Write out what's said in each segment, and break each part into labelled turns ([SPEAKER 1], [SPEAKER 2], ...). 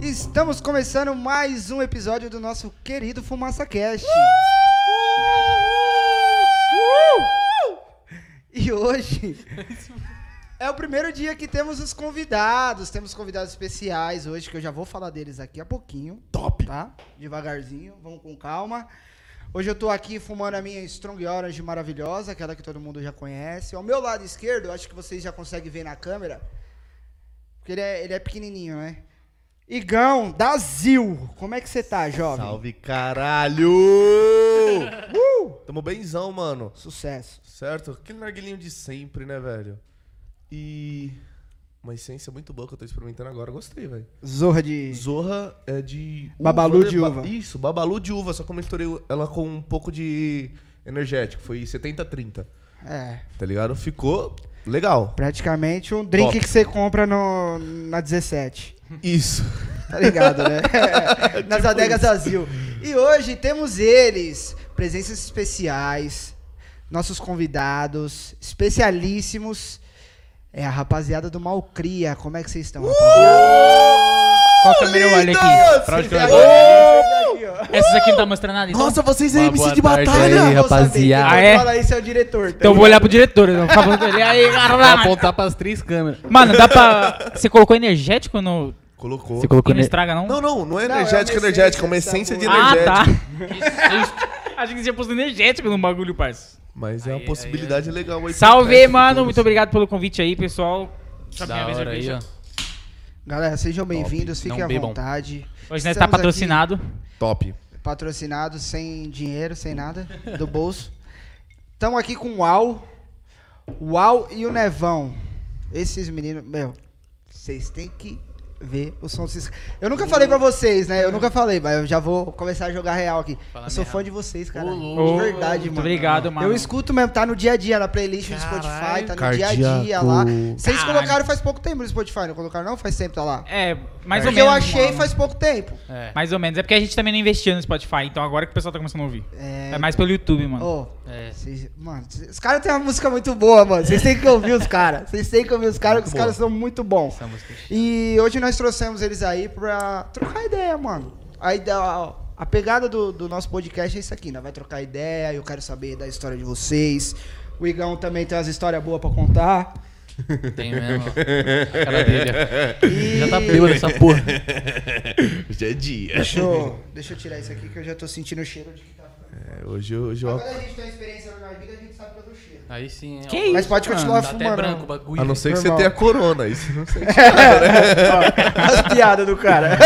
[SPEAKER 1] Estamos começando mais um episódio do nosso querido Fumaça Cast. E hoje é o primeiro dia que temos os convidados. Temos convidados especiais hoje, que eu já vou falar deles aqui a pouquinho. Top! Tá? Devagarzinho, vamos com calma. Hoje eu tô aqui fumando a minha Strong Orange maravilhosa, aquela que todo mundo já conhece. Ao meu lado esquerdo, acho que vocês já conseguem ver na câmera, porque ele é, ele é pequenininho, né? Igão, da Zil. Como é que você tá, jovem?
[SPEAKER 2] Salve, caralho!
[SPEAKER 1] Uh!
[SPEAKER 2] Tamo benzão, mano.
[SPEAKER 1] Sucesso.
[SPEAKER 2] Certo? Aquele narguilinho de sempre, né, velho? E. Uma essência muito boa que eu tô experimentando agora. Gostei, velho.
[SPEAKER 1] Zorra de...
[SPEAKER 2] Zorra é de.
[SPEAKER 1] Babalu
[SPEAKER 2] né?
[SPEAKER 1] de
[SPEAKER 2] Ba-
[SPEAKER 1] uva.
[SPEAKER 2] Isso, babalu de uva. Só que eu misturei ela com um pouco de energético. Foi 70-30.
[SPEAKER 1] É,
[SPEAKER 2] Tá ligado? Ficou legal.
[SPEAKER 1] praticamente um drink
[SPEAKER 2] Top.
[SPEAKER 1] que você compra no, na 17.
[SPEAKER 2] Isso.
[SPEAKER 1] Tá ligado, né? É, Nas
[SPEAKER 3] Tipo
[SPEAKER 1] adegas Azil. E hoje temos eles, presenças especiais, nossos convidados, especialíssimos. É a rapaziada do Malcria. Como é que vocês estão,
[SPEAKER 3] Uh!
[SPEAKER 1] rapaziada?
[SPEAKER 3] Qual
[SPEAKER 4] é
[SPEAKER 3] câmera eu olho aqui? Pra onde que eu olho? Essas aqui não tá mostrando nada, então.
[SPEAKER 2] Nossa, vocês é
[SPEAKER 3] Uma
[SPEAKER 2] MC
[SPEAKER 3] boa
[SPEAKER 2] de
[SPEAKER 3] tarde
[SPEAKER 2] batalha!
[SPEAKER 3] Uh! aí, rapaziada.
[SPEAKER 1] Ah,
[SPEAKER 3] Ah, é?
[SPEAKER 1] Fala isso é o diretor. tá
[SPEAKER 3] Então eu vou
[SPEAKER 1] ligado?
[SPEAKER 3] olhar pro diretor, então. Por favor, ele aí,
[SPEAKER 4] Vai
[SPEAKER 3] caralho.
[SPEAKER 4] apontar pras três câmeras.
[SPEAKER 3] Mano, dá pra. Você colocou energético no.
[SPEAKER 2] Colocou.
[SPEAKER 4] Você colocou
[SPEAKER 3] E não estraga, não?
[SPEAKER 2] Não, não, não é
[SPEAKER 1] Não, é
[SPEAKER 2] energético,
[SPEAKER 1] uma
[SPEAKER 2] energético. É uma
[SPEAKER 1] essência,
[SPEAKER 2] essência de
[SPEAKER 3] ah,
[SPEAKER 2] energético.
[SPEAKER 3] tá. Acho que você tinha posto energético no bagulho, parça.
[SPEAKER 2] Mas é uma possibilidade legal aí. pro
[SPEAKER 3] Salve,
[SPEAKER 2] teste
[SPEAKER 3] mano.
[SPEAKER 2] futuro.
[SPEAKER 3] Muito obrigado pelo convite aí, pessoal. Essa minha
[SPEAKER 4] Da
[SPEAKER 3] vez é
[SPEAKER 4] hora aí,
[SPEAKER 3] cerveja.
[SPEAKER 4] ó.
[SPEAKER 1] Galera, sejam bem-vindos,
[SPEAKER 4] Top.
[SPEAKER 1] fiquem
[SPEAKER 4] Não
[SPEAKER 1] à
[SPEAKER 4] bebam.
[SPEAKER 1] vontade.
[SPEAKER 3] Hoje nós tá
[SPEAKER 1] Estamos aqui
[SPEAKER 3] patrocinado.
[SPEAKER 2] Top.
[SPEAKER 1] Patrocinado, sem dinheiro, sem nada, do bolso. Estamos aqui com o Uau, o Uau e o Nevão. Esses meninos, meu, vocês têm que ver o som. desses- Eu nunca falei pra vocês, né? Eu nunca falei, mas eu já vou começar a jogar real aqui. eu sou fã de vocês, cara.
[SPEAKER 3] Ô,
[SPEAKER 1] De verdade, mano.
[SPEAKER 3] Muito obrigado, mano.
[SPEAKER 1] Eu escuto mesmo, tá no dia a dia, na playlist do Spotify, tá no dia a dia
[SPEAKER 2] Cardíaco.
[SPEAKER 1] lá. Vocês
[SPEAKER 3] Caralho.
[SPEAKER 1] colocaram faz pouco tempo no Spotify, não colocaram não? Faz tempo, tá lá.
[SPEAKER 3] É, mais ou
[SPEAKER 1] Porque
[SPEAKER 3] menos.
[SPEAKER 1] eu achei
[SPEAKER 3] mano.
[SPEAKER 1] faz pouco tempo.
[SPEAKER 4] É.
[SPEAKER 3] Mais ou menos. É porque a gente também não investia no Spotify, então agora que o pessoal tá começando a ouvir. É,
[SPEAKER 1] É,
[SPEAKER 3] mais pelo YouTube, mano.
[SPEAKER 1] Ô,
[SPEAKER 4] É.
[SPEAKER 1] Cês- mano, cês- os caras têm uma música muito boa, mano. Vocês têm que ouvir os caras. Vocês têm que ouvir os caras, que os caras são muito bons.
[SPEAKER 4] Essa música. é
[SPEAKER 1] E hoje nós trouxemos eles aí pra trocar ideia, mano. A, ide- a- a pegada do, do nosso podcast é isso aqui, né? Vai trocar ideia, eu quero saber da história de vocês. O Igão também tem umas histórias boas pra contar.
[SPEAKER 4] chata. é, Tem mesmo. ó. A Cara dele, ó.
[SPEAKER 1] E-
[SPEAKER 4] Já tá bêbado essa porra.
[SPEAKER 2] Hoje é dia.
[SPEAKER 1] Deixa eu, deixa eu tirar isso aqui que eu já tô sentindo o cheiro de que tá.
[SPEAKER 2] É, hoje, eu- hoje eu...
[SPEAKER 1] Quando a gente tem uma experiência na vida, a gente sabe pelo cheiro.
[SPEAKER 4] Aí sim, ó.
[SPEAKER 3] Que isso?
[SPEAKER 1] Mas pode continuar
[SPEAKER 4] Tá até
[SPEAKER 1] fumando.
[SPEAKER 4] branco o bagulho.
[SPEAKER 2] A não ser que você
[SPEAKER 1] Normal.
[SPEAKER 2] tenha corona, isso eu não sei.
[SPEAKER 1] As piadas do cara.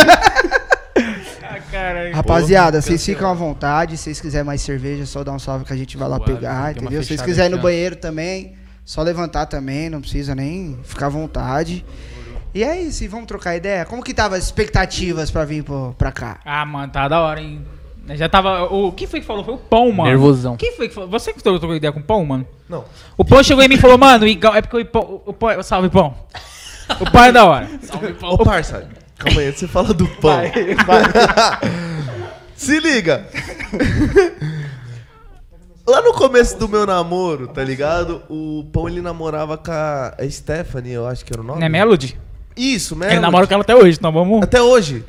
[SPEAKER 3] Ah, caralho.
[SPEAKER 1] Rapaziada, vocês ficam à vontade. Se vocês quiserem mais cerveja, só dá um salve que a gente vai lá
[SPEAKER 4] Suave,
[SPEAKER 1] pegar,
[SPEAKER 4] tem uma
[SPEAKER 1] entendeu? Se vocês
[SPEAKER 4] fechada
[SPEAKER 1] quiserem ir no
[SPEAKER 4] aqui, ó.
[SPEAKER 1] banheiro também, só levantar também, não precisa nem ficar à vontade. E é isso, e vamos trocar ideia? Como que tava as expectativas pra vir pro- pra cá?
[SPEAKER 3] Ah, mano, tá da hora, hein? Já tava. O quem foi que falou? Foi o Pão, mano.
[SPEAKER 4] Nervosão.
[SPEAKER 3] Quem foi que falou? Você que trocou ideia com o Pão, mano?
[SPEAKER 2] Não.
[SPEAKER 3] O Pão chegou em mim e falou, mano, o Igão. É porque o Pão. O Pão salve, Pão. O Pão é da hora.
[SPEAKER 2] Ô, parça, calma aí, você fala do pão. Se liga. Lá no começo do meu namoro, tá ligado? O Pão, ele namorava com a é Stephanie, eu acho que era o nome.
[SPEAKER 3] Né, Melody?
[SPEAKER 2] Isso, Melody.
[SPEAKER 3] Ele namora com ela até hoje, então vamos.
[SPEAKER 2] Até hoje.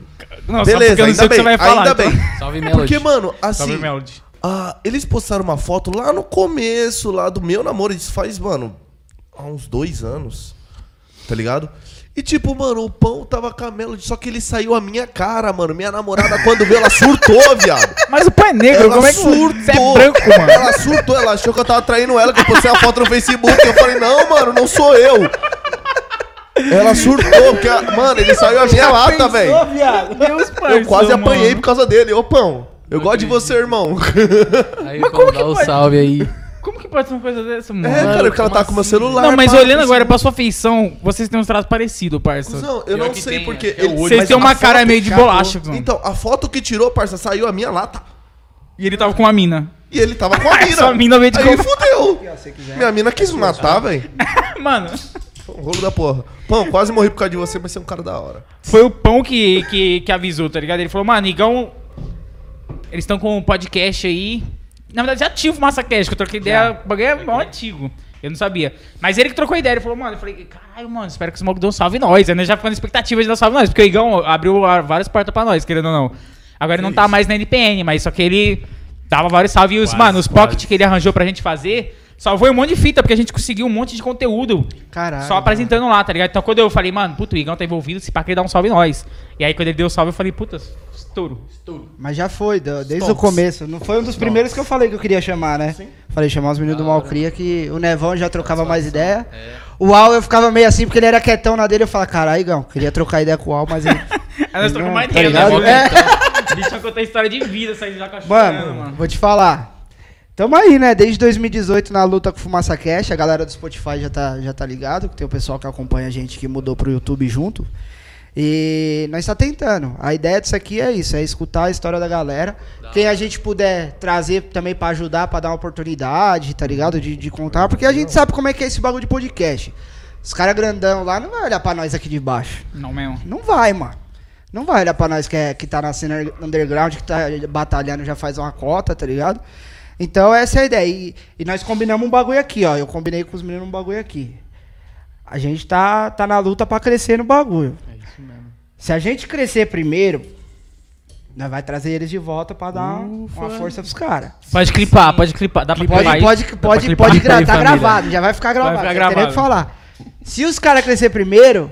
[SPEAKER 3] Não, só porque
[SPEAKER 2] É, Beleza,
[SPEAKER 3] eu não sei
[SPEAKER 2] ainda
[SPEAKER 3] o
[SPEAKER 2] bem,
[SPEAKER 3] que você vai falar.
[SPEAKER 2] ainda
[SPEAKER 3] então. Tá
[SPEAKER 2] bem.
[SPEAKER 4] Salve,
[SPEAKER 2] É
[SPEAKER 4] Melody.
[SPEAKER 2] porque, mano,
[SPEAKER 3] Salve,
[SPEAKER 2] assim,
[SPEAKER 3] Melody.
[SPEAKER 2] Ah, eles postaram uma foto lá no começo, lá do meu namoro. Isso faz, mano, há uns dois anos. Tá ligado? E tipo, mano, o pão tava com a Melody, só que ele saiu a minha cara, mano. Minha namorada, quando viu, ela surtou, viado.
[SPEAKER 3] Mas o Pão é negro,
[SPEAKER 2] Ela
[SPEAKER 3] como é que
[SPEAKER 2] surtou.
[SPEAKER 3] você é branco, mano?
[SPEAKER 2] Ela surtou, ela achou que eu tava traindo ela, que eu postei a foto no Facebook. Eu falei, não, mano, não sou eu. Ela surtou, porque, a- mano, ele saiu a minha é lata, velho.
[SPEAKER 3] Meus
[SPEAKER 2] Eu
[SPEAKER 3] parça,
[SPEAKER 2] quase apanhei
[SPEAKER 3] mano.
[SPEAKER 2] por causa dele. Ô, pão, eu gosto de você, irmão.
[SPEAKER 3] Mas
[SPEAKER 4] Aí Mas
[SPEAKER 3] como que
[SPEAKER 4] dá o
[SPEAKER 3] pode?
[SPEAKER 4] salve aí.
[SPEAKER 3] Como que pode ser uma coisa dessa, mano?
[SPEAKER 2] É, cara, porque ela
[SPEAKER 4] como
[SPEAKER 2] tá com o meu
[SPEAKER 4] assim?
[SPEAKER 2] celular.
[SPEAKER 3] Não, mas
[SPEAKER 2] pá,
[SPEAKER 3] olhando
[SPEAKER 2] assim.
[SPEAKER 3] agora pra sua feição, vocês têm uns traços parecidos, parça.
[SPEAKER 2] Não, eu
[SPEAKER 4] Pior
[SPEAKER 2] não
[SPEAKER 4] que
[SPEAKER 2] sei
[SPEAKER 4] tem,
[SPEAKER 2] né? porque.
[SPEAKER 4] acho que é o olho.
[SPEAKER 3] Vocês
[SPEAKER 2] mas
[SPEAKER 3] têm uma
[SPEAKER 2] a
[SPEAKER 3] cara
[SPEAKER 2] foto-
[SPEAKER 3] meio de bolacha, mano.
[SPEAKER 2] Então, a foto que tirou, parça, saiu a minha lata.
[SPEAKER 3] E ele tava com a mina.
[SPEAKER 2] E ele tava com a mina.
[SPEAKER 3] Essa mina veio de
[SPEAKER 2] Aí
[SPEAKER 3] como-
[SPEAKER 2] fudeu.
[SPEAKER 1] ó, se você quiser.
[SPEAKER 2] Minha mina quis me matar, velho.
[SPEAKER 3] Mano,
[SPEAKER 2] Rolo da porra. Pão, quase morri por causa de você, mas você é um cara da hora.
[SPEAKER 3] foi o Pão que, que, que avisou, tá ligado? Ele falou, mano, Igão, eles estão com um podcast aí. Na verdade, já tive o Massacast, que eu troquei ideia, o bagulho é mó antigo. Eu não sabia. Mas ele que trocou ideia, ele falou, mano, eu falei, caralho, mano, espero que o Smoke dê um salve em nós. Aí nós já ficamos na expectativa de dar um salve em nós, porque o Igão abriu ah, várias portas pra nós, querendo ou não. Agora ele não tá mais na NPN, mas só que ele dava vários salve e os,
[SPEAKER 4] Quase,
[SPEAKER 3] mano, os
[SPEAKER 4] quase.
[SPEAKER 3] pocket que ele arranjou pra gente fazer, salvou um monte de fita, porque a gente conseguiu um monte de conteúdo.
[SPEAKER 1] Caralho,
[SPEAKER 3] Só apresentando lá, tá ligado? Então quando eu falei, mano, puto, o Igão tá envolvido, se pá que ele dá um salve em nós. E aí quando ele deu o salve, eu falei, puta, estouro.
[SPEAKER 1] Mas já foi, da- desde o começo. Não foi um dos primeiros que eu falei que eu queria chamar, né? Falei, chamar os meninos do Malcria, que o Nevão já trocava mais ideia.
[SPEAKER 4] É.
[SPEAKER 1] O Al eu ficava meio assim, porque ele era quietão na dele. Eu falava, caralho, Igão, queria trocar ideia com o Al, mas ele.
[SPEAKER 3] Aí nós trocamos
[SPEAKER 1] Não,
[SPEAKER 3] mais
[SPEAKER 1] tá
[SPEAKER 3] ideia, né,
[SPEAKER 1] ligado?
[SPEAKER 3] mano?
[SPEAKER 1] É.
[SPEAKER 3] Deixa eu contar a história de vida, sair já cachorro,
[SPEAKER 1] Mano, vou te falar. Tamo aí, né? Desde 2018 na luta com o Fumaça Cash. A galera do Spotify já tá, já tá ligado. que Tem o pessoal que acompanha a gente que mudou pro YouTube junto. E nós tá tentando. A ideia disso aqui é isso, é escutar a história da galera. Quem a gente puder trazer também pra ajudar, pra dar uma oportunidade, tá ligado? De, de contar. Porque a gente sabe como é que é esse bagulho de podcast. Os caras grandão lá não vai olhar pra nós aqui de baixo.
[SPEAKER 3] Não mesmo.
[SPEAKER 1] Não vai, mano. Não vai olhar pra nós que, é, que tá na cena underground, que tá batalhando já faz uma cota, tá ligado? Então essa é a ideia. E, e nós combinamos um bagulho aqui, ó. Eu combinei com os meninos um bagulho aqui. A gente tá, tá na luta pra crescer no bagulho.
[SPEAKER 4] É isso mesmo.
[SPEAKER 1] Se a gente crescer primeiro, nós vai trazer eles de volta pra dar uma força pros caras.
[SPEAKER 4] Pode clipar, pode clipar. Dá
[SPEAKER 1] Pode,
[SPEAKER 4] pra clipar
[SPEAKER 1] pode,
[SPEAKER 4] isso? Dá pra
[SPEAKER 1] pode,
[SPEAKER 4] clipar
[SPEAKER 1] pode
[SPEAKER 4] isso aí,
[SPEAKER 1] gra tá
[SPEAKER 4] família?
[SPEAKER 1] gravado, já vai ficar gravado.
[SPEAKER 3] ficar
[SPEAKER 1] já tem nem o que
[SPEAKER 3] gravado.
[SPEAKER 1] falar. Se os caras crescer primeiro,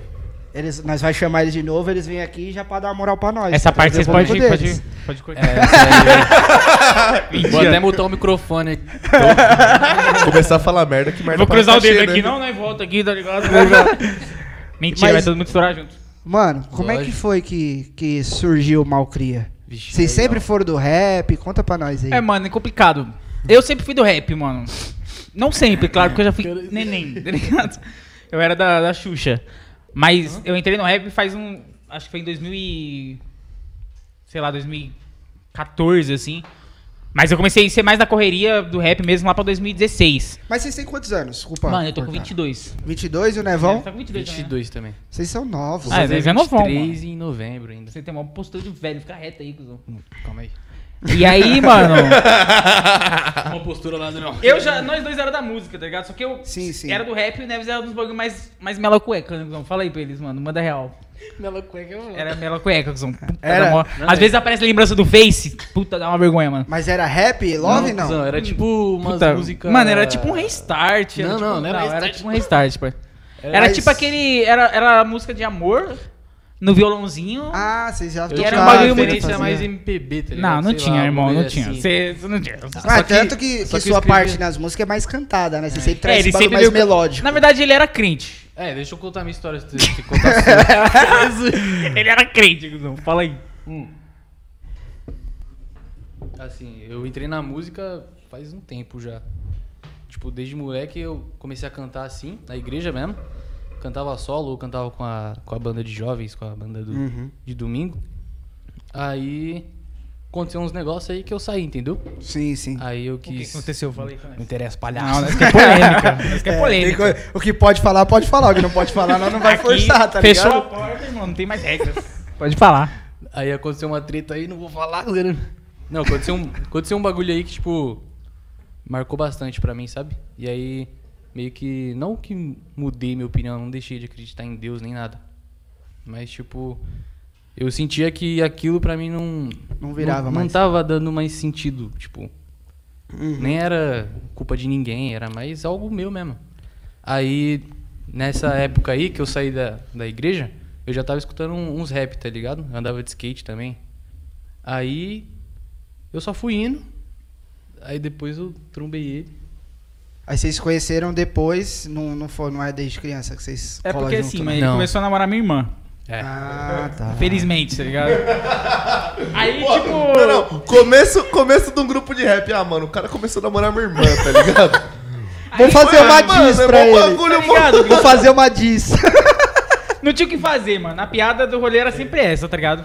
[SPEAKER 1] eles, nós vai chamar eles de novo, eles vêm aquir já pra dar uma moral pra nós.
[SPEAKER 3] Essa
[SPEAKER 1] pra
[SPEAKER 3] parte
[SPEAKER 1] trazer
[SPEAKER 3] vocês
[SPEAKER 1] o público
[SPEAKER 3] podem
[SPEAKER 1] deles.
[SPEAKER 3] pode, pode cortar.
[SPEAKER 4] É, isso aí. Vou até mutar o microfone aqui.
[SPEAKER 2] Começar a falar merda, que merda
[SPEAKER 3] Vou cruzar o
[SPEAKER 2] pra
[SPEAKER 3] dedo
[SPEAKER 2] cachê,
[SPEAKER 3] aqui,
[SPEAKER 2] né?
[SPEAKER 3] não, né? Volta aqui, tá ligado? Mentira,
[SPEAKER 1] Mas-
[SPEAKER 3] vai todo mundo estourar junto.
[SPEAKER 1] Mano, como é que
[SPEAKER 4] Lógico.
[SPEAKER 1] foi que, que surgiu o Malcria?
[SPEAKER 4] Vixe,
[SPEAKER 1] Vocês
[SPEAKER 4] aí,
[SPEAKER 1] sempre
[SPEAKER 4] ó.
[SPEAKER 1] foram do rap? Conta pra nós aí.
[SPEAKER 3] É, mano, é complicado. Eu sempre fui do rap, mano. Não sempre, claro, porque eu já fui neném, tá ligado? Eu era da, da Xuxa. Mas eu entrei no rap faz um. Acho que foi em 2000 e. Sei lá, 2014, assim. Mas eu comecei a ser mais da correria do rap mesmo lá pra 2016.
[SPEAKER 1] Mas vocês têm quantos anos? Desculpa.
[SPEAKER 3] Mano, eu tô com
[SPEAKER 1] cortar.
[SPEAKER 3] 22.
[SPEAKER 1] 22 e o
[SPEAKER 3] É,
[SPEAKER 1] Nevão?
[SPEAKER 3] tá com 22, né?
[SPEAKER 4] 22 também.
[SPEAKER 1] Vocês são novos.
[SPEAKER 3] Ah, é,
[SPEAKER 4] Fazer
[SPEAKER 3] mas é novão,
[SPEAKER 4] 23 em novembro ainda.
[SPEAKER 3] Você tem uma postura de velho, fica reto aí, cuzão.
[SPEAKER 4] Calma aí.
[SPEAKER 3] E aí, mano.
[SPEAKER 4] Uma postura lá do não.
[SPEAKER 3] Eu já. Nós dois era da música, tá ligado? Só que eu
[SPEAKER 1] Sim, sim.
[SPEAKER 3] era do rap e o Neves era dos bagulho mais, mais mela cueca, né, cuzão? Fala aí pra eles, mano. Manda real.
[SPEAKER 4] Mela cueca eu
[SPEAKER 3] Era mela cueca, cuzão. Puta
[SPEAKER 1] Era.
[SPEAKER 3] da mó-
[SPEAKER 4] é.
[SPEAKER 3] Às vezes aparece lembrança do Face. Puta, dá uma vergonha, mano.
[SPEAKER 1] Mas era rap? Love não?
[SPEAKER 4] cuzão, Era tipo umas
[SPEAKER 3] Puta,
[SPEAKER 4] músicas...
[SPEAKER 3] Mano, era tipo um restart. era
[SPEAKER 4] Não,
[SPEAKER 3] tipo-
[SPEAKER 4] não, não era
[SPEAKER 3] Era
[SPEAKER 4] restart.
[SPEAKER 3] tipo um restart, pai. Era,
[SPEAKER 1] Mas-
[SPEAKER 3] tipo aquele. Era, era a música de amor no violãozinho.
[SPEAKER 1] Ah, vocês já
[SPEAKER 4] Eu
[SPEAKER 3] E
[SPEAKER 4] tinha
[SPEAKER 3] era um
[SPEAKER 1] tocaram,
[SPEAKER 3] bagulho
[SPEAKER 4] uma
[SPEAKER 3] muito
[SPEAKER 1] vocês
[SPEAKER 4] referência
[SPEAKER 1] faziam.
[SPEAKER 4] mais MPB, tá ligado?
[SPEAKER 3] não, não
[SPEAKER 4] Sei
[SPEAKER 3] tinha,
[SPEAKER 4] lá,
[SPEAKER 3] irmão. Não
[SPEAKER 4] bagulho
[SPEAKER 3] tinha.
[SPEAKER 4] assim.
[SPEAKER 3] Você você não tinha.
[SPEAKER 1] Ah,
[SPEAKER 4] Só que-
[SPEAKER 1] tanto que,
[SPEAKER 4] só
[SPEAKER 1] que
[SPEAKER 4] que
[SPEAKER 1] sua
[SPEAKER 4] eu escrevi-
[SPEAKER 1] parte nas músicas é mais cantada, né? Você sempre
[SPEAKER 3] É,
[SPEAKER 1] traz
[SPEAKER 3] ele
[SPEAKER 1] esse bagulho
[SPEAKER 3] sempre
[SPEAKER 1] mais
[SPEAKER 3] deu-
[SPEAKER 1] melódico.
[SPEAKER 3] Na verdade, ele era crente.
[SPEAKER 4] É, deixa eu contar minha história. Se se contar a sua.
[SPEAKER 3] Ele era crente, Guzão. Fala aí.
[SPEAKER 4] Assim, eu entrei na música faz um tempo já. Tipo, desde moleque eu comecei a cantar assim, na igreja mesmo. Cantava solo, ou cantava com a, com a banda de jovens, com a banda do-
[SPEAKER 1] Uhum.
[SPEAKER 4] de domingo. Aí aconteceu uns negócios aí que eu saí, entendeu?
[SPEAKER 1] Sim,
[SPEAKER 3] Ah,
[SPEAKER 1] sim.
[SPEAKER 4] Aí eu quis.
[SPEAKER 3] Fala aí, fala aí.
[SPEAKER 4] Não interessa, palhaço.
[SPEAKER 3] Não, nós quer polêmica. Nós quer polêmica.
[SPEAKER 1] Tem co- O que pode falar, pode falar. O que não pode falar, nós não vai
[SPEAKER 3] né? Aqui,
[SPEAKER 1] forçar, tá
[SPEAKER 3] Fechou
[SPEAKER 1] ligado?
[SPEAKER 3] a porta, irmão. Não tem mais regras. Pode falar.
[SPEAKER 4] Aí aconteceu uma treta aí, não vou falar, galera. Não, aconteceu um, aconteceu um bagulho aí que, tipo, marcou bastante pra mim, sabe? E aí, meio que, não que mudei minha opinião, não deixei de acreditar em Deus nem nada. Mas, tipo, eu sentia que aquilo pra mim não.
[SPEAKER 1] Não virava
[SPEAKER 4] não, Não
[SPEAKER 3] tá-
[SPEAKER 1] mais.
[SPEAKER 4] tava dando mais sentido, tipo. Nem era culpa de ninguém, era mais algo meu mesmo. Aí, nessa época aí que eu saí da, da igreja, eu já tava escutando um- uns rap, tá ligado? Eu andava de skate também. Aí, eu só fui indo. Aí depois eu trombei ele.
[SPEAKER 1] Aí vocês se conheceram depois, não, não, foi, não é desde criança que vocês
[SPEAKER 3] É
[SPEAKER 1] colam
[SPEAKER 3] porque
[SPEAKER 1] junto,
[SPEAKER 3] assim, mas
[SPEAKER 1] né?
[SPEAKER 3] ele
[SPEAKER 4] Não.
[SPEAKER 3] começou a namorar minha irmã.
[SPEAKER 4] É.
[SPEAKER 1] Ah, tá.
[SPEAKER 3] Felizmente, tá ligado? Aí,
[SPEAKER 2] Pô,
[SPEAKER 3] tipo.
[SPEAKER 2] Não, não. Começo, começo de um grupo de rap. Ah, mano, o cara começou a namorar minha irmã, tá ligado?
[SPEAKER 1] Vamos fazer uma
[SPEAKER 2] Mano,
[SPEAKER 1] diz
[SPEAKER 2] é
[SPEAKER 1] pra
[SPEAKER 2] mó
[SPEAKER 1] ele.
[SPEAKER 2] bagulho,
[SPEAKER 3] Tá ligado?
[SPEAKER 1] Vou fazer uma diz.
[SPEAKER 3] Não tinha o que fazer, mano. A piada do rolê era sempre essa, tá ligado?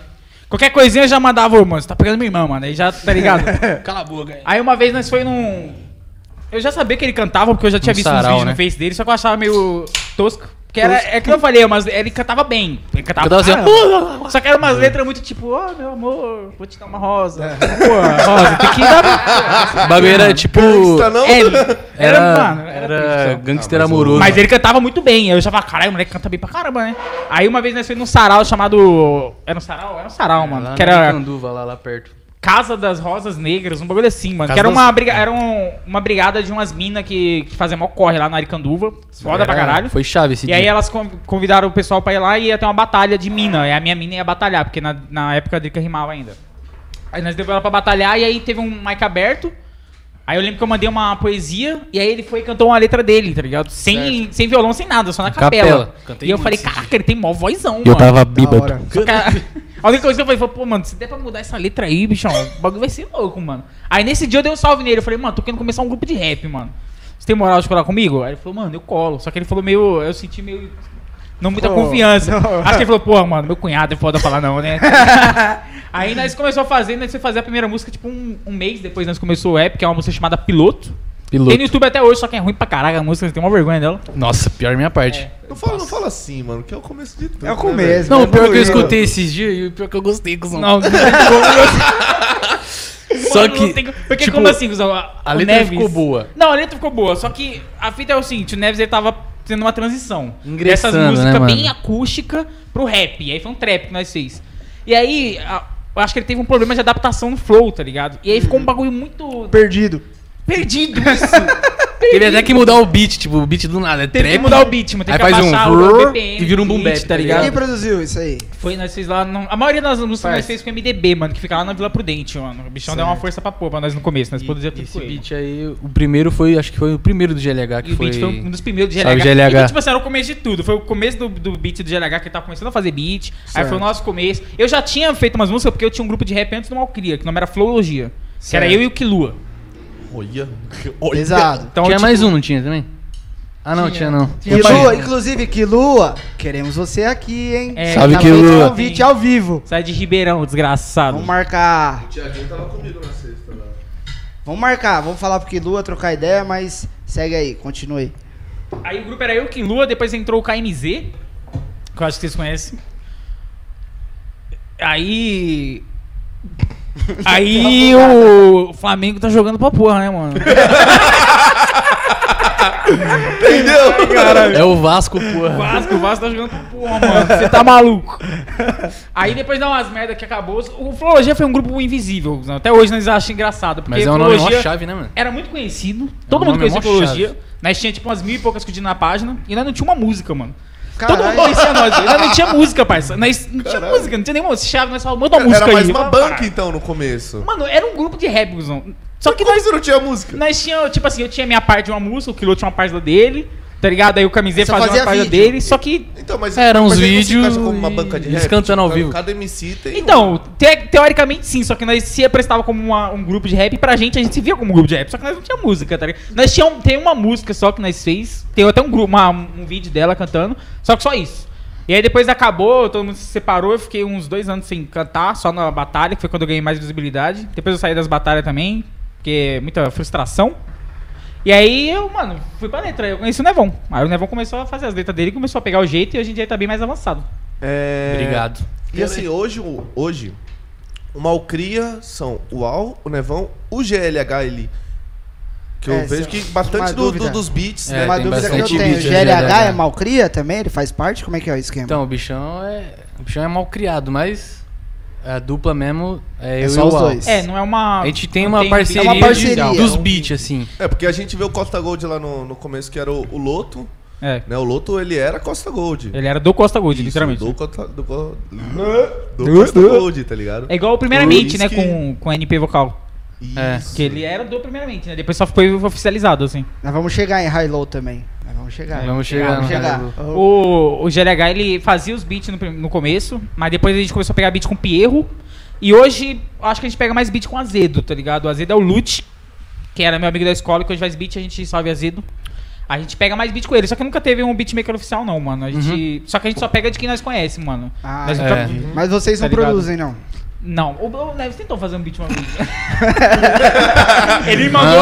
[SPEAKER 3] Qualquer coisinha eu já mandava, ô, mano, você tá pegando minha irmã, mano. Aí já, tá ligado?
[SPEAKER 4] Cala a boca.
[SPEAKER 3] Aí uma vez nós foi num. Eu já sabia que ele cantava, porque eu já tinha
[SPEAKER 4] Num
[SPEAKER 3] visto uns
[SPEAKER 4] sarau,
[SPEAKER 3] vídeos
[SPEAKER 4] né?
[SPEAKER 3] no Face dele, só que eu achava meio tosco. Porque era, é que eu falei, mas ele cantava bem. Ele cantava,
[SPEAKER 4] Cantava assim,
[SPEAKER 3] assim, Só que eram umas letras muito tipo, ó, meu amor, vou te dar uma rosa.
[SPEAKER 4] É.
[SPEAKER 3] Pô, rosa, tem que dar.
[SPEAKER 4] O bagulho era tipo.
[SPEAKER 2] Gangsta, não?
[SPEAKER 3] É, Ele, era, mano,
[SPEAKER 4] Era,
[SPEAKER 3] era
[SPEAKER 4] era gangster
[SPEAKER 2] Ah, mas o-
[SPEAKER 4] amoroso.
[SPEAKER 3] Mas ele cantava muito bem. Eu já falava, caralho, o moleque canta bem pra caramba, né? Aí uma vez nós fomos num sarau chamado. Era um sarau? Era um sarau,
[SPEAKER 4] Lá
[SPEAKER 3] mano.
[SPEAKER 4] na
[SPEAKER 3] Que era
[SPEAKER 4] Canduva, lá, lá perto.
[SPEAKER 3] Casa das Rosas Negras, um bagulho assim, mano.
[SPEAKER 4] Casa
[SPEAKER 3] que era
[SPEAKER 4] das-
[SPEAKER 3] uma, briga, era um- uma brigada de umas minas que, que faziam mó corre lá na Aricanduva. Foda pra
[SPEAKER 4] Era-
[SPEAKER 3] caralho.
[SPEAKER 4] É, Foi chave esse
[SPEAKER 3] E aí
[SPEAKER 4] dia.
[SPEAKER 3] elas con- convidaram o pessoal pra ir lá e ia ter uma batalha de mina. E a minha mina ia batalhar, porque na, na época a Drica rimava ainda. Aí nós levamos ela pra batalhar e aí teve um mic aberto. Aí eu lembro que eu mandei uma poesia e aí ele foi e cantou uma letra dele, tá ligado? Sem, sem violão, sem nada, só na capela.
[SPEAKER 4] Capela. Cantei
[SPEAKER 3] E eu
[SPEAKER 4] muito
[SPEAKER 3] falei,
[SPEAKER 4] esse dia.
[SPEAKER 3] caraca, ele tem mó vozão,
[SPEAKER 4] eu
[SPEAKER 3] mano.
[SPEAKER 4] tava
[SPEAKER 1] Da hora.
[SPEAKER 4] bíbado.
[SPEAKER 3] Só que a a única coisa que eu falei foi, pô, mano, se der pra mudar essa letra aí, bichão, o bagulho vai ser louco, mano. Aí nesse dia eu dei um salve nele, eu falei, mano, tô querendo começar um grupo de rap, mano. Você tem moral de colar comigo? Aí ele falou, mano, eu colo. Só que ele falou meio. Eu senti meio. Não muita
[SPEAKER 1] Pô,
[SPEAKER 3] confiança.
[SPEAKER 1] não.
[SPEAKER 3] Acho que ele falou, pô, mano, meu cunhado é foda falar não, né? aí nós começamos a fazer, nós fomos fazer a primeira música, tipo, um, um mês depois nós começou o rap, que é uma música chamada Piloto. Tem no
[SPEAKER 4] Piloto.
[SPEAKER 3] YouTube até hoje, só que é ruim pra caraca a música, tem uma vergonha dela.
[SPEAKER 4] Nossa, pior minha parte.
[SPEAKER 3] É.
[SPEAKER 2] Não fala, não fala assim, mano, que é o começo de tudo.
[SPEAKER 1] É o
[SPEAKER 2] né,
[SPEAKER 1] começo.
[SPEAKER 2] velho?
[SPEAKER 4] Não, o pior que
[SPEAKER 1] Evoluiu.
[SPEAKER 4] eu escutei esses dias e o pior que eu gostei, cuzão.
[SPEAKER 3] Não, não,
[SPEAKER 4] Só
[SPEAKER 3] Mano,
[SPEAKER 4] que.
[SPEAKER 3] não tem co- Porque
[SPEAKER 4] tipo,
[SPEAKER 3] como assim, Guzão? A,
[SPEAKER 4] a
[SPEAKER 3] o
[SPEAKER 4] letra ficou boa.
[SPEAKER 3] Não, a letra ficou boa, só que a fita é o seguinte, o Neves ele tava tendo uma transição.
[SPEAKER 4] Ingressando,
[SPEAKER 3] Dessas músicas
[SPEAKER 4] né, mano?
[SPEAKER 3] bem acústica pro rap. E aí foi um trap que nós fez. E aí, a- eu acho que ele teve um problema de adaptação no flow, tá ligado? E aí ficou
[SPEAKER 4] Uhum.
[SPEAKER 3] um bagulho muito
[SPEAKER 1] Perdido.
[SPEAKER 3] perdido isso.
[SPEAKER 4] Teve até que mudar o beat, tipo, o beat do nada. É
[SPEAKER 3] Teve que
[SPEAKER 4] trap.
[SPEAKER 3] mudar o beat, tem que
[SPEAKER 4] Aí faz um
[SPEAKER 3] abaixar o
[SPEAKER 4] brrr
[SPEAKER 3] BPM
[SPEAKER 4] e vira um boom
[SPEAKER 3] do beat,
[SPEAKER 4] bap, tá ligado?
[SPEAKER 1] Quem produziu isso aí?
[SPEAKER 3] Foi, nós fez lá. no- A maioria das músicas nós
[SPEAKER 4] Parça.
[SPEAKER 3] fez com MDB, mano, que fica lá na Vila Prudente, mano. O bichão deu uma força pra pôr pra nós no começo, nós
[SPEAKER 4] E-
[SPEAKER 3] produzíamos tudo
[SPEAKER 4] Esse
[SPEAKER 3] com ele.
[SPEAKER 4] beat aí, o primeiro foi, acho que foi o primeiro do GLH,
[SPEAKER 3] E
[SPEAKER 4] que
[SPEAKER 3] o beat foi um dos primeiros do GLH.
[SPEAKER 4] Salve,
[SPEAKER 3] E, que,
[SPEAKER 4] GLH.
[SPEAKER 3] tipo assim, era o começo de tudo. Foi o começo do, do beat do GLH que ele tava começando a fazer beat. Aí
[SPEAKER 1] Certo.
[SPEAKER 3] foi o nosso começo. Eu já tinha feito umas músicas porque eu tinha um grupo de rap antes do Malcria, que o nome era Flowlogia. Que era
[SPEAKER 4] Certo.
[SPEAKER 3] eu e o Kilua.
[SPEAKER 2] Olha, olha.
[SPEAKER 1] Pesado.
[SPEAKER 3] Então,
[SPEAKER 4] tinha
[SPEAKER 3] tipo,
[SPEAKER 4] mais um, não tinha também? Ah, não, tinha, não.
[SPEAKER 1] Quilua, inclusive, Quilua, queremos você aqui, hein?
[SPEAKER 3] É,
[SPEAKER 4] Salve,
[SPEAKER 1] Tá feito
[SPEAKER 4] Quilua.
[SPEAKER 1] o convite ao vivo.
[SPEAKER 3] Sai de Ribeirão, desgraçado.
[SPEAKER 1] Vamos marcar.
[SPEAKER 2] Tiaguinho tava comigo na sexta, lá.
[SPEAKER 1] Vamos marcar, vamos falar pro Quilua, trocar ideia, mas segue aí, continue.
[SPEAKER 3] Aí o grupo era eu, Kilua, depois entrou o KMZ, que eu acho que vocês conhecem. Aí... Aí o Flamengo tá jogando pra porra, né, mano?
[SPEAKER 2] Entendeu?
[SPEAKER 4] É o Vasco, porra.
[SPEAKER 3] Vasco, o Vasco tá jogando pra porra, mano. Você tá maluco. Aí depois dá umas merda que acabou. O Florologia foi um grupo invisível. Zão. Até hoje nós achamos engraçado. Porque
[SPEAKER 4] Mas é um nome
[SPEAKER 3] Florologia
[SPEAKER 4] mó chave, né, mano?
[SPEAKER 3] Era muito conhecido.
[SPEAKER 4] um
[SPEAKER 3] Todo mundo
[SPEAKER 4] nome
[SPEAKER 3] conhecia
[SPEAKER 4] mó
[SPEAKER 3] Florologia.
[SPEAKER 4] chave.
[SPEAKER 3] Nós tinha tipo umas mil e poucas curtidas na página. E nós não tinha uma música, mano. Todo mundo é
[SPEAKER 1] Caralho.
[SPEAKER 3] conhecia nós. Nós não tinha música, parça. Nós não tinha música, não tinha nenhuma chave. Nós falamos, manda uma música
[SPEAKER 2] Era mais
[SPEAKER 3] aí.
[SPEAKER 2] uma
[SPEAKER 3] Ah,
[SPEAKER 2] banca, então, no começo.
[SPEAKER 3] Mano, era um grupo de rap, Zão. Só que
[SPEAKER 2] Como
[SPEAKER 3] nós
[SPEAKER 2] você não tinha música?
[SPEAKER 3] nós tínhamos, tipo assim, eu tinha minha parte de uma música, o Quilô tinha uma parte da dele, tá ligado? Aí o Camisê
[SPEAKER 1] Só
[SPEAKER 3] fazia,
[SPEAKER 1] fazia
[SPEAKER 3] uma parte da
[SPEAKER 1] vídeo.
[SPEAKER 3] dele, só que.
[SPEAKER 2] Então, mas
[SPEAKER 4] É, eram
[SPEAKER 2] mas
[SPEAKER 4] uns
[SPEAKER 2] aí você
[SPEAKER 4] vídeos
[SPEAKER 2] encaixa como uma
[SPEAKER 4] e
[SPEAKER 2] banca de
[SPEAKER 4] eles
[SPEAKER 2] rap,
[SPEAKER 4] cantando ao
[SPEAKER 2] cada-
[SPEAKER 4] vivo.
[SPEAKER 2] Cada MC tem um.
[SPEAKER 3] Então, te- teoricamente sim, só que nós se apresentava como uma- um grupo de rap e pra gente a gente se via como um grupo de rap, só que nós não tinha música, tá ligado? Nós tínhamos, tem uma música só que nós fez, tem até um grupo, uma- um vídeo dela cantando, só que só isso. E aí depois acabou, todo mundo se separou, eu fiquei uns dois anos sem cantar, só na batalha, que foi quando eu ganhei mais visibilidade. Depois eu saí das batalhas também, porque é muita frustração. E aí eu, mano, fui pra letra, eu conheci o Nevon. Aí o Nevon começou a fazer as letras dele, começou a pegar o jeito e hoje em dia ele tá bem mais avançado.
[SPEAKER 2] É...
[SPEAKER 4] Obrigado.
[SPEAKER 2] E assim, hoje, o- hoje, o Malcria são o Al, o Nevão, o GLH, ele. Que eu
[SPEAKER 1] É,
[SPEAKER 2] vejo
[SPEAKER 1] sim.
[SPEAKER 2] que
[SPEAKER 1] Uma
[SPEAKER 2] bastante do- do-
[SPEAKER 1] dúvida.
[SPEAKER 2] dos beats,
[SPEAKER 4] É,
[SPEAKER 1] É
[SPEAKER 2] né?
[SPEAKER 1] uma
[SPEAKER 4] tem
[SPEAKER 1] dúvida que eu
[SPEAKER 4] bastante
[SPEAKER 1] tenho. O
[SPEAKER 4] vídeo,
[SPEAKER 1] GLH
[SPEAKER 4] GLH.
[SPEAKER 1] é malcria também? Ele faz parte? Como é que é o esquema?
[SPEAKER 4] Então, o bichão é. O bichão é mal criado, mas a dupla mesmo é,
[SPEAKER 1] É
[SPEAKER 4] eu
[SPEAKER 1] só
[SPEAKER 4] e o
[SPEAKER 1] os
[SPEAKER 4] Al.
[SPEAKER 1] dois.
[SPEAKER 3] É, não é uma.
[SPEAKER 4] A gente tem
[SPEAKER 3] não
[SPEAKER 4] uma parceria,
[SPEAKER 1] É uma parceria.
[SPEAKER 4] de- dos beats, assim.
[SPEAKER 2] É, porque a gente vê o Costa Gold lá no, no começo, que era o, o Loto,
[SPEAKER 3] É.
[SPEAKER 2] né? O Loto, ele era Costa Gold.
[SPEAKER 3] Ele era do Costa Gold,
[SPEAKER 2] Isso,
[SPEAKER 3] literalmente.
[SPEAKER 2] Do, Costa- do, Co- do Costa Gold, tá ligado?
[SPEAKER 3] É igual o
[SPEAKER 2] Por
[SPEAKER 3] Primeiramente, né?
[SPEAKER 2] isso que-
[SPEAKER 3] Com, com NP vocal.
[SPEAKER 4] É.
[SPEAKER 2] Isso.
[SPEAKER 3] Que ele era do Primeiramente, né? Depois só foi oficializado, assim.
[SPEAKER 1] Nós vamos chegar em High Low também. Nós vamos chegar.
[SPEAKER 4] Vamos chegar,
[SPEAKER 1] vamos
[SPEAKER 4] no
[SPEAKER 1] chegar.
[SPEAKER 4] High Low.
[SPEAKER 2] Ah.
[SPEAKER 1] O-
[SPEAKER 3] O, o GLH, ele fazia os beats no, prim- no começo, mas depois a gente começou a pegar beat com o Pierro. E hoje, acho que a gente pega mais beat com o Azedo, tá ligado? O Azedo é o Lute, que era meu amigo da escola, que hoje faz beat, a gente salve Azedo. A gente pega mais beat com ele, só que nunca teve um beatmaker oficial, não,
[SPEAKER 4] Uhum.
[SPEAKER 3] mano. A gente, Só que a gente só pega de quem nós conhece, mano.
[SPEAKER 1] Ah,
[SPEAKER 3] Nós
[SPEAKER 1] é.
[SPEAKER 3] nunca-
[SPEAKER 4] É.
[SPEAKER 1] Mas vocês não
[SPEAKER 3] Tá ligado?
[SPEAKER 1] produzem, não.
[SPEAKER 3] Não, o, o Neves tentou fazer um beat uma vez. ele mandou.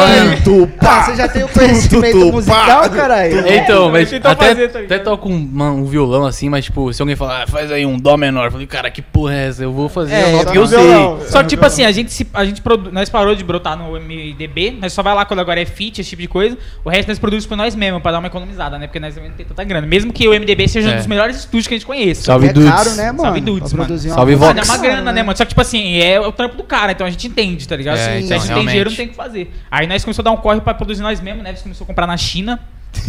[SPEAKER 3] um
[SPEAKER 1] Ah, você já tem o conhecimento musical, caralho?
[SPEAKER 4] Então,
[SPEAKER 3] É,
[SPEAKER 4] mas
[SPEAKER 3] tentou
[SPEAKER 4] até,
[SPEAKER 3] fazer, tá ligado?
[SPEAKER 4] até toco um, uma- um violão assim, mas tipo, se alguém falar, "Ah, faz aí um dó menor, eu falei, cara, que porra é essa? Eu vou fazer
[SPEAKER 3] É,
[SPEAKER 4] a nota que
[SPEAKER 3] eu
[SPEAKER 4] eu sei.
[SPEAKER 3] Só que, tipo assim, a gente, se, a gente produ- nós parou de brotar no MDB, nós só vai lá quando agora é fit, esse tipo de coisa. O resto nós produzimos por nós mesmos, pra dar uma economizada, né? Porque nós também não tem tanta grana. Mesmo que o MDB seja um
[SPEAKER 4] É.
[SPEAKER 3] dos melhores estúdios que a gente conhece.
[SPEAKER 4] Salve,
[SPEAKER 1] é
[SPEAKER 4] Dudes.
[SPEAKER 1] caro, né, mano?
[SPEAKER 3] Salve, Dudes,
[SPEAKER 1] Pra
[SPEAKER 3] mano.
[SPEAKER 1] produzir uma
[SPEAKER 4] Salve,
[SPEAKER 1] música.
[SPEAKER 3] Mas
[SPEAKER 4] Vox.
[SPEAKER 3] é uma grana, né, mano? Só que, tipo assim, é o trampo do cara, então a gente entende, tá ligado?
[SPEAKER 4] É,
[SPEAKER 3] Se
[SPEAKER 4] então,
[SPEAKER 3] a gente tem
[SPEAKER 4] realmente.
[SPEAKER 3] dinheiro, não tem o que fazer. Aí nós começamos a dar um corre pra produzir nós mesmos, né? Nós começou a comprar na China.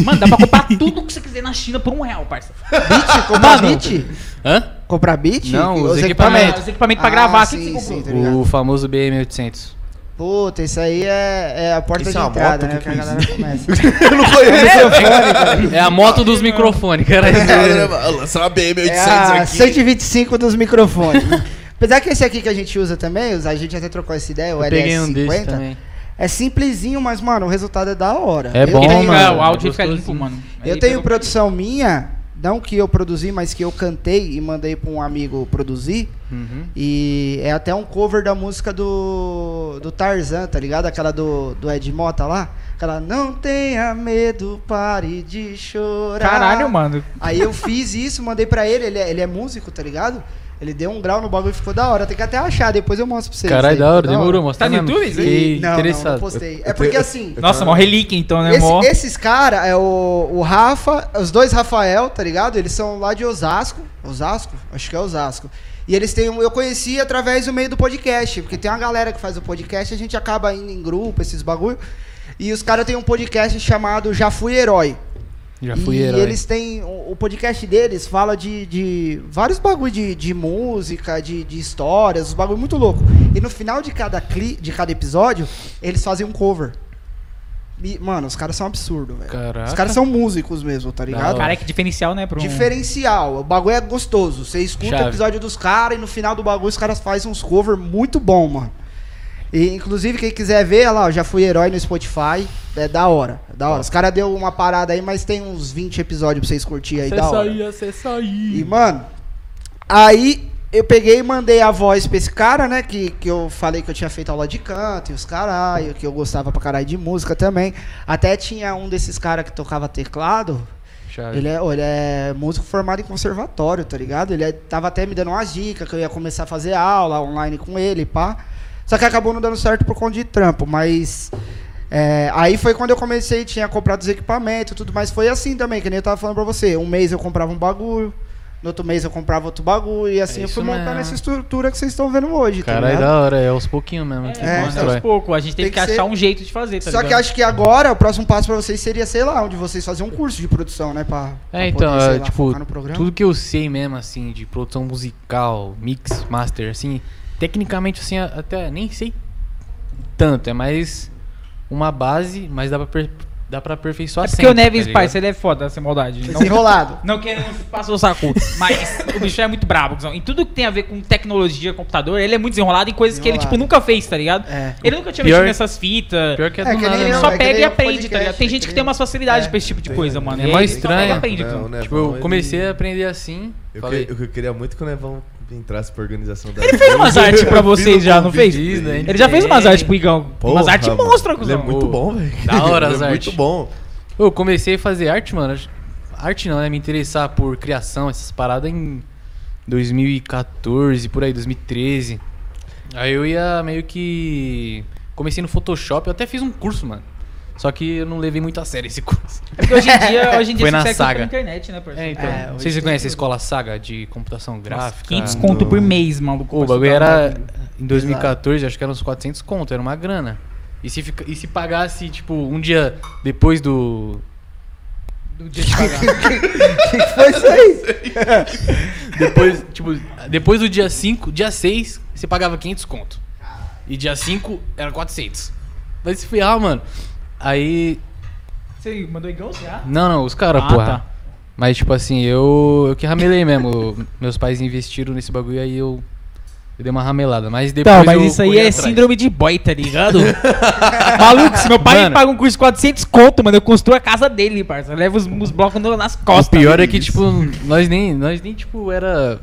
[SPEAKER 3] Mano, dá pra comprar tudo que você quiser na China por um real, parça.
[SPEAKER 1] Beat? Comprar beat?
[SPEAKER 4] Hã?
[SPEAKER 1] Comprar beat?
[SPEAKER 4] Não, os
[SPEAKER 3] Ah,
[SPEAKER 4] equipamentos.
[SPEAKER 3] Os equipamentos pra
[SPEAKER 1] Ah,
[SPEAKER 3] gravar,
[SPEAKER 1] sim,
[SPEAKER 3] o que que você
[SPEAKER 1] sim, tá
[SPEAKER 3] comprou?
[SPEAKER 1] ligado?
[SPEAKER 4] O famoso BM800.
[SPEAKER 1] Puta, isso aí é, é a porta
[SPEAKER 2] Isso
[SPEAKER 1] de
[SPEAKER 2] é uma
[SPEAKER 1] entrada,
[SPEAKER 2] moto?
[SPEAKER 1] né?
[SPEAKER 2] Que
[SPEAKER 1] Que a
[SPEAKER 2] que é
[SPEAKER 1] galera começa.
[SPEAKER 2] Eu não conheço.
[SPEAKER 4] É a moto dos microfones, cara.
[SPEAKER 2] Lançar uma BM800
[SPEAKER 1] É a
[SPEAKER 2] aqui.
[SPEAKER 1] 125 dos microfones. Apesar que esse aqui que a gente usa também, a gente até trocou essa ideia, o
[SPEAKER 4] Eu peguei um desse
[SPEAKER 1] LS50.
[SPEAKER 4] também.
[SPEAKER 1] é simplesinho, mas, mano, o resultado é da hora.
[SPEAKER 4] É bom,
[SPEAKER 3] Ele
[SPEAKER 1] tenho-
[SPEAKER 3] fica-
[SPEAKER 4] mano.
[SPEAKER 3] O áudio fica
[SPEAKER 4] Gostosinho.
[SPEAKER 3] limpo, mano.
[SPEAKER 1] Eu
[SPEAKER 3] Aí
[SPEAKER 1] tenho
[SPEAKER 3] pegou-
[SPEAKER 1] produção minha, não que eu produzi, mas que eu cantei e mandei pra um amigo produzir.
[SPEAKER 4] Uhum.
[SPEAKER 1] E é até um cover da música do, do Tarzan, tá ligado? Aquela do, do Ed Mota lá. Aquela, não tenha medo, pare de chorar.
[SPEAKER 3] Caralho, mano.
[SPEAKER 1] Aí eu fiz isso, mandei pra ele, ele é, ele é músico, tá ligado? Ele deu um grau no bagulho e ficou da hora. Tem que até achar, depois eu mostro pra vocês.
[SPEAKER 4] Caralho,
[SPEAKER 1] aí,
[SPEAKER 4] da hora,
[SPEAKER 1] ficou
[SPEAKER 4] demorou, mostra
[SPEAKER 3] Tá no
[SPEAKER 4] mesmo.
[SPEAKER 3] YouTube?
[SPEAKER 4] Fiquei
[SPEAKER 1] Não, não,
[SPEAKER 4] interessado.
[SPEAKER 1] não postei. É porque assim,
[SPEAKER 3] Nossa, mó relíquia então, né?
[SPEAKER 1] esse-
[SPEAKER 3] Mó...
[SPEAKER 1] esses caras, é o, o Rafa, os dois Rafael, tá ligado? Eles são lá de Osasco. Osasco? Acho que é Osasco. E eles têm. um- Eu conheci através do meio do podcast, porque tem uma galera que faz o podcast, a gente acaba indo em grupo, esses bagulho. E os caras têm um podcast chamado Já Fui Herói.
[SPEAKER 4] Já fui
[SPEAKER 1] e
[SPEAKER 4] herói.
[SPEAKER 1] eles têm. O o podcast deles fala de, de vários bagulho de, de música, de, de histórias, uns bagulho muito louco. E no final de cada, cli, de cada episódio, eles fazem um cover. E, mano, os caras são absurdos, velho.
[SPEAKER 4] Caraca.
[SPEAKER 1] Os caras são músicos mesmo, tá ligado?
[SPEAKER 3] Cara, que diferencial, né? Pra um...
[SPEAKER 1] Diferencial. O bagulho é gostoso. Você escuta
[SPEAKER 4] Chave.
[SPEAKER 1] o episódio dos caras e no final do bagulho os caras fazem uns cover muito bom, mano. E, inclusive, quem quiser ver, olha lá, eu já fui herói no Spotify. É da hora. É da hora. Os caras deu uma parada aí, mas tem uns 20 episódios pra vocês curtirem aí da hora.
[SPEAKER 4] acessa aí.
[SPEAKER 1] E, mano, aí eu peguei e mandei a voz pra esse cara, né? Que, que eu falei que eu tinha feito aula de canto e os caralho, que eu gostava pra caralho de música também. Até tinha um desses caras que tocava teclado.
[SPEAKER 4] Chave.
[SPEAKER 1] Ele é, ó, ele é músico formado em conservatório, tá ligado? Ele é- tava até me dando umas dicas que eu ia começar a fazer aula online com ele, pá. Só que acabou não dando certo por conta de trampo, mas. é, aí foi quando eu comecei, tinha comprado os equipamentos e tudo mais. Foi assim também, que nem eu tava falando pra você. Um mês eu comprava um bagulho, no outro mês eu comprava outro bagulho, e assim eu
[SPEAKER 4] É isso
[SPEAKER 1] fui montando
[SPEAKER 4] mesmo.
[SPEAKER 1] essa estrutura que vocês estão vendo hoje, tá
[SPEAKER 4] Caralho,
[SPEAKER 1] ligado?
[SPEAKER 4] da hora. É aos pouquinhos mesmo.
[SPEAKER 3] É,
[SPEAKER 4] que
[SPEAKER 1] É,
[SPEAKER 3] mano,
[SPEAKER 4] constrói.
[SPEAKER 3] aos poucos. A gente teve
[SPEAKER 1] Tem
[SPEAKER 3] que,
[SPEAKER 1] que
[SPEAKER 3] achar
[SPEAKER 1] ser-
[SPEAKER 3] um jeito de fazer, tá
[SPEAKER 1] Só que
[SPEAKER 3] ligado?
[SPEAKER 1] acho que agora o próximo passo pra vocês seria, sei lá, onde vocês faziam um curso de produção, né? Pra, pra
[SPEAKER 4] É, então,
[SPEAKER 1] poder, sei
[SPEAKER 4] é,
[SPEAKER 1] lá,
[SPEAKER 4] tipo,
[SPEAKER 1] focar no programa.
[SPEAKER 4] tudo que eu sei mesmo, assim, de produção musical, mix, master, assim, tecnicamente, assim, a- até nem sei tanto, é mais uma base, mas dá pra, per- dá pra aperfeiçoar
[SPEAKER 3] É porque
[SPEAKER 4] sempre,
[SPEAKER 3] o Neves,
[SPEAKER 4] tá
[SPEAKER 3] pai,
[SPEAKER 4] ligado?
[SPEAKER 3] ele é foda, sem maldade.
[SPEAKER 1] Então,
[SPEAKER 3] Não,
[SPEAKER 1] Desenrolado.
[SPEAKER 3] não querendo passar o saco, mas o bicho é muito brabo. cuzão. Em tudo que tem a ver com tecnologia, computador, ele é muito desenrolado em coisas que ele, tipo,
[SPEAKER 1] Desenrolado.
[SPEAKER 3] nunca fez, tá ligado?
[SPEAKER 1] É.
[SPEAKER 3] Ele nunca tinha
[SPEAKER 4] Pior-
[SPEAKER 3] mexido nessas fitas.
[SPEAKER 4] Pior que é,
[SPEAKER 1] É,
[SPEAKER 4] do
[SPEAKER 1] que
[SPEAKER 4] nada,
[SPEAKER 1] nem
[SPEAKER 4] né?
[SPEAKER 1] eu,
[SPEAKER 3] Só
[SPEAKER 1] é que
[SPEAKER 3] pega
[SPEAKER 1] nem
[SPEAKER 3] e
[SPEAKER 1] o
[SPEAKER 3] aprende, tá
[SPEAKER 1] podcast,
[SPEAKER 3] ligado? Tem
[SPEAKER 1] é
[SPEAKER 3] gente
[SPEAKER 1] que
[SPEAKER 3] que
[SPEAKER 1] nem-
[SPEAKER 3] tem umas facilidades
[SPEAKER 1] É,
[SPEAKER 3] pra esse tipo de coisa, mano.
[SPEAKER 4] É
[SPEAKER 3] E aí
[SPEAKER 4] mais
[SPEAKER 3] só pega e
[SPEAKER 4] estranho.
[SPEAKER 3] aprende,
[SPEAKER 2] Não,
[SPEAKER 3] cuzão.
[SPEAKER 2] né?
[SPEAKER 4] Tipo,
[SPEAKER 2] Bom,
[SPEAKER 4] eu
[SPEAKER 2] ele-
[SPEAKER 4] comecei a aprender assim,
[SPEAKER 2] Eu,
[SPEAKER 4] falei...
[SPEAKER 2] que- eu queria muito que o Nevão entrasse pra organização da.
[SPEAKER 3] Ele fez umas artes pra
[SPEAKER 4] um
[SPEAKER 3] vocês já, não fez?
[SPEAKER 4] Fiz, né?
[SPEAKER 3] Ele já fez umas artes pro Igão. umas artes
[SPEAKER 2] mano.
[SPEAKER 3] monstras,
[SPEAKER 2] Ele é
[SPEAKER 3] cuzão.
[SPEAKER 2] muito bom, velho.
[SPEAKER 4] Da hora
[SPEAKER 2] Ele
[SPEAKER 4] as
[SPEAKER 2] é
[SPEAKER 4] artes.
[SPEAKER 2] Muito bom.
[SPEAKER 4] Eu comecei a fazer arte, mano. Arte não, né? Me interessar por criação, essas paradas em 2014, por aí, 2013. Aí eu ia meio que. Comecei no Photoshop, eu até fiz um curso, mano. Só que eu não levei muito a sério esse curso.
[SPEAKER 3] É porque hoje em dia, hoje em dia
[SPEAKER 4] Foi
[SPEAKER 3] você
[SPEAKER 4] na
[SPEAKER 3] consegue
[SPEAKER 4] saga.
[SPEAKER 3] pela internet, né, parceiro?
[SPEAKER 4] É, então.
[SPEAKER 1] É, hoje
[SPEAKER 4] Vocês
[SPEAKER 1] tem
[SPEAKER 4] conhecem
[SPEAKER 1] tudo.
[SPEAKER 4] a escola Saga de computação gráfica?
[SPEAKER 3] 500 conto por mês, maluco. pra
[SPEAKER 4] O
[SPEAKER 1] tá
[SPEAKER 4] bagulho
[SPEAKER 3] estudar um
[SPEAKER 4] era.
[SPEAKER 3] bagulho.
[SPEAKER 4] Em 2014, acho que era uns 400 conto, era uma grana. E se, fica- e se pagasse, tipo, um dia depois do.
[SPEAKER 3] Do dia de pagar.
[SPEAKER 1] Foi É isso aí.
[SPEAKER 4] Depois, tipo, depois do dia 5, dia 6, você pagava 500 conto. E dia 5 era 400. Vai se ferrar, ah, mano. Aí.
[SPEAKER 3] Você mandou Igão já?
[SPEAKER 4] Não, não, os caras,
[SPEAKER 3] Ah,
[SPEAKER 4] porra.
[SPEAKER 3] tá.
[SPEAKER 4] Mas, tipo assim, eu, eu que ramelei mesmo. Meus pais investiram nesse bagulho aí eu. Eu dei uma ramelada. Mas depois.
[SPEAKER 3] Então, mas
[SPEAKER 4] eu
[SPEAKER 3] isso aí
[SPEAKER 4] corri
[SPEAKER 3] é
[SPEAKER 4] atrás.
[SPEAKER 3] síndrome de boy, tá ligado? Maluco, se meu pai
[SPEAKER 4] Mano.
[SPEAKER 3] paga um curso de 400 conto, mano, eu construo a casa dele, parça. Leva os, os blocos no- nas
[SPEAKER 4] O
[SPEAKER 3] costas.
[SPEAKER 4] pior é que, tipo, nós nem, nós nem, tipo, era.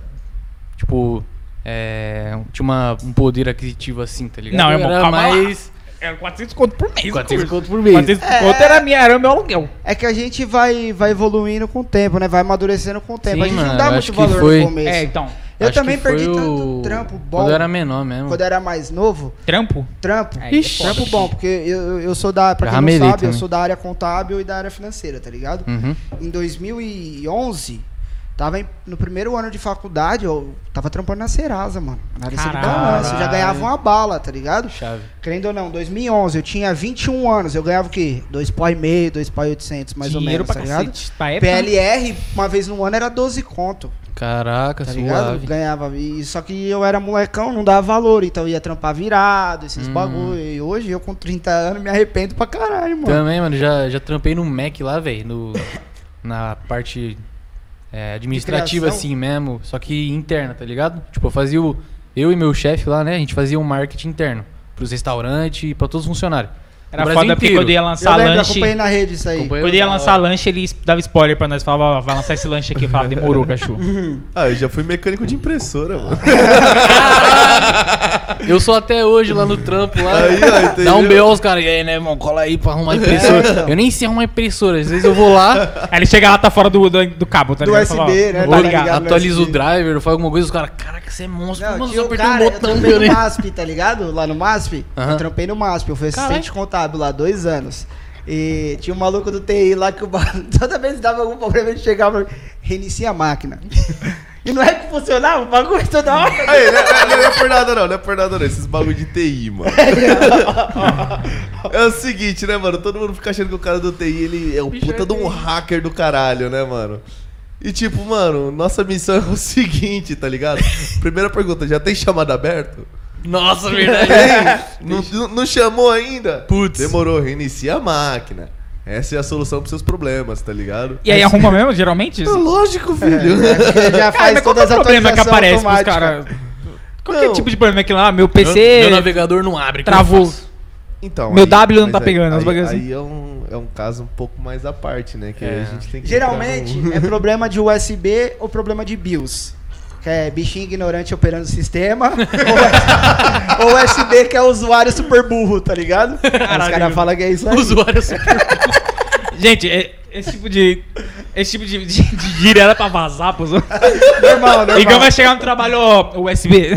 [SPEAKER 4] Tipo, é, tinha uma, um poder aquisitivo assim, tá ligado?
[SPEAKER 3] Não,
[SPEAKER 4] eu
[SPEAKER 3] irmão,
[SPEAKER 4] era
[SPEAKER 3] calma lá.
[SPEAKER 4] mais.
[SPEAKER 3] Era 400 É, conto por mês.
[SPEAKER 4] 400
[SPEAKER 3] curso.
[SPEAKER 4] conto por mês.
[SPEAKER 3] 400 conto era minha, era meu aluguel.
[SPEAKER 1] É que a gente vai, vai evoluindo com o tempo, né? Vai amadurecendo com o tempo.
[SPEAKER 4] Sim,
[SPEAKER 1] a gente não
[SPEAKER 4] mano,
[SPEAKER 1] dá
[SPEAKER 4] eu
[SPEAKER 1] muito
[SPEAKER 4] acho que
[SPEAKER 1] valor
[SPEAKER 4] foi-
[SPEAKER 1] no começo.
[SPEAKER 3] É, então.
[SPEAKER 1] eu
[SPEAKER 4] acho
[SPEAKER 1] também
[SPEAKER 4] que foi
[SPEAKER 1] perdi tanto
[SPEAKER 4] o-
[SPEAKER 1] trampo bom
[SPEAKER 4] Quando eu era menor mesmo.
[SPEAKER 1] quando eu era mais novo.
[SPEAKER 3] Trampo?
[SPEAKER 1] Trampo.
[SPEAKER 3] É, isso é
[SPEAKER 1] trampo
[SPEAKER 3] foda.
[SPEAKER 1] bom, porque eu, eu sou da. Pra quem
[SPEAKER 4] Já
[SPEAKER 1] não
[SPEAKER 4] ramelei
[SPEAKER 1] sabe, eu
[SPEAKER 4] também.
[SPEAKER 1] sou da área contábil e da área financeira, tá ligado?
[SPEAKER 4] Uhum.
[SPEAKER 1] Em 2011, tava em- no primeiro ano de faculdade, eu tava trampando na Serasa, mano. Na área de
[SPEAKER 3] Caralho.
[SPEAKER 1] balanço. Eu já ganhava uma bala, tá ligado?
[SPEAKER 4] Chave.
[SPEAKER 1] Querendo ou não, 2011, eu tinha 21 anos, eu ganhava o quê? Dois pau e meio, dois pau e 800, mais
[SPEAKER 3] Dinheiro
[SPEAKER 1] ou menos, tá
[SPEAKER 3] pra
[SPEAKER 1] ligado?
[SPEAKER 3] cacete. É, Pra época,
[SPEAKER 1] PLR, uma vez no ano, era 12 conto,
[SPEAKER 4] Caraca,
[SPEAKER 1] tá ligado?
[SPEAKER 4] suave.
[SPEAKER 1] Ganhava. E, só que eu era molecão, não dava valor, então eu ia trampar virado, esses
[SPEAKER 3] Hum.
[SPEAKER 1] bagulho. E hoje, eu com 30 anos, me arrependo pra caralho, mano.
[SPEAKER 4] Também, mano, já, já trampei no Mac lá, velho. no- Na parte é, administrativa,
[SPEAKER 1] criação?
[SPEAKER 4] assim mesmo. Só que interna, tá ligado? Tipo, eu fazia o. Eu e meu chefe lá, né? A gente fazia um marketing interno. Pros restaurantes e pra todos os funcionários.
[SPEAKER 3] Era
[SPEAKER 4] No Brasil
[SPEAKER 3] foda porque
[SPEAKER 4] inteiro.
[SPEAKER 3] quando ia
[SPEAKER 1] eu
[SPEAKER 3] lançar
[SPEAKER 1] lembro, eu
[SPEAKER 3] lanche.
[SPEAKER 1] acompanhei na rede isso aí.
[SPEAKER 4] Acompanhei
[SPEAKER 3] Quando ia
[SPEAKER 4] na
[SPEAKER 3] lançar
[SPEAKER 4] hora.
[SPEAKER 3] lanche, ele dava spoiler pra nós. Falava, "Ó, vai lançar esse lanche aqui. Eu falava, demorou, cachorro.
[SPEAKER 2] Ah, eu já fui mecânico de impressora, mano.
[SPEAKER 4] Eu sou até hoje lá no trampo lá.
[SPEAKER 2] Aí, ó, entendeu?
[SPEAKER 4] dá um BO os caras. E aí, né, irmão? Cola aí pra arrumar impressora.
[SPEAKER 1] É.
[SPEAKER 4] eu nem sei arrumar impressora. Às vezes eu vou lá,
[SPEAKER 3] Aí ele chega lá, tá fora do, do, do cabo, tá
[SPEAKER 1] Do
[SPEAKER 3] ligado? Fala,
[SPEAKER 1] USB, né?
[SPEAKER 3] "Ó,
[SPEAKER 1] Tá
[SPEAKER 3] vou
[SPEAKER 1] ligado.
[SPEAKER 3] ligar.
[SPEAKER 4] atualizo o driver, eu faço alguma coisa, os caras, caraca, você é monstro.
[SPEAKER 1] Não,
[SPEAKER 4] Mano,
[SPEAKER 1] tinha
[SPEAKER 4] só
[SPEAKER 1] um
[SPEAKER 4] apertei um
[SPEAKER 1] cara, eu
[SPEAKER 4] botão
[SPEAKER 1] trampei
[SPEAKER 4] deu,
[SPEAKER 1] no
[SPEAKER 4] né?
[SPEAKER 1] MASP, tá ligado? Lá no MASP, eu
[SPEAKER 4] Aham.
[SPEAKER 1] trampei no MASP, eu fui assistente
[SPEAKER 4] Caralho.
[SPEAKER 1] contábil lá, dois anos. E tinha um maluco do TI lá que o ba- toda vez que dava algum problema, ele chegava e reinicia a máquina. e não é que funcionava o bagulho toda hora.
[SPEAKER 2] Aí, não, é- não é por nada não, não é por nada não. Esses bagulho de TI, mano. É o seguinte, né, mano? Todo mundo fica achando que o cara do TI, ele é um puta de um hacker do caralho, né, mano? E tipo, mano, nossa missão é o seguinte, tá ligado? Primeira pergunta, já tem chamada aberto?
[SPEAKER 4] Nossa, verdade.
[SPEAKER 1] É.
[SPEAKER 3] É.
[SPEAKER 2] Tem? não, não- não chamou ainda?
[SPEAKER 4] Putz.
[SPEAKER 2] Demorou, reinicia a máquina. Essa é a solução pros seus problemas, tá ligado?
[SPEAKER 3] E aí É, arruma mesmo, geralmente?
[SPEAKER 2] Ah, lógico, filho.
[SPEAKER 1] Ele já
[SPEAKER 3] Cara,
[SPEAKER 1] faz
[SPEAKER 3] mas qual que
[SPEAKER 1] todas
[SPEAKER 3] é o
[SPEAKER 1] as
[SPEAKER 3] problema que
[SPEAKER 1] atualizações
[SPEAKER 3] aparece pros
[SPEAKER 1] automáticas.
[SPEAKER 3] caras? Qual que é o
[SPEAKER 2] Não.
[SPEAKER 3] tipo de problema que lá? Meu
[SPEAKER 4] Meu,
[SPEAKER 3] PC
[SPEAKER 4] meu é navegador não abre. o que eu
[SPEAKER 3] travou.
[SPEAKER 4] faço?
[SPEAKER 2] Então,
[SPEAKER 3] Meu W não tá
[SPEAKER 2] mas
[SPEAKER 3] pegando, os
[SPEAKER 2] aí,
[SPEAKER 3] bagulho assim.
[SPEAKER 2] aí é um, é um caso um pouco mais à parte, né? Que aí a
[SPEAKER 4] É.
[SPEAKER 2] gente tem que entrar
[SPEAKER 1] Geralmente é problema de USB ou problema de BIOS. Que é bichinho ignorante operando o sistema. ou USB que é usuário super burro, tá ligado? Os caras falam que é isso aí.
[SPEAKER 4] Usuário super.
[SPEAKER 3] Gente, é- esse tipo de. Esse tipo de, de, de gíria era pra vazar pros outros.
[SPEAKER 1] Normal, normal.
[SPEAKER 3] Igão vai chegar no trabalho, ó, USB.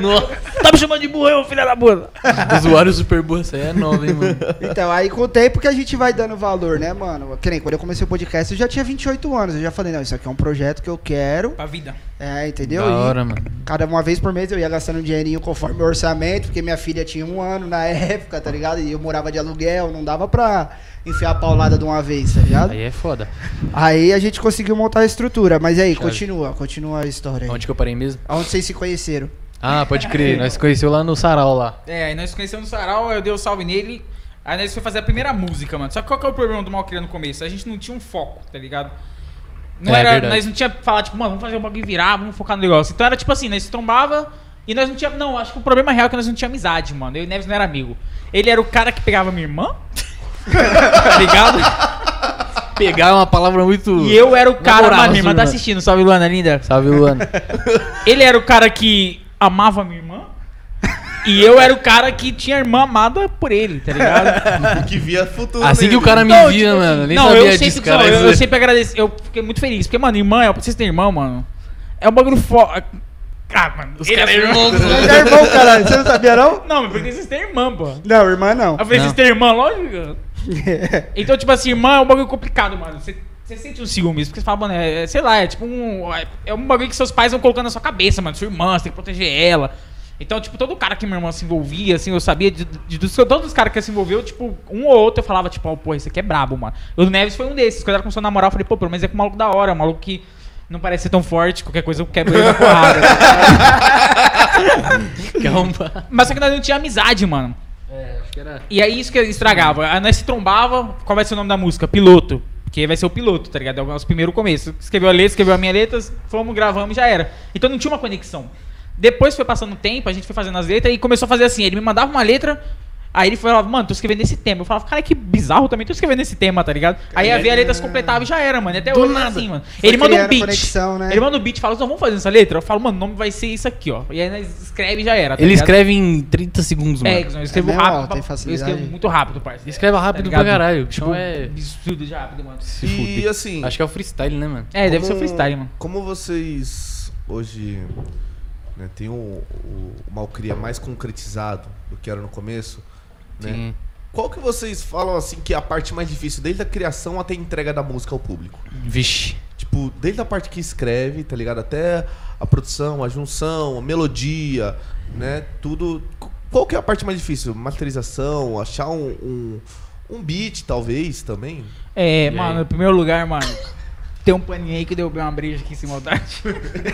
[SPEAKER 4] Nossa.
[SPEAKER 3] Tá me chamando de burro, eu, filha da puta.
[SPEAKER 4] Usuário super burro, essa aí é nova, hein, mano.
[SPEAKER 1] Então, aí com o tempo que a gente vai dando valor, né, mano? Que nem quando eu comecei o podcast, eu já tinha 28 anos. Eu já falei, não, isso aqui é um projeto que eu quero.
[SPEAKER 3] Pra vida.
[SPEAKER 1] É, entendeu?
[SPEAKER 4] Da
[SPEAKER 1] E
[SPEAKER 4] hora, mano.
[SPEAKER 1] Cada uma vez por mês eu ia gastando um dinheirinho conforme o orçamento, porque minha filha tinha um ano na época, tá ligado? E eu morava de aluguel, não dava pra enfiar a paulada de uma vez, tá ligado?
[SPEAKER 4] Aí é foda.
[SPEAKER 1] Aí a gente conseguiu montar a estrutura. Mas aí,
[SPEAKER 4] Chave.
[SPEAKER 1] continua, continua a história aí.
[SPEAKER 4] Onde que eu parei mesmo?
[SPEAKER 1] Onde vocês se conheceram?
[SPEAKER 4] Ah, pode crer. Nós se conheceu lá no Sarau lá.
[SPEAKER 3] É, aí nós nos conhecemos no sarau, eu dei o salve nele. Aí nós fomos fazer a primeira música, mano. Só que qual que é o problema do Malcriar no começo? A gente não tinha um foco, tá ligado? Não
[SPEAKER 4] É,
[SPEAKER 3] era,
[SPEAKER 4] verdade.
[SPEAKER 3] nós não tinha falar tipo, mano, vamos fazer o bagulho virar, vamos focar no negócio. Então era tipo assim, nós se trombava e nós não tinha, não, acho que o problema real é que nós não tinha amizade, mano. Eu e o Neves não era amigo. Ele era o cara que pegava minha irmã. tá ligado?
[SPEAKER 4] Pegar é uma palavra muito.
[SPEAKER 3] E eu era o cara,
[SPEAKER 4] Namorava
[SPEAKER 3] mano, minha irmã
[SPEAKER 4] sua
[SPEAKER 3] tá
[SPEAKER 4] irmã.
[SPEAKER 3] assistindo, salve Luana, linda.
[SPEAKER 4] Salve, Luana.
[SPEAKER 3] Ele era o cara que amava minha irmã. E eu era o cara que tinha a irmã amada por ele, tá ligado?
[SPEAKER 2] O que via futuro.
[SPEAKER 4] Assim que o
[SPEAKER 2] nele.
[SPEAKER 4] cara me
[SPEAKER 3] Não,
[SPEAKER 4] via,
[SPEAKER 3] tipo assim,
[SPEAKER 4] mano. eu Nem
[SPEAKER 3] não,
[SPEAKER 4] sabia
[SPEAKER 3] eu
[SPEAKER 4] disso,
[SPEAKER 3] sempre,
[SPEAKER 4] cara. é-
[SPEAKER 3] não, eu, eu sempre agradeço. Eu fiquei muito feliz. Porque, mano, irmã, é- vocês têm irmão, mano? É um bagulho foda. Ah, mano. Os
[SPEAKER 4] caras irmãos,
[SPEAKER 1] Mas é irmão, caralho, você não sabia não?
[SPEAKER 3] Não, mas porque vocês têm irmã, pô. Aí
[SPEAKER 1] Não, irmã não.
[SPEAKER 3] Eu falei,
[SPEAKER 4] Não.
[SPEAKER 3] vocês têm irmã, lógico. Então, tipo assim, irmã é um bagulho complicado, mano. Você, você sente um ciúmes, porque você fala, mano, é, é- sei lá, é tipo um. É, é um bagulho que seus pais vão colocando na sua cabeça, mano. Sua irmã, você tem que proteger ela. Então, tipo, todo cara que minha irmã se envolvia, assim, eu sabia de, de, dos- todos os caras que se envolveu, tipo, um ou outro eu falava, tipo, ó, porra, esse aqui é brabo, mano. O Neves foi um desses. Quando ela começou a namorar, eu falei, pô, pelo menos é com um maluco da hora, um maluco que não parece ser tão forte, qualquer coisa eu quebro ele na porrada.
[SPEAKER 4] né? Calma.
[SPEAKER 3] Mas só que nós não tinha amizade, mano.
[SPEAKER 4] É, acho que era.
[SPEAKER 3] E é isso que estragava. Aí nós se trombava, qual vai ser o nome da música? Piloto. Porque vai ser o piloto, tá ligado? É o nosso primeiro começo. Escreveu a letra, escreveu a minha letra, fomos, gravamos e já era. Então não tinha uma conexão. Depois foi passando o tempo, a gente foi fazendo as letras e começou a fazer assim. Ele me mandava uma letra, Aí ele falava, mano, tô escrevendo esse tema. Eu falava, cara, que bizarro também, tô escrevendo esse tema, tá ligado? Aí havia letras completava e já era, mano. E Até
[SPEAKER 1] Do
[SPEAKER 3] hoje é
[SPEAKER 1] nada.
[SPEAKER 3] assim, mano.
[SPEAKER 1] Foi
[SPEAKER 3] ele manda um
[SPEAKER 1] criando
[SPEAKER 3] beat.
[SPEAKER 1] conexão, né?
[SPEAKER 3] Ele manda um beat e fala, só vamos fazer essa letra? Eu falo, mano, o nome vai ser isso aqui, ó. E aí nós escreve e já era. tá
[SPEAKER 4] Ele
[SPEAKER 3] ligado?
[SPEAKER 4] escreve em 30 segundos, mano.
[SPEAKER 3] É, eu escrevo
[SPEAKER 1] mesmo, ó,
[SPEAKER 3] rápido.
[SPEAKER 1] tem
[SPEAKER 3] pra- eu
[SPEAKER 1] facilidade.
[SPEAKER 3] escrevo muito rápido, parceiro.
[SPEAKER 4] Escreve rápido
[SPEAKER 3] ligado?
[SPEAKER 4] pra caralho. Então
[SPEAKER 3] Tipo,
[SPEAKER 4] é.
[SPEAKER 3] Absurdo de rápido, mano.
[SPEAKER 4] Se
[SPEAKER 2] E
[SPEAKER 4] fuder.
[SPEAKER 2] assim.
[SPEAKER 4] Acho que é o freestyle, né, mano?
[SPEAKER 3] É, deve ser
[SPEAKER 2] como-
[SPEAKER 3] o freestyle, mano.
[SPEAKER 2] Como vocês hoje né, tem o, o Malcria mais concretizado do que era no começo, né?
[SPEAKER 4] Sim.
[SPEAKER 2] Qual que vocês falam assim que é a parte mais difícil, desde a criação até a entrega da música ao público?
[SPEAKER 4] Vixe.
[SPEAKER 2] Tipo, desde a parte que escreve, tá ligado? Até a produção, a junção, a melodia, né? Tudo. Qu- Qual que é a parte mais difícil? Masterização, achar um, um, um beat, talvez, também?
[SPEAKER 3] É,
[SPEAKER 4] aí?
[SPEAKER 3] mano, em primeiro lugar, mano, tem um paninho aí que deu uma breja aqui em cima da tarde.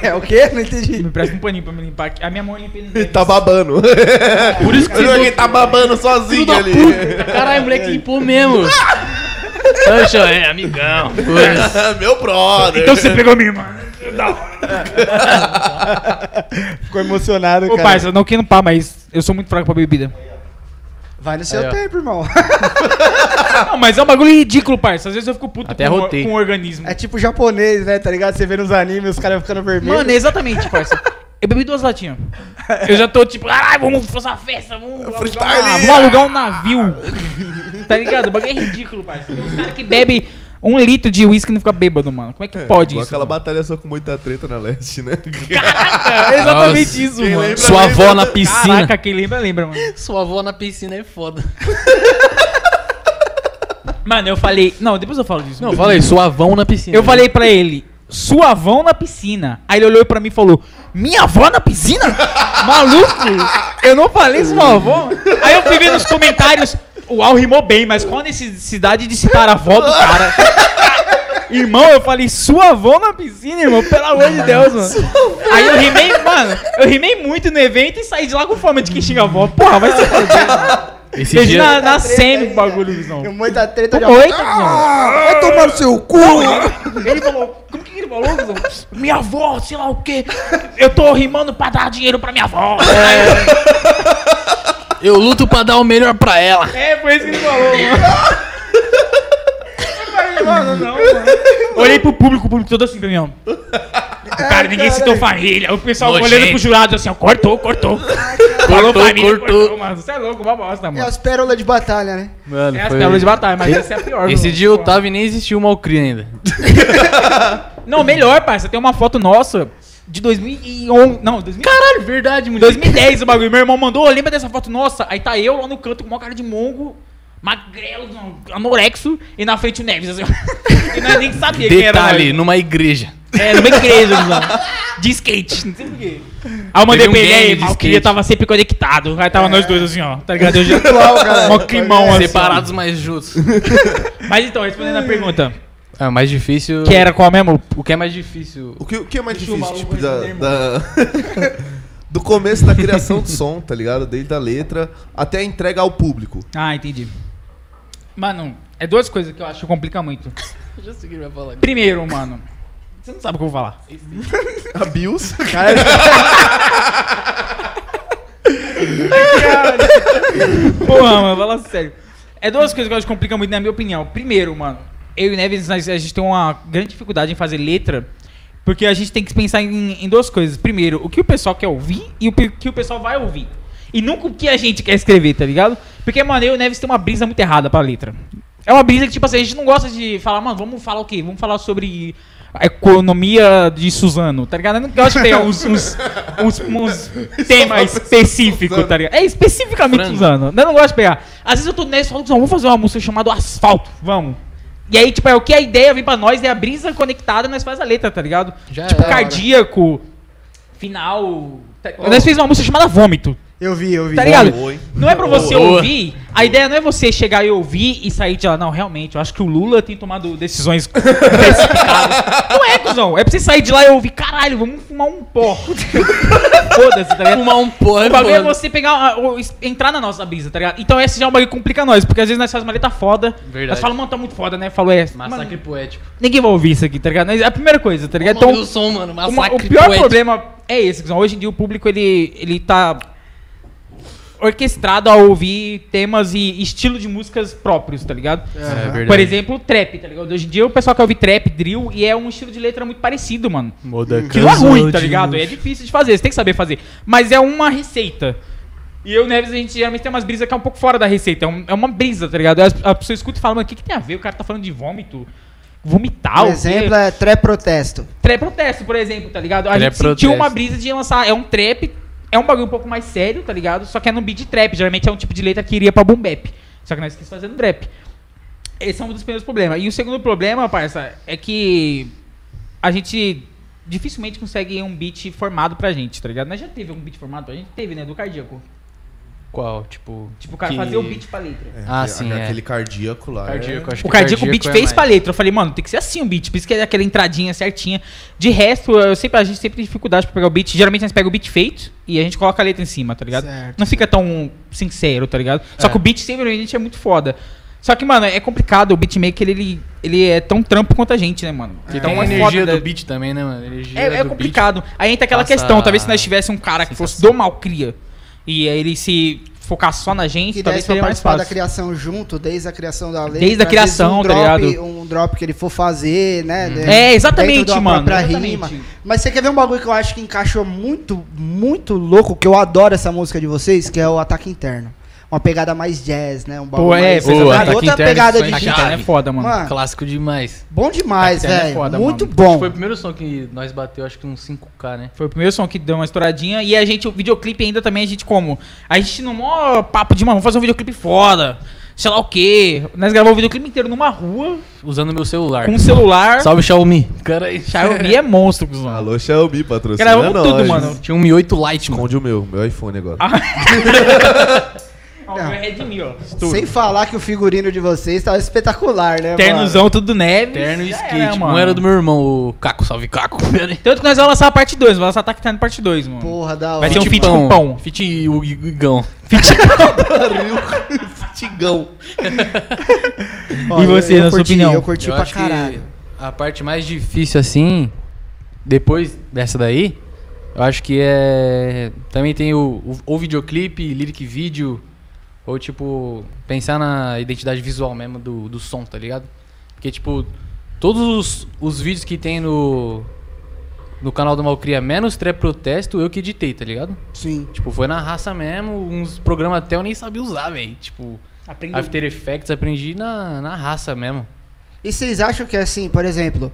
[SPEAKER 1] É o quê? Não entendi.
[SPEAKER 3] Me presta um paninho pra me limpar aqui. A minha mão limpa ele.
[SPEAKER 2] Ele tá babando. Por isso que ele tá babando sozinho ali.
[SPEAKER 4] Caralho, moleque limpou mesmo. Ancho, é, amigão. Pois.
[SPEAKER 2] Meu brother.
[SPEAKER 3] Então você pegou minha irmã.
[SPEAKER 1] Ficou emocionado,
[SPEAKER 3] Ô,
[SPEAKER 1] cara.
[SPEAKER 3] parça, não que não pá, mas eu sou muito fraco pra bebida.
[SPEAKER 1] Vai no seu
[SPEAKER 4] Aí, ó.
[SPEAKER 1] tempo, irmão.
[SPEAKER 3] Não, mas é um bagulho ridículo, parça. Às vezes eu fico puto
[SPEAKER 4] Até
[SPEAKER 3] com, o-
[SPEAKER 4] rotei.
[SPEAKER 3] com o organismo.
[SPEAKER 1] É tipo japonês, né? Tá ligado? Você vê nos animes, os caras ficando vermelhos.
[SPEAKER 3] Mano, exatamente, parça. Eu bebi duas latinhas. Eu já tô tipo, caralho, vamos fazer uma festa, vamos alugar, uma-
[SPEAKER 2] Freestyle!
[SPEAKER 3] vamos alugar um navio. tá ligado? O bagulho é ridículo, parça. Tem uns caras que bebe um litro de uísque e não fica bêbado, mano. Como é que pode
[SPEAKER 2] Igual
[SPEAKER 3] isso?
[SPEAKER 2] aquela
[SPEAKER 3] mano?
[SPEAKER 2] batalha só com muita treta na leste, né?
[SPEAKER 3] É exatamente
[SPEAKER 4] Nossa.
[SPEAKER 3] isso,
[SPEAKER 2] Quem
[SPEAKER 3] mano.
[SPEAKER 2] lembra?
[SPEAKER 4] Sua avó na piscina.
[SPEAKER 3] Caraca, quem lembra, lembra, mano.
[SPEAKER 4] Sua avó na piscina é foda.
[SPEAKER 3] Mano, eu falei. Não, depois eu falo disso.
[SPEAKER 4] Não, fala aí, suavão na piscina.
[SPEAKER 3] Eu falei pra ele, sua avó na piscina. Aí ele olhou pra mim e falou, minha avó na piscina? Maluco? Eu não falei sua avó. Aí eu fui ver nos comentários, uau, rimou bem, mas qual a necessidade de citar a avó do cara? Irmão, eu falei, sua avó na piscina, irmão, pelo amor de Deus, mano. Aí eu rimei, mano, eu rimei muito no evento e saí de lá com fama de quem xinga a avó. Porra, vai se foder.
[SPEAKER 4] Esse
[SPEAKER 3] Perdi
[SPEAKER 4] dia-
[SPEAKER 3] na, na
[SPEAKER 1] Treta
[SPEAKER 3] semi
[SPEAKER 1] aí,
[SPEAKER 3] o bagulho,
[SPEAKER 1] ó. Tem
[SPEAKER 3] visão.
[SPEAKER 1] muita treta
[SPEAKER 3] Como é,
[SPEAKER 1] Ah, vai tomar no seu cu!
[SPEAKER 3] Ele falou, como que ele falou? Zão? Minha avó, sei lá o quê. Eu tô rimando pra dar dinheiro pra minha avó.
[SPEAKER 4] Eu luto pra dar o melhor pra ela.
[SPEAKER 3] É, foi isso que ele falou, mano. Eu falei, Mano, tá não, mano. Olhei pro público, o público todo assim pra mim, ó. Cara,
[SPEAKER 1] É,
[SPEAKER 3] ninguém citou família. O pessoal
[SPEAKER 4] Nojento.
[SPEAKER 3] olhando pro jurado assim, ó. Cortou, cortou. Falou
[SPEAKER 4] Cortou,
[SPEAKER 3] família,
[SPEAKER 4] cortou.
[SPEAKER 3] mano. Você é louco, uma bosta,
[SPEAKER 1] É
[SPEAKER 3] mano.
[SPEAKER 1] as pérolas de batalha, né?
[SPEAKER 4] Mano,
[SPEAKER 3] É as pérolas de batalha, mas essa é a pior.
[SPEAKER 4] Esse
[SPEAKER 3] mano.
[SPEAKER 4] dia o Otávio nem existiu o Malcria ainda.
[SPEAKER 3] Não, melhor, parça. Tem uma foto nossa de 2011. Não, 2011.
[SPEAKER 4] Caralho, verdade, moleque.
[SPEAKER 3] 2010 o bagulho. Meu irmão mandou, "Ô, lembra dessa foto nossa? Aí tá eu lá no canto com uma cara de mongo, magrelo, anorexo, e na frente o Neves. Assim, e nós nem sabia quem era.
[SPEAKER 4] Detalhe,
[SPEAKER 3] nós.
[SPEAKER 4] numa igreja.
[SPEAKER 3] É, numa igreja, mano. De skate, não sei por quê. Aí eu mandei
[SPEAKER 4] um
[SPEAKER 3] pra ele,
[SPEAKER 4] game
[SPEAKER 3] aí,
[SPEAKER 4] de
[SPEAKER 3] mal,
[SPEAKER 4] skate.
[SPEAKER 3] tava sempre conectado. Aí tava nós dois assim, ó, tá ligado? Eu já...
[SPEAKER 1] cara.
[SPEAKER 3] Mó climão assim. ó.
[SPEAKER 4] Separados, mas juntos.
[SPEAKER 3] Mas então, respondendo a pergunta,
[SPEAKER 4] É, o mais difícil.
[SPEAKER 3] que era qual mesmo?
[SPEAKER 4] O que é mais difícil?
[SPEAKER 2] O que, o que é mais
[SPEAKER 3] Deixa o
[SPEAKER 2] difícil,
[SPEAKER 3] maluco
[SPEAKER 2] tipo, da,
[SPEAKER 3] responder,
[SPEAKER 2] da- do começo da criação do som, tá ligado? Desde a letra até a entrega ao público.
[SPEAKER 3] Ah, entendi. Mano, é duas coisas que eu acho que complica muito.
[SPEAKER 4] Já sei o que ele vai falar.
[SPEAKER 3] Primeiro, mano, você não sabe o que eu vou falar.
[SPEAKER 2] A Bills.
[SPEAKER 3] Porra, mano, fala sério. É duas coisas que eu acho que complicam muito, na minha opinião. Primeiro, mano, eu e o Neves, nós- a gente tem uma grande dificuldade em fazer letra, porque a gente tem que pensar em, em duas coisas. Primeiro, o que o pessoal quer ouvir e o pe- que o pessoal vai ouvir. E nunca o que a gente quer escrever, tá ligado? Porque, mano, eu e o Neves tem uma brisa muito errada pra letra. É uma brisa que, tipo assim, a gente não gosta de falar, mano, vamos falar o quê? Vamos falar sobre a economia de Suzano, tá ligado? Eu não gosto de ter uns, uns, uns, uns temas específicos, tá ligado? É especificamente
[SPEAKER 4] Frango.
[SPEAKER 3] Suzano. Eu não gosto de pegar. Às vezes eu tô nessa e falo, "Não, vamos fazer uma música chamada Asfalto, vamos. E aí, tipo, é o que a ideia vem pra nós, é a brisa conectada, nós faz a letra, tá ligado?
[SPEAKER 4] Já
[SPEAKER 3] tipo,
[SPEAKER 4] era.
[SPEAKER 3] cardíaco, final... tá- Nós fez uma música chamada Vômito.
[SPEAKER 1] Eu vi, eu vi.
[SPEAKER 3] Tá ligado?
[SPEAKER 2] Boa, hein?
[SPEAKER 3] Não é pra você
[SPEAKER 4] Boa.
[SPEAKER 3] ouvir. A ideia não é você chegar e ouvir e sair de lá. Não, realmente, eu acho que o Lula tem tomado decisões precipitadas. Não é, cuzão. É pra você sair de lá e ouvir, caralho, vamos fumar um pó. Foda-se, tá ligado?
[SPEAKER 4] Fumar um porra,
[SPEAKER 3] O bagulho é você pegar, a- o- es- entrar na nossa brisa, tá ligado? Então esse já é um bagulho que complica nós, porque às vezes nós fazemos uma letra foda.
[SPEAKER 4] Verdade.
[SPEAKER 3] Nós falamos, mano, tá muito foda, né? Falou, é.
[SPEAKER 4] Massacre
[SPEAKER 3] mano,
[SPEAKER 4] poético.
[SPEAKER 3] ninguém vai ouvir isso aqui, tá ligado? É a primeira coisa, tá ligado?
[SPEAKER 4] Então, o som, mano.
[SPEAKER 3] Uma-
[SPEAKER 4] Massacre
[SPEAKER 3] o pior
[SPEAKER 4] poético.
[SPEAKER 3] problema é esse, Guizão. Hoje em dia o público ele, ele tá orquestrado a ouvir temas e estilo de músicas próprios, tá ligado?
[SPEAKER 4] É verdade.
[SPEAKER 3] Por exemplo, trap, tá ligado? Hoje em dia o pessoal quer ouvir trap, drill, e é um estilo de letra muito parecido, mano.
[SPEAKER 4] Moda
[SPEAKER 3] Que não é ruim, tá ligado? E é difícil de fazer, você tem que saber fazer. Mas é uma receita. E eu e o Neves, a gente geralmente tem umas brisas que é um pouco fora da receita. É, um- é uma brisa, tá ligado? Aí as- A, pessoa escuta e fala, mano, o que, que tem a ver? O cara tá falando de vômito. Vomitar,
[SPEAKER 1] Por
[SPEAKER 3] o quê?"
[SPEAKER 1] exemplo, é trap protesto.
[SPEAKER 3] Trap protesto, por exemplo, tá ligado? A
[SPEAKER 4] Trap
[SPEAKER 3] gente sentiu
[SPEAKER 4] protesto.
[SPEAKER 3] uma brisa de lançar. É um trap, é um bagulho um pouco mais sério, tá ligado? Só que é no beat trap. Geralmente é um tipo de letra que iria pra boom bap. Só que nós quis fazer no trap. Esse é um dos primeiros problemas. E o segundo problema, parça, é que a gente dificilmente consegue um beat formado pra gente, tá ligado? Nós já teve algum beat formado pra gente? Teve, né? Do cardíaco.
[SPEAKER 4] Qual? Tipo.
[SPEAKER 3] Tipo, o cara
[SPEAKER 4] que-
[SPEAKER 3] fazer o beat pra letra.
[SPEAKER 4] Ah,
[SPEAKER 2] Aquele-
[SPEAKER 4] sim, é.
[SPEAKER 2] Aquele cardíaco lá.
[SPEAKER 4] Cardíaco, acho
[SPEAKER 3] O
[SPEAKER 4] que
[SPEAKER 3] cardíaco, o beat
[SPEAKER 4] é
[SPEAKER 3] fez
[SPEAKER 4] mais-
[SPEAKER 3] pra letra. Eu falei, mano, tem que ser assim o beat. Por isso que é aquela entradinha certinha. De resto, eu sempre, a gente sempre tem dificuldade pra pegar o beat. Geralmente a gente pega o beat feito e a gente coloca a letra em cima, tá ligado?
[SPEAKER 1] Certo.
[SPEAKER 3] Não fica tão sincero, tá ligado? Só
[SPEAKER 4] É.
[SPEAKER 3] que o beat simplesmente é muito foda. Só que, mano, é complicado. O beatmaker, ele, ele é tão trampo quanto a gente, né, mano?
[SPEAKER 4] Porque
[SPEAKER 3] Então
[SPEAKER 4] tem uma
[SPEAKER 3] é foda
[SPEAKER 4] energia
[SPEAKER 3] da-
[SPEAKER 4] do beat também, né, mano? Energia
[SPEAKER 3] é, é
[SPEAKER 4] do beat.
[SPEAKER 3] complicado. Aí entra aquela
[SPEAKER 4] passa
[SPEAKER 3] questão, talvez se
[SPEAKER 4] a
[SPEAKER 3] nós tivesse um cara que fosse
[SPEAKER 4] sensação.
[SPEAKER 3] do malcria e aí ele se focar só na gente,
[SPEAKER 1] Que
[SPEAKER 3] talvez
[SPEAKER 1] desse pra
[SPEAKER 3] seria mais
[SPEAKER 1] participar da
[SPEAKER 3] fácil.
[SPEAKER 1] criação junto, desde a criação da letra.
[SPEAKER 3] Desde a
[SPEAKER 1] às vezes
[SPEAKER 3] criação,
[SPEAKER 1] um
[SPEAKER 3] tá
[SPEAKER 1] drop,
[SPEAKER 3] ligado?
[SPEAKER 1] Um drop que ele for fazer, né? de-
[SPEAKER 3] É, exatamente,
[SPEAKER 1] dentro de uma
[SPEAKER 3] mano,
[SPEAKER 1] própria
[SPEAKER 3] exatamente.
[SPEAKER 1] rima. Mas você quer ver um bagulho que eu acho que encaixou muito, muito louco, que eu adoro essa música de vocês, que é o Ataque Interno. Uma pegada mais jazz, né? Um bagulho
[SPEAKER 3] Pô, é,
[SPEAKER 1] mais...
[SPEAKER 3] pô,
[SPEAKER 1] Outra
[SPEAKER 4] Ataque Interno,
[SPEAKER 1] pegada
[SPEAKER 4] isso
[SPEAKER 1] de
[SPEAKER 4] aí,
[SPEAKER 1] jazz.
[SPEAKER 4] cara.
[SPEAKER 3] Cara, é foda, mano.
[SPEAKER 1] Mano,
[SPEAKER 4] Clássico demais.
[SPEAKER 1] bom demais,
[SPEAKER 3] Ataque Interno é
[SPEAKER 1] velho.
[SPEAKER 3] foda,
[SPEAKER 1] muito
[SPEAKER 3] mano.
[SPEAKER 1] bom.
[SPEAKER 4] Foi o primeiro som que nós bateu, acho que uns 5K, né?
[SPEAKER 3] Foi o primeiro som que deu uma estouradinha. E a gente, o videoclipe ainda também, a gente como? A gente no maior papo de, mano, vamos fazer um videoclipe foda. Sei lá o quê. Nós gravamos o videoclipe inteiro numa rua,
[SPEAKER 4] Usando meu celular.
[SPEAKER 3] com um celular.
[SPEAKER 4] Salve, Xiaomi. Cara, aí.
[SPEAKER 3] Xiaomi é monstro, cuzão.
[SPEAKER 2] Alô, Xiaomi, patrocina
[SPEAKER 3] Gravamos tudo,
[SPEAKER 2] nós.
[SPEAKER 3] mano.
[SPEAKER 4] Tinha um Mi 8 Lite, mano.
[SPEAKER 2] Esconde o meu, meu iPhone agora.
[SPEAKER 4] Ah,
[SPEAKER 3] Ó, o meu é Redmi,
[SPEAKER 4] Tá
[SPEAKER 3] ó.
[SPEAKER 1] Sem falar que o figurino de vocês tava espetacular, né, mano?
[SPEAKER 3] Ternozão, tudo neve.
[SPEAKER 4] Terno e
[SPEAKER 3] Já
[SPEAKER 4] skate.
[SPEAKER 3] era,
[SPEAKER 4] um era do meu irmão, o Caco. Salve, Caco.
[SPEAKER 3] Tanto que nós vamos lançar a parte 2, vamos lançar Ataque Time parte 2, mano.
[SPEAKER 1] Porra, da hora.
[SPEAKER 3] Vai ter
[SPEAKER 4] é
[SPEAKER 3] um feat com pão.
[SPEAKER 4] Fit e o Igão.
[SPEAKER 2] Tigão.
[SPEAKER 1] Ó,
[SPEAKER 3] E você,
[SPEAKER 1] eu, eu
[SPEAKER 3] na sua
[SPEAKER 1] curti,
[SPEAKER 3] opinião?
[SPEAKER 1] Eu curti
[SPEAKER 4] Eu
[SPEAKER 1] pra
[SPEAKER 4] acho que
[SPEAKER 1] caralho.
[SPEAKER 4] A parte mais difícil, assim, depois dessa daí, eu acho que é. Também tem o, o, ou videoclipe, lyric vídeo, ou tipo, pensar na identidade visual mesmo do, do som, tá ligado? Porque, tipo, todos os, os vídeos que tem no. No canal do Malcria, menos trap protesto, eu que editei, tá ligado?
[SPEAKER 1] Sim.
[SPEAKER 4] Tipo, foi na raça mesmo, uns programas até eu nem sabia usar, velho. Tipo,
[SPEAKER 3] Aprendeu.
[SPEAKER 4] After Effects aprendi na, na raça mesmo.
[SPEAKER 1] E vocês acham que assim, por exemplo,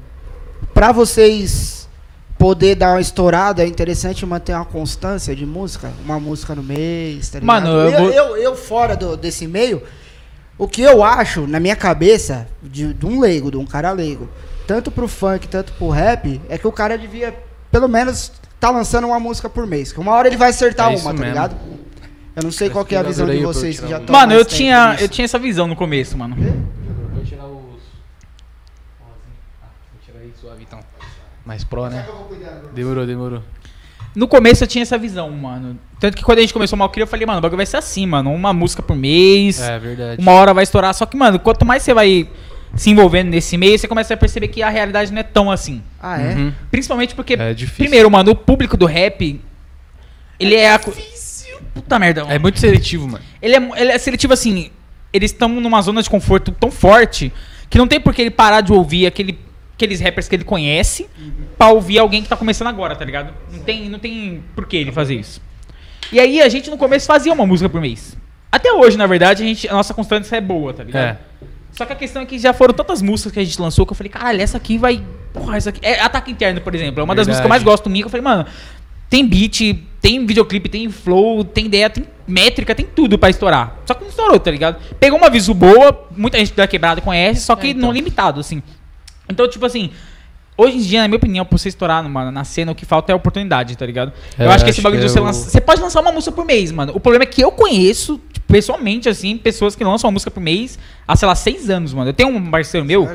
[SPEAKER 1] pra vocês poder dar uma estourada, é interessante manter uma constância de música? Uma música no mês, tá ligado?
[SPEAKER 3] Mano, eu
[SPEAKER 1] eu,
[SPEAKER 3] vou-
[SPEAKER 1] eu, eu fora do- desse meio, o que eu acho, na minha cabeça, de, de um leigo, de um cara leigo, tanto pro funk, tanto pro rap, é que o cara devia, pelo menos, tá lançando uma música por mês. Que uma hora ele vai acertar
[SPEAKER 4] É isso
[SPEAKER 1] uma, tá
[SPEAKER 4] mesmo.
[SPEAKER 1] ligado? Eu não sei
[SPEAKER 4] Acho
[SPEAKER 1] qual
[SPEAKER 4] que
[SPEAKER 1] que é a
[SPEAKER 4] já
[SPEAKER 1] visão de
[SPEAKER 4] adorei pra eu
[SPEAKER 1] vocês que
[SPEAKER 4] tirar
[SPEAKER 1] já
[SPEAKER 4] um-
[SPEAKER 1] estão
[SPEAKER 3] Mano, eu tinha, eu tinha essa visão no começo, mano.
[SPEAKER 4] Vou tirar os. Ah, Vou tirar aí suave então. Mais pró, né? Demorou, demorou.
[SPEAKER 3] No começo eu tinha essa visão, mano. Tanto que quando a gente começou o Malcria, eu falei, mano, o bagulho vai ser assim, mano. Uma música por mês.
[SPEAKER 4] É verdade.
[SPEAKER 3] uma hora vai estourar. Só que, mano, quanto mais você vai se envolvendo nesse meio, você começa a perceber que a realidade não é tão assim.
[SPEAKER 1] Ah, é?
[SPEAKER 4] Uhum.
[SPEAKER 3] Principalmente porque,
[SPEAKER 4] É difícil.
[SPEAKER 3] primeiro, mano, o público do rap, ele é... a co- Puta merda.
[SPEAKER 4] É muito seletivo, mano.
[SPEAKER 3] Ele, é, ele é seletivo, assim, eles estão numa zona de conforto tão forte que não tem por que ele parar de ouvir aquele, aqueles rappers que ele conhece pra ouvir alguém que tá começando agora, tá ligado? Não tem, não tem por que ele fazer isso. E aí a gente no começo fazia uma música por mês. Até hoje, na verdade, a, gente, a nossa constância é boa, tá ligado?
[SPEAKER 4] É.
[SPEAKER 3] Só que a questão é que já foram tantas músicas que a gente lançou que eu falei, caralho, essa aqui vai. Porra, essa aqui. É Ataque Interno, por exemplo. É uma das
[SPEAKER 4] Verdade.
[SPEAKER 3] músicas que eu mais gosto minha. que Eu falei, mano, tem beat, tem videoclipe, tem flow, tem ideia, tem métrica, tem tudo pra estourar. Só que não estourou, tá ligado? Pegou uma visu boa, muita gente da quebrada conhece, só que
[SPEAKER 4] É, então.
[SPEAKER 3] não limitado, assim. Então, tipo assim. Hoje em dia, na minha opinião, pra você estourar numa, na cena, o que falta é oportunidade, tá ligado?
[SPEAKER 4] É,
[SPEAKER 3] eu acho que
[SPEAKER 4] acho
[SPEAKER 3] esse bagulho
[SPEAKER 4] que
[SPEAKER 3] de você
[SPEAKER 4] eu-
[SPEAKER 3] lançar. Você pode lançar uma música por mês, mano. O problema é que eu conheço, tipo, pessoalmente, assim, pessoas que lançam uma música por mês há, sei lá, seis anos, mano. Eu tenho um parceiro meu.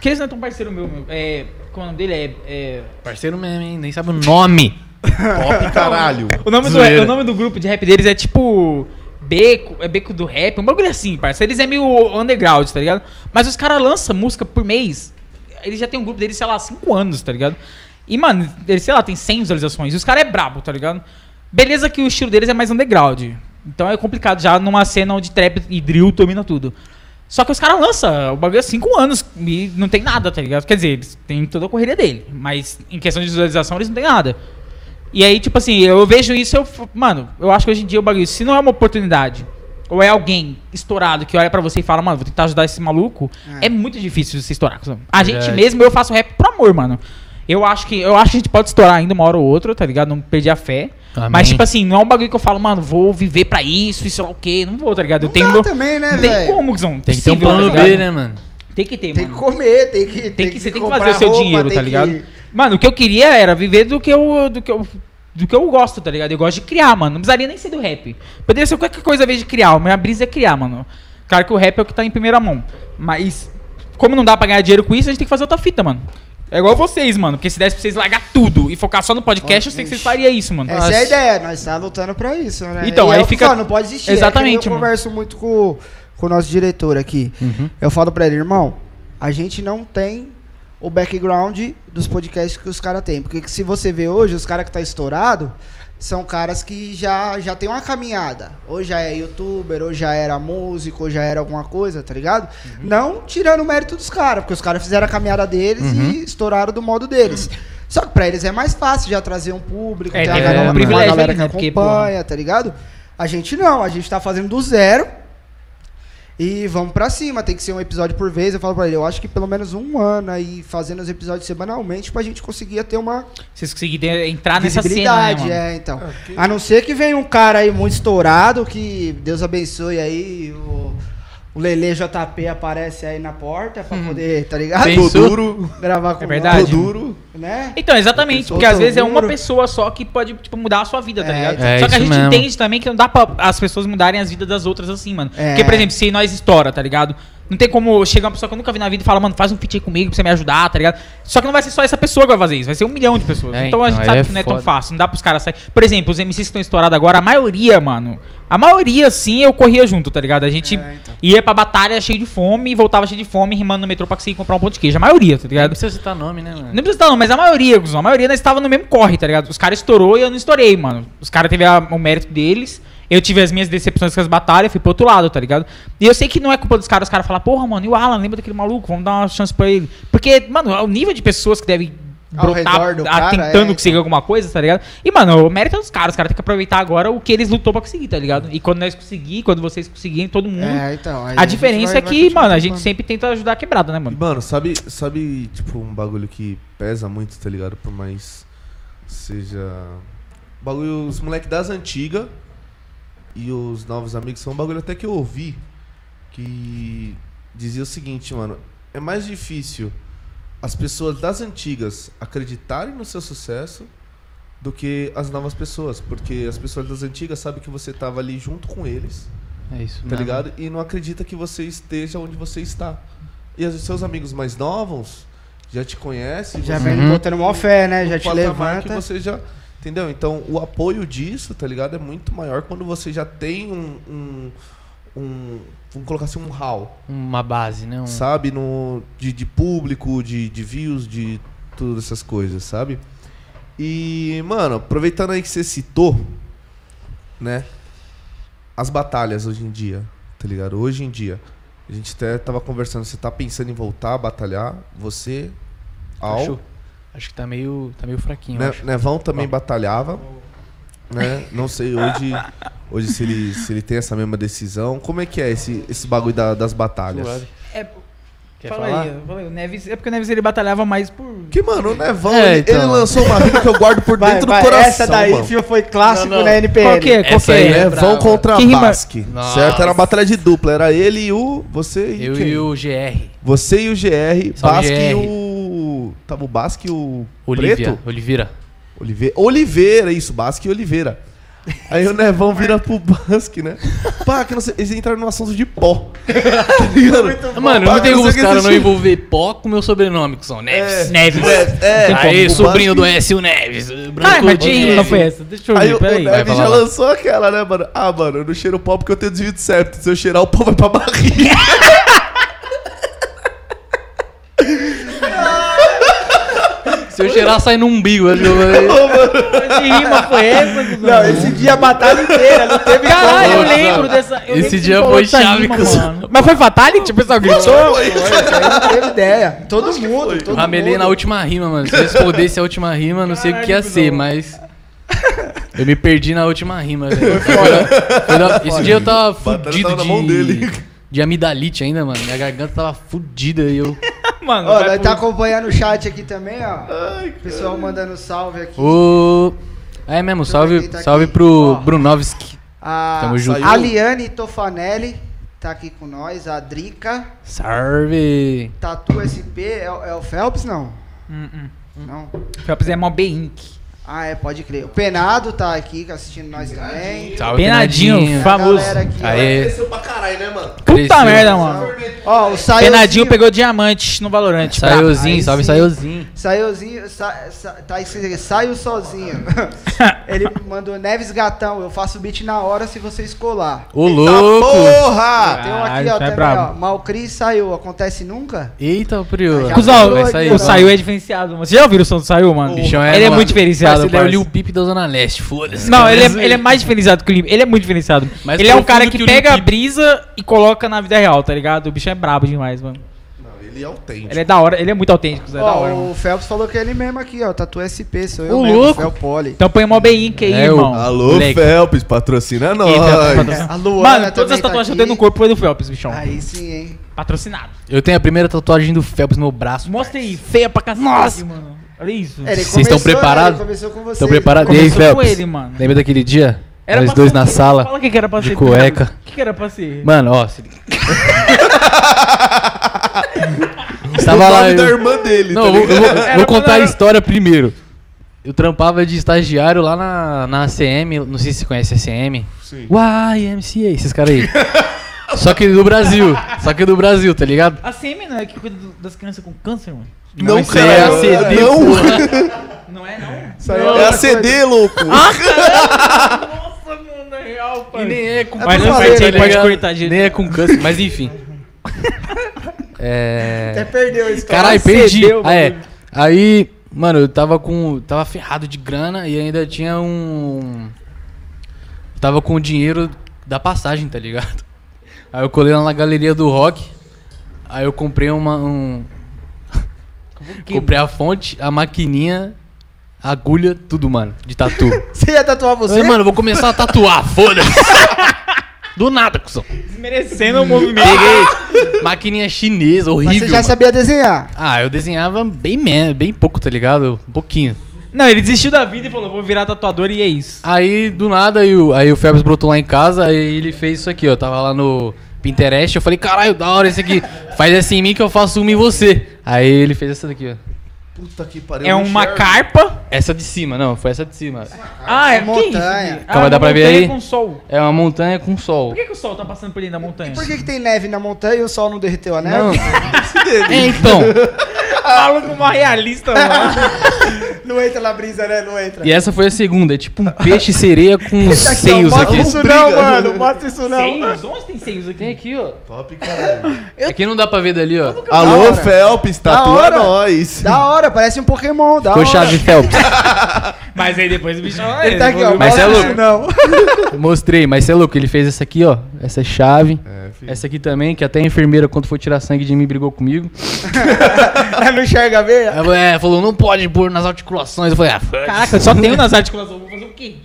[SPEAKER 3] Que eles não é tão parceiro meu, meu. É. Como é o nome dele? É. é-
[SPEAKER 4] Parceiro mesmo, hein? Nem sabe o nome.
[SPEAKER 2] Top, caralho.
[SPEAKER 3] O, nome do, é,
[SPEAKER 4] Zoeira.
[SPEAKER 3] o nome do grupo de rap deles é tipo. Beco, é Beco do Rap, um bagulho assim, parça. Eles é meio underground, tá ligado? Mas os caras lançam música por mês. Eles já tem um grupo deles, sei lá, há 5 anos, tá ligado? E, mano, eles, sei lá, tem 100 visualizações. E os caras é brabo, tá ligado? Beleza que o estilo deles é mais underground. Então é complicado já numa cena onde trap e drill domina tudo. Só que os caras lançam o bagulho há 5 anos e não tem nada, tá ligado? Quer dizer, eles têm toda a correria dele, mas em questão de visualização eles não têm nada. E aí, tipo assim, eu vejo isso, eu, f- mano, eu acho que hoje em dia o bagulho, se não é uma oportunidade, ou é alguém estourado que olha pra você e fala, mano, vou tentar ajudar esse maluco,
[SPEAKER 1] É.
[SPEAKER 3] é, muito difícil você estourar. A gente
[SPEAKER 4] É Verdade.
[SPEAKER 3] mesmo, eu faço rap pro amor, mano. Eu acho que eu acho que a gente pode estourar ainda uma hora ou outra, tá ligado? Não perdi a fé.
[SPEAKER 4] Amém.
[SPEAKER 3] Mas, tipo assim, não é um bagulho que eu falo, mano, vou viver pra isso, isso lá o quê? Não vou, tá ligado? eu
[SPEAKER 1] Não
[SPEAKER 3] tenho
[SPEAKER 1] dá
[SPEAKER 3] meu-
[SPEAKER 1] também, né,
[SPEAKER 3] Não tem
[SPEAKER 1] velho?
[SPEAKER 3] como, Guizão.
[SPEAKER 4] Tem que ter um
[SPEAKER 3] Impossível,
[SPEAKER 4] plano
[SPEAKER 3] tá ligado?
[SPEAKER 4] B, né, mano?
[SPEAKER 3] Tem que ter,
[SPEAKER 1] Tem que
[SPEAKER 3] mano.
[SPEAKER 1] comer, tem que.
[SPEAKER 3] Tem que, você tem que
[SPEAKER 1] comprar
[SPEAKER 3] fazer o seu
[SPEAKER 1] roupa,
[SPEAKER 3] dinheiro,
[SPEAKER 1] tem
[SPEAKER 3] tá
[SPEAKER 1] que-
[SPEAKER 3] ligado? Mano, o que eu queria era viver do que eu. Do que eu do que eu gosto, tá ligado? Eu gosto de criar, mano. Não precisaria nem ser do rap. Poderia ser qualquer coisa a vez de criar. A minha brisa é criar, mano. Claro que o rap é o que tá em primeira mão. Mas, como não dá pra ganhar dinheiro com isso, a gente tem que fazer outra fita, mano. É igual vocês, mano. Porque se desse pra vocês largar tudo e focar só no podcast, eu sei que vocês fariam isso, mano.
[SPEAKER 1] Essa é a ideia, nós tá lutando pra isso, né?
[SPEAKER 3] Então,
[SPEAKER 1] E é
[SPEAKER 3] aí
[SPEAKER 1] o que
[SPEAKER 3] fica-
[SPEAKER 1] eu falo, não pode existir.
[SPEAKER 3] Exatamente,
[SPEAKER 1] É que nem eu
[SPEAKER 3] mano. Uhum.
[SPEAKER 1] converso muito com, com o nosso diretor aqui. Eu falo pra ele, irmão, a gente não tem o background dos podcasts que os caras têm. Porque que se você vê hoje, os caras que tá estourado são caras que já, já tem uma caminhada. Ou já é youtuber, ou já era músico, ou já era alguma coisa, tá ligado?
[SPEAKER 3] Uhum.
[SPEAKER 1] Não tirando o mérito dos caras, porque os caras fizeram a caminhada deles
[SPEAKER 3] Uhum.
[SPEAKER 1] e estouraram do modo deles. Só que pra eles é mais fácil já trazer um público,
[SPEAKER 3] É,
[SPEAKER 1] tem
[SPEAKER 3] tem
[SPEAKER 1] a
[SPEAKER 3] um
[SPEAKER 1] galera, uma
[SPEAKER 3] privilégio
[SPEAKER 1] galera
[SPEAKER 3] ali,
[SPEAKER 1] que
[SPEAKER 3] né? Porque,
[SPEAKER 1] acompanha, tá ligado? A gente não, a gente tá fazendo do zero. E vamos pra cima, tem que ser um episódio por vez. Eu falo pra ele, eu acho que pelo menos um ano aí fazendo os episódios semanalmente pra gente conseguir ter uma
[SPEAKER 3] Vocês conseguirem entrar nessa cena, né,
[SPEAKER 1] visibilidade.
[SPEAKER 3] mano?
[SPEAKER 1] é, então. A não ser que venha um cara aí muito estourado, que Deus abençoe aí, o, o Lele JP aparece aí na porta pra poder, tá ligado?
[SPEAKER 4] Tem
[SPEAKER 2] Tô
[SPEAKER 4] isso?
[SPEAKER 2] duro,
[SPEAKER 1] Gravar com
[SPEAKER 3] Hum. É verdade.
[SPEAKER 2] tô duro.
[SPEAKER 1] nós, né?
[SPEAKER 4] É.
[SPEAKER 3] Então, exatamente,
[SPEAKER 1] Pessoa
[SPEAKER 3] porque às
[SPEAKER 1] tão
[SPEAKER 3] vezes é uma
[SPEAKER 1] duro.
[SPEAKER 3] pessoa só que pode tipo, mudar a sua vida, tá
[SPEAKER 1] É,
[SPEAKER 3] ligado?
[SPEAKER 4] é
[SPEAKER 3] só que a
[SPEAKER 4] isso
[SPEAKER 3] gente
[SPEAKER 4] mesmo.
[SPEAKER 3] entende também que não dá pra as pessoas mudarem as vidas das outras assim, mano.
[SPEAKER 1] É.
[SPEAKER 3] Porque, por exemplo, se nós estoura, tá ligado? Não tem como chegar uma pessoa que eu nunca vi na vida e falar, mano, faz um feat aí comigo pra você me ajudar, tá ligado? Só que não vai ser só essa pessoa que vai fazer isso, vai ser um milhão de pessoas.
[SPEAKER 4] É,
[SPEAKER 3] então a
[SPEAKER 4] então,
[SPEAKER 3] gente
[SPEAKER 4] aí
[SPEAKER 3] sabe
[SPEAKER 4] é
[SPEAKER 3] que não é tão
[SPEAKER 4] foda.
[SPEAKER 3] fácil, não dá pros caras sair. Por exemplo, os MCs que estão estourados agora, a maioria, mano, a maioria sim eu corria junto, tá ligado? A gente
[SPEAKER 1] É, então.
[SPEAKER 3] ia pra batalha cheio de fome e voltava cheio de fome, rimando no metrô pra conseguir comprar um pão de queijo. A maioria, tá
[SPEAKER 4] Não
[SPEAKER 3] ligado?
[SPEAKER 4] precisa citar nome, né, mano?
[SPEAKER 3] Não precisa citar, não, mas a maioria, Guzão, a maioria nós estava no mesmo corre, tá ligado? Os caras estourou e eu não estourei, mano. Os caras teve a- o mérito deles, eu tive as minhas decepções com as batalhas, fui pro outro lado, tá ligado? E eu sei que não é culpa dos caras, os caras falam, porra, mano, e o Alan, lembra daquele maluco, vamos dar uma chance pra ele. Porque, mano, é o nível de pessoas que devem
[SPEAKER 1] Ao
[SPEAKER 3] brotar
[SPEAKER 1] redor do
[SPEAKER 3] a-
[SPEAKER 1] cara,
[SPEAKER 3] tentando
[SPEAKER 1] é,
[SPEAKER 3] conseguir alguma coisa, tá ligado? E, mano, o mérito é dos caras, os caras têm que aproveitar agora o que eles lutou pra conseguir, tá ligado? E quando nós conseguir, quando vocês conseguirem, todo mundo.
[SPEAKER 1] É, então. aí
[SPEAKER 3] hum. a,
[SPEAKER 1] gente
[SPEAKER 3] diferença
[SPEAKER 1] vai-
[SPEAKER 3] é
[SPEAKER 1] vai
[SPEAKER 3] que,
[SPEAKER 1] continuar
[SPEAKER 3] mano, a gente
[SPEAKER 1] falando.
[SPEAKER 3] sempre tenta ajudar a quebrada, né,
[SPEAKER 2] E,
[SPEAKER 3] mano?
[SPEAKER 2] Mano, sabe, sabe, tipo, um bagulho que pesa muito, tá ligado? Por mais seja. Bagulho, os moleques das antigas e os novos amigos são um bagulho até que eu ouvi que dizia o seguinte, mano. É mais difícil as pessoas das antigas acreditarem no seu sucesso do que as novas pessoas. Porque as pessoas das antigas sabem que você tava ali junto com eles
[SPEAKER 4] É isso,
[SPEAKER 2] tá ligado? E não acredita que você esteja onde você está. E os seus amigos mais novos já te
[SPEAKER 3] Tipo
[SPEAKER 2] conhecem,
[SPEAKER 1] Já
[SPEAKER 3] assim,
[SPEAKER 2] você
[SPEAKER 1] vem
[SPEAKER 4] Uhum.
[SPEAKER 1] botando mó fé, né? Já
[SPEAKER 2] no
[SPEAKER 3] tá
[SPEAKER 1] te
[SPEAKER 2] patamar que
[SPEAKER 1] levanta.
[SPEAKER 2] você já. Entendeu? Então o apoio disso, tá ligado? É muito maior quando você já tem um. um um, vamos colocar assim, um hall,
[SPEAKER 4] Uma base, né? Um...
[SPEAKER 2] sabe? No, de, de público, de, de views, de todas essas coisas, sabe? E, mano, aproveitando aí que você citou, né? As batalhas hoje em dia, tá ligado? Hoje em dia. A gente até tava conversando, você tá pensando em voltar a batalhar? Você, Al,
[SPEAKER 4] Acho, acho que tá meio, tá meio fraquinho,
[SPEAKER 2] né,
[SPEAKER 4] acho.
[SPEAKER 2] Nevão também batalhava. Né? Não sei hoje, hoje se, ele, se ele tem essa mesma decisão. Como é que é esse, esse bagulho da- das batalhas?
[SPEAKER 3] É,
[SPEAKER 4] Quer
[SPEAKER 3] fala
[SPEAKER 4] falar?
[SPEAKER 3] aí, fala aí. O Neves, é porque o Neves ele batalhava mais por.
[SPEAKER 2] Que, mano, o Nevão,
[SPEAKER 4] É,
[SPEAKER 2] ele,
[SPEAKER 4] então.
[SPEAKER 2] ele lançou uma rima que eu guardo por
[SPEAKER 1] Vai,
[SPEAKER 2] dentro
[SPEAKER 1] vai,
[SPEAKER 2] do coração.
[SPEAKER 1] essa daí
[SPEAKER 2] mano.
[SPEAKER 1] fio, foi clássico
[SPEAKER 4] Não, não.
[SPEAKER 1] na NPL.
[SPEAKER 3] Qual que é? Qual que
[SPEAKER 4] Essa aí
[SPEAKER 3] é?
[SPEAKER 4] é
[SPEAKER 2] Nevão
[SPEAKER 4] brava.
[SPEAKER 2] contra
[SPEAKER 3] Que rima-
[SPEAKER 2] Basque.
[SPEAKER 4] Nossa.
[SPEAKER 2] Certo? Era uma batalha de dupla. Era ele e o. Você e
[SPEAKER 4] Eu
[SPEAKER 2] quem?
[SPEAKER 4] e o GR.
[SPEAKER 2] Você e o GR.
[SPEAKER 4] Salve,
[SPEAKER 2] Basque e
[SPEAKER 4] GR.
[SPEAKER 2] o. Tava o Basque e o.
[SPEAKER 4] Olivia.
[SPEAKER 2] Preto?
[SPEAKER 4] Olivira.
[SPEAKER 2] Oliveira. Oliveira, isso. Basque e Oliveira. Aí o Nevão vira pro Basque, né? Pá, que não sei. Eles entraram no assunto de pó. Tá ligado?
[SPEAKER 4] Mano,
[SPEAKER 2] Pá,
[SPEAKER 4] não tem
[SPEAKER 2] que
[SPEAKER 4] como
[SPEAKER 2] sei
[SPEAKER 4] os
[SPEAKER 2] que
[SPEAKER 4] caras não
[SPEAKER 2] existe-
[SPEAKER 4] envolver pó com meu sobrenome, que são Neves.
[SPEAKER 3] Neves. Ah,
[SPEAKER 2] É,
[SPEAKER 4] Aí,
[SPEAKER 2] o
[SPEAKER 4] sobrinho do
[SPEAKER 2] Basque-
[SPEAKER 4] S, o Neves.
[SPEAKER 3] Caralho, mas de
[SPEAKER 4] Neves.
[SPEAKER 3] rima é foi essa? Deixa eu
[SPEAKER 2] Aí
[SPEAKER 3] ver,
[SPEAKER 2] o
[SPEAKER 3] peraí.
[SPEAKER 2] o Neves
[SPEAKER 4] Vai,
[SPEAKER 2] já
[SPEAKER 4] fala lá.
[SPEAKER 2] lançou aquela, né, mano? Ah, mano, eu não cheiro pó porque eu tenho desvio de septo. Se eu cheirar, o pó vai pra barriga.
[SPEAKER 4] Se eu cheirar, sai no umbigo. ali, eu-
[SPEAKER 3] Que rima foi essa, cuzão?
[SPEAKER 1] Não, esse dia a batalha inteira, não teve
[SPEAKER 3] Caralho, eu
[SPEAKER 4] Nossa.
[SPEAKER 3] lembro dessa. eu
[SPEAKER 4] Esse
[SPEAKER 3] lembro
[SPEAKER 4] dia
[SPEAKER 3] que falou
[SPEAKER 4] foi
[SPEAKER 3] dessa
[SPEAKER 4] chave,
[SPEAKER 3] rima,
[SPEAKER 4] cuzão.
[SPEAKER 3] mano. Mas foi Fatality? O pessoal gritou?
[SPEAKER 1] como, não teve ideia.
[SPEAKER 3] Então,
[SPEAKER 1] Todo mundo, todo
[SPEAKER 4] Eu ramelei
[SPEAKER 1] mundo.
[SPEAKER 4] na última rima, mano. Se eu respondesse a última rima, não sei o que ia
[SPEAKER 3] Caralho,
[SPEAKER 4] ser,
[SPEAKER 3] cuzão.
[SPEAKER 4] mas. Eu me perdi na última rima, velho. Foi da- Esse dia eu tava
[SPEAKER 2] Batalha
[SPEAKER 4] fudido
[SPEAKER 2] tava na
[SPEAKER 4] de.
[SPEAKER 2] mão dele.
[SPEAKER 4] De amidalite ainda, mano. Minha garganta tava fudida e eu.
[SPEAKER 3] Mano,
[SPEAKER 1] Ó,
[SPEAKER 3] vai
[SPEAKER 1] nós
[SPEAKER 3] pro-
[SPEAKER 1] tá acompanhando o chat aqui também, ó. Pessoal mandando salve aqui.
[SPEAKER 4] Ô. É mesmo,
[SPEAKER 1] Deixa eu ver
[SPEAKER 4] salve,
[SPEAKER 1] quem tá
[SPEAKER 4] salve
[SPEAKER 1] aqui.
[SPEAKER 4] pro
[SPEAKER 1] Ó.
[SPEAKER 4] Brunovski.
[SPEAKER 1] A
[SPEAKER 4] Tamo junto.
[SPEAKER 1] a Liane Tofanelli tá aqui com nós, a Drica.
[SPEAKER 4] Salve!
[SPEAKER 1] Tatu SP, é, o- é o Phelps, não?
[SPEAKER 3] Hum,
[SPEAKER 1] Não.
[SPEAKER 3] hum. Felps é mó B-Inc.
[SPEAKER 1] Ah, é, pode crer. O Penado tá aqui assistindo nós também.
[SPEAKER 4] Salve,
[SPEAKER 3] Penadinho,
[SPEAKER 4] Penadinho.
[SPEAKER 3] Tá famoso.
[SPEAKER 1] galera aqui, ó.
[SPEAKER 4] Aê.
[SPEAKER 2] Cresceu pra caralho, né, mano?
[SPEAKER 3] Puta
[SPEAKER 4] Cresceu.
[SPEAKER 3] merda, mano.
[SPEAKER 1] Ó, o Saiozinho.
[SPEAKER 3] Penadinho pegou diamante no Valorante.
[SPEAKER 4] Saiozinho,
[SPEAKER 1] Aí
[SPEAKER 4] salve,
[SPEAKER 1] sim.
[SPEAKER 4] Saiozinho.
[SPEAKER 1] Saiozinho, sa, sa, tá escrito aqui, saio sozinho. Ele mandou Neves Gatão, eu faço beat na hora se você escolar.
[SPEAKER 4] Ô,
[SPEAKER 2] Tá
[SPEAKER 4] louco! Ah,
[SPEAKER 2] porra!
[SPEAKER 1] Tem um aqui,
[SPEAKER 3] Caralho,
[SPEAKER 4] é
[SPEAKER 1] ó,
[SPEAKER 3] tá
[SPEAKER 1] também, ó.
[SPEAKER 3] brabo.
[SPEAKER 1] Malcris saiu, acontece nunca?
[SPEAKER 4] Eita, Priu.
[SPEAKER 1] Já
[SPEAKER 3] Cusão,
[SPEAKER 1] Vai sair,
[SPEAKER 3] o
[SPEAKER 1] vai.
[SPEAKER 3] Saiu é diferenciado, mano. Vocês já ouviram o som do Saiu, mano?
[SPEAKER 4] Bichão
[SPEAKER 3] ele é
[SPEAKER 4] uma-
[SPEAKER 3] muito diferenciado,
[SPEAKER 4] Parece, Ele é o
[SPEAKER 3] parça.
[SPEAKER 4] Lil Peep da Zona Leste, foda-se.
[SPEAKER 3] Não,
[SPEAKER 4] cara.
[SPEAKER 3] ele é, ele é mais diferenciado que o Limp. Ele é muito diferenciado.
[SPEAKER 4] Mais
[SPEAKER 3] ele é um
[SPEAKER 4] profundo
[SPEAKER 3] cara que,
[SPEAKER 4] que o
[SPEAKER 3] pega a
[SPEAKER 4] Limp.
[SPEAKER 3] brisa e coloca na vida real, tá ligado? O bicho é brabo demais, mano.
[SPEAKER 2] Não, ele é autêntico.
[SPEAKER 3] Ele é da hora, ele é muito autêntico, Zé, é da
[SPEAKER 1] Ó,
[SPEAKER 3] hora. mano.
[SPEAKER 1] o Phelps falou que é ele mesmo aqui, ó. Tatu SP, sou eu
[SPEAKER 4] Ô,
[SPEAKER 1] mesmo,
[SPEAKER 4] louco.
[SPEAKER 1] Fel Poli.
[SPEAKER 3] Então põe mó bem que aí,
[SPEAKER 4] É, o-
[SPEAKER 3] irmão.
[SPEAKER 2] Alô,
[SPEAKER 4] Moleque. tá
[SPEAKER 2] Felps, patrocina nós.
[SPEAKER 3] Eita, tá
[SPEAKER 1] É, A Luana
[SPEAKER 3] Mano, todas
[SPEAKER 1] também
[SPEAKER 3] as tatuagens
[SPEAKER 1] tá
[SPEAKER 3] que eu tenho
[SPEAKER 1] aqui.
[SPEAKER 3] no corpo foi do Phelps, bichão.
[SPEAKER 1] Aí sim, hein.
[SPEAKER 3] Patrocinado.
[SPEAKER 4] Eu tenho a primeira tatuagem do Phelps no meu braço.
[SPEAKER 3] Mostra aí, feia pra cacete,
[SPEAKER 4] Nossa!
[SPEAKER 3] mano. Olha isso.
[SPEAKER 1] É, ele
[SPEAKER 4] Vocês estão
[SPEAKER 1] começou, né? Ele
[SPEAKER 4] preparados?
[SPEAKER 1] Começou com vocês.
[SPEAKER 4] Tô preparado. E aí,
[SPEAKER 3] Começou com
[SPEAKER 4] Phelps?
[SPEAKER 3] ele, mano.
[SPEAKER 4] Lembra daquele dia?
[SPEAKER 3] Era
[SPEAKER 4] Nós
[SPEAKER 3] pra
[SPEAKER 4] dois
[SPEAKER 3] ser- um assim,
[SPEAKER 4] na
[SPEAKER 3] Fala
[SPEAKER 4] sala.
[SPEAKER 3] o que, que era pra
[SPEAKER 4] de
[SPEAKER 3] ser.
[SPEAKER 4] cueca.
[SPEAKER 3] O que, que era pra ser?
[SPEAKER 4] Mano, ó. se- Estava lá.
[SPEAKER 2] é nome da
[SPEAKER 4] Eu...
[SPEAKER 2] irmã dele.
[SPEAKER 4] Não,
[SPEAKER 2] tá
[SPEAKER 4] eu vou,
[SPEAKER 2] ligado?
[SPEAKER 4] eu vou-
[SPEAKER 3] Era
[SPEAKER 4] vou
[SPEAKER 3] pra
[SPEAKER 4] contar a
[SPEAKER 3] dar-
[SPEAKER 4] história primeiro. Eu trampava de estagiário lá na, na ACM, não sei se você conhece a ACM.
[SPEAKER 2] Sim.
[SPEAKER 4] YMCA, esses caras aí. Só que do Brasil. Só que do Brasil, tá ligado?
[SPEAKER 3] A CM não é que cuida do- das crianças com câncer, mano?
[SPEAKER 2] Não,
[SPEAKER 4] isso aí é
[SPEAKER 2] cara,
[SPEAKER 4] a CD,
[SPEAKER 2] não.
[SPEAKER 3] Não é, não?
[SPEAKER 1] Saiu
[SPEAKER 2] É a
[SPEAKER 1] outra
[SPEAKER 2] CD, louco. Ah!
[SPEAKER 3] Nossa, mano, é real,
[SPEAKER 4] E nem é com
[SPEAKER 1] Mas não vai ter,
[SPEAKER 4] tá
[SPEAKER 1] pode
[SPEAKER 4] ligado?
[SPEAKER 3] cortar, gente.
[SPEAKER 4] Nem é com câncer, mas enfim.
[SPEAKER 1] Até
[SPEAKER 4] é.
[SPEAKER 1] perdeu a história.
[SPEAKER 4] Caralho,
[SPEAKER 3] cedeu,
[SPEAKER 4] perdi. Ah, é.
[SPEAKER 3] bagulho.
[SPEAKER 4] Aí, mano, eu tava com. Tava ferrado de grana e ainda tinha um. Tava com o dinheiro da passagem, tá ligado? Aí eu colei lá na galeria do rock. Aí eu comprei uma. um- comprei a fonte, a maquininha, a agulha, tudo, mano, de tatu.
[SPEAKER 1] Você ia tatuar
[SPEAKER 4] Eu
[SPEAKER 1] você?
[SPEAKER 4] falei, mano, eu vou começar a tatuar, foda-se. Do nada, cuzão.
[SPEAKER 3] Desmerecendo o
[SPEAKER 4] Hum.
[SPEAKER 3] movimento.
[SPEAKER 4] Peguei maquininha chinesa, horrível.
[SPEAKER 1] Mas você já
[SPEAKER 4] mano.
[SPEAKER 1] sabia desenhar.
[SPEAKER 4] Ah, eu desenhava bem me- bem pouco, tá ligado? Um pouquinho.
[SPEAKER 3] Não, ele desistiu da vida e falou, vou virar tatuador e é isso.
[SPEAKER 4] Aí, do nada, aí o, aí o Febres brotou lá em casa, aí ele fez isso aqui, ó. Tava lá no Pinterest, eu falei, caralho, da hora esse aqui. Faz essa em mim que eu faço uma em você. Aí ele fez essa daqui, ó.
[SPEAKER 2] Puta que pariu.
[SPEAKER 3] É
[SPEAKER 1] um
[SPEAKER 4] um
[SPEAKER 2] eu não
[SPEAKER 3] uma
[SPEAKER 2] enxergo.
[SPEAKER 3] carpa.
[SPEAKER 4] Essa de cima, não, foi essa de cima.
[SPEAKER 3] Ah, é
[SPEAKER 1] montanha.
[SPEAKER 3] que isso, filho?
[SPEAKER 4] Calma,
[SPEAKER 3] Ah,
[SPEAKER 4] dá
[SPEAKER 3] uma
[SPEAKER 4] pra ver
[SPEAKER 3] montanha
[SPEAKER 4] aí?
[SPEAKER 3] com sol.
[SPEAKER 4] É uma montanha com sol.
[SPEAKER 3] Por que, que o sol tá passando por ali na montanha?
[SPEAKER 1] Por que, que tem neve na montanha e o sol não derreteu né? a neve?
[SPEAKER 4] Não. é, então.
[SPEAKER 3] Falo com uma realista, mano.
[SPEAKER 1] Não entra na brisa, né? Não entra.
[SPEAKER 4] E essa foi a segunda, é tipo um peixe sereia com
[SPEAKER 1] Isso aqui, é um ó,
[SPEAKER 4] seios
[SPEAKER 1] bota
[SPEAKER 4] aqui.
[SPEAKER 1] isso
[SPEAKER 2] Briga.
[SPEAKER 1] não, mano. Bota isso não.
[SPEAKER 3] Seios? Onde tem seios aqui?
[SPEAKER 4] Tem aqui, ó.
[SPEAKER 2] Top, caralho.
[SPEAKER 4] Aqui É não dá pra ver dali, ó.
[SPEAKER 1] Da
[SPEAKER 2] Alô,
[SPEAKER 1] hora.
[SPEAKER 2] Felps,
[SPEAKER 4] tá
[SPEAKER 1] Da
[SPEAKER 2] tatua
[SPEAKER 1] hora.
[SPEAKER 2] nós.
[SPEAKER 1] Da hora, parece um Pokémon. Da
[SPEAKER 4] Foi
[SPEAKER 1] hora.
[SPEAKER 4] chave Phelps.
[SPEAKER 3] Mas aí depois o bicho...
[SPEAKER 1] Ele tá aqui, ó.
[SPEAKER 4] Mas
[SPEAKER 1] bota
[SPEAKER 4] é
[SPEAKER 1] isso
[SPEAKER 4] louco.
[SPEAKER 1] não.
[SPEAKER 4] Eu Mostrei, mas você é louco, ele fez essa aqui, ó. Essa chave.
[SPEAKER 2] É, filho.
[SPEAKER 4] Essa aqui também, que até a enfermeira, quando foi tirar sangue de mim, brigou comigo.
[SPEAKER 1] Ela não enxerga a veia.
[SPEAKER 4] Ela falou, é, falou, não pode pôr nas articulações. Eu falei, ah, foda-se.
[SPEAKER 3] Caraca, eu só tenho nas articulações. Vou fazer o quê?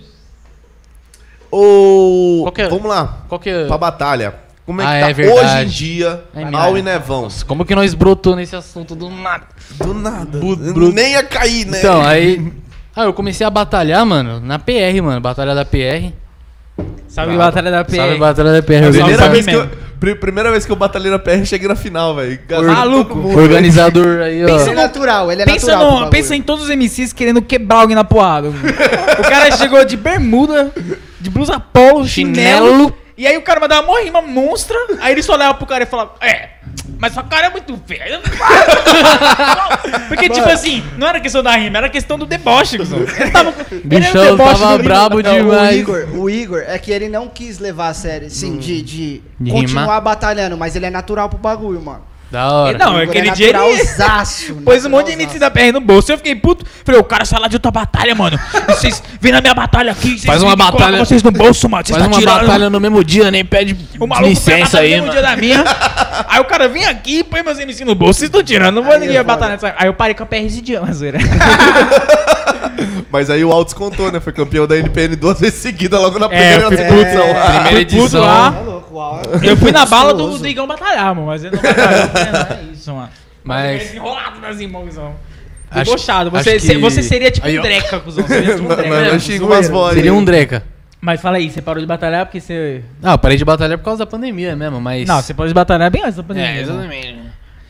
[SPEAKER 2] Ô,
[SPEAKER 4] Qual que é?
[SPEAKER 2] Vamos lá,
[SPEAKER 4] qual que é?
[SPEAKER 2] pra batalha. Como é
[SPEAKER 4] Ah, é
[SPEAKER 2] que tá hoje em
[SPEAKER 4] verdade.
[SPEAKER 2] dia,
[SPEAKER 4] É
[SPEAKER 2] Mal
[SPEAKER 4] verdade.
[SPEAKER 2] e Nevão?
[SPEAKER 4] Como que nós brotou nesse assunto do nada?
[SPEAKER 2] Do nada.
[SPEAKER 4] Bu-
[SPEAKER 2] Eu
[SPEAKER 4] bruto.
[SPEAKER 2] Nem ia cair, né?
[SPEAKER 4] Então, aí. Ah, eu comecei a batalhar, mano, na PR, mano. Batalha da PR.
[SPEAKER 3] Salve, Batalha da P.
[SPEAKER 4] Salve, batalha da PR.
[SPEAKER 2] primeira,
[SPEAKER 3] Salve,
[SPEAKER 4] tá
[SPEAKER 2] vez que eu,
[SPEAKER 3] salve
[SPEAKER 2] pri- primeira vez que eu batalhei na PR, cheguei na final, velho. Gastei
[SPEAKER 3] Maluco.
[SPEAKER 2] todo mundo.
[SPEAKER 4] Organizador aí,
[SPEAKER 1] Ele
[SPEAKER 4] ó.
[SPEAKER 1] é natural, ele é
[SPEAKER 3] Pensa,
[SPEAKER 1] natural.
[SPEAKER 3] no-
[SPEAKER 1] pro bagulho.
[SPEAKER 3] pensa em todos os MCs querendo quebrar alguém na porrada. mano. o cara chegou de bermuda, de blusa polo, chinelo.
[SPEAKER 4] Chinelo.
[SPEAKER 3] E aí o cara mandava uma rima monstra. Aí ele só olhava pro cara e falava: É, mas sua cara é muito feia. Porque, tipo assim, não era questão da rima, era questão do deboche. cuzão. Ele tava, ele era um
[SPEAKER 4] Bichão
[SPEAKER 3] deboche
[SPEAKER 4] tava
[SPEAKER 3] do-
[SPEAKER 4] brabo
[SPEAKER 1] Não, O
[SPEAKER 4] demais. Hum.
[SPEAKER 1] Igor, o Igor é que ele não quis levar a sério, sim, de, de
[SPEAKER 4] De
[SPEAKER 1] continuar
[SPEAKER 4] rimar.
[SPEAKER 1] batalhando, mas ele é natural pro bagulho, mano.
[SPEAKER 4] Da hora.
[SPEAKER 3] Não, aquele dia ele-
[SPEAKER 1] Naturalzaço,
[SPEAKER 3] Pôs um monte de
[SPEAKER 1] naturalzaço.
[SPEAKER 3] MC da PR no bolso. Eu fiquei puto. Falei, o cara sai lá de outra batalha, mano. Vocês vêm na minha batalha aqui. vocês
[SPEAKER 4] Faz uma
[SPEAKER 3] vêm e colocam
[SPEAKER 4] batalha-
[SPEAKER 3] Vocês no bolso, mano. Vocês
[SPEAKER 4] Faz
[SPEAKER 3] tá
[SPEAKER 4] uma
[SPEAKER 3] tirando.
[SPEAKER 4] batalha no mesmo dia, nem pede
[SPEAKER 3] O maluco
[SPEAKER 4] licença
[SPEAKER 3] foi
[SPEAKER 4] aí,
[SPEAKER 3] no
[SPEAKER 4] mano.
[SPEAKER 3] dia da minha. aí o cara vem aqui e põe meus MC no bolso. Vocês estão tirando. Não vou ninguém batalhar nessa. Aí eu parei com a PR esse dia, mas era.
[SPEAKER 2] Mas aí o Altos contou, né? Foi campeão da NPN duas vezes seguida, logo na
[SPEAKER 3] É,
[SPEAKER 2] primeira
[SPEAKER 3] fui
[SPEAKER 2] edição.
[SPEAKER 4] Primeira
[SPEAKER 3] Fui puto
[SPEAKER 4] edição.
[SPEAKER 1] Tá
[SPEAKER 3] lá.
[SPEAKER 1] louco, uau.
[SPEAKER 3] Eu fui na bala do, do Igão batalhar, mano. Mas ele não batalhou. né? Não É isso, mano. é
[SPEAKER 4] Mas-
[SPEAKER 3] Enrolado nas irmãozão.
[SPEAKER 4] Acho-
[SPEAKER 3] Debochado.
[SPEAKER 4] acho
[SPEAKER 3] Você,
[SPEAKER 4] que-
[SPEAKER 3] você seria tipo
[SPEAKER 4] Aí, ó.
[SPEAKER 3] um dreca, cuzão. Você seria tipo um
[SPEAKER 2] Não,
[SPEAKER 3] dreca.
[SPEAKER 2] não, não
[SPEAKER 3] né?
[SPEAKER 2] xinga umas bolas.
[SPEAKER 4] Seria
[SPEAKER 2] aí.
[SPEAKER 4] um Dreca.
[SPEAKER 3] Mas fala aí, você parou de batalhar porque você.
[SPEAKER 4] Não, eu parei de batalhar por causa da pandemia mesmo, mas.
[SPEAKER 3] Não, você parou de batalhar bem antes da pandemia.
[SPEAKER 4] É,
[SPEAKER 3] né?
[SPEAKER 4] exatamente.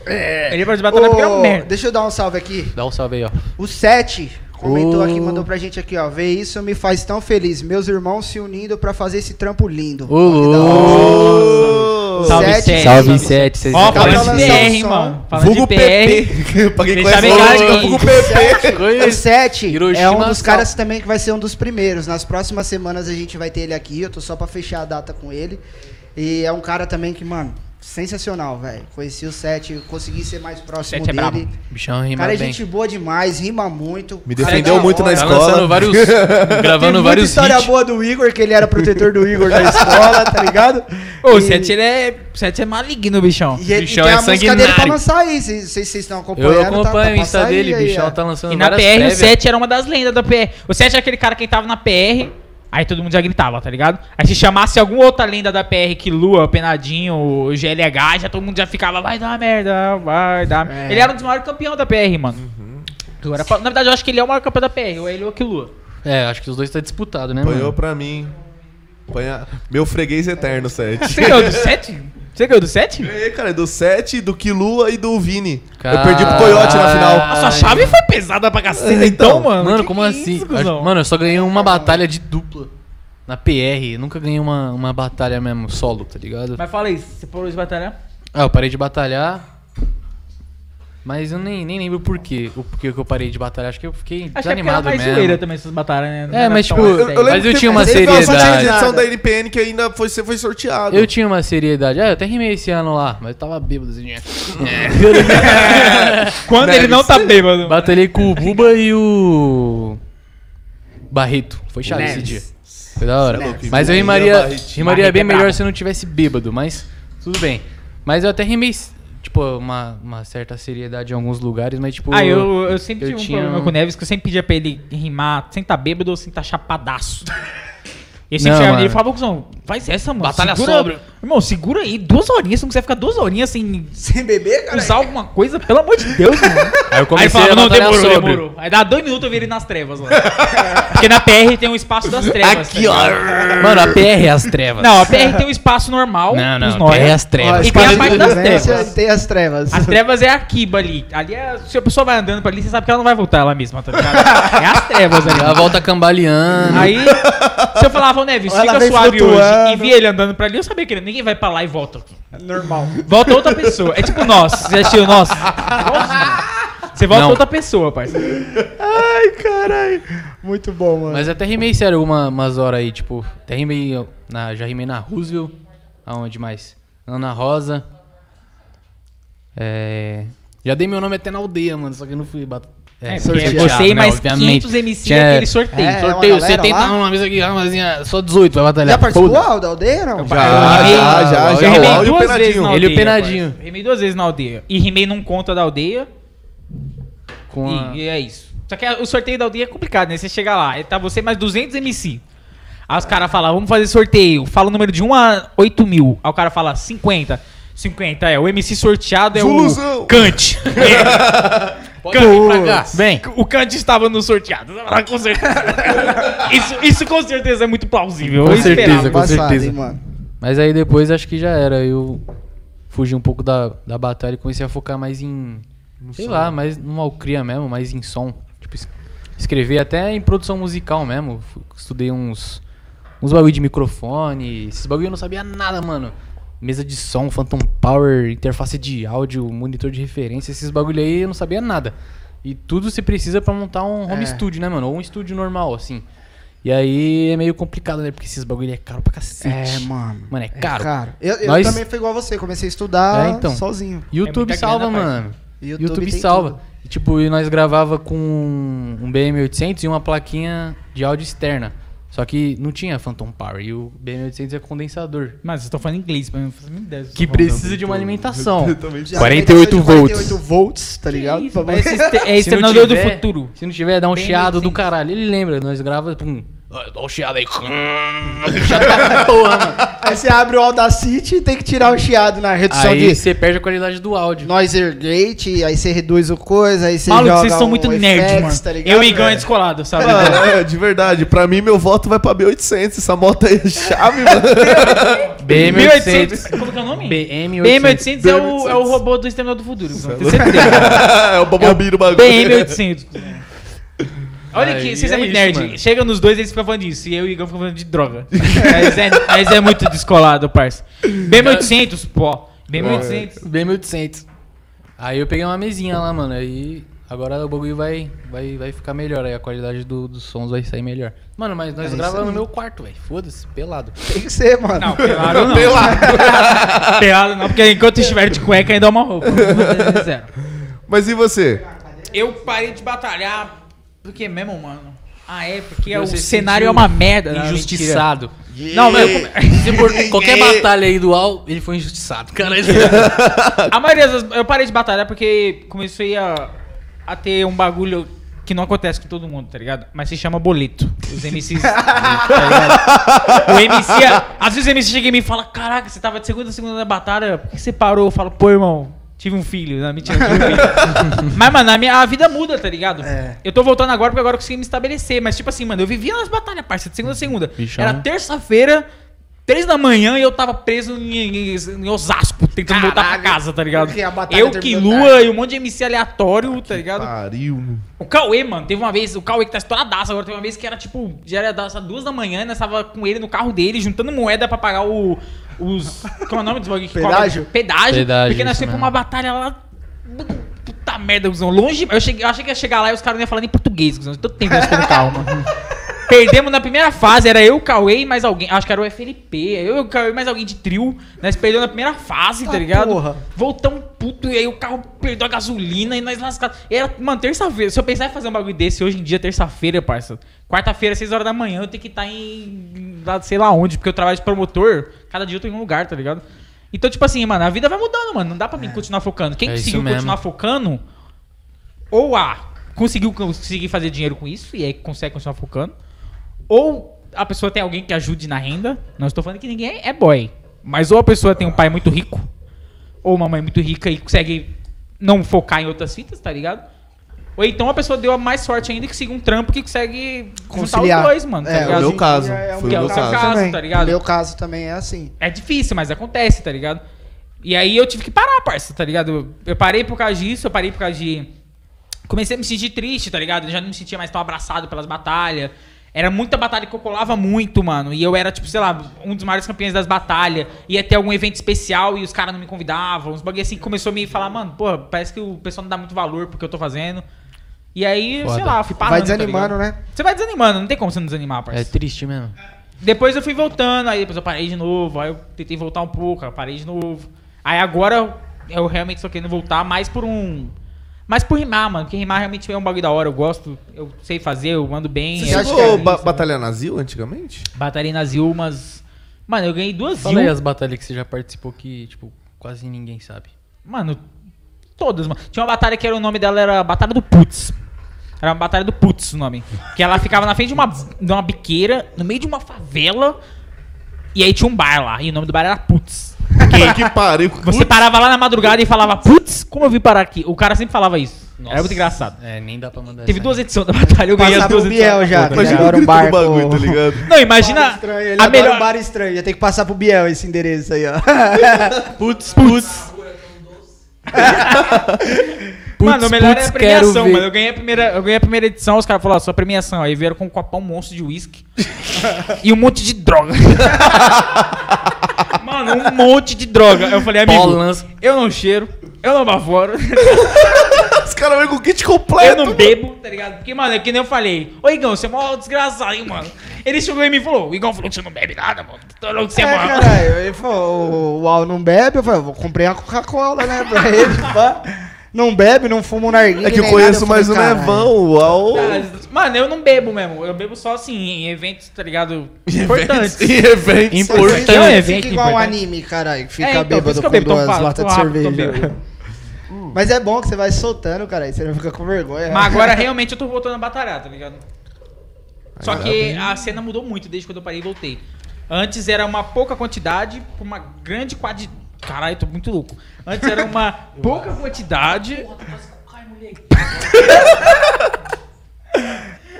[SPEAKER 3] Ele parou de batalhar porque é
[SPEAKER 1] Ô,
[SPEAKER 3] um merda.
[SPEAKER 1] Deixa eu dar um salve aqui.
[SPEAKER 4] Dá um salve aí, ó.
[SPEAKER 1] O Sete comentou
[SPEAKER 4] Ô.
[SPEAKER 1] aqui, mandou pra gente aqui, ó. Vê isso me faz tão feliz. Meus irmãos se unindo pra fazer esse trampo lindo.
[SPEAKER 4] Ô,
[SPEAKER 1] Olha que da hora. O
[SPEAKER 3] Salve,
[SPEAKER 1] Sete.
[SPEAKER 3] Sete.
[SPEAKER 4] Salve, sete, vocês
[SPEAKER 3] Ó,
[SPEAKER 1] Cada
[SPEAKER 3] falando
[SPEAKER 1] lançou
[SPEAKER 3] de
[SPEAKER 1] um
[SPEAKER 3] PR, hein,
[SPEAKER 1] som.
[SPEAKER 3] mano. Falando
[SPEAKER 2] Vulgo
[SPEAKER 3] de PR.
[SPEAKER 2] PP. pra quem
[SPEAKER 3] Deixa
[SPEAKER 2] conhece
[SPEAKER 3] bem
[SPEAKER 2] o
[SPEAKER 3] claro
[SPEAKER 2] Altos,
[SPEAKER 3] que-
[SPEAKER 2] Vulgo PP.
[SPEAKER 1] O Sete é um
[SPEAKER 4] Hiroshima
[SPEAKER 1] dos
[SPEAKER 4] Sal-
[SPEAKER 1] caras também que vai ser um dos primeiros. Nas próximas semanas a gente vai ter ele aqui. Eu tô só pra fechar a data com ele. E é um cara também que, mano, sensacional, velho. Conheci o Sete, consegui ser mais próximo
[SPEAKER 3] Sete é brabo.
[SPEAKER 1] dele.
[SPEAKER 4] Bichão
[SPEAKER 1] O
[SPEAKER 4] rima
[SPEAKER 1] cara é
[SPEAKER 4] bem.
[SPEAKER 1] gente boa demais, rima muito.
[SPEAKER 2] Me
[SPEAKER 1] O cara é
[SPEAKER 2] defendeu
[SPEAKER 1] da
[SPEAKER 2] muito na
[SPEAKER 1] hora.
[SPEAKER 4] Tá
[SPEAKER 2] escola.
[SPEAKER 4] lançando vários.
[SPEAKER 1] Tem
[SPEAKER 4] gravando
[SPEAKER 1] muita
[SPEAKER 4] vários
[SPEAKER 1] história
[SPEAKER 4] hits.
[SPEAKER 1] boa do Igor, que ele era protetor do Igor na escola, tá ligado?
[SPEAKER 3] Ô, o
[SPEAKER 1] E-
[SPEAKER 3] 7 ele é. o Sete é maligno, bichão.
[SPEAKER 1] E, e tem
[SPEAKER 4] Bichão
[SPEAKER 1] a
[SPEAKER 4] é
[SPEAKER 1] música dele pra
[SPEAKER 4] sanguinário.
[SPEAKER 1] lançar aí, se se vocês estão acompanhando.
[SPEAKER 4] Eu
[SPEAKER 1] tá- tá
[SPEAKER 4] acompanho o
[SPEAKER 1] pra
[SPEAKER 4] Insta
[SPEAKER 1] sair
[SPEAKER 4] dele,
[SPEAKER 1] aí,
[SPEAKER 4] bichão
[SPEAKER 1] ó.
[SPEAKER 4] tá lançando
[SPEAKER 3] E na PR,
[SPEAKER 4] várias
[SPEAKER 3] o 7 era uma das lendas da PR. O 7 era aquele cara que tava na PR, aí todo mundo já gritava, tá ligado? Aí se chamasse alguma outra lenda da PR que Lua, Penadinho, o GLH, já todo mundo já ficava, vai dar merda, vai dar merda.
[SPEAKER 1] É.
[SPEAKER 3] Ele era um dos maiores campeões da PR, mano. Agora, na verdade, eu acho que ele é o maior campeão da PR, ou ele ou que Lua.
[SPEAKER 4] É, acho que os dois tá disputado, né,
[SPEAKER 2] Apanhou
[SPEAKER 4] mano?
[SPEAKER 2] pra mim. Apanha- Meu freguês eterno,
[SPEAKER 3] Você
[SPEAKER 2] 7.
[SPEAKER 3] ganhou do 7? Você ganhou do 7?
[SPEAKER 2] Ganhei, cara, é do 7, do Kilua e do Vini. Eu
[SPEAKER 4] Caralho.
[SPEAKER 2] perdi pro Coyote na final.
[SPEAKER 4] Ah,
[SPEAKER 3] A sua chave foi pesada pra caceta, então, mano.
[SPEAKER 4] Mano,
[SPEAKER 3] Que
[SPEAKER 4] como
[SPEAKER 3] que é
[SPEAKER 4] assim?
[SPEAKER 3] isso, cuzão?
[SPEAKER 4] mano, eu só ganhei uma batalha de dupla. Na PR, nunca ganhei uma, uma batalha mesmo, solo, tá ligado?
[SPEAKER 3] Mas fala aí, você parou de batalhar?
[SPEAKER 4] Ah, eu parei de batalhar. Mas eu nem, nem lembro por quê. O porquê que eu parei de batalhar. Acho que eu fiquei
[SPEAKER 3] Acho que é porque era
[SPEAKER 4] desanimado
[SPEAKER 3] mais
[SPEAKER 4] mesmo.
[SPEAKER 3] zoeira também essas batalhas, né? Não
[SPEAKER 4] É,
[SPEAKER 3] era
[SPEAKER 4] mas,
[SPEAKER 3] tão
[SPEAKER 4] tipo,
[SPEAKER 3] assim.
[SPEAKER 4] eu- eu lembro- Mas
[SPEAKER 2] que
[SPEAKER 4] tinha uma
[SPEAKER 2] teve- teve
[SPEAKER 4] seriedade.
[SPEAKER 2] de edição da NPN que ainda foi, foi sorteado.
[SPEAKER 4] Eu tinha uma seriedade. Ah, eu até rimei esse ano lá, mas eu tava bêbado. Assim, né?
[SPEAKER 3] Quando ele não tá bêbado.
[SPEAKER 4] Batalhei com o Buba e o. Barreto. Foi chave esse dia. Foi da hora.
[SPEAKER 2] Neves.
[SPEAKER 4] Mas eu
[SPEAKER 2] Neves.
[SPEAKER 4] rimaria,
[SPEAKER 2] Barreto.
[SPEAKER 4] rimaria
[SPEAKER 3] Barreto
[SPEAKER 4] bem
[SPEAKER 3] é
[SPEAKER 4] melhor
[SPEAKER 3] brabo.
[SPEAKER 4] se eu não tivesse bêbado, mas tudo bem. Mas eu até rimei, tipo, uma, uma certa seriedade em alguns lugares, mas tipo.
[SPEAKER 3] Ah, eu, eu sempre
[SPEAKER 4] eu
[SPEAKER 3] tive um
[SPEAKER 4] tinha
[SPEAKER 3] problema
[SPEAKER 4] um-
[SPEAKER 3] com o Neves, que eu sempre pedia pra ele rimar sem tá bêbado ou sem tá chapadaço. E eu sempre
[SPEAKER 4] Não,
[SPEAKER 3] chegava nele e
[SPEAKER 4] mano.
[SPEAKER 3] falava, cuzão, faz essa, mano.
[SPEAKER 4] Batalha
[SPEAKER 3] segura,
[SPEAKER 4] sóbrio.
[SPEAKER 3] Irmão, segura aí duas horinhas, se não quiser ficar duas horinhas sem
[SPEAKER 1] Sem beber, cara?
[SPEAKER 3] usar alguma coisa, pelo amor de Deus, mano.
[SPEAKER 4] Aí eu
[SPEAKER 3] Aí
[SPEAKER 4] comecei
[SPEAKER 3] falava,
[SPEAKER 4] a
[SPEAKER 3] não,
[SPEAKER 4] batalhar
[SPEAKER 3] demorou,
[SPEAKER 4] sobre.
[SPEAKER 3] demorou. Aí dá dois minutos eu vi ele nas trevas lá. Porque na PR tem um espaço das trevas.
[SPEAKER 2] Aqui,
[SPEAKER 3] tá
[SPEAKER 2] ó.
[SPEAKER 3] ligado?
[SPEAKER 4] Mano, a PR é as trevas.
[SPEAKER 3] Não, a PR tem um espaço normal.
[SPEAKER 4] Não,
[SPEAKER 3] dos
[SPEAKER 4] não, a
[SPEAKER 3] nós.
[SPEAKER 4] PR é as
[SPEAKER 1] Ó,
[SPEAKER 4] trevas.
[SPEAKER 3] E tem a parte das
[SPEAKER 1] Violência,
[SPEAKER 3] trevas.
[SPEAKER 1] Tem as trevas.
[SPEAKER 3] As trevas é a Kiba ali. Ali é. Se a pessoa vai andando pra ali, você sabe que ela não vai voltar ela mesma, tá ligado? É as trevas ali.
[SPEAKER 4] Ela volta cambaleando.
[SPEAKER 3] Aí, se eu falava, ô Neves,
[SPEAKER 1] Ela
[SPEAKER 3] fica
[SPEAKER 1] vem
[SPEAKER 3] suave
[SPEAKER 1] flutuando.
[SPEAKER 3] hoje, e via ele andando pra ali, eu sabia que ele- ninguém vai pra lá e volta.
[SPEAKER 1] Normal.
[SPEAKER 3] Volta outra pessoa. É tipo nós. Você já assistiu nós? Igualzinho. Você volta
[SPEAKER 4] Não.
[SPEAKER 3] outra pessoa, parceiro.
[SPEAKER 1] Ai, caralho. Muito bom, mano.
[SPEAKER 4] Mas eu até rimei sério uma, umas horas aí, tipo, até rimei. Na, já rimei na Roosevelt. Aonde mais? Ana Rosa. É. Já dei meu nome até na aldeia, mano, só que eu não fui bater.
[SPEAKER 3] É,
[SPEAKER 1] sorteado,
[SPEAKER 3] porque você e
[SPEAKER 4] né,
[SPEAKER 3] mais
[SPEAKER 4] obviamente.
[SPEAKER 3] 500 MC
[SPEAKER 4] Tinha-
[SPEAKER 3] aquele sorteio.
[SPEAKER 1] É,
[SPEAKER 4] sorteio,
[SPEAKER 1] uma galera
[SPEAKER 4] 70
[SPEAKER 1] lá.
[SPEAKER 4] nomes aqui, ah, mas tinha só 18 vai batalhar.
[SPEAKER 1] Já participou
[SPEAKER 4] Foda-se.
[SPEAKER 1] Aldo, da aldeia, não?
[SPEAKER 2] Já, já, já,
[SPEAKER 4] Eu
[SPEAKER 2] já.
[SPEAKER 4] rimei
[SPEAKER 2] O Al e o
[SPEAKER 3] duas vezes
[SPEAKER 2] Penadinho.
[SPEAKER 3] na
[SPEAKER 4] Ele e o
[SPEAKER 3] aldeia,
[SPEAKER 4] Penadinho.
[SPEAKER 3] parceiro. Rimei duas vezes na aldeia. E rimei num conta da aldeia.
[SPEAKER 4] Com a-
[SPEAKER 3] E, e é isso. Só que a- o sorteio da aldeia é complicado, né? Você chega lá, aí tá você mais 200 MC. Aí os caras falam, vamos fazer sorteio. Fala o número de 1 a 8 mil. Aí o cara fala 50. 50 é, o MC sorteado é
[SPEAKER 4] um
[SPEAKER 2] Zuluzão.
[SPEAKER 3] o Kant. É.
[SPEAKER 4] Pode vir pra cá.
[SPEAKER 3] Vem. O Kant estava no sorteado. Com certeza. Isso, isso com certeza é muito plausível.
[SPEAKER 4] Com
[SPEAKER 3] Eu esperava.
[SPEAKER 4] certeza, com
[SPEAKER 1] Passado,
[SPEAKER 4] certeza.
[SPEAKER 1] hein, mano.
[SPEAKER 4] Mas aí depois acho que já era. Eu fugi um pouco da, da batalha e comecei a focar mais em. sei lá, mais no Alcria mesmo, mais em som. Tipo, es- escrever até em produção musical mesmo. Fu- Estudei uns. uns bagulho de microfone. Esses bagulho eu não sabia nada, mano. Mesa de som, Phantom Power, interface de áudio, monitor de referência, esses bagulho aí eu não sabia nada. E tudo se precisa pra montar um home
[SPEAKER 1] É.
[SPEAKER 4] studio, né, mano? Ou um estúdio normal, assim. E aí é meio complicado, né? Porque esses bagulho é caro pra cacete.
[SPEAKER 1] É, mano.
[SPEAKER 4] Mano, é caro.
[SPEAKER 1] Cara, eu, eu
[SPEAKER 4] Nós-
[SPEAKER 1] também fui igual a você, comecei a estudar
[SPEAKER 4] É, então.
[SPEAKER 1] sozinho.
[SPEAKER 4] YouTube
[SPEAKER 3] muita
[SPEAKER 4] salva,
[SPEAKER 3] grana,
[SPEAKER 4] mano. YouTube,
[SPEAKER 1] tem
[SPEAKER 4] salva.
[SPEAKER 1] tudo.
[SPEAKER 4] E, tipo, e nós gravava com um BM800 e uma plaquinha de áudio externa. Só que não tinha Phantom Power e o BM800 é condensador.
[SPEAKER 3] Mas vocês estão falando inglês, pra mim não faz nem ideia. do
[SPEAKER 4] Que
[SPEAKER 3] vocês tão falando.
[SPEAKER 4] precisa de uma alimentação.
[SPEAKER 2] Eu também-
[SPEAKER 1] Já
[SPEAKER 4] 48
[SPEAKER 1] 48
[SPEAKER 4] volts.
[SPEAKER 1] volts, tá ligado?
[SPEAKER 3] Isso,
[SPEAKER 1] Pra-
[SPEAKER 3] parece este- é
[SPEAKER 4] Se não
[SPEAKER 3] exterminador do
[SPEAKER 4] tiver-
[SPEAKER 3] futuro.
[SPEAKER 4] Se não tiver, dá um
[SPEAKER 3] Bem
[SPEAKER 4] chiado do
[SPEAKER 3] assim.
[SPEAKER 4] caralho. Ele lembra, nós gravamos, pum. Ah, Dá um chiado aí. chiado pra porra, mano.
[SPEAKER 1] Aí você abre o Audacity e tem que tirar o chiado na redução
[SPEAKER 4] Aí
[SPEAKER 1] de
[SPEAKER 4] você perde a qualidade do áudio.
[SPEAKER 1] Noiser Gate, aí você reduz o coisa, aí você
[SPEAKER 3] Maluco,
[SPEAKER 1] joga
[SPEAKER 3] vocês são
[SPEAKER 1] um
[SPEAKER 3] muito nerds,
[SPEAKER 1] effects,
[SPEAKER 3] mano.
[SPEAKER 1] tá ligado,
[SPEAKER 3] eu e Igão é
[SPEAKER 1] velho?
[SPEAKER 3] descolado, sabe?
[SPEAKER 2] Mano, é, de verdade, pra mim meu voto vai pra B800. Essa moto aí é chave, mano.
[SPEAKER 4] BM800.
[SPEAKER 3] Como que é o nome?
[SPEAKER 4] BM800.
[SPEAKER 3] BM800 é o, é o robô do Exterminador do Futuro. Igão, tenho certeza.
[SPEAKER 2] é o Bobobinho do bagulho.
[SPEAKER 3] BM800. Olha
[SPEAKER 4] Aí
[SPEAKER 3] aqui, vocês é
[SPEAKER 4] é
[SPEAKER 3] muito
[SPEAKER 4] isso,
[SPEAKER 3] nerd.
[SPEAKER 4] mano.
[SPEAKER 3] Chega nos dois, eles ficam falando disso. E eu e o Igão ficam falando de droga. mas, é, mas é muito descolado, parça. BM800, pô. BM800.
[SPEAKER 4] BM800. Aí eu peguei uma mesinha lá, mano. Aí agora o bagulho vai, vai, vai ficar melhor. Aí a qualidade do- dos sons vai sair melhor. Mano, mas
[SPEAKER 1] É
[SPEAKER 4] nós
[SPEAKER 1] isso
[SPEAKER 4] gravamos no
[SPEAKER 1] aí.
[SPEAKER 4] meu quarto, velho. Foda-se, pelado.
[SPEAKER 1] É, Tem que ser, mano.
[SPEAKER 3] Não, pelado não.
[SPEAKER 2] Pelado.
[SPEAKER 3] Pelado não, porque enquanto estiver de cueca ainda é uma roupa. Zero.
[SPEAKER 2] Mas e você?
[SPEAKER 3] Eu parei de batalhar. Porque mesmo, mano. Ah, é, porque
[SPEAKER 4] Você
[SPEAKER 3] o
[SPEAKER 4] se
[SPEAKER 3] cenário
[SPEAKER 4] sentiu
[SPEAKER 3] é uma merda. não,
[SPEAKER 4] Injustiçado.
[SPEAKER 3] mentira. Não, mas eu-
[SPEAKER 4] Se por qualquer batalha aí do Al, ele foi injustiçado. Cara, é ele...
[SPEAKER 3] a maioria das vezes eu parei de batalhar porque comecei a, a ter um bagulho que não acontece com todo mundo, tá ligado? Mas se chama boleto. Os MCs. tá ligado? O MC. a- Às vezes o MC chega em mim e fala: Caraca, você tava de segunda a segunda na batalha, por que você parou? Eu falo: Pô, irmão, tive um filho. Não, mentira, não tive um filho. mas, mano, a, minha, a vida muda, tá ligado?
[SPEAKER 1] É.
[SPEAKER 3] Eu tô voltando agora porque agora eu consegui me estabelecer. Mas, tipo assim, mano, eu vivia nas batalhas, parça, de segunda a segunda.
[SPEAKER 4] Bichão.
[SPEAKER 3] Era terça-feira. Três da manhã e eu tava preso em, em- em Osasco, tentando voltar pra
[SPEAKER 1] Ah, Caralho.
[SPEAKER 3] casa, tá ligado?
[SPEAKER 1] Porque a batalha
[SPEAKER 3] Eu que
[SPEAKER 1] terminou
[SPEAKER 3] Lua
[SPEAKER 1] tarde.
[SPEAKER 3] e um monte de MC aleatório, tá ligado?
[SPEAKER 2] Pariu.
[SPEAKER 3] O Cauê, mano, teve uma vez, o Cauê que tá estouradaço agora, teve uma vez que era tipo, já era das duas da manhã, nós tava com ele no carro dele, juntando moeda pra pagar o. Os. Como é o nome dos bagulho que cobra?
[SPEAKER 1] Pedágio?
[SPEAKER 3] Pedágio.
[SPEAKER 4] Pedágio,
[SPEAKER 3] Porque nós
[SPEAKER 4] isso
[SPEAKER 3] temos
[SPEAKER 4] mesmo.
[SPEAKER 3] uma batalha lá. Puta merda, Guzão. Longe. Eu, cheguei, eu achei que ia chegar lá e os caras não iam falar nem português, Guzão. Todo tempo nós ficamos calma. Perdemos na primeira fase, era eu, Cauê e mais alguém. Acho que era o FLP. Eu, o Cauê e mais alguém de trio. Nós perdemos na primeira fase, tá
[SPEAKER 1] Ah,
[SPEAKER 3] ligado?
[SPEAKER 1] porra.
[SPEAKER 3] Voltamos puto e aí o carro perdeu a gasolina e nós lascados. E Era, mano, terça-feira. Se eu pensar em fazer um bagulho desse hoje em dia, terça-feira, parça. Quarta-feira, seis horas da manhã, eu tenho que estar em. lá, sei lá onde, porque eu trabalho de promotor. Cada dia eu tô em um lugar, tá ligado? Então, tipo assim, mano, a vida vai mudando, mano. Não dá pra mim continuar focando. Quem
[SPEAKER 4] É
[SPEAKER 3] conseguiu
[SPEAKER 4] isso mesmo.
[SPEAKER 3] continuar focando, ou A, conseguiu conseguir fazer dinheiro com isso e aí consegue continuar focando. Ou a pessoa tem alguém que ajude na renda. Não estou falando que ninguém é boy. Mas ou a pessoa tem um pai muito rico, ou uma mãe muito rica e consegue não focar em outras fitas, tá ligado? Ou então a pessoa deu a mais sorte ainda que siga um trampo que consegue juntar
[SPEAKER 1] Conciliar.
[SPEAKER 3] os dois, mano. Tá
[SPEAKER 1] É,
[SPEAKER 3] ligado?
[SPEAKER 2] o meu caso.
[SPEAKER 1] É um
[SPEAKER 2] Foi
[SPEAKER 3] o meu caso.
[SPEAKER 1] também.
[SPEAKER 3] tá ligado?
[SPEAKER 1] O meu caso também é assim.
[SPEAKER 3] É difícil, mas acontece, tá ligado? E aí eu tive que parar, parça, tá ligado? Eu- Eu parei por causa disso, eu parei por causa de. Comecei a me sentir triste, tá ligado? Eu já não me sentia mais tão abraçado pelas batalhas. Era muita batalha que eu colava muito, mano. E eu era, tipo, sei lá, um dos maiores campeões das batalhas. Ia ter algum evento especial e os caras não me convidavam. Uns bagulho assim que começou a me falar, mano, pô, parece que o pessoal não dá muito valor pro que eu tô fazendo. E aí, sei
[SPEAKER 4] Foda.
[SPEAKER 3] lá, eu fui parando.
[SPEAKER 1] vai
[SPEAKER 3] tá
[SPEAKER 1] desanimando,
[SPEAKER 3] ligado?
[SPEAKER 1] né?
[SPEAKER 3] Você vai desanimando, não tem como você não desanimar, parça.
[SPEAKER 4] É triste mesmo.
[SPEAKER 3] Depois eu fui voltando, aí depois eu parei de novo, aí eu tentei voltar um pouco, aí eu parei de novo. Aí agora eu realmente só querendo voltar mais por um. Mais por rimar, mano, porque rimar realmente é um bagulho da hora, eu gosto, eu sei fazer, eu mando bem.
[SPEAKER 2] Você
[SPEAKER 3] eu acho que
[SPEAKER 2] chegou
[SPEAKER 3] é
[SPEAKER 2] a ba-
[SPEAKER 3] isso.
[SPEAKER 2] batalhar na Zil antigamente?
[SPEAKER 3] Batalhei nas Ilmas. Mano, eu ganhei duas
[SPEAKER 4] Fala aí
[SPEAKER 3] Zil.
[SPEAKER 4] as batalhas que você já participou que, tipo, quase ninguém sabe.
[SPEAKER 3] Mano, todas, mano. Tinha uma batalha que era o nome dela era Batalha do Putz. Era uma batalha do Putz o nome. Que ela ficava na frente de uma, de uma biqueira, no meio de uma favela. E aí tinha um bar lá. E o nome do bar era Putz.
[SPEAKER 2] Que, que pariu.
[SPEAKER 3] Você parava lá na madrugada e falava, putz, como eu vim parar aqui? O cara sempre falava isso. Era muito engraçado.
[SPEAKER 4] É, nem dá pra mandar
[SPEAKER 3] Teve
[SPEAKER 4] essa
[SPEAKER 3] duas
[SPEAKER 4] aí.
[SPEAKER 3] edições da batalha, eu ganhei as
[SPEAKER 1] Passava
[SPEAKER 3] duas
[SPEAKER 1] o Biel
[SPEAKER 3] edições. é.
[SPEAKER 1] já. tá
[SPEAKER 2] Imagina
[SPEAKER 1] ligado?
[SPEAKER 2] o
[SPEAKER 1] Era um
[SPEAKER 2] grito
[SPEAKER 1] barco.
[SPEAKER 2] do bagulho, tá ligado?
[SPEAKER 3] Não,
[SPEAKER 1] Bar
[SPEAKER 3] imagina
[SPEAKER 1] estranho, ele
[SPEAKER 3] a
[SPEAKER 1] adora
[SPEAKER 3] melhor...
[SPEAKER 1] um bar estranho. Ia ter que passar pro Biel esse endereço aí, ó.
[SPEAKER 4] Putz, putz.
[SPEAKER 3] mano, o melhor é a premiação,
[SPEAKER 4] quero ver.
[SPEAKER 3] mano. Eu ganhei a primeira, eu ganhei a primeira edição, os caras falaram, ó, sua premiação. Aí vieram com um copão monstro de uísque e um monte de droga. mano, um monte de droga. Eu falei, amigo,
[SPEAKER 4] Paulans.
[SPEAKER 3] eu não cheiro, eu não baforo.
[SPEAKER 2] Os caras vêm com o kit
[SPEAKER 3] Eu
[SPEAKER 2] completo.
[SPEAKER 3] não bebo, tá ligado? Porque, mano, é que nem eu falei. Ô, Igão, você é mó desgraçado, hein, mano. Ele chegou em mim e falou, o Igão falou que você não bebe nada, mano. Tô louco que você é,
[SPEAKER 1] É,
[SPEAKER 3] mano.
[SPEAKER 1] caralho. Ele falou, o- o Al não bebe. Eu falei, eu vou comprei uma Coca-Cola, né, pra ele, pá. Não bebe, não fuma um narguilha.
[SPEAKER 2] É que eu
[SPEAKER 1] nem
[SPEAKER 2] conheço
[SPEAKER 1] nada.
[SPEAKER 2] mais o
[SPEAKER 1] falei, caralho.
[SPEAKER 2] Nevão, o Al.
[SPEAKER 3] Mano, eu não bebo mesmo. Eu bebo só assim, em eventos, tá ligado? Importantes.
[SPEAKER 2] E eventos.
[SPEAKER 1] Você fica-
[SPEAKER 3] Importante,
[SPEAKER 1] você
[SPEAKER 3] evento
[SPEAKER 1] Fica igual um
[SPEAKER 3] importante.
[SPEAKER 1] anime, caralho. que Fica
[SPEAKER 3] É, então, por
[SPEAKER 1] bêbado
[SPEAKER 3] isso
[SPEAKER 1] com
[SPEAKER 3] que eu bebo tão
[SPEAKER 1] duas
[SPEAKER 3] fa-
[SPEAKER 1] latas
[SPEAKER 3] tão
[SPEAKER 1] de
[SPEAKER 3] rápido, tão
[SPEAKER 1] cerveja. Mas é bom que você vai soltando, caralho. Você não fica com vergonha. né?
[SPEAKER 3] Mas agora realmente eu tô voltando a batalhar, tá ligado? Só que a cena mudou muito desde quando eu parei e voltei. Antes era uma pouca quantidade pra uma grande quantidade. Caralho, tô muito louco. Antes era uma pouca quantidade.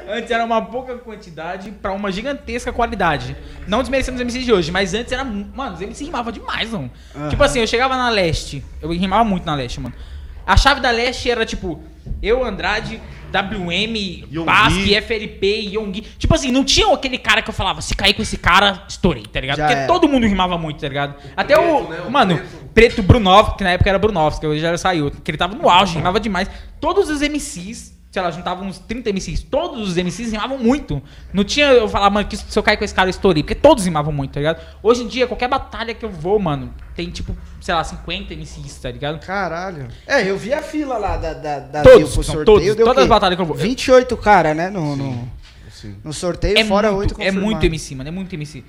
[SPEAKER 3] Antes era uma pouca quantidade pra uma gigantesca qualidade. Não desmerecendo os MCs de hoje, mas antes era. mu- Mano, os MCs rimavam demais, mano. Tipo assim, eu chegava na leste. Eu rimava muito na leste, mano. A chave da leste era tipo. Eu, Andrade, WM,
[SPEAKER 2] Yonggi.
[SPEAKER 3] Basque, FLP, Yonggi. Tipo assim, não tinha aquele cara que eu falava, se cair com esse cara, estourei, tá ligado?
[SPEAKER 1] Já
[SPEAKER 3] Porque
[SPEAKER 1] era.
[SPEAKER 3] todo mundo rimava muito, tá ligado? Até o.
[SPEAKER 2] preto, né? O
[SPEAKER 3] Mano,
[SPEAKER 2] preto.
[SPEAKER 3] Preto Brunov, que na época era Brunov, que hoje já saiu, que ele tava no auge, rimava demais. Todos os MCs, sei lá, juntavam uns 30 MCs, todos os MCs rimavam muito. Não tinha eu falar, mano, que se eu cair com esse cara eu estourei, porque todos rimavam muito, tá ligado? Hoje em dia, qualquer batalha que eu vou, mano, tem tipo, sei lá, 50 MCs, tá ligado?
[SPEAKER 1] Caralho. É, eu vi a fila lá da, da, da
[SPEAKER 3] Todos,
[SPEAKER 1] Viu pro
[SPEAKER 3] não,
[SPEAKER 1] sorteio. deu
[SPEAKER 3] todos, todas
[SPEAKER 1] o quê?
[SPEAKER 3] as batalhas que eu vou.
[SPEAKER 1] 28 cara, né? No, no, no sorteio,
[SPEAKER 3] É
[SPEAKER 1] fora
[SPEAKER 3] muito,
[SPEAKER 1] 8
[SPEAKER 3] é muito MC, mano, é muito MC.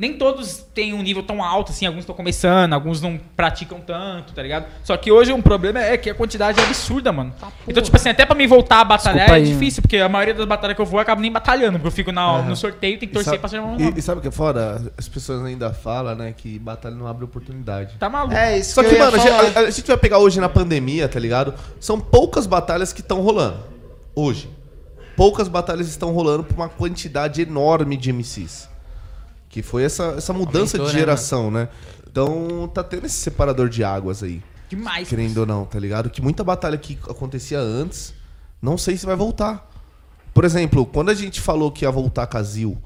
[SPEAKER 3] Nem todos têm um nível tão alto assim, alguns estão começando, alguns não praticam tanto, tá ligado? Só que hoje um problema é que a quantidade é absurda, mano. então, tipo assim, até pra mim voltar a batalhar
[SPEAKER 4] Desculpa
[SPEAKER 3] é
[SPEAKER 4] aí,
[SPEAKER 3] difícil, porque a maioria das batalhas que eu vou eu acabo nem batalhando, porque eu fico na- no sorteio e tem que torcer pra ser um nome.
[SPEAKER 2] E, e sabe o que é foda? As pessoas ainda falam, né, que batalha não abre oportunidade.
[SPEAKER 3] Tá maluco.
[SPEAKER 1] É isso
[SPEAKER 2] Só que,
[SPEAKER 1] eu ia
[SPEAKER 2] mano, a gente-
[SPEAKER 1] falar.
[SPEAKER 2] a, a gente vai pegar hoje na pandemia, tá ligado? São poucas batalhas que estão rolando. Hoje. Poucas batalhas estão rolando pra uma quantidade enorme de MCs. Que foi essa, essa mudança
[SPEAKER 4] Aumentou,
[SPEAKER 2] de
[SPEAKER 4] né,
[SPEAKER 2] geração, né? Então tá tendo esse separador de águas aí.
[SPEAKER 3] Demais.
[SPEAKER 2] Querendo ou não, tá ligado? Que muita batalha que acontecia antes, não sei se vai voltar. Por exemplo, quando a gente falou que ia voltar a Casil,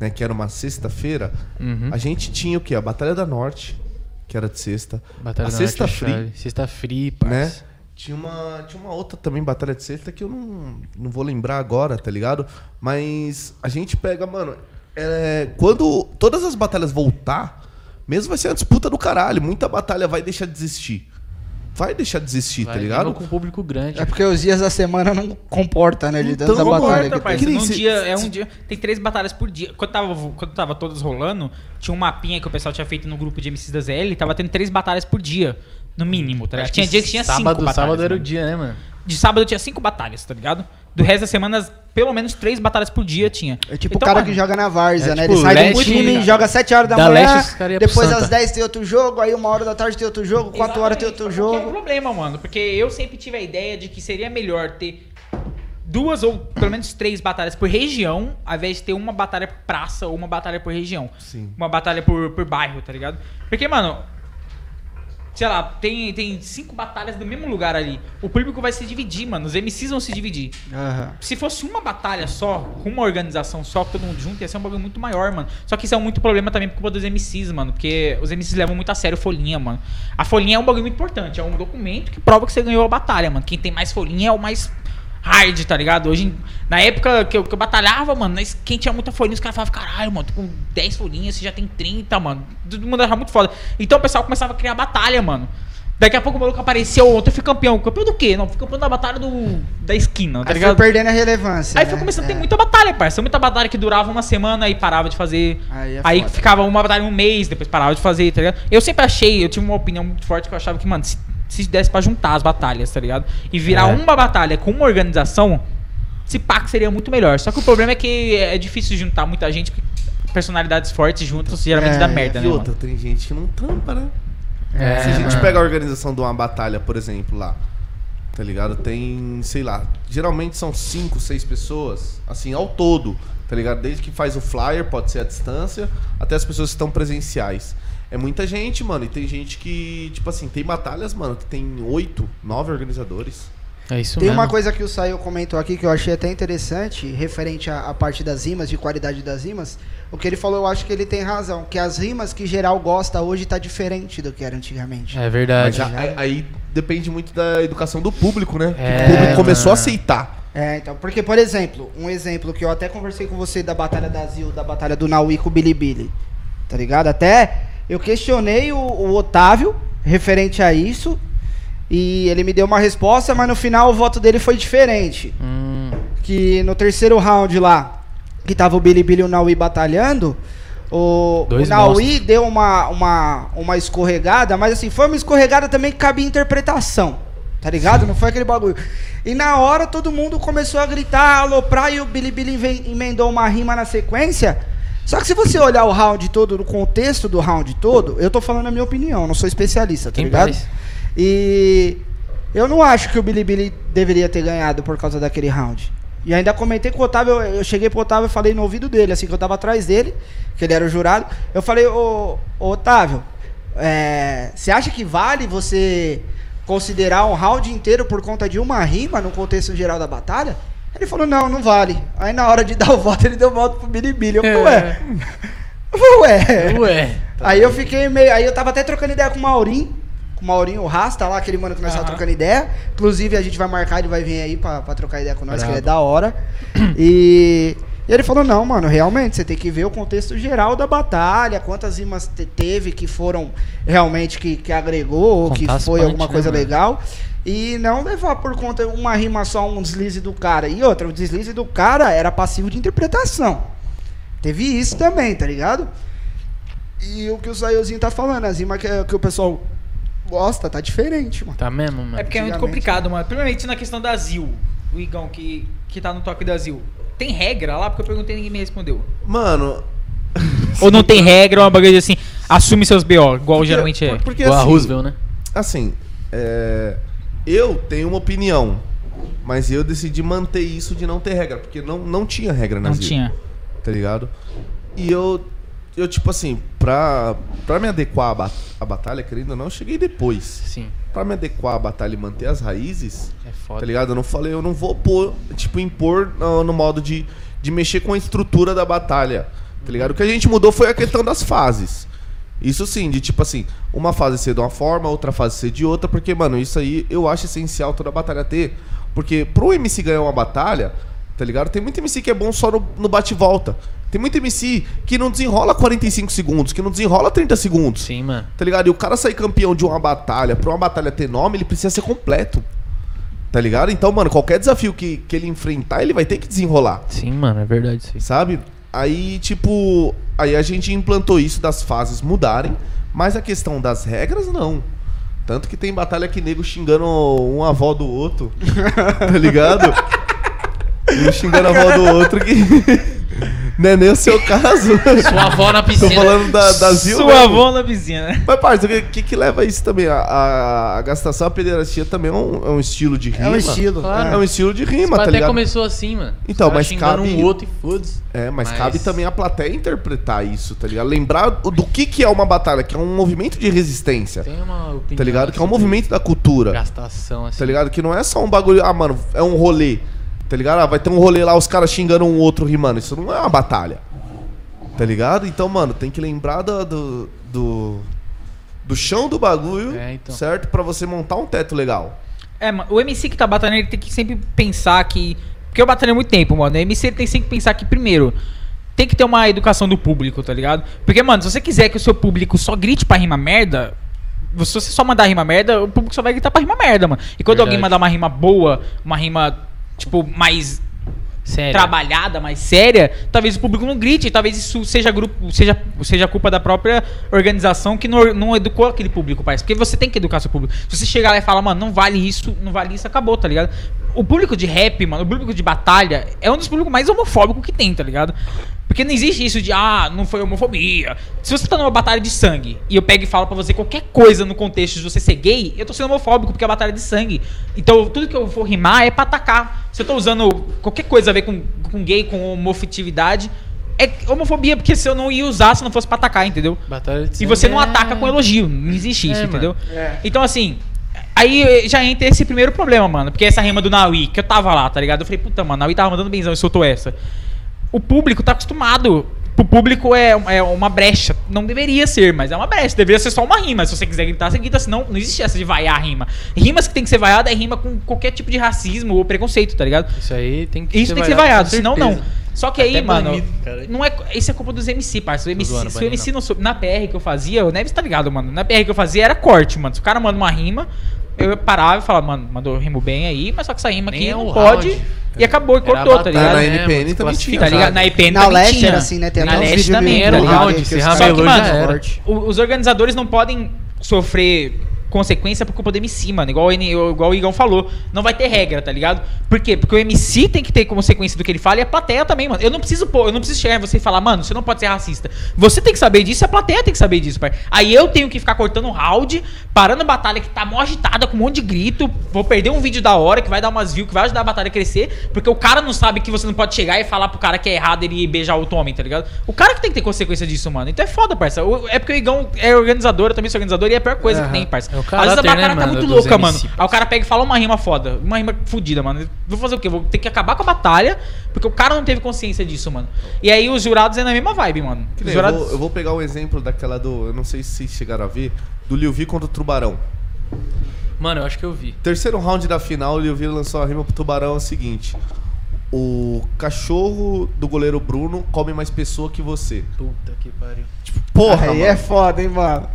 [SPEAKER 2] né, que era uma sexta-feira,
[SPEAKER 4] Uhum.
[SPEAKER 2] a gente tinha o quê? A Batalha da Norte, que era de sexta.
[SPEAKER 4] Batalha
[SPEAKER 2] a
[SPEAKER 4] da
[SPEAKER 2] Sexta
[SPEAKER 4] Norte é
[SPEAKER 2] Free,
[SPEAKER 4] chave. Sexta Free,
[SPEAKER 2] né?
[SPEAKER 4] parça.
[SPEAKER 2] Tinha uma, tinha uma outra também, Batalha de Sexta, que eu não, não vou lembrar agora, tá ligado? Mas a gente pega, mano, é, quando todas as batalhas voltar, mesmo vai ser uma disputa do caralho. Muita batalha vai deixar de existir. Vai deixar de existir,
[SPEAKER 4] Vai,
[SPEAKER 2] tá ligado?
[SPEAKER 4] mesmo com o público grande.
[SPEAKER 1] É porque os dias da semana não comporta, né? Ele
[SPEAKER 2] Então,
[SPEAKER 1] dando da
[SPEAKER 2] comporta,
[SPEAKER 1] batalha que
[SPEAKER 3] Rapaz,
[SPEAKER 2] Que nem
[SPEAKER 3] num
[SPEAKER 2] se-
[SPEAKER 3] dia, é um dia. Tem três batalhas por dia. Quando tava, quando tava todas rolando, tinha um mapinha que o pessoal tinha feito no grupo de MCs da ZL, tava tendo três batalhas por dia. No mínimo, tá ligado? Tinha dia que tinha
[SPEAKER 4] sábado,
[SPEAKER 3] cinco batalhas.
[SPEAKER 4] Sábado era o
[SPEAKER 3] mano.
[SPEAKER 4] dia, né, mano?
[SPEAKER 3] De sábado tinha cinco batalhas, tá ligado? Do resto da semana, pelo menos três batalhas por dia tinha.
[SPEAKER 1] É tipo
[SPEAKER 3] Então,
[SPEAKER 1] o cara
[SPEAKER 3] mano,
[SPEAKER 1] que joga na Várzea,
[SPEAKER 4] é
[SPEAKER 1] né?
[SPEAKER 4] tipo
[SPEAKER 1] Ele sai de um
[SPEAKER 4] leste,
[SPEAKER 1] time,
[SPEAKER 4] cara.
[SPEAKER 1] joga 7 horas da,
[SPEAKER 4] Da
[SPEAKER 1] manhã,
[SPEAKER 4] leste, os caras iam pro
[SPEAKER 1] depois
[SPEAKER 4] Santa.
[SPEAKER 1] às 10 tem outro jogo, aí uma hora da tarde tem outro jogo, 4 horas tem
[SPEAKER 3] Exatamente,
[SPEAKER 1] outro
[SPEAKER 3] só que É um
[SPEAKER 1] jogo.
[SPEAKER 3] problema, mano, porque eu sempre tive a ideia de que seria melhor ter duas ou pelo menos três batalhas por região, ao invés de ter uma batalha por praça ou uma batalha por região.
[SPEAKER 2] Sim.
[SPEAKER 3] Uma batalha por, por bairro, tá ligado? Porque, mano, sei lá, tem, tem cinco batalhas do mesmo lugar ali. O público vai se dividir, mano. Os MCs vão se dividir.
[SPEAKER 1] Aham.
[SPEAKER 3] Se fosse uma batalha só, com uma organização só, todo mundo junto, ia ser um bagulho muito maior, mano. Só que isso é um muito problema também por culpa dos MCs, mano. Porque os MCs levam muito a sério folhinha, mano. A folhinha é um bagulho muito importante. É um documento que prova que você ganhou a batalha, mano. Quem tem mais folhinha é o mais hard, tá ligado? Hoje, em- na época que eu, que eu batalhava, mano, nós- quem tinha muita folhinha, os caras falavam, caralho, mano, tô com 10 folhinhas, você já tem 30, mano. Todo mundo achava muito foda. Então o pessoal começava a criar batalha, mano. Daqui a pouco o maluco apareceu, ontem eu fui campeão. Campeão do quê? Não, fui campeão da batalha do, da esquina, tá
[SPEAKER 1] Aí
[SPEAKER 3] ligado?
[SPEAKER 1] foi perdendo a relevância.
[SPEAKER 3] Aí
[SPEAKER 1] né?
[SPEAKER 3] foi começando a ter
[SPEAKER 1] É.
[SPEAKER 3] muita batalha, parça. Muita batalha que durava uma semana e parava de fazer.
[SPEAKER 1] Aí
[SPEAKER 3] Aí,
[SPEAKER 1] é foda.
[SPEAKER 3] ficava uma batalha um mês, depois parava de fazer, tá ligado? Eu sempre achei, eu tive uma opinião muito forte que eu achava que, mano, se, se desse pra juntar as batalhas, tá ligado? E virar
[SPEAKER 4] É.
[SPEAKER 3] uma batalha com uma organização, se pá que seria muito melhor. Só que o problema é que é difícil juntar muita gente, porque personalidades fortes juntas geralmente
[SPEAKER 1] É,
[SPEAKER 3] dá merda,
[SPEAKER 2] E
[SPEAKER 3] né?
[SPEAKER 2] outra,
[SPEAKER 3] Mano?
[SPEAKER 2] tem gente que não tampa, né?
[SPEAKER 4] É,
[SPEAKER 2] Se a gente
[SPEAKER 4] mano.
[SPEAKER 2] pega a organização de uma batalha, por exemplo, lá, tá ligado? Tem, sei lá, geralmente são cinco, seis pessoas, assim, ao todo, tá ligado? Desde que faz o flyer, pode ser à distância, até as pessoas que estão presenciais. É muita gente, mano, e tem gente que, tipo assim, tem batalhas, mano, que tem oito, nove organizadores.
[SPEAKER 4] É isso
[SPEAKER 1] Tem
[SPEAKER 4] mesmo.
[SPEAKER 1] uma coisa que o Saio comentou aqui que eu achei até interessante, referente à, à parte das rimas, de qualidade das rimas. O que ele falou, eu acho que ele tem razão, que as rimas que geral gosta hoje tá diferente do que era antigamente.
[SPEAKER 4] É
[SPEAKER 2] Mas
[SPEAKER 4] verdade.
[SPEAKER 2] a- aí, depende muito da educação do público, né?
[SPEAKER 4] É,
[SPEAKER 2] o público começou a
[SPEAKER 4] mano.
[SPEAKER 2] aceitar.
[SPEAKER 1] É, então, porque, por exemplo, um exemplo que eu até conversei com você da Batalha da Zil, da Batalha do Naui com o Bilibili, tá ligado? Até eu questionei o, o Otávio referente a isso, e ele me deu uma resposta, mas no final o voto dele foi diferente.
[SPEAKER 4] Hum,
[SPEAKER 1] que no terceiro round lá, que tava o Bilibili e o Naui batalhando, o, o
[SPEAKER 4] Dois
[SPEAKER 1] Naui deu uma, uma, uma escorregada, mas assim, foi uma escorregada também que cabia interpretação. Tá ligado? Não foi aquele bagulho. E na hora todo mundo começou a gritar, aloprar e o Bilibili inven- emendou uma rima na sequência. Só que se você olhar o round todo, no contexto do round todo, eu tô falando a minha opinião, não sou especialista, tá
[SPEAKER 4] Em
[SPEAKER 1] ligado?
[SPEAKER 4] paz.
[SPEAKER 1] E eu não acho que o Bilibili deveria ter ganhado por causa daquele round. E ainda comentei com o Otávio, eu, eu cheguei pro Otávio e falei no ouvido dele, assim, que eu tava atrás dele, que ele era o jurado. Eu falei, ô, ô, Otávio, é, você acha que vale você considerar um round inteiro por conta de uma rima no contexto geral da batalha? Ele falou, não, não vale. Aí na hora de dar o voto, ele deu o voto pro Bilibili. Eu falei, ué. Ué.
[SPEAKER 4] Ué. tá
[SPEAKER 1] Aí eu fiquei meio. Aí eu tava até trocando ideia com o Maurinho. Com o Maurinho, o Rasta lá, aquele mano que nós tava trocando ideia. Inclusive, a gente vai marcar, ele vai vir aí pra, pra trocar ideia com nós, que ele é da hora. E. e ele falou, não, mano, realmente, você tem que ver o contexto geral da batalha, quantas rimas te- teve que foram realmente que, que agregou, ou que
[SPEAKER 4] Contar as
[SPEAKER 1] foi
[SPEAKER 4] punch,
[SPEAKER 1] alguma
[SPEAKER 4] né,
[SPEAKER 1] coisa
[SPEAKER 4] mano?
[SPEAKER 1] legal. E não levar por conta uma rima só, um deslize do cara. E outra, o deslize do cara era passivo de interpretação. Teve isso também, tá ligado? E o que o Zaiozinho tá falando, as rimas que, que o pessoal gosta, tá diferente, mano.
[SPEAKER 4] Tá mesmo, mano?
[SPEAKER 3] É porque é muito
[SPEAKER 1] Antigamente, né?
[SPEAKER 3] complicado, mano. Primeiramente, na questão da Azil, o Igão que, que tá no toque da Azil. Tem regra lá? Porque eu perguntei e ninguém me respondeu.
[SPEAKER 2] Mano,
[SPEAKER 3] Ou não tem regra, uma bagulho assim, assume seus BO, igual geralmente é.
[SPEAKER 2] por- porque
[SPEAKER 4] Então, Igual a
[SPEAKER 2] assim,
[SPEAKER 4] Roosevelt, né?
[SPEAKER 2] assim, é, eu tenho uma opinião, mas eu decidi manter isso de não ter regra, porque não, não tinha regra na
[SPEAKER 3] Não
[SPEAKER 2] Zil,
[SPEAKER 3] tinha.
[SPEAKER 2] Tá ligado? E eu, eu tipo assim, pra, pra me adequar à, ba- à batalha, querendo ou não, eu cheguei depois.
[SPEAKER 4] Sim.
[SPEAKER 2] Pra me adequar à batalha e manter as raízes,
[SPEAKER 4] É
[SPEAKER 2] Tá
[SPEAKER 4] foda.
[SPEAKER 2] ligado? Eu não falei, eu não vou pôr, tipo, impor no, no modo de, de mexer com a estrutura da batalha. Tá ligado? O que a gente mudou foi a questão das fases. Isso sim, de tipo assim, uma fase ser de uma forma, outra fase ser de outra, porque, mano, isso aí eu acho essencial toda batalha ter. Porque pro MC ganhar uma batalha, tá ligado? Tem muito MC que é bom só no, no bate-volta. Tem muito MC que não desenrola 45 segundos, que não desenrola 30 segundos.
[SPEAKER 4] Sim, mano.
[SPEAKER 2] Tá ligado? E o cara sair campeão de uma batalha pra uma batalha ter nome, ele precisa ser completo. Tá ligado? Então, mano, qualquer desafio que, que ele enfrentar, ele vai ter que desenrolar.
[SPEAKER 4] Sim, mano, é verdade isso aí.
[SPEAKER 2] Sabe? Aí, tipo. Aí a gente implantou isso das fases mudarem, mas a questão das regras, não. Tanto que tem batalha que nego xingando um avó do outro. Tá ligado? Um xingando a avó do outro que. Não é nem o seu caso.
[SPEAKER 4] Sua avó na
[SPEAKER 2] Tô
[SPEAKER 4] piscina.
[SPEAKER 2] falando da, da Zil.
[SPEAKER 3] Sua
[SPEAKER 2] mesmo.
[SPEAKER 3] avó né? na vizinha.
[SPEAKER 2] Mas, parça, o que, que, que leva a isso também? A, a, a gastação, a pederastia também é um, é um estilo de rima.
[SPEAKER 1] É um estilo.
[SPEAKER 4] Claro.
[SPEAKER 1] é.
[SPEAKER 2] É um estilo de
[SPEAKER 4] Esse
[SPEAKER 2] rima,
[SPEAKER 4] pai
[SPEAKER 2] tá
[SPEAKER 4] até
[SPEAKER 2] ligado?
[SPEAKER 4] começou assim, mano.
[SPEAKER 2] Então,
[SPEAKER 4] Os caras
[SPEAKER 2] mas
[SPEAKER 4] xingando
[SPEAKER 2] cabe-
[SPEAKER 4] um outro e foda-se.
[SPEAKER 2] É, mas,
[SPEAKER 4] Mas-
[SPEAKER 2] cabe também a plateia interpretar isso, tá ligado? Lembrar o- do que, que é uma batalha, que é um movimento de resistência,
[SPEAKER 4] Tem uma opinião.
[SPEAKER 2] tá ligado? Que é um
[SPEAKER 4] sobre
[SPEAKER 2] movimento da cultura,
[SPEAKER 4] Gastação, assim.
[SPEAKER 2] tá ligado? Que não é só um bagulho, ah, mano, é um rolê, tá ligado? Ah, vai ter um rolê lá, os caras xingando um outro rimando. Isso não é uma batalha, tá ligado? Então, mano, tem que lembrar da- do, do, do chão do bagulho,
[SPEAKER 4] É, então.
[SPEAKER 2] certo? Pra você montar um teto legal.
[SPEAKER 3] É, mano, o MC que tá batalhando, ele tem que sempre pensar que. Porque eu batalhei há muito tempo, mano. O MC ele tem sempre que pensar que, primeiro, tem que ter uma educação do público, tá ligado? Porque, mano, se você quiser que o seu público só grite pra rima merda. Se você só mandar rima merda, o público só vai gritar pra rima merda, mano. E quando
[SPEAKER 4] Verdade.
[SPEAKER 3] alguém mandar uma rima boa, uma rima, tipo, mais
[SPEAKER 4] Sério.
[SPEAKER 3] trabalhada, mais séria, talvez o público não grite, talvez isso seja grupo, seja, seja culpa da própria organização que não, não educou aquele público, parece. Porque você tem que educar seu público. Se você chegar lá e falar, mano, não vale isso, não vale isso, acabou, tá ligado? O público de rap, mano, o público de batalha é um dos públicos mais homofóbicos que tem, tá ligado? Porque não existe isso de, ah, não foi homofobia. Se você tá numa batalha de sangue e eu pego e falo pra você qualquer coisa no contexto de você ser gay, eu tô sendo homofóbico porque é batalha de sangue. Então tudo que eu for rimar é pra atacar. Se eu tô usando qualquer coisa a ver com, com gay, com homofetividade, é homofobia, porque se eu não ia usar, se não fosse pra atacar, entendeu?
[SPEAKER 4] Batalha de
[SPEAKER 3] E você
[SPEAKER 4] sangue
[SPEAKER 3] não
[SPEAKER 4] é-
[SPEAKER 3] ataca com elogio, não existe isso,
[SPEAKER 4] É,
[SPEAKER 3] entendeu?
[SPEAKER 1] É.
[SPEAKER 3] Então, assim, Aí eh, já entra esse primeiro problema, mano. Porque essa rima do Naui, que eu tava lá, tá ligado? Eu falei, puta, mano, Naui tava mandando benzão e soltou essa. O público tá acostumado. Pro público é, é uma brecha. Não deveria ser, mas é uma brecha. Deveria ser só uma rima. Se você quiser gritar, você grita. Senão não existe essa de vaiar a rima. Rimas que tem que ser vaiada é rima com qualquer tipo de racismo ou preconceito, tá ligado?
[SPEAKER 4] Isso aí tem que
[SPEAKER 3] Isso tem que ser vaiado,
[SPEAKER 4] com
[SPEAKER 3] senão não.
[SPEAKER 4] certeza.
[SPEAKER 3] Só que aí,
[SPEAKER 4] Até
[SPEAKER 3] mano,
[SPEAKER 4] banido, cara.
[SPEAKER 3] não é, isso é culpa dos MC, parça. O MC,
[SPEAKER 4] zoando,
[SPEAKER 3] se o
[SPEAKER 4] banido
[SPEAKER 3] MC não
[SPEAKER 4] não.
[SPEAKER 3] soube, na PR que eu fazia, o Neves tá ligado, mano. Na PR que eu fazia era corte, mano. Se o cara manda uma rima, eu parava e falava, mano, mandou rimo bem aí, mas só que essa rima
[SPEAKER 4] Nem
[SPEAKER 3] aqui
[SPEAKER 4] é
[SPEAKER 3] não
[SPEAKER 4] o
[SPEAKER 3] pode.
[SPEAKER 4] round,
[SPEAKER 3] e acabou, e
[SPEAKER 4] Era
[SPEAKER 3] cortou, tá
[SPEAKER 4] batalha,
[SPEAKER 3] ligado?
[SPEAKER 2] na
[SPEAKER 4] né,
[SPEAKER 2] NPN
[SPEAKER 4] mano,
[SPEAKER 2] também tinha.
[SPEAKER 3] Tá ligado? Na IPN
[SPEAKER 1] Na
[SPEAKER 3] também
[SPEAKER 1] Leste
[SPEAKER 3] tinha.
[SPEAKER 1] era assim, né? Tem
[SPEAKER 3] Na
[SPEAKER 1] até uns
[SPEAKER 3] Leste
[SPEAKER 1] vídeos
[SPEAKER 3] também
[SPEAKER 1] bem
[SPEAKER 3] era um o
[SPEAKER 1] legais
[SPEAKER 3] round.
[SPEAKER 1] desse
[SPEAKER 4] se
[SPEAKER 1] cara.
[SPEAKER 3] Só que,
[SPEAKER 4] ramelou, já
[SPEAKER 3] mano,
[SPEAKER 4] era.
[SPEAKER 3] o- os organizadores não podem sofrer consequência por culpa do MC, mano. né? Igual, o N- igual o Igão falou. Não vai ter regra, tá ligado? Por quê? Porque o MC tem que ter consequência do que ele fala e a plateia também, mano. Eu não preciso pôr, eu não preciso chegar em você e falar, mano, você não pode ser racista. Você tem que saber disso e a plateia tem que saber disso, pai. Aí eu tenho que ficar cortando um round, parando a batalha que tá mó agitada, com um monte de grito. Vou perder um vídeo da hora que vai dar umas views, que vai ajudar a batalha a crescer, porque o cara não sabe que você não pode chegar e falar pro cara que é errado ele ir beijar outro homem, tá ligado? O cara que tem que ter consequência disso, mano. Então é foda, parça. O- É porque o Igão é organizador, eu também sou organizador, e é a pior coisa que tem, parça.
[SPEAKER 4] É o
[SPEAKER 3] Às vezes a
[SPEAKER 4] caráter,
[SPEAKER 3] batalha
[SPEAKER 4] né,
[SPEAKER 3] tá
[SPEAKER 4] mano,
[SPEAKER 3] muito
[SPEAKER 4] dos
[SPEAKER 3] louca,
[SPEAKER 4] MC,
[SPEAKER 3] mano. Aí o cara pega e fala uma rima foda, uma rima fodida, mano. Vou fazer o quê? Vou ter que acabar com a batalha, porque o cara não teve consciência disso, mano. E aí os jurados é na mesma vibe, mano.
[SPEAKER 2] Que
[SPEAKER 3] Os
[SPEAKER 2] nem, eu,
[SPEAKER 3] jurados...
[SPEAKER 2] vou, eu vou pegar o exemplo daquela do. Eu não sei se vocês chegaram a ver. Do Liu Vi contra o Tubarão.
[SPEAKER 4] Mano, eu acho que eu vi.
[SPEAKER 2] Terceiro round da final, o Liu Vi lançou a rima pro Tubarão é o seguinte: O cachorro do goleiro Bruno come mais pessoa que você.
[SPEAKER 4] Puta que pariu.
[SPEAKER 2] Porra,
[SPEAKER 1] Aí
[SPEAKER 2] mano.
[SPEAKER 1] é foda, hein, mano.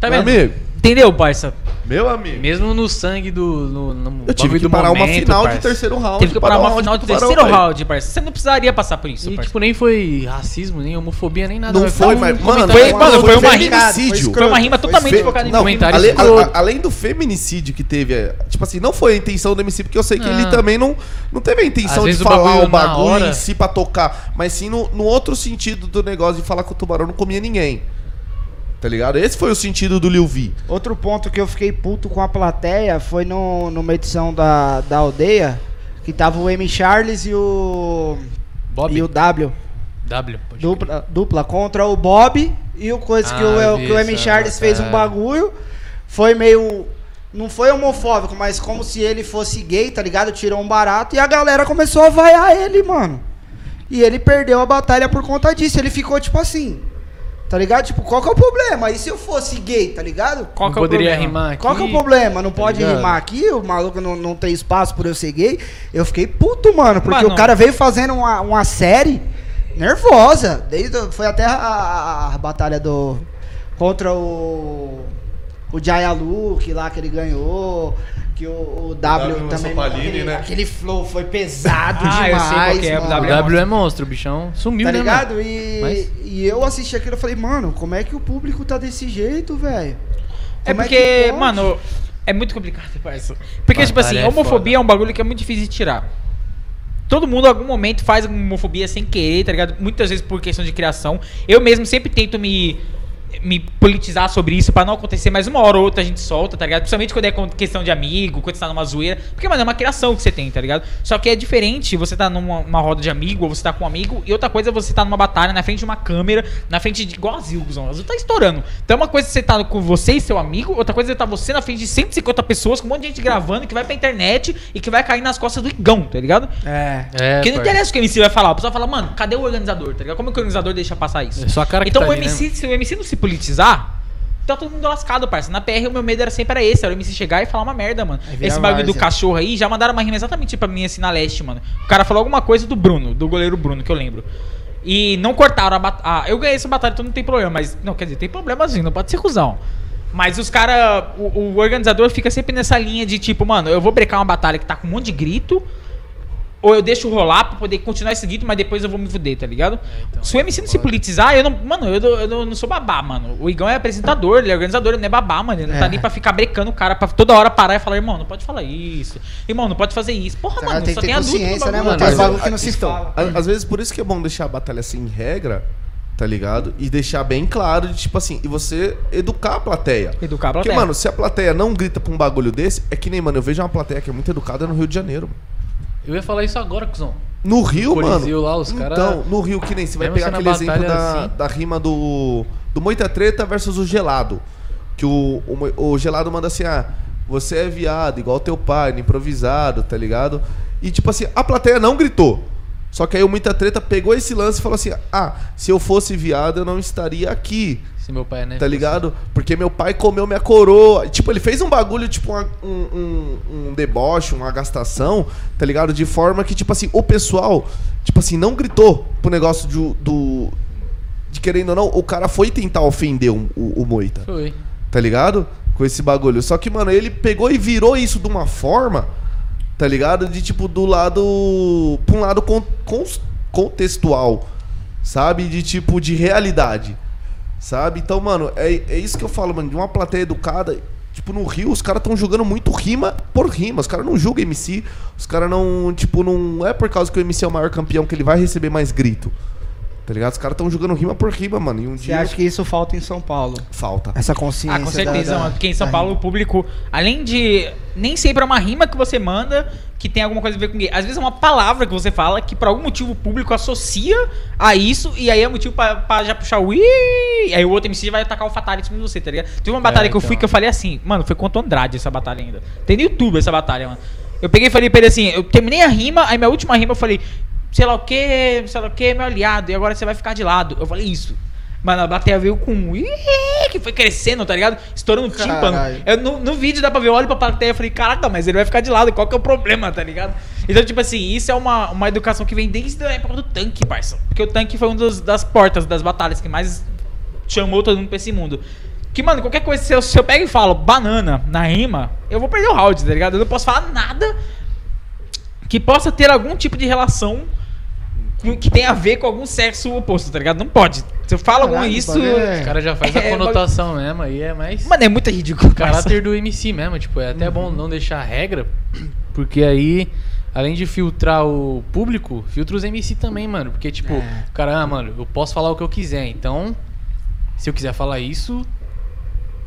[SPEAKER 3] Tá
[SPEAKER 2] meu
[SPEAKER 3] vendo?
[SPEAKER 2] amigo.
[SPEAKER 3] Entendeu, parça?
[SPEAKER 2] Meu amigo.
[SPEAKER 4] Mesmo no sangue do. No, no
[SPEAKER 2] eu tive
[SPEAKER 4] bagulho
[SPEAKER 2] que
[SPEAKER 4] do
[SPEAKER 2] parar uma
[SPEAKER 4] momento,
[SPEAKER 2] final
[SPEAKER 4] parça.
[SPEAKER 2] de terceiro round.
[SPEAKER 3] Teve que parar uma final
[SPEAKER 2] round pro
[SPEAKER 3] de
[SPEAKER 2] Tubarão,
[SPEAKER 3] terceiro
[SPEAKER 2] pai.
[SPEAKER 3] round, parça. Você não precisaria passar por isso,
[SPEAKER 4] E,
[SPEAKER 3] parça.
[SPEAKER 4] tipo, nem foi racismo, nem homofobia, nem nada.
[SPEAKER 2] Não foi,
[SPEAKER 4] um
[SPEAKER 2] mas. Mano,
[SPEAKER 4] comentário-
[SPEAKER 3] foi-
[SPEAKER 2] um
[SPEAKER 3] mano, foi uma
[SPEAKER 2] feminicídio.
[SPEAKER 1] rima-
[SPEAKER 3] Foi uma rima
[SPEAKER 1] Foi
[SPEAKER 3] totalmente
[SPEAKER 2] fe-
[SPEAKER 3] focada em
[SPEAKER 2] não,
[SPEAKER 4] comentário
[SPEAKER 2] ale-
[SPEAKER 4] escroto.
[SPEAKER 2] a- a- além do feminicídio que teve, é, tipo assim, não foi a intenção do MC, porque eu sei que
[SPEAKER 4] Não.
[SPEAKER 3] Ah.
[SPEAKER 2] ele também não, não teve a
[SPEAKER 4] Às
[SPEAKER 2] intenção de
[SPEAKER 4] vezes o
[SPEAKER 2] falar
[SPEAKER 4] bagulho
[SPEAKER 2] o
[SPEAKER 4] na
[SPEAKER 2] bagulho
[SPEAKER 4] hora-
[SPEAKER 2] em si pra tocar, mas sim no, no outro sentido do negócio de falar que o tubarão não comia ninguém. Tá ligado? Esse foi o sentido do Lil Vi.
[SPEAKER 1] Outro ponto que eu fiquei puto com a plateia foi no, numa edição da, da aldeia, que tava o M. Charles e o.
[SPEAKER 4] Bob.
[SPEAKER 1] E o W.
[SPEAKER 4] W. pode crer.
[SPEAKER 1] Dupla, dupla contra o Bob e o coisa que,
[SPEAKER 4] Ah,
[SPEAKER 1] o,
[SPEAKER 4] vi
[SPEAKER 1] que o M.
[SPEAKER 4] essa é.
[SPEAKER 1] Charles fez um
[SPEAKER 4] matéria.
[SPEAKER 1] bagulho. Foi meio. Não foi homofóbico, mas como se ele fosse gay, tá ligado? Tirou um barato e a galera começou a vaiar ele, mano. E ele perdeu a batalha por conta disso. Ele ficou tipo assim. Tá ligado? Tipo, qual que é o problema? E se eu fosse gay, tá ligado?
[SPEAKER 3] Qual
[SPEAKER 4] Não
[SPEAKER 3] que é o
[SPEAKER 4] poderia
[SPEAKER 3] problema?
[SPEAKER 4] rimar aqui.
[SPEAKER 1] Qual que é o problema?
[SPEAKER 3] tá
[SPEAKER 1] Não pode
[SPEAKER 4] ligado?
[SPEAKER 1] rimar aqui? O maluco não, não tem espaço por eu ser gay? Eu fiquei puto, mano, porque
[SPEAKER 3] Mano.
[SPEAKER 1] o cara veio fazendo uma, uma série nervosa. Desde, foi até a, a- a batalha do. Contra o. O Jaya Luke lá que ele ganhou. Que o, o W,
[SPEAKER 2] W
[SPEAKER 1] também.
[SPEAKER 2] Sopalini,
[SPEAKER 1] aquele,
[SPEAKER 2] né?
[SPEAKER 1] aquele flow foi pesado
[SPEAKER 3] Ah, eu sei
[SPEAKER 1] demais.
[SPEAKER 3] qual que é, o
[SPEAKER 1] mano.
[SPEAKER 4] O
[SPEAKER 3] W
[SPEAKER 4] W é monstro, o bichão. Sumiu,
[SPEAKER 1] Tá
[SPEAKER 4] né,
[SPEAKER 1] ligado?
[SPEAKER 4] mano?
[SPEAKER 1] E,
[SPEAKER 4] Mas-
[SPEAKER 1] e eu assisti aquilo e falei, mano, como é que o público tá desse jeito, velho?
[SPEAKER 3] É
[SPEAKER 1] Como
[SPEAKER 3] porque,
[SPEAKER 1] que pode?
[SPEAKER 3] mano, é muito complicado, parça. Porque, tipo assim,
[SPEAKER 4] Batalha é
[SPEAKER 3] homofobia é um bagulho que é muito difícil de tirar. Todo mundo, em algum momento, faz alguma homofobia sem querer, tá ligado? Muitas vezes por questão de criação. Eu mesmo sempre tento me, me politizar sobre isso pra não acontecer, mas uma hora ou outra a gente solta, tá ligado? Principalmente quando é con- questão de amigo, quando você tá numa zoeira. Porque, mano, é uma criação que você tem, tá ligado? Só que é diferente você tá numa uma roda de amigo, ou você tá com um amigo, e outra coisa é você tá numa batalha na frente de uma câmera, na frente de. igual a Zilgzão. A Zil tá estourando. Então, uma coisa é você tá com você e seu amigo, outra coisa é tá você na frente de 150 pessoas, com um monte de gente gravando, que vai pra internet e que vai cair nas costas do igão, tá ligado?
[SPEAKER 1] É.
[SPEAKER 4] É,
[SPEAKER 3] Porque não
[SPEAKER 4] parça.
[SPEAKER 3] interessa o que o MC vai falar. O pessoal fala, mano, cadê o organizador? Tá ligado? Como que o organizador deixa passar isso?
[SPEAKER 4] É só a cara que
[SPEAKER 3] então
[SPEAKER 4] tá
[SPEAKER 3] o
[SPEAKER 4] ali, né,
[SPEAKER 3] MC, se o MC não se politizar, tá todo mundo lascado, parça. Na PR o meu medo era sempre era esse, era o MC chegar e falar uma merda, mano.
[SPEAKER 1] vira
[SPEAKER 3] Esse bagulho do
[SPEAKER 1] várzea.
[SPEAKER 3] cachorro aí, já mandaram uma rima exatamente pra mim assim na leste, mano. O cara falou alguma coisa do Bruno, do goleiro Bruno, que eu lembro. E não cortaram a batalha. eu ganhei essa batalha, então não tem problema, mas. Não, quer dizer, tem problemazinho, não pode ser cuzão. Mas os caras. O, o organizador fica sempre nessa linha de tipo, mano, eu vou brecar uma batalha que tá com um monte de grito, ou eu deixo rolar pra poder continuar esse grito, mas depois eu vou me fuder, tá ligado?
[SPEAKER 1] É, então,
[SPEAKER 3] se o MC não se politizar, eu não. Mano, eu, não- eu não- eu não sou babá, mano. O Igão é apresentador, ele é organizador, ele não é babá, mano. Ele não tá
[SPEAKER 1] É.
[SPEAKER 3] nem pra ficar brecando o cara pra toda hora parar e falar, irmão, não pode falar isso. Irmão, não pode fazer isso. Porra,
[SPEAKER 1] Cara,
[SPEAKER 3] mano,
[SPEAKER 1] tem
[SPEAKER 3] só
[SPEAKER 1] que
[SPEAKER 3] tem
[SPEAKER 1] ter
[SPEAKER 3] adulto. no
[SPEAKER 1] consciência, né, mano?
[SPEAKER 3] bagulho, mano.
[SPEAKER 1] Tem uns bagulho que não se
[SPEAKER 2] Então,
[SPEAKER 1] fala.
[SPEAKER 3] né?
[SPEAKER 2] a- Às vezes por isso que é bom deixar a batalha sem regra, tá ligado? E deixar bem claro, de, tipo assim, e você educar a plateia.
[SPEAKER 3] Educar a
[SPEAKER 2] Porque,
[SPEAKER 3] plateia.
[SPEAKER 2] mano, se a plateia não grita pra um bagulho desse, é que nem, mano, eu vejo uma plateia que é muito educada no Rio de Janeiro. mano.
[SPEAKER 4] Eu ia falar isso agora, cuzão.
[SPEAKER 2] No Rio,
[SPEAKER 4] Coliseu
[SPEAKER 2] mano.
[SPEAKER 4] lá, os cara-
[SPEAKER 2] Então, no Rio, que nem você vai
[SPEAKER 4] Mesmo
[SPEAKER 2] pegar
[SPEAKER 4] sendo
[SPEAKER 2] aquele
[SPEAKER 4] a
[SPEAKER 2] exemplo
[SPEAKER 4] batalha
[SPEAKER 2] da,
[SPEAKER 4] assim.
[SPEAKER 2] da rima do. Do Moita Treta versus o Gelado. Que o, o, Mo- o Gelado manda assim, ah. Você é viado, igual teu pai, no improvisado, tá ligado? E tipo assim, a plateia não gritou. Só que aí o Muita Treta pegou esse lance e falou assim: Ah, se eu fosse viado, eu não estaria aqui.
[SPEAKER 4] Se meu pai, né?
[SPEAKER 2] Tá ligado? Porque meu pai comeu minha coroa. Tipo, ele fez um bagulho, tipo, uma- um, um, um deboche, uma gastação, tá ligado? De forma que, tipo assim, o pessoal, tipo assim, não gritou pro negócio de, do. De querendo ou não, o cara foi tentar ofender o, o, o Moita
[SPEAKER 4] Foi.
[SPEAKER 2] tá ligado? Com esse bagulho. Só que, mano, ele pegou e virou isso de uma forma, tá ligado? De tipo, do lado. pra um lado con- cons- contextual, sabe? De tipo, de realidade, sabe? Então, mano, é, é isso que eu falo, mano, de uma plateia educada. Tipo, no Rio, os caras tão jogando muito rima por rima. Os caras não julgam MC. Os caras não. Tipo, não é por causa que o MC é o maior campeão que ele vai receber mais grito. Tá ligado? Os caras tão jogando rima por rima, mano. E um
[SPEAKER 1] Você
[SPEAKER 2] dia.
[SPEAKER 1] acha que isso falta em São Paulo?
[SPEAKER 2] Falta.
[SPEAKER 1] Essa consciência.
[SPEAKER 3] Ah, com
[SPEAKER 1] da-
[SPEAKER 3] certeza.
[SPEAKER 1] da-
[SPEAKER 3] mano. Porque em São
[SPEAKER 1] da-
[SPEAKER 3] Paulo o público, além de. Nem sempre é uma rima que você manda que tem alguma coisa a ver com gay. Às vezes é uma palavra que você fala que por algum motivo o público associa a isso e aí é motivo pra, pra já puxar o. "Ih", E aí o outro MC vai atacar o Fatality em cima de você, tá ligado? Teve uma batalha que eu fui que eu falei assim, mano, foi contra o Andrade essa batalha ainda. Tem no YouTube essa batalha, mano. Eu peguei e falei pra ele assim, eu terminei a rima, aí minha última rima eu falei, sei lá o que, sei lá o que, meu aliado, e agora você vai ficar de lado. Eu falei isso. Mano, a plateia veio com um "Ih", que foi crescendo, tá ligado? Estourando o tímpano.
[SPEAKER 1] Caralho.
[SPEAKER 3] Eu, no, no vídeo dá pra ver, eu olho pra plateia e falei, caraca, mas ele vai ficar de lado, qual que é o problema, tá ligado? Então, tipo assim, isso é uma, uma educação que vem desde a época do tanque, parça. Porque o tanque foi uma das portas das batalhas que mais chamou todo mundo pra esse mundo. Que, mano, qualquer coisa, se eu, se eu pego e falo banana na rima, eu vou perder o round, tá ligado? Eu não posso falar nada que possa ter algum tipo de relação com- que tenha a ver com algum sexo oposto, tá ligado? Não pode. Se eu falo alguma
[SPEAKER 1] Caralho,
[SPEAKER 3] isso.
[SPEAKER 1] bagulho é-
[SPEAKER 4] O cara já faz a
[SPEAKER 3] É,
[SPEAKER 4] conotação mesmo, aí é mais.
[SPEAKER 3] Mano, é muito ridículo,
[SPEAKER 4] o
[SPEAKER 3] cara.
[SPEAKER 4] caráter do MC mesmo, tipo, é até bom não deixar regra, porque aí, além de filtrar o público, filtra os MC também, mano. Porque, tipo, o cara, ah, mano, eu posso falar o que eu quiser, então, se eu quiser falar isso,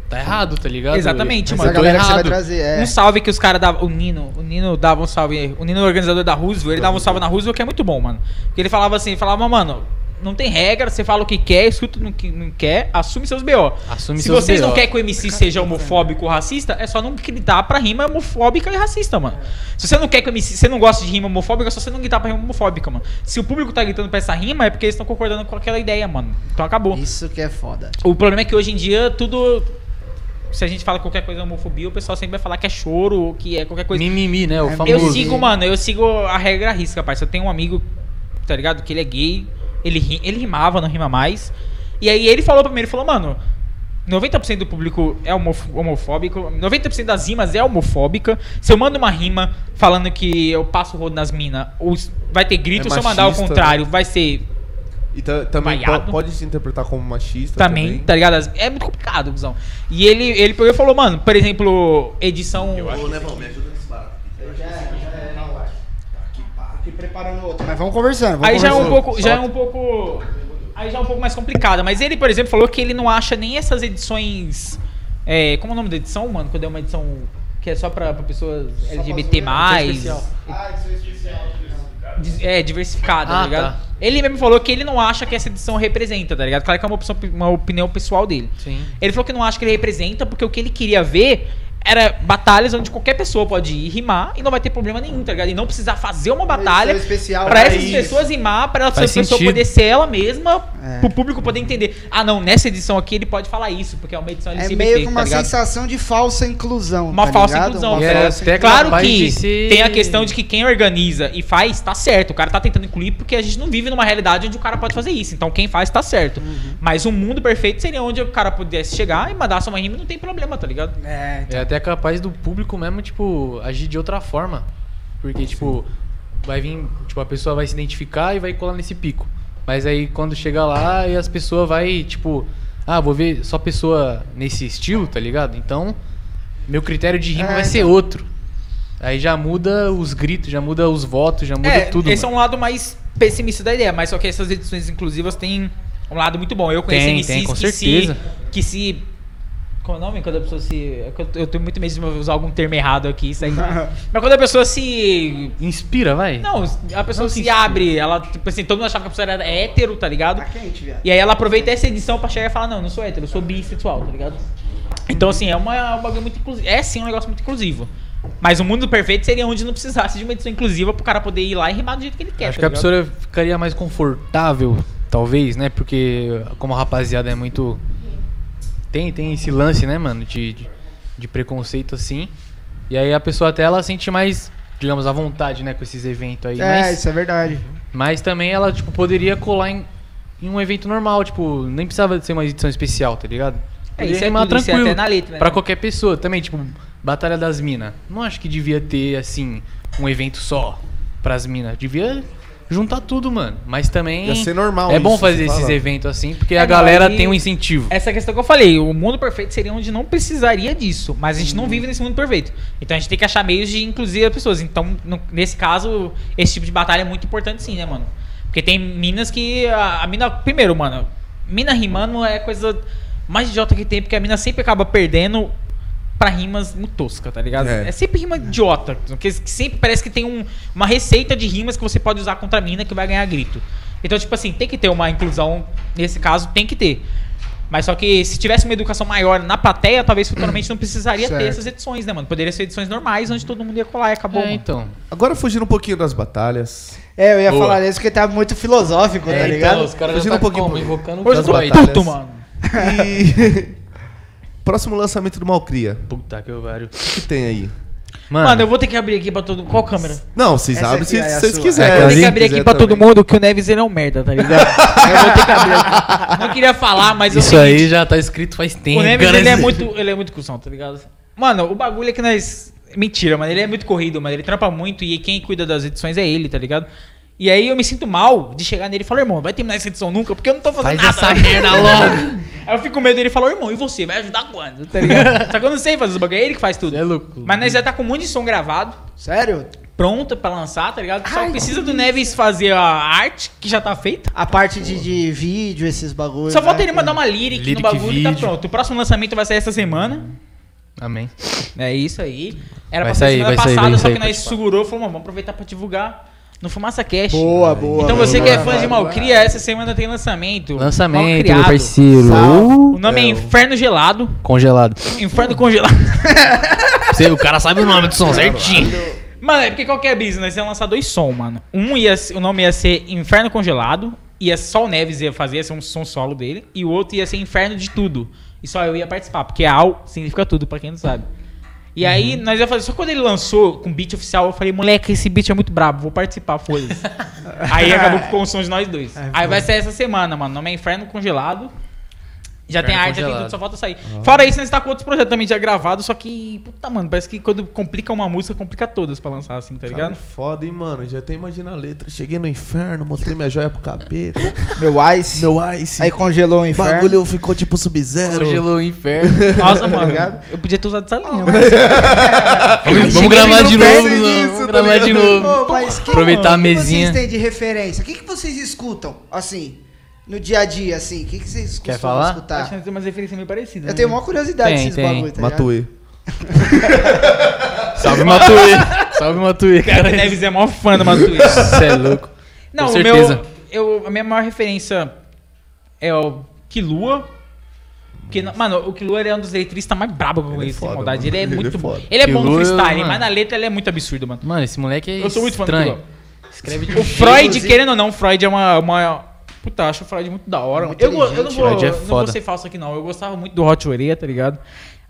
[SPEAKER 4] tá errado, tá ligado?
[SPEAKER 3] Exatamente,
[SPEAKER 4] Eu-
[SPEAKER 1] Essa
[SPEAKER 3] mano.
[SPEAKER 4] eu tô
[SPEAKER 1] galera que você vai
[SPEAKER 4] errado.
[SPEAKER 1] trazer, é.
[SPEAKER 3] Um salve que os caras davam. O Nino, o Nino dava um salve. O Nino, organizador da Roosevelt, ele dava um salve na Roosevelt, que é muito bom, mano. Porque ele falava assim, ele falava, mano. Não tem regra, você fala o que quer, escuta o que não quer, assume seus BO.
[SPEAKER 4] Assume
[SPEAKER 3] Se
[SPEAKER 4] seus
[SPEAKER 3] vocês não
[SPEAKER 4] BO.
[SPEAKER 3] querem que o MC seja homofóbico ou racista, é só não gritar pra rima homofóbica e racista, mano. Se você não quer que o MC, você não gosta de rima homofóbica, é só você não gritar pra rima homofóbica, mano. Se o público tá gritando pra essa rima, é porque eles estão concordando com aquela ideia, mano. Então acabou.
[SPEAKER 1] Isso que é foda.
[SPEAKER 3] O problema é que hoje em dia tudo. Se a gente fala qualquer coisa homofobia, o pessoal sempre vai falar que é choro ou que é qualquer coisa.
[SPEAKER 4] Mimimi, né? O
[SPEAKER 1] É, eu
[SPEAKER 4] famoso.
[SPEAKER 3] eu sigo, mano, eu sigo a regra risca, parça. Eu tenho um amigo, tá ligado? Que ele é gay, ele, ri- ele rimava, não rima mais. E aí ele falou pra mim, ele falou, mano, 90% do público é homof- homofóbico, 90% das rimas é homofóbica. Se eu mando uma rima falando que eu passo o rodo nas minas, ou s- vai ter grito,
[SPEAKER 2] É
[SPEAKER 3] se eu mandar ao
[SPEAKER 2] machista,
[SPEAKER 3] contrário, vai ser
[SPEAKER 2] E ta- também
[SPEAKER 3] Vaiado.
[SPEAKER 2] po- pode se interpretar como machista.
[SPEAKER 3] também,
[SPEAKER 2] Também.
[SPEAKER 3] tá ligado? As- É muito complicado, Guzão. E ele, ele pegou e falou, mano, por exemplo, edição.
[SPEAKER 1] Aqui preparando outro. Mas vamos conversando. Vamos
[SPEAKER 3] aí já é um
[SPEAKER 1] conversando.
[SPEAKER 3] pouco. Já é um pouco. Aí já é um pouco mais complicado. Mas ele, por exemplo, falou que ele não acha nem essas edições. É, como é o nome da edição, mano? Quando é uma edição que é só pra, pra pessoas LGBT.
[SPEAKER 4] especial.
[SPEAKER 3] Dis- É, diversificada,
[SPEAKER 4] Ah,
[SPEAKER 3] tá ligado?
[SPEAKER 4] tá.
[SPEAKER 3] Ele mesmo falou que ele não acha que essa edição representa, tá ligado? Claro que é uma, opção- uma opinião pessoal dele.
[SPEAKER 4] Sim.
[SPEAKER 3] Ele falou que não acha que ele representa, porque o que ele queria ver era batalhas onde qualquer pessoa pode ir rimar e não vai ter problema nenhum, tá ligado? E não precisar fazer uma batalha
[SPEAKER 1] edição especial
[SPEAKER 3] pra
[SPEAKER 1] pra
[SPEAKER 3] essas
[SPEAKER 1] isso.
[SPEAKER 3] pessoas rimar, pra essa
[SPEAKER 4] Faz
[SPEAKER 3] pessoa
[SPEAKER 4] sentido.
[SPEAKER 3] poder ser ela mesma,
[SPEAKER 1] É.
[SPEAKER 3] pro público poder entender. Ah, não, nessa edição aqui ele pode falar isso, porque é uma edição
[SPEAKER 1] É
[SPEAKER 3] LGBT,
[SPEAKER 1] meio que uma
[SPEAKER 3] tá ligado?
[SPEAKER 1] sensação de falsa inclusão.
[SPEAKER 3] Uma
[SPEAKER 1] tá
[SPEAKER 3] falsa
[SPEAKER 1] ligado?
[SPEAKER 3] inclusão.
[SPEAKER 1] Uma
[SPEAKER 4] E é
[SPEAKER 1] falsa
[SPEAKER 4] até
[SPEAKER 1] inclusão.
[SPEAKER 3] Claro
[SPEAKER 4] capaz
[SPEAKER 3] que
[SPEAKER 4] de ser-
[SPEAKER 3] tem a questão de que quem organiza e faz, tá certo. O cara tá tentando incluir porque a gente não vive numa realidade onde o cara pode fazer isso. Então quem faz, tá certo.
[SPEAKER 1] Uhum.
[SPEAKER 3] Mas o mundo perfeito seria onde o cara pudesse chegar e mandasse uma rima e não tem problema, tá ligado?
[SPEAKER 1] É,
[SPEAKER 4] É até capaz do público mesmo, tipo, agir de outra forma. Porque, tipo, vai vir, tipo, a pessoa vai se identificar e vai colar nesse pico. Mas aí quando chegar lá e as pessoas vai, tipo, ah, vou ver só pessoa nesse estilo, tá ligado? Então, meu critério de rima
[SPEAKER 1] É,
[SPEAKER 4] vai ser outro. Aí já muda os gritos, já muda os votos, já muda
[SPEAKER 3] é,
[SPEAKER 4] tudo.
[SPEAKER 3] esse
[SPEAKER 4] mano.
[SPEAKER 3] é um lado mais pessimista da ideia, mas só que essas edições inclusivas têm um lado muito bom. Eu conheci
[SPEAKER 4] Tem,
[SPEAKER 3] MCs
[SPEAKER 4] tem, com
[SPEAKER 3] que
[SPEAKER 4] certeza.
[SPEAKER 3] se. Que se. Como é o nome? Quando a pessoa se. é que eu- Eu tenho muito medo de usar algum termo errado aqui, isso aí. mas quando a pessoa se.
[SPEAKER 4] Inspira, vai.
[SPEAKER 3] Não, a pessoa
[SPEAKER 4] Não se
[SPEAKER 3] se
[SPEAKER 4] inspira.
[SPEAKER 3] abre, ela, tipo assim, todo mundo achava que a pessoa era hétero, tá ligado?
[SPEAKER 1] Tá quente, viado.
[SPEAKER 3] E aí ela aproveita essa edição pra chegar e falar, não, eu não sou hétero, eu sou bissexual, tá ligado? Então, assim, é uma, é um bagulho muito inclusivo. É sim um negócio muito inclusivo. Mas o mundo perfeito seria onde não precisasse de uma edição inclusiva pro cara poder ir lá e rimar do jeito que ele quer.
[SPEAKER 4] Acho
[SPEAKER 3] tá
[SPEAKER 4] que a
[SPEAKER 3] ligado?
[SPEAKER 4] pessoa ficaria mais confortável, talvez, né? Porque como a rapaziada é muito. Tem, tem esse lance, né, mano, de, de, de preconceito assim. E aí a pessoa até ela sente mais, digamos, à vontade, né, com esses eventos aí.
[SPEAKER 1] É,
[SPEAKER 4] mas,
[SPEAKER 1] isso é verdade.
[SPEAKER 4] mas também ela, tipo, poderia colar em, em um evento normal, tipo, nem precisava ser uma edição especial, tá ligado?
[SPEAKER 3] É, isso
[SPEAKER 4] Poderia
[SPEAKER 3] é
[SPEAKER 4] rimar
[SPEAKER 3] tudo, isso é até na letra, né?
[SPEAKER 4] Pra qualquer pessoa também, tipo, Batalha das Minas. Não acho que devia ter, assim, um evento só pras minas. Devia juntar tudo, mano. Mas também.
[SPEAKER 2] Ia ser normal
[SPEAKER 4] É
[SPEAKER 2] isso,
[SPEAKER 4] bom fazer
[SPEAKER 2] você
[SPEAKER 4] esses
[SPEAKER 2] fala.
[SPEAKER 4] eventos assim, porque
[SPEAKER 3] É,
[SPEAKER 4] a
[SPEAKER 3] não,
[SPEAKER 4] galera
[SPEAKER 3] aí-
[SPEAKER 4] tem um incentivo.
[SPEAKER 3] Essa é questão que eu falei, o mundo perfeito seria onde não precisaria disso, mas a gente não vive nesse mundo perfeito. Então a gente tem que achar meios de incluir as pessoas. Então, no- nesse caso, esse tipo de batalha é muito importante sim, né, mano? Porque tem minas que a, a mina, primeiro, mano, mina rimando é a coisa mais idiota que tem, porque a mina sempre acaba perdendo pra rimas muito tosca, tá ligado?
[SPEAKER 2] É.
[SPEAKER 3] É, sempre rima idiota, que, que sempre parece que tem um- uma receita de rimas que você pode usar contra a mina que vai ganhar grito. Então, tipo assim, tem que ter uma inclusão, nesse caso, tem que ter. Mas só que se tivesse uma educação maior na plateia, talvez futuramente não precisaria ter
[SPEAKER 1] Certo.
[SPEAKER 3] essas edições, né, mano? Poderia ser edições normais, onde todo mundo ia colar e acabou,
[SPEAKER 4] é,
[SPEAKER 3] mano.
[SPEAKER 4] então.
[SPEAKER 2] Agora fugindo um pouquinho das batalhas.
[SPEAKER 1] É, eu ia
[SPEAKER 2] Boa.
[SPEAKER 1] falar isso porque tá muito filosófico, tá ligado?
[SPEAKER 4] É, então, caras
[SPEAKER 2] Fugindo um pouquinho pro-
[SPEAKER 4] invocando
[SPEAKER 3] Hoje eu
[SPEAKER 2] das
[SPEAKER 3] tô
[SPEAKER 2] batalhas.
[SPEAKER 3] puto, mano.
[SPEAKER 2] E. Próximo lançamento do Malcria.
[SPEAKER 4] Puta que eu vário.
[SPEAKER 2] O que tem aí?
[SPEAKER 4] Mano,
[SPEAKER 3] Mano, eu vou ter que abrir aqui pra todo mundo. Qual câmera?
[SPEAKER 2] Não, vocês
[SPEAKER 1] Essa
[SPEAKER 2] abrem
[SPEAKER 1] aqui
[SPEAKER 2] se
[SPEAKER 1] é a
[SPEAKER 2] vocês
[SPEAKER 1] sua.
[SPEAKER 2] quiserem.
[SPEAKER 3] eu vou ter
[SPEAKER 2] Se
[SPEAKER 3] que abrir aqui
[SPEAKER 2] quiser
[SPEAKER 3] pra todo
[SPEAKER 2] também.
[SPEAKER 3] mundo que o Neves ele é um merda, tá ligado? eu vou ter que abrir aqui. Não queria falar, mas eu
[SPEAKER 4] isso aí já tá escrito faz tempo.
[SPEAKER 3] O Neves,
[SPEAKER 4] cara.
[SPEAKER 3] ele é muito, ele é muito cuzão, tá ligado? Mano, o bagulho é que nós... Mentira, mano, ele é muito corrido, mano, ele trampa muito e quem cuida das edições é ele, tá ligado? E aí eu me sinto mal de chegar nele e falar, irmão, vai terminar essa edição nunca, porque eu não tô fazendo
[SPEAKER 4] Faz
[SPEAKER 3] nada.
[SPEAKER 4] essa merda logo.
[SPEAKER 3] Aí eu fico com medo dele falar, irmão, e você, vai ajudar quando, tá ligado? Só que eu não sei fazer os bagulho, é ele que faz tudo.
[SPEAKER 4] É louco.
[SPEAKER 3] Mas nós já tá com um monte de som gravado,
[SPEAKER 1] Sério?
[SPEAKER 3] pronto pra lançar, tá ligado? Só
[SPEAKER 1] Ai,
[SPEAKER 3] precisa do Neves fazer a arte, que já tá feita.
[SPEAKER 1] A parte de, de vídeo, esses bagulhos.
[SPEAKER 3] Só falta
[SPEAKER 1] né?
[SPEAKER 3] ele mandar uma lyric,
[SPEAKER 4] é. Lyric,
[SPEAKER 3] no bagulho e tá
[SPEAKER 4] vídeo.
[SPEAKER 3] pronto. O próximo lançamento vai sair essa semana.
[SPEAKER 4] Amém.
[SPEAKER 3] É isso aí. Era
[SPEAKER 4] Vai
[SPEAKER 3] pra sair semana
[SPEAKER 4] sair, vai sair,
[SPEAKER 3] passada,
[SPEAKER 4] vai
[SPEAKER 3] só
[SPEAKER 4] sair,
[SPEAKER 3] que nós
[SPEAKER 4] pode falar.
[SPEAKER 3] segurou e falou, "Mano, vamos aproveitar pra divulgar no Fumaça Cash.
[SPEAKER 1] Boa,
[SPEAKER 2] Tá
[SPEAKER 1] boa.
[SPEAKER 3] Então
[SPEAKER 1] boa,
[SPEAKER 3] você que é
[SPEAKER 1] boa,
[SPEAKER 3] fã de
[SPEAKER 1] boa.
[SPEAKER 3] Malcria, essa semana tem lançamento.
[SPEAKER 4] Lançamento,
[SPEAKER 3] Malcriado.
[SPEAKER 4] meu parceiro.
[SPEAKER 1] Salve.
[SPEAKER 4] Uh,
[SPEAKER 3] O nome é,
[SPEAKER 2] É, o-
[SPEAKER 3] Inferno Gelado.
[SPEAKER 4] Congelado.
[SPEAKER 3] Inferno Congelado.
[SPEAKER 4] Você- o cara sabe o nome do som certinho.
[SPEAKER 3] mano, é porque qual que é a brisa? Nós ia lançar dois sons, mano. Um ia ser- o nome ia ser Inferno Congelado, ia só o Neves ia fazer, ia ser um som solo dele. E o outro ia ser Inferno de Tudo. E só eu ia participar, porque AL significa tudo, pra quem não sabe. E aí, nós ia fazer. Só quando ele lançou com beat oficial, eu falei, moleque, esse beat é muito brabo, vou participar, foda-se. aí acabou que ficou o som de nós dois. aí vai sair essa semana, mano. O nome é Inferno Congelado. Já tem
[SPEAKER 4] Inferno
[SPEAKER 3] a arte, já tem
[SPEAKER 4] Congelado.
[SPEAKER 3] tudo, só falta sair. Fora isso, nós tá com outros projetos também já gravados, só que, puta, mano, parece que quando complica uma música, complica todas pra lançar, assim, tá
[SPEAKER 2] Cara,
[SPEAKER 3] ligado?
[SPEAKER 2] foda, hein, mano? Já até imagina a letra. Cheguei no inferno, mostrei minha joia pro capeta.
[SPEAKER 1] Meu Ice.
[SPEAKER 2] Meu ice.
[SPEAKER 1] Aí congelou o inferno.
[SPEAKER 2] bagulho ficou tipo sub-zero.
[SPEAKER 4] Congelou o inferno.
[SPEAKER 3] Nossa,
[SPEAKER 2] Tá
[SPEAKER 3] mano, eu podia ter usado essa
[SPEAKER 4] Ah,
[SPEAKER 3] linha, mas... Cheguei
[SPEAKER 4] Vamos gravar
[SPEAKER 3] no
[SPEAKER 4] de
[SPEAKER 3] pé
[SPEAKER 4] novo,
[SPEAKER 2] disso, tá
[SPEAKER 4] mano. Vamos gravar de
[SPEAKER 2] ligado?
[SPEAKER 4] novo.
[SPEAKER 1] Ô, mas que-
[SPEAKER 4] Aproveitar a
[SPEAKER 1] o que
[SPEAKER 4] mesinha.
[SPEAKER 1] vocês têm de referência? O que, que vocês escutam, assim, no dia a dia, assim? O que, que vocês
[SPEAKER 4] Quer
[SPEAKER 1] costumam
[SPEAKER 4] falar?
[SPEAKER 3] Acho que
[SPEAKER 1] escutar?
[SPEAKER 3] nós temos umas referências meio parecidas.
[SPEAKER 1] Eu
[SPEAKER 3] né?
[SPEAKER 1] tenho maior curiosidade
[SPEAKER 4] Tem,
[SPEAKER 1] desses
[SPEAKER 4] tem.
[SPEAKER 1] bagulho, tá ligado?
[SPEAKER 2] Matuê.
[SPEAKER 4] Salve Matuê. Salve Matuê,
[SPEAKER 3] Cara,
[SPEAKER 4] cara.
[SPEAKER 3] o Neves é maior fã do Matuiz.
[SPEAKER 4] Você é louco.
[SPEAKER 3] Não,
[SPEAKER 4] Com
[SPEAKER 3] o meu.
[SPEAKER 4] certeza.
[SPEAKER 3] Eu, a minha maior referência é o Kilua. Porque, na- mano, o Kilua ele é um dos letristas mais brabos que eu
[SPEAKER 2] Ele é
[SPEAKER 3] conheço,
[SPEAKER 2] foda,
[SPEAKER 3] de maldade.
[SPEAKER 2] mano.
[SPEAKER 3] Ele é
[SPEAKER 2] Ele é
[SPEAKER 3] muito bom.
[SPEAKER 2] foda.
[SPEAKER 3] Ele é bom no
[SPEAKER 4] Kilua,
[SPEAKER 3] freestyle,
[SPEAKER 4] mano.
[SPEAKER 3] mas na letra ele é muito absurdo, mano.
[SPEAKER 4] Mano, esse moleque é
[SPEAKER 3] Eu sou muito fã do
[SPEAKER 4] estranho.
[SPEAKER 3] Kilua.
[SPEAKER 4] Escreve de
[SPEAKER 3] O Freud, querendo ou não, Freud é uma. uma puta, acho o Freud muito da hora.
[SPEAKER 1] Muito
[SPEAKER 3] eu, go- eu não,
[SPEAKER 1] inteligente.
[SPEAKER 3] vou,
[SPEAKER 4] Freud é
[SPEAKER 3] não vou
[SPEAKER 4] foda.
[SPEAKER 3] ser falso aqui, não. Eu gostava muito do Hot Oreia, tá ligado?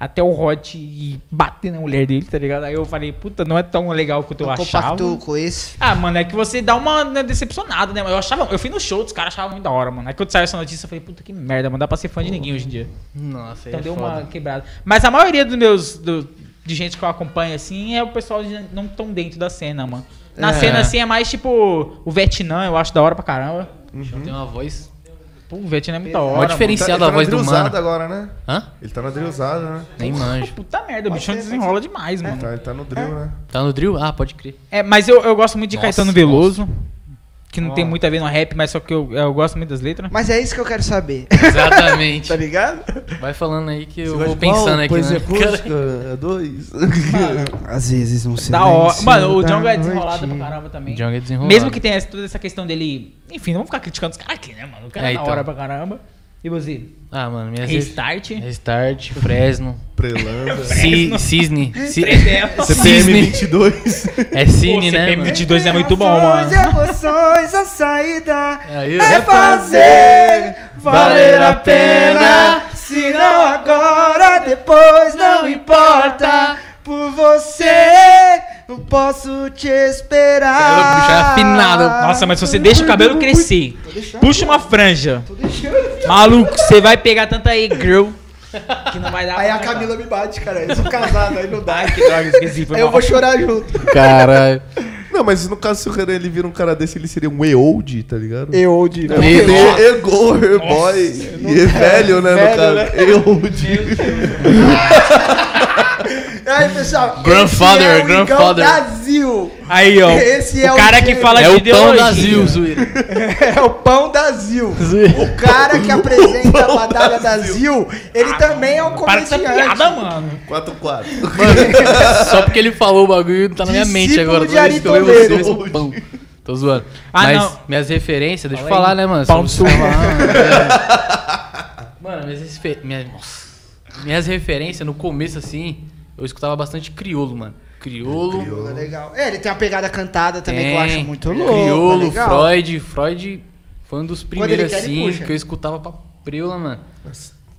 [SPEAKER 3] Até o Hot ir bater na mulher dele, tá ligado? Aí eu falei, puta, não é tão legal quanto eu,
[SPEAKER 1] Não
[SPEAKER 3] achava.
[SPEAKER 1] compactou com esse.
[SPEAKER 3] Ah, mano, é que você dá uma né, decepcionada, né? Eu achava, eu fui no show, os caras achavam muito da hora, mano. Aí quando saiu essa notícia, eu falei, puta que merda, mano, dá pra ser fã de ninguém hoje em dia.
[SPEAKER 4] Nossa,
[SPEAKER 3] Então
[SPEAKER 4] ele é
[SPEAKER 3] deu uma
[SPEAKER 4] foda.
[SPEAKER 3] quebrada. Mas a maioria dos meus, do- de gente que eu acompanho, assim, é o pessoal de não tão dentro da cena, mano. Na
[SPEAKER 4] É.
[SPEAKER 3] cena, assim, é mais tipo o Vietnã, eu acho da hora pra caramba.
[SPEAKER 4] Tem uma voz.
[SPEAKER 3] Pô, o Vietnã é muito da
[SPEAKER 4] Mó
[SPEAKER 3] hora. mano.
[SPEAKER 4] diferenciada a
[SPEAKER 2] tá na
[SPEAKER 4] voz do
[SPEAKER 2] drillzada
[SPEAKER 4] mano.
[SPEAKER 2] agora, né?
[SPEAKER 4] Hã?
[SPEAKER 2] Ele tá na drillzada, né?
[SPEAKER 4] Nem manjo.
[SPEAKER 3] Puta merda, o bichão
[SPEAKER 1] ser, pode
[SPEAKER 3] desenrola demais,
[SPEAKER 2] Ele
[SPEAKER 3] mano.
[SPEAKER 2] tá, ele tá no drill, né?
[SPEAKER 4] Tá no drill? Ah, pode crer.
[SPEAKER 3] É, mas eu, eu gosto muito de
[SPEAKER 4] Nossa,
[SPEAKER 3] Caetano
[SPEAKER 4] nossa.
[SPEAKER 3] Veloso, que não tem
[SPEAKER 4] Ó.
[SPEAKER 3] muito a ver no rap, mas só que eu, eu gosto muito das letras.
[SPEAKER 1] Mas é isso que eu quero saber,
[SPEAKER 4] Exatamente.
[SPEAKER 1] tá ligado?
[SPEAKER 4] Vai falando aí que eu
[SPEAKER 2] Você gosta
[SPEAKER 4] vou
[SPEAKER 2] de qual?
[SPEAKER 4] pensando aqui.
[SPEAKER 2] Poesia
[SPEAKER 4] né?
[SPEAKER 2] acústica, é dois.
[SPEAKER 1] Às vezes não sei.
[SPEAKER 3] Da hora. Mano, o Django é desenrolado pra caramba também.
[SPEAKER 4] tá Django é desenrolado.
[SPEAKER 3] Mesmo que tenha essa- toda essa questão dele. Enfim, não vamos ficar criticando os caras aqui, né, mano? O cara é,
[SPEAKER 4] É,
[SPEAKER 3] da hora
[SPEAKER 4] então.
[SPEAKER 3] pra caramba. E você?
[SPEAKER 4] Ah, mano, minhas...
[SPEAKER 3] Restart.
[SPEAKER 4] Restart, Fresno,
[SPEAKER 2] Prelanda.
[SPEAKER 4] Ci- Cisne.
[SPEAKER 3] É,
[SPEAKER 4] Ci-
[SPEAKER 2] CPM
[SPEAKER 4] Cisne.
[SPEAKER 2] 22.
[SPEAKER 4] É Cine, né?
[SPEAKER 3] CPM
[SPEAKER 4] mano?
[SPEAKER 3] 22 é muito bom, mano.
[SPEAKER 1] emoções, a saída
[SPEAKER 4] Aí, ó.
[SPEAKER 1] é fazer valer a pena.
[SPEAKER 4] pena.
[SPEAKER 1] Se não agora, depois não importa. Por você, não posso te esperar.
[SPEAKER 4] Ela, bicho, é afinada.
[SPEAKER 3] Nossa, mas se você deixa o cabelo crescer, puxa uma franja. Maluco, você vai pegar tanta e-girl que não vai dar
[SPEAKER 1] Aí
[SPEAKER 3] pra
[SPEAKER 1] a
[SPEAKER 3] arrancar.
[SPEAKER 1] Camila me bate, cara. Eu sou casado, aí não dá.
[SPEAKER 3] Ai, que droga, esqueci. Foi
[SPEAKER 1] Aí eu
[SPEAKER 3] mal.
[SPEAKER 1] vou chorar junto.
[SPEAKER 4] Caralho.
[SPEAKER 2] Não, mas no caso, se o Renan ele vira um cara desse, ele seria um E-Old, tá ligado?
[SPEAKER 1] Eu old.
[SPEAKER 2] É, porque ele é gol, é boy. E é velho, né, no caso. E-Old.
[SPEAKER 1] Aí, pessoal.
[SPEAKER 4] Grandfather,
[SPEAKER 1] esse é o Igão
[SPEAKER 4] grandfather.
[SPEAKER 1] Brasil.
[SPEAKER 3] Aí, ó.
[SPEAKER 1] Esse
[SPEAKER 3] o
[SPEAKER 1] é o
[SPEAKER 3] cara que
[SPEAKER 1] gênio.
[SPEAKER 3] fala
[SPEAKER 4] É
[SPEAKER 3] de
[SPEAKER 4] o pão da
[SPEAKER 3] ideologia.
[SPEAKER 4] Zil, zoeira.
[SPEAKER 1] É o pão da Zil. O cara que apresenta a Batalha da Zil, ele também é um
[SPEAKER 3] Para com essa
[SPEAKER 1] comediante.
[SPEAKER 3] piada, mano.
[SPEAKER 2] 4x4.
[SPEAKER 4] Só porque ele falou o bagulho, tá na minha
[SPEAKER 1] Discípulo
[SPEAKER 4] mente agora.
[SPEAKER 1] de
[SPEAKER 4] Toda vez que eu lembro
[SPEAKER 1] Ari
[SPEAKER 4] desse pão. Tô zoando.
[SPEAKER 3] Ah,
[SPEAKER 4] Mas
[SPEAKER 3] não.
[SPEAKER 4] minhas referências, deixa eu
[SPEAKER 3] Fala
[SPEAKER 4] falar,
[SPEAKER 3] aí.
[SPEAKER 4] né, mano?
[SPEAKER 3] Pau no
[SPEAKER 4] Sou-
[SPEAKER 3] seu.
[SPEAKER 4] Ah, é. Mano, minhas, refe- minha- nossa. minhas referências no começo, assim, eu escutava bastante criolo, mano. Criolo.
[SPEAKER 1] Pô, Legal. É, ele tem uma pegada cantada também que eu acho
[SPEAKER 4] Tem.
[SPEAKER 1] muito louco. tá
[SPEAKER 4] Criolo,
[SPEAKER 1] legal.
[SPEAKER 4] Freud. Freud foi um dos primeiros,
[SPEAKER 1] ele quer, ele
[SPEAKER 4] assim,
[SPEAKER 1] puxa.
[SPEAKER 4] que eu escutava pra preula, mano.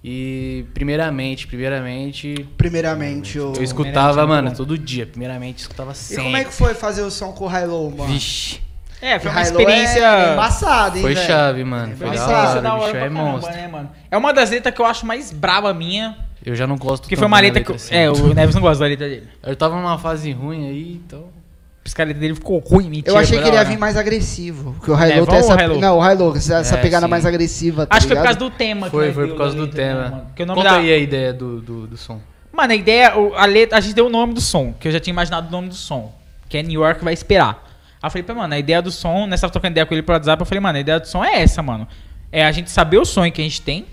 [SPEAKER 4] E, primeiramente, primeiramente,
[SPEAKER 1] Primeiramente, o...
[SPEAKER 4] eu
[SPEAKER 3] é
[SPEAKER 4] escutava,
[SPEAKER 3] muito
[SPEAKER 4] mano,
[SPEAKER 3] bom.
[SPEAKER 4] todo dia. Primeiramente, escutava
[SPEAKER 1] E
[SPEAKER 4] sempre.
[SPEAKER 1] como é que foi fazer o som com o Hilo, mano?
[SPEAKER 4] Vixe,
[SPEAKER 3] É, foi uma
[SPEAKER 1] Hilo
[SPEAKER 3] experiência.
[SPEAKER 1] É embaçada, hein,
[SPEAKER 4] foi
[SPEAKER 1] velho?
[SPEAKER 4] chave,
[SPEAKER 3] Foi
[SPEAKER 4] mano. Foi
[SPEAKER 3] uma
[SPEAKER 4] da
[SPEAKER 3] experiência
[SPEAKER 4] hora,
[SPEAKER 3] da hora
[SPEAKER 4] bicho,
[SPEAKER 3] pra
[SPEAKER 4] é
[SPEAKER 3] caramba,
[SPEAKER 4] monstro.
[SPEAKER 3] né, mano? É uma das letras que eu acho mais braba minha.
[SPEAKER 4] Eu já não gosto
[SPEAKER 3] Porque
[SPEAKER 4] tanto
[SPEAKER 3] foi uma
[SPEAKER 4] da
[SPEAKER 3] letra que. eu-
[SPEAKER 4] assim.
[SPEAKER 3] É, o Neves não gosta da letra dele.
[SPEAKER 4] Eu tava numa fase ruim aí, então...
[SPEAKER 3] Porque a letra dele ficou ruim, mentira.
[SPEAKER 1] Eu achei que
[SPEAKER 3] foi
[SPEAKER 1] ele
[SPEAKER 3] da
[SPEAKER 1] ia
[SPEAKER 3] hora.
[SPEAKER 1] vir mais agressivo. Porque o
[SPEAKER 3] É,
[SPEAKER 1] Hilo tem
[SPEAKER 3] vamos,
[SPEAKER 1] essa.
[SPEAKER 3] Hilo.
[SPEAKER 1] Não, o Hilo, essa, essa
[SPEAKER 4] É,
[SPEAKER 1] pegada
[SPEAKER 4] sim.
[SPEAKER 1] mais agressiva. Tá
[SPEAKER 3] Acho que foi por
[SPEAKER 1] ligado?
[SPEAKER 3] causa do tema. que
[SPEAKER 4] Foi,
[SPEAKER 3] nós
[SPEAKER 4] foi
[SPEAKER 3] deu
[SPEAKER 4] por causa
[SPEAKER 3] da
[SPEAKER 4] do
[SPEAKER 3] letra, né,
[SPEAKER 4] tema.
[SPEAKER 3] mano? Porque o nome
[SPEAKER 4] Conta
[SPEAKER 3] da...
[SPEAKER 4] aí a ideia do, do, do som.
[SPEAKER 3] Mano, a ideia, o- a letra, a gente deu o nome do som, que eu já tinha imaginado o nome do som, que é New York vai esperar. Aí eu falei, pra, ele, mano, a ideia do som, nessa eu trocando ideia com ele pro WhatsApp, eu falei, mano, a ideia do som é essa, mano. É a gente saber o sonho que a gente tem,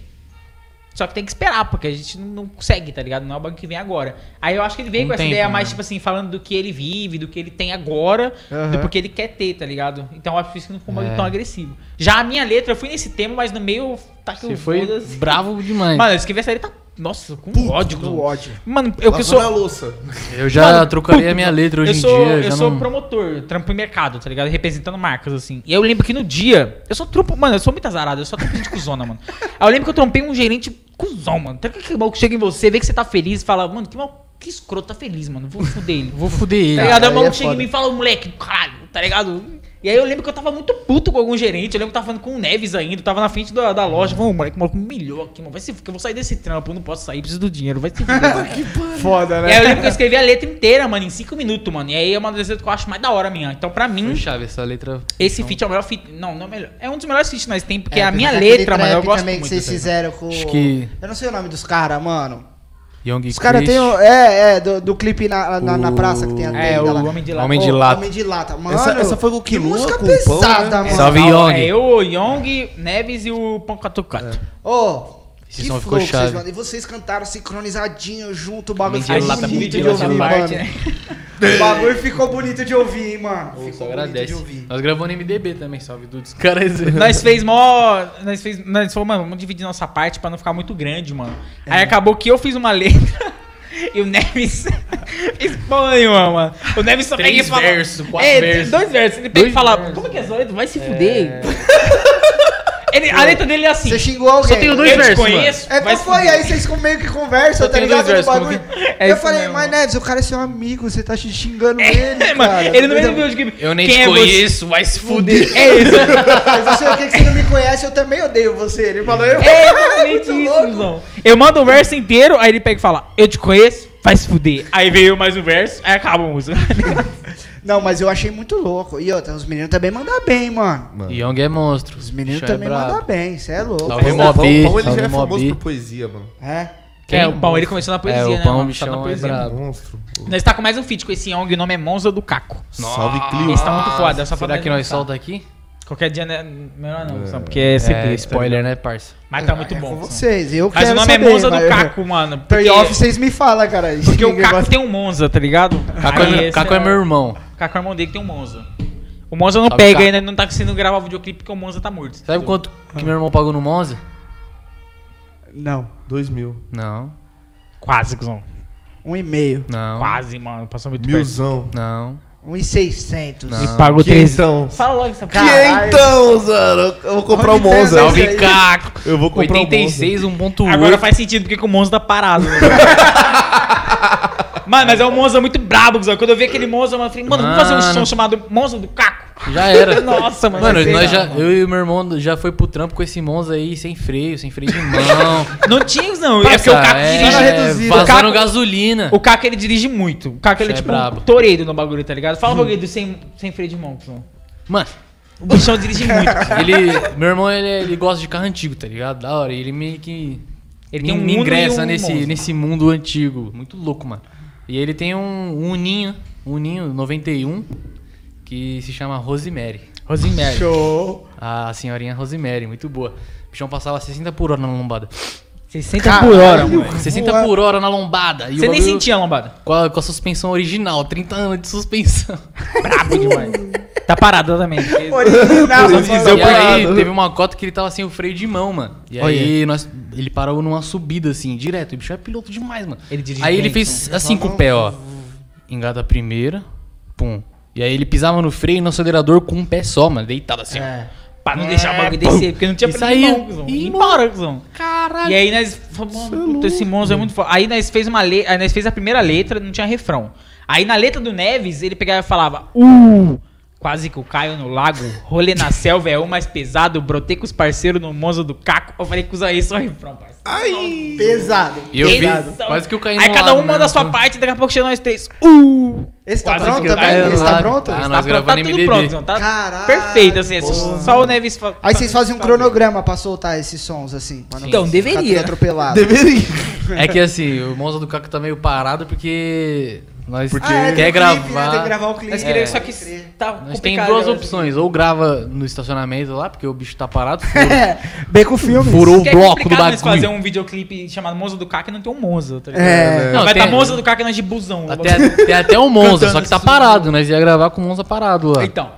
[SPEAKER 3] só que tem que esperar, porque a gente não, não consegue, tá ligado? Não é o bagulho que vem agora. Aí eu acho que ele veio
[SPEAKER 4] Um
[SPEAKER 3] com essa
[SPEAKER 4] tempo,
[SPEAKER 3] ideia mais,
[SPEAKER 4] né?
[SPEAKER 3] tipo assim, falando do que ele vive, do que ele tem agora,
[SPEAKER 1] Aham.
[SPEAKER 3] do que ele quer ter, tá ligado? Então eu acho que isso não ficou um bagulho
[SPEAKER 4] É.
[SPEAKER 3] tão agressivo. Já a minha letra, eu fui nesse tema, mas no meio, tá que
[SPEAKER 4] Você
[SPEAKER 3] eu
[SPEAKER 4] foi
[SPEAKER 3] foda-se.
[SPEAKER 4] bravo demais.
[SPEAKER 3] Mano, eu escrevi essa letra, nossa, com ódio.
[SPEAKER 1] Do ódio.
[SPEAKER 3] Mano, eu que sou.
[SPEAKER 2] a louça.
[SPEAKER 4] eu já
[SPEAKER 3] Mano,
[SPEAKER 4] trocaria
[SPEAKER 3] puta,
[SPEAKER 4] a minha letra hoje
[SPEAKER 3] eu sou,
[SPEAKER 4] em dia.
[SPEAKER 3] Eu
[SPEAKER 4] já
[SPEAKER 3] sou
[SPEAKER 4] não...
[SPEAKER 3] promotor, eu trampo em mercado, tá ligado? Representando marcas, assim. E eu lembro que no dia. Eu sou trompo. Mano, eu sou muito azarado, eu sou trompo de cuzona, mano. Aí eu lembro que eu trompei um gerente cuzão, mano. Até que que maluco chega em você, vê que você tá feliz e fala, mano, que mal. Que escroto, tá feliz, mano. Vou fuder ele.
[SPEAKER 4] Vou fuder ele.
[SPEAKER 3] Tá ligado? Aí
[SPEAKER 1] aí
[SPEAKER 3] o
[SPEAKER 1] é
[SPEAKER 3] maluco chega em
[SPEAKER 1] foda.
[SPEAKER 3] mim e fala, moleque, caralho, tá ligado? E aí eu lembro que eu tava muito puto com algum gerente, eu lembro que eu tava falando com o Neves ainda, eu tava na frente da, da loja, falando, moleque, o maluco me humilhou aqui, mano, vai se fuder, eu vou sair desse trampo, eu não posso sair, preciso do dinheiro, vai se fuder.
[SPEAKER 1] Foda, né?
[SPEAKER 3] E aí É, eu lembro que eu escrevi a letra inteira, mano, em 5 minutos, mano. E aí é uma das letras que eu acho mais da hora minha. Então, pra mim,
[SPEAKER 1] Hum?
[SPEAKER 4] Foi chave, essa letra.
[SPEAKER 3] esse feat é o melhor feat. Não, não é o melhor. É um dos melhores feats que nós temos, porque
[SPEAKER 1] É,
[SPEAKER 3] a minha
[SPEAKER 1] aquele
[SPEAKER 3] letra,
[SPEAKER 1] trap
[SPEAKER 3] mano, eu gosto
[SPEAKER 1] também
[SPEAKER 3] muito.
[SPEAKER 1] que vocês
[SPEAKER 3] tá
[SPEAKER 1] fizeram
[SPEAKER 3] ligado?
[SPEAKER 1] com.
[SPEAKER 4] Acho que-
[SPEAKER 1] Eu não sei o nome dos caras, mano.
[SPEAKER 4] Young
[SPEAKER 1] Os caras
[SPEAKER 4] Chris,
[SPEAKER 1] têm. o- É, é, do, do clipe na, na, na praça que tem a
[SPEAKER 4] O-
[SPEAKER 1] tenda
[SPEAKER 3] É,
[SPEAKER 1] lá.
[SPEAKER 3] o Homem de Lá.
[SPEAKER 4] Homem
[SPEAKER 1] Ô,
[SPEAKER 4] de Lata.
[SPEAKER 1] Homem de Lata. Mano,
[SPEAKER 2] Essa- essa foi com o Quilua,
[SPEAKER 1] música
[SPEAKER 2] com o Pão,
[SPEAKER 1] pesada,
[SPEAKER 2] né?
[SPEAKER 1] mano.
[SPEAKER 4] Salve,
[SPEAKER 3] Não,
[SPEAKER 4] Young.
[SPEAKER 3] É eu, o Young, Neves e o Pancatucato.
[SPEAKER 1] É. Ô,
[SPEAKER 4] Esse
[SPEAKER 1] que
[SPEAKER 4] som
[SPEAKER 1] flow
[SPEAKER 4] ficou
[SPEAKER 1] que vocês
[SPEAKER 4] chave.
[SPEAKER 1] mandam. E vocês cantaram sincronizadinho junto, o bagulho
[SPEAKER 4] Homem de
[SPEAKER 1] ficou
[SPEAKER 4] Lata, é
[SPEAKER 1] bonito
[SPEAKER 4] Homem
[SPEAKER 1] tá de
[SPEAKER 4] de
[SPEAKER 1] ouvir,
[SPEAKER 4] Lata.
[SPEAKER 1] mano.
[SPEAKER 3] né?
[SPEAKER 1] O bagulho ficou bonito de ouvir, hein, mano.
[SPEAKER 4] Pô,
[SPEAKER 1] Ficou
[SPEAKER 4] Só
[SPEAKER 1] bonito
[SPEAKER 4] agradece.
[SPEAKER 1] de ouvir.
[SPEAKER 4] Nós gravamos no MDB também, salve dos caras.
[SPEAKER 3] Nós fez mó. Nós fez. Nós falou, mano, vamos dividir nossa parte pra não ficar muito grande, mano.
[SPEAKER 1] É.
[SPEAKER 3] Aí acabou que eu fiz uma letra. E o Neves fez porra nenhuma, mano. O Neves só
[SPEAKER 4] Três
[SPEAKER 3] pega e fala.
[SPEAKER 4] versos, quatro versos.
[SPEAKER 3] Dois versos. Ele pega e
[SPEAKER 4] Dois
[SPEAKER 3] fala:
[SPEAKER 4] versos.
[SPEAKER 3] Como que é essa letra? Vai se fuder. Ele- a letra dele é assim.
[SPEAKER 1] Você xingou alguém.
[SPEAKER 3] Só tenho dois
[SPEAKER 4] Eu te
[SPEAKER 3] versos.
[SPEAKER 4] conheço,
[SPEAKER 1] É, mas foi aí, vocês com- meio que conversam,
[SPEAKER 4] Eu
[SPEAKER 1] tá
[SPEAKER 4] tenho
[SPEAKER 1] ligado?
[SPEAKER 4] dois
[SPEAKER 1] Do
[SPEAKER 4] versos,
[SPEAKER 1] bagulho.
[SPEAKER 4] como
[SPEAKER 3] É
[SPEAKER 1] eu
[SPEAKER 3] isso
[SPEAKER 1] falei,
[SPEAKER 3] mesmo.
[SPEAKER 1] mas Neves, o cara é seu amigo, você tá te xingando ele,
[SPEAKER 3] É, mano,
[SPEAKER 1] cara. Então,
[SPEAKER 3] ele não
[SPEAKER 1] Entendeu?
[SPEAKER 3] me viu de que.
[SPEAKER 4] Eu nem
[SPEAKER 3] quem
[SPEAKER 4] te
[SPEAKER 3] é você?
[SPEAKER 4] conheço, vai se fuder.
[SPEAKER 3] É isso.
[SPEAKER 1] Mas você, o que que você não me conhece, eu também odeio você. Ele falou, eu...
[SPEAKER 3] É exatamente
[SPEAKER 1] Muito
[SPEAKER 3] isso,
[SPEAKER 1] louco.
[SPEAKER 3] Luzão. Eu mando um verso inteiro, aí ele pega e fala, eu te conheço, vai se fuder. Aí veio mais um verso, aí acaba a música.
[SPEAKER 1] Não, mas eu achei muito louco. E outra, os meninos também mandam bem, mano.
[SPEAKER 4] Young é monstro.
[SPEAKER 1] Os meninos
[SPEAKER 4] Bicho é
[SPEAKER 1] também
[SPEAKER 4] brabo.
[SPEAKER 1] mandam bem, cê é louco.
[SPEAKER 4] Salve,
[SPEAKER 2] Pão, pão,
[SPEAKER 4] Mobi,
[SPEAKER 2] pão, ele já
[SPEAKER 4] salve,
[SPEAKER 2] é famoso
[SPEAKER 4] Mobi.
[SPEAKER 2] por poesia, mano.
[SPEAKER 1] É?
[SPEAKER 3] é, o pão, ele começou na poesia,
[SPEAKER 4] É, o
[SPEAKER 3] né?
[SPEAKER 4] pão,
[SPEAKER 3] mano?
[SPEAKER 4] bichão,
[SPEAKER 3] tá na
[SPEAKER 4] é
[SPEAKER 3] poesia.
[SPEAKER 4] brabo.
[SPEAKER 2] Monstro.
[SPEAKER 3] Nós tá com mais um feat com esse Young, o nome é Monza do Caco.
[SPEAKER 2] Salve, Clio.
[SPEAKER 3] Esse tá muito foda, só
[SPEAKER 4] Ah, Será
[SPEAKER 3] falando
[SPEAKER 4] que nós
[SPEAKER 3] tá.
[SPEAKER 4] solta aqui?
[SPEAKER 3] Qualquer dia, né? Melhor não, Luzão, porque é
[SPEAKER 4] É,
[SPEAKER 3] segredo.
[SPEAKER 4] spoiler, né, parça?
[SPEAKER 3] Mas tá muito bom.
[SPEAKER 1] É, Com
[SPEAKER 3] Luzão.
[SPEAKER 1] vocês, eu
[SPEAKER 3] Mas
[SPEAKER 1] quero
[SPEAKER 3] o nome é
[SPEAKER 1] saber,
[SPEAKER 3] Monza do
[SPEAKER 1] mas-
[SPEAKER 3] Caco, mano. Porque,
[SPEAKER 1] Playoff vocês me falam, cara.
[SPEAKER 3] porque o Caco tem um Monza, tá ligado?
[SPEAKER 4] Caco,
[SPEAKER 3] Aí
[SPEAKER 4] é,
[SPEAKER 3] esse
[SPEAKER 4] Caco é meu irmão.
[SPEAKER 3] Caco é irmão dele que tem um Monza. O Monza não
[SPEAKER 4] Salve,
[SPEAKER 3] pega
[SPEAKER 4] Caco.
[SPEAKER 3] ainda, não tá conseguindo gravar o videoclipe porque o Monza tá morto.
[SPEAKER 4] Sabe quanto que meu irmão pagou no Monza?
[SPEAKER 1] Não.
[SPEAKER 2] Dois mil.
[SPEAKER 4] Não.
[SPEAKER 3] Quase, Guzão.
[SPEAKER 1] Um e meio.
[SPEAKER 4] Não.
[SPEAKER 3] Quase, mano. Passou muito perto.
[SPEAKER 2] Milzão.
[SPEAKER 4] Não.
[SPEAKER 1] Um e seiscentos.
[SPEAKER 4] Não.
[SPEAKER 3] Me pagou três.
[SPEAKER 2] Quentão.
[SPEAKER 3] Fala logo essa
[SPEAKER 4] é
[SPEAKER 1] Caralho.
[SPEAKER 2] Quentão, Zara. Eu vou comprar um
[SPEAKER 1] Olha o
[SPEAKER 2] Monza.
[SPEAKER 1] Deus aí.
[SPEAKER 4] Salve, Caco.
[SPEAKER 2] Eu vou comprar um Monza.
[SPEAKER 4] 86, 1.8.
[SPEAKER 3] Agora faz sentido porque que o Monza tá parado. né? mano, mas é um Monza muito brabo, Guzão. Quando eu vi aquele Monza, mano, eu falei, mano, vamos fazer um
[SPEAKER 4] Mano.
[SPEAKER 3] som chamado Monza do Caco.
[SPEAKER 4] Já era.
[SPEAKER 3] Nossa, é mano,
[SPEAKER 4] Mano,
[SPEAKER 3] sei
[SPEAKER 4] nós
[SPEAKER 3] lá,
[SPEAKER 4] já, eu e meu irmão já foi pro trampo com esse Monza aí, sem freio, sem freio de mão.
[SPEAKER 3] Não tinha, não. É porque É o Caco
[SPEAKER 4] é,
[SPEAKER 3] dirige.
[SPEAKER 1] Era reduzido.
[SPEAKER 4] Passando
[SPEAKER 3] O Caco-
[SPEAKER 4] gasolina.
[SPEAKER 3] O Caco ele dirige muito. O Caco ele é,
[SPEAKER 4] É
[SPEAKER 3] tipo
[SPEAKER 4] brabo. Hum.
[SPEAKER 3] um Toredo no bagulho, tá ligado? Fala um bagulho do sem, sem freio de mão, Guzão.
[SPEAKER 4] Mano,
[SPEAKER 3] O bichão dirige muito.
[SPEAKER 4] ele, meu irmão, ele, ele gosta de carro antigo, tá ligado? Da hora. E ele meio que
[SPEAKER 3] Ele
[SPEAKER 4] me,
[SPEAKER 3] tem um
[SPEAKER 4] me
[SPEAKER 3] Uno
[SPEAKER 4] ingressa
[SPEAKER 3] e um
[SPEAKER 4] nesse,
[SPEAKER 3] Monza.
[SPEAKER 4] nesse mundo antigo. Muito louco, mano. E ele tem um uninho, um uninho 91, que se chama Rosemary.
[SPEAKER 3] Rosemary.
[SPEAKER 1] Show.
[SPEAKER 4] A senhorinha Rosemary, muito boa. O bichão passava 60 por hora na lombada.
[SPEAKER 3] 60 por
[SPEAKER 1] Caralho.
[SPEAKER 3] hora, mano.
[SPEAKER 4] 60 por hora na lombada. E o
[SPEAKER 3] Você nem
[SPEAKER 4] bagulho-
[SPEAKER 3] sentia a lombada.
[SPEAKER 4] Com a, com a suspensão original, 30 anos de suspensão.
[SPEAKER 3] Brabo demais. tá parado também. porque-
[SPEAKER 1] Original.
[SPEAKER 2] Vamos dizer
[SPEAKER 1] mano.
[SPEAKER 4] e aí
[SPEAKER 2] parado.
[SPEAKER 4] teve uma cota que ele tava sem o freio de mão, mano. E aí nós, ele parou numa subida, assim, direto. O bicho é piloto demais, mano.
[SPEAKER 3] Ele dirige
[SPEAKER 4] aí ele
[SPEAKER 3] bem,
[SPEAKER 2] né?
[SPEAKER 4] fez assim com o pé, ó. Engata a primeira, pum. E aí ele pisava no freio e no acelerador com um pé só, mano. Deitado assim. ó.
[SPEAKER 3] É. Pra não deixar o bagulho descer, porque não tinha
[SPEAKER 4] Isso
[SPEAKER 3] freio de
[SPEAKER 4] aí.
[SPEAKER 3] mão, cuzão.
[SPEAKER 4] Ih,
[SPEAKER 3] Ia embora, cuzão.
[SPEAKER 4] Caralho.
[SPEAKER 3] E aí nós falamos, mano, puta, esse monstro é muito foda. Aí nós fez uma le... aí nós fez a primeira letra, não tinha refrão. Aí na letra do Neves, ele pegava e falava, uh! Quase que eu caio no lago, rolê na selva é o mais pesado, brotei com os parceiros no monza do caco. Eu falei, cuzão, aí é só o refrão, parceiro.
[SPEAKER 2] Ai.
[SPEAKER 1] Pesado.
[SPEAKER 4] E eu vi,
[SPEAKER 1] Pesado.
[SPEAKER 4] quase que eu caí
[SPEAKER 3] Aí
[SPEAKER 4] no
[SPEAKER 3] cada
[SPEAKER 4] lado né?
[SPEAKER 3] um manda a
[SPEAKER 4] mesmo,
[SPEAKER 3] sua
[SPEAKER 4] pô.
[SPEAKER 3] parte, daqui a pouco chega nós três. Uh!
[SPEAKER 1] Esse tá
[SPEAKER 3] Quase
[SPEAKER 1] pronto
[SPEAKER 3] que eu
[SPEAKER 1] também?
[SPEAKER 4] caí no
[SPEAKER 1] Esse tá
[SPEAKER 4] lado.
[SPEAKER 1] pronto?
[SPEAKER 4] Ah,
[SPEAKER 1] Esse
[SPEAKER 4] nós
[SPEAKER 3] tá pronto, tá
[SPEAKER 4] gravando
[SPEAKER 3] tudo
[SPEAKER 4] MDB.
[SPEAKER 3] pronto, Zão, tá
[SPEAKER 1] Caralho,
[SPEAKER 3] perfeito, assim, é só-
[SPEAKER 1] porra.
[SPEAKER 3] só o Neves... fa- Tá,
[SPEAKER 1] Aí vocês fazem um
[SPEAKER 3] fazer.
[SPEAKER 1] cronograma pra soltar esses sons, assim. pra não
[SPEAKER 3] Então,
[SPEAKER 1] ficar
[SPEAKER 3] deveria.
[SPEAKER 1] tudo atropelado.
[SPEAKER 2] Deveria.
[SPEAKER 4] É que assim, o Monza do Caco tá meio parado porque nós
[SPEAKER 2] Porque-
[SPEAKER 1] Ah, é, tem
[SPEAKER 4] quer
[SPEAKER 1] o
[SPEAKER 4] gravar.
[SPEAKER 1] clipe, né? Tem que gravar o clipe.
[SPEAKER 3] Nós queria,
[SPEAKER 4] É.
[SPEAKER 3] só que tá
[SPEAKER 4] Nós tem
[SPEAKER 3] complicado,
[SPEAKER 4] duas
[SPEAKER 3] né?
[SPEAKER 4] opções, ou grava no estacionamento lá, porque o bicho tá parado,
[SPEAKER 1] Bem com filmes.
[SPEAKER 4] furou o
[SPEAKER 3] Que é
[SPEAKER 4] bloco do
[SPEAKER 3] complicado nós
[SPEAKER 4] bagulho.
[SPEAKER 3] fazer um videoclipe chamado Monza do Caco e não tem um Monza, tá ligado?
[SPEAKER 1] É.
[SPEAKER 4] Não,
[SPEAKER 3] Vai
[SPEAKER 4] tem-
[SPEAKER 3] tá Monza do Caco e nós de busão.
[SPEAKER 4] Até, tem até o Monza, só que tá parado, nós ia gravar com o Monza parado lá.
[SPEAKER 3] Então.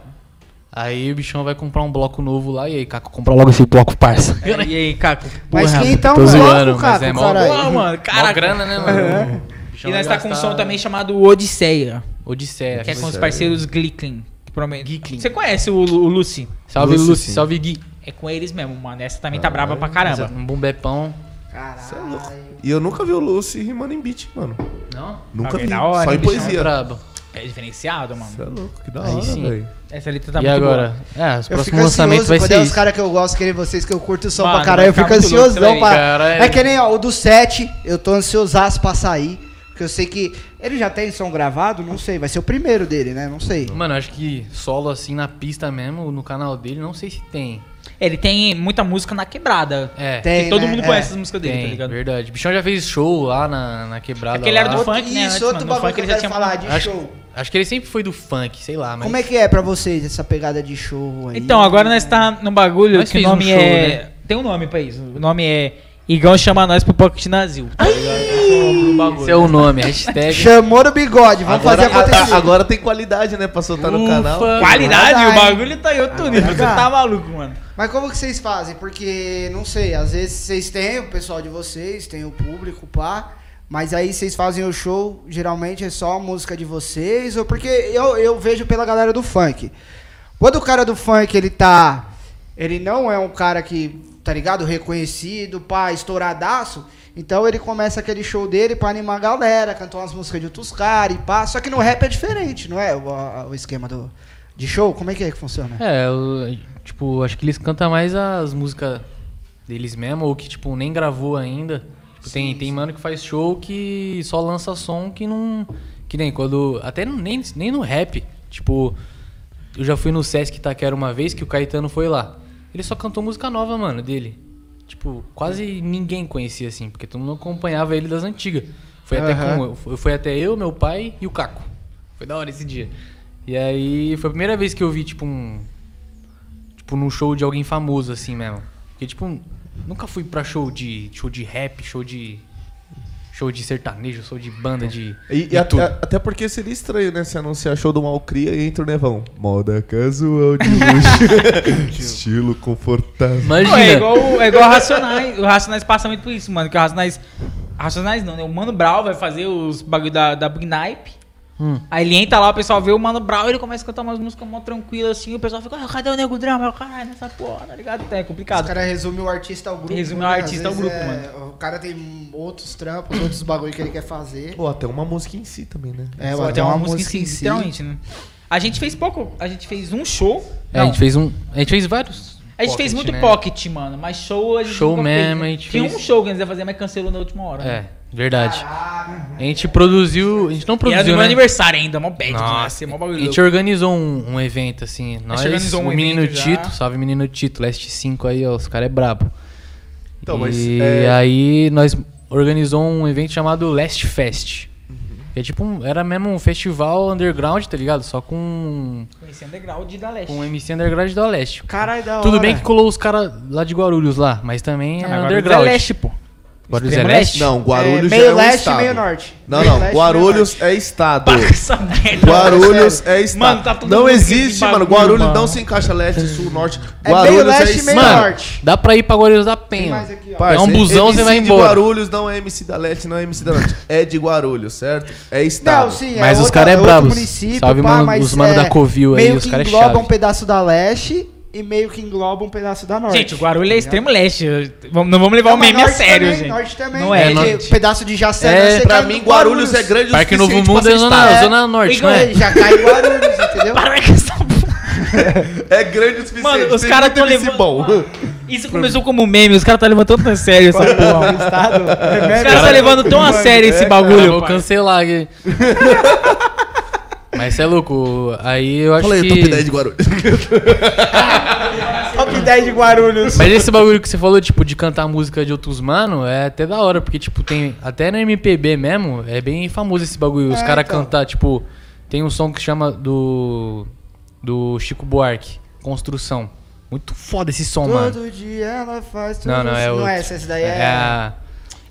[SPEAKER 4] Aí o bichão vai comprar um bloco novo lá, e aí, Caco, compra logo esse bloco, parça.
[SPEAKER 3] É, e aí, Caco?
[SPEAKER 1] Mas
[SPEAKER 4] Porra,
[SPEAKER 1] que então,
[SPEAKER 4] tô
[SPEAKER 1] mano,
[SPEAKER 4] zoando,
[SPEAKER 1] louco, cara,
[SPEAKER 4] mas é mó
[SPEAKER 1] caralho.
[SPEAKER 3] Boa, mano.
[SPEAKER 4] Mó
[SPEAKER 3] Caraca.
[SPEAKER 4] grana, né, mano? O bichão
[SPEAKER 3] E nós
[SPEAKER 4] vai
[SPEAKER 3] tá com um
[SPEAKER 4] gastar
[SPEAKER 3] som também chamado Odisseia,
[SPEAKER 4] Odisseia. tipo,
[SPEAKER 3] que é com os
[SPEAKER 4] Odisseia.
[SPEAKER 3] parceiros Glickling. que provavelmente-
[SPEAKER 4] Glickling.
[SPEAKER 3] Você conhece o, o Lucy?
[SPEAKER 4] Salve
[SPEAKER 2] Lucy,
[SPEAKER 4] Lucy,
[SPEAKER 2] sim.
[SPEAKER 4] salve Gui.
[SPEAKER 3] É com eles mesmo, mano. Essa também tá braba pra caramba.
[SPEAKER 4] Um bombepão.
[SPEAKER 1] Caralho.
[SPEAKER 2] é E eu nunca vi o Lucy rimando em beat, mano.
[SPEAKER 4] Não?
[SPEAKER 2] Nunca
[SPEAKER 3] Alguém
[SPEAKER 2] vi.
[SPEAKER 3] é da hora,
[SPEAKER 2] Só em
[SPEAKER 3] hein, bichão?
[SPEAKER 2] poesia.
[SPEAKER 4] Brabo.
[SPEAKER 3] É diferenciado,
[SPEAKER 2] Você é
[SPEAKER 3] mano.
[SPEAKER 2] louco, que da
[SPEAKER 4] Aí
[SPEAKER 2] hora,
[SPEAKER 4] sim.
[SPEAKER 2] velho.
[SPEAKER 3] Essa letra tá
[SPEAKER 4] e
[SPEAKER 3] muito
[SPEAKER 4] agora?
[SPEAKER 3] boa.
[SPEAKER 4] É, os
[SPEAKER 1] Eu fico
[SPEAKER 4] próximos lançamentos
[SPEAKER 1] ansioso
[SPEAKER 4] vai
[SPEAKER 1] quando é
[SPEAKER 4] ser
[SPEAKER 1] os
[SPEAKER 4] isso.
[SPEAKER 1] caras que eu gosto, que nem vocês, que eu curto só
[SPEAKER 3] Mano,
[SPEAKER 1] pra caralho.
[SPEAKER 3] vai
[SPEAKER 1] Eu fico
[SPEAKER 3] ficar muito louco
[SPEAKER 1] ansiosão
[SPEAKER 3] também,
[SPEAKER 1] pra...
[SPEAKER 4] caralho.
[SPEAKER 1] É que nem, ó, o do 7, eu tô ansiosaço pra sair. Porque eu sei que... Ele já tem som gravado? Não sei, vai ser o primeiro dele, né? Não sei.
[SPEAKER 4] Mano, acho que solo assim na pista mesmo, no canal dele, não sei se tem.
[SPEAKER 3] Ele tem muita música na quebrada.
[SPEAKER 4] É,
[SPEAKER 1] Tem,
[SPEAKER 3] que todo
[SPEAKER 1] né?
[SPEAKER 3] mundo
[SPEAKER 1] É.
[SPEAKER 3] conhece as músicas dele,
[SPEAKER 4] tem,
[SPEAKER 3] tá ligado?
[SPEAKER 4] verdade. O bichão já fez show lá na, na quebrada.
[SPEAKER 3] Aquele era
[SPEAKER 4] lá.
[SPEAKER 3] do funk, né? Antes,
[SPEAKER 1] Isso, outro
[SPEAKER 3] mano, no
[SPEAKER 1] bagulho
[SPEAKER 3] funk
[SPEAKER 1] que eu
[SPEAKER 3] ele já
[SPEAKER 1] quero
[SPEAKER 3] tinha
[SPEAKER 1] falar, de
[SPEAKER 4] acho,
[SPEAKER 1] show.
[SPEAKER 4] acho que ele sempre foi do funk, sei lá, mas.
[SPEAKER 1] Como é que é pra vocês essa pegada de show aí?
[SPEAKER 3] Então, agora nós tá num bagulho
[SPEAKER 4] Nós
[SPEAKER 3] que o
[SPEAKER 4] fez um
[SPEAKER 3] nome
[SPEAKER 4] show,
[SPEAKER 3] é.
[SPEAKER 4] né?
[SPEAKER 3] Tem um nome pra isso. O nome é Igão chama nós pro Pocket Nazil. Tá ligado? Esse é o nome do bagulho.
[SPEAKER 4] Esse é o nome, hashtag.
[SPEAKER 1] Chamou no bigode, vamos
[SPEAKER 2] Agora,
[SPEAKER 1] fazer acontecer.
[SPEAKER 2] a- a- agora tem qualidade, né? Pra soltar no
[SPEAKER 4] Ufa.
[SPEAKER 2] canal.
[SPEAKER 3] Qualidade,
[SPEAKER 1] Agora
[SPEAKER 3] o
[SPEAKER 1] vai.
[SPEAKER 3] bagulho tá em outro nível. Você
[SPEAKER 1] vai.
[SPEAKER 3] tá maluco, mano.
[SPEAKER 1] Mas como que vocês fazem? Porque, não sei, às vezes vocês têm o pessoal de vocês, tem o público, pá. Mas aí vocês fazem o show, geralmente é só a música de vocês, ou porque eu, eu vejo pela galera do funk. Quando o cara do funk, ele tá. Ele não é um cara que, tá ligado? Reconhecido, pá, estouradaço. Então ele começa aquele show dele pra animar a galera, cantar umas músicas de outros caras e pá. Só que no rap é diferente, não é? O, a- o esquema do, de show? Como é que é que funciona?
[SPEAKER 4] É, eu- tipo, acho que eles cantam mais as músicas deles mesmo, ou que, tipo, nem gravou ainda. Tipo, tem, tem mano que faz show que só lança som que não. Que nem quando. Até no- nem, nem no rap. Tipo, eu já fui no Sesc Itaquera uma vez que o Caetano foi lá. Ele só cantou música nova, mano, dele. Tipo, quase ninguém conhecia assim, porque todo mundo acompanhava ele das antigas. Foi até
[SPEAKER 1] Aham.
[SPEAKER 4] com, eu- foi até eu, meu pai e o Caco. Foi da hora esse dia. E aí foi a primeira vez que eu vi, tipo, um. Tipo, num show de alguém famoso, assim mesmo. Porque, tipo, nunca fui pra show de. show de rap, show de. show de sertanejo, show de banda de.
[SPEAKER 2] E, e
[SPEAKER 4] de
[SPEAKER 2] até, até porque seria estranho, né? Se anunciar show do Malcria e entra o Nevão. Moda casual de luxo. Estilo confortável.
[SPEAKER 3] Não, é
[SPEAKER 4] Imagina.
[SPEAKER 3] igual, é igual o Racionais. O Racionais passa muito por isso, mano. Que o Racionais Racionais não, né? O Mano Brown vai fazer os bagulho da, da Bignipe.
[SPEAKER 4] Hum.
[SPEAKER 3] Aí ele entra lá, o pessoal vê o Mano Brown, ele começa a cantar umas músicas mó tranquilas assim, o pessoal fica, ah, cadê o Nego Drama? Eu, caralho, nessa porra, tá ligado? Então É
[SPEAKER 1] Os
[SPEAKER 3] complicado.
[SPEAKER 1] caras resumem o artista ao grupo.
[SPEAKER 3] Resume
[SPEAKER 1] né?
[SPEAKER 3] o
[SPEAKER 1] Às
[SPEAKER 3] artista ao
[SPEAKER 1] vezes é,
[SPEAKER 3] grupo,
[SPEAKER 1] O cara tem outros trampos, outros bagulho que ele quer fazer.
[SPEAKER 2] Ou até uma música em si também, né?
[SPEAKER 1] É,
[SPEAKER 3] Só tem uma, música em si, literalmente, né? A gente fez pouco, a gente fez um show.
[SPEAKER 4] É, a gente fez um. A gente fez vários.
[SPEAKER 3] A gente fez muito
[SPEAKER 4] né?
[SPEAKER 3] pocket, mano, mas show a gente
[SPEAKER 4] Show
[SPEAKER 3] nunca
[SPEAKER 4] mesmo,
[SPEAKER 3] né?
[SPEAKER 4] a gente
[SPEAKER 3] Tinha
[SPEAKER 4] fez-
[SPEAKER 3] um show que a gente ia fazer, mas cancelou na última hora. né?
[SPEAKER 4] É, verdade.
[SPEAKER 1] Caraca.
[SPEAKER 4] A gente produziu. A gente não
[SPEAKER 3] E era do
[SPEAKER 4] produziu.
[SPEAKER 3] meu
[SPEAKER 4] Né?
[SPEAKER 3] aniversário ainda, mó bad,
[SPEAKER 4] Nossa,
[SPEAKER 3] nossa, mó bagulho.
[SPEAKER 4] a gente
[SPEAKER 3] louco.
[SPEAKER 4] organizou um, um evento assim. Nós,
[SPEAKER 3] organizou um
[SPEAKER 4] o menino
[SPEAKER 3] evento já.
[SPEAKER 4] Tito, salve menino Tito, Last 5 aí, ó, os caras é brabo.
[SPEAKER 2] Então,
[SPEAKER 4] e
[SPEAKER 2] mas, é-
[SPEAKER 4] aí nós organizou um evento chamado Last Fest. Que é tipo um- era mesmo um festival underground, tá ligado? Só com
[SPEAKER 3] Conheci underground da Leste.
[SPEAKER 4] com MC underground do Leste.
[SPEAKER 1] Caralho, da hora.
[SPEAKER 4] Tudo bem que colou os caras lá de Guarulhos lá, mas também
[SPEAKER 3] Não,
[SPEAKER 4] é
[SPEAKER 3] mas Guarulhos
[SPEAKER 4] underground.
[SPEAKER 3] é leste, pô.
[SPEAKER 4] Guarulhos é
[SPEAKER 3] Extremo
[SPEAKER 4] leste?
[SPEAKER 2] Não, Guarulhos
[SPEAKER 1] É,
[SPEAKER 2] já
[SPEAKER 1] meio
[SPEAKER 2] é um
[SPEAKER 1] leste,
[SPEAKER 2] estado.
[SPEAKER 1] meio norte.
[SPEAKER 2] Não,
[SPEAKER 1] Meio
[SPEAKER 2] não,
[SPEAKER 1] leste,
[SPEAKER 2] Guarulhos é estado.
[SPEAKER 3] Para com essa merda.
[SPEAKER 2] Guarulhos é
[SPEAKER 3] Mano,
[SPEAKER 2] estado.
[SPEAKER 3] tá todo
[SPEAKER 2] não
[SPEAKER 3] mundo com esse
[SPEAKER 2] existe, mano.
[SPEAKER 3] bagulho,
[SPEAKER 2] Guarulhos
[SPEAKER 3] mano.
[SPEAKER 2] não se encaixa leste, sul, norte.
[SPEAKER 1] É meio
[SPEAKER 2] Guarulhos
[SPEAKER 1] leste,
[SPEAKER 2] est-
[SPEAKER 1] meio
[SPEAKER 2] Mano,
[SPEAKER 4] Mano,
[SPEAKER 1] norte.
[SPEAKER 4] dá pra ir pra Guarulhos da Penha.
[SPEAKER 1] Tem mais aqui, ó.
[SPEAKER 2] parça,
[SPEAKER 4] É um busão,
[SPEAKER 2] MC
[SPEAKER 4] você vai
[SPEAKER 2] de
[SPEAKER 4] embora.
[SPEAKER 2] Guarulhos não é MC da leste, não é MC da norte. É de Guarulhos, certo? É estado.
[SPEAKER 1] Não, sim, é
[SPEAKER 4] Mas os
[SPEAKER 1] outra-
[SPEAKER 4] cara é
[SPEAKER 1] outro
[SPEAKER 4] bravos.
[SPEAKER 1] município,
[SPEAKER 4] Salve,
[SPEAKER 1] pá,
[SPEAKER 4] mano,
[SPEAKER 1] mas
[SPEAKER 4] os mano
[SPEAKER 1] é,
[SPEAKER 4] da Covil aí,
[SPEAKER 1] meio
[SPEAKER 4] os
[SPEAKER 1] que
[SPEAKER 4] cara é
[SPEAKER 1] engloba
[SPEAKER 4] chave.
[SPEAKER 1] um pedaço da leste e meio que engloba um pedaço da norte.
[SPEAKER 3] Gente, o Guarulhos é extremo leste. Vamos- Não vamos levar
[SPEAKER 4] É
[SPEAKER 1] Não,
[SPEAKER 3] o
[SPEAKER 1] mas
[SPEAKER 3] meme a
[SPEAKER 1] norte
[SPEAKER 3] sério,
[SPEAKER 1] também,
[SPEAKER 3] gente.
[SPEAKER 1] Norte também.
[SPEAKER 3] Não é,
[SPEAKER 1] Porque
[SPEAKER 3] gente.
[SPEAKER 1] o Pedaço de Jaçanã.
[SPEAKER 4] É,
[SPEAKER 1] você
[SPEAKER 2] Pra
[SPEAKER 1] cai
[SPEAKER 2] mim,
[SPEAKER 1] no
[SPEAKER 2] Guarulhos é grande o
[SPEAKER 4] Parque Novo
[SPEAKER 2] suficiente pra
[SPEAKER 4] Mundo
[SPEAKER 2] ser
[SPEAKER 4] é
[SPEAKER 2] estado.
[SPEAKER 4] zona, zona norte, não é?
[SPEAKER 1] Já cai em Guarulhos, entendeu?
[SPEAKER 3] Para com essa porra.
[SPEAKER 2] É grande o suficiente.
[SPEAKER 3] Mano, os
[SPEAKER 2] tem
[SPEAKER 3] caras
[SPEAKER 2] muito
[SPEAKER 3] tão
[SPEAKER 2] MC
[SPEAKER 3] levando-
[SPEAKER 2] Bom.
[SPEAKER 3] Isso começou como meme, os caras tá levando tão a sério essa porra. Os
[SPEAKER 1] Os
[SPEAKER 3] caras tá levando tão a sério esse
[SPEAKER 4] Cara,
[SPEAKER 3] bagulho.
[SPEAKER 4] vou
[SPEAKER 3] pai.
[SPEAKER 4] cancelar aqui. Mas você é louco, aí eu acho
[SPEAKER 2] Fala aí,
[SPEAKER 4] que...
[SPEAKER 2] top 10 de Guarulhos.
[SPEAKER 1] Top 10 de Guarulhos.
[SPEAKER 4] Mas esse bagulho que você falou, tipo, de cantar música de outros mano, é até da hora, porque, tipo, tem... Até na MPB mesmo, é bem famoso esse bagulho, os
[SPEAKER 1] É,
[SPEAKER 4] caras
[SPEAKER 1] então.
[SPEAKER 4] cantar, tipo... Tem um som que chama do... Do Chico Buarque, Construção. Muito foda esse som, mano.
[SPEAKER 1] Todo dia ela faz tudo.
[SPEAKER 4] Não, não, é
[SPEAKER 1] Não
[SPEAKER 4] outro.
[SPEAKER 1] é essa, essa daí
[SPEAKER 4] É
[SPEAKER 1] é...
[SPEAKER 4] a...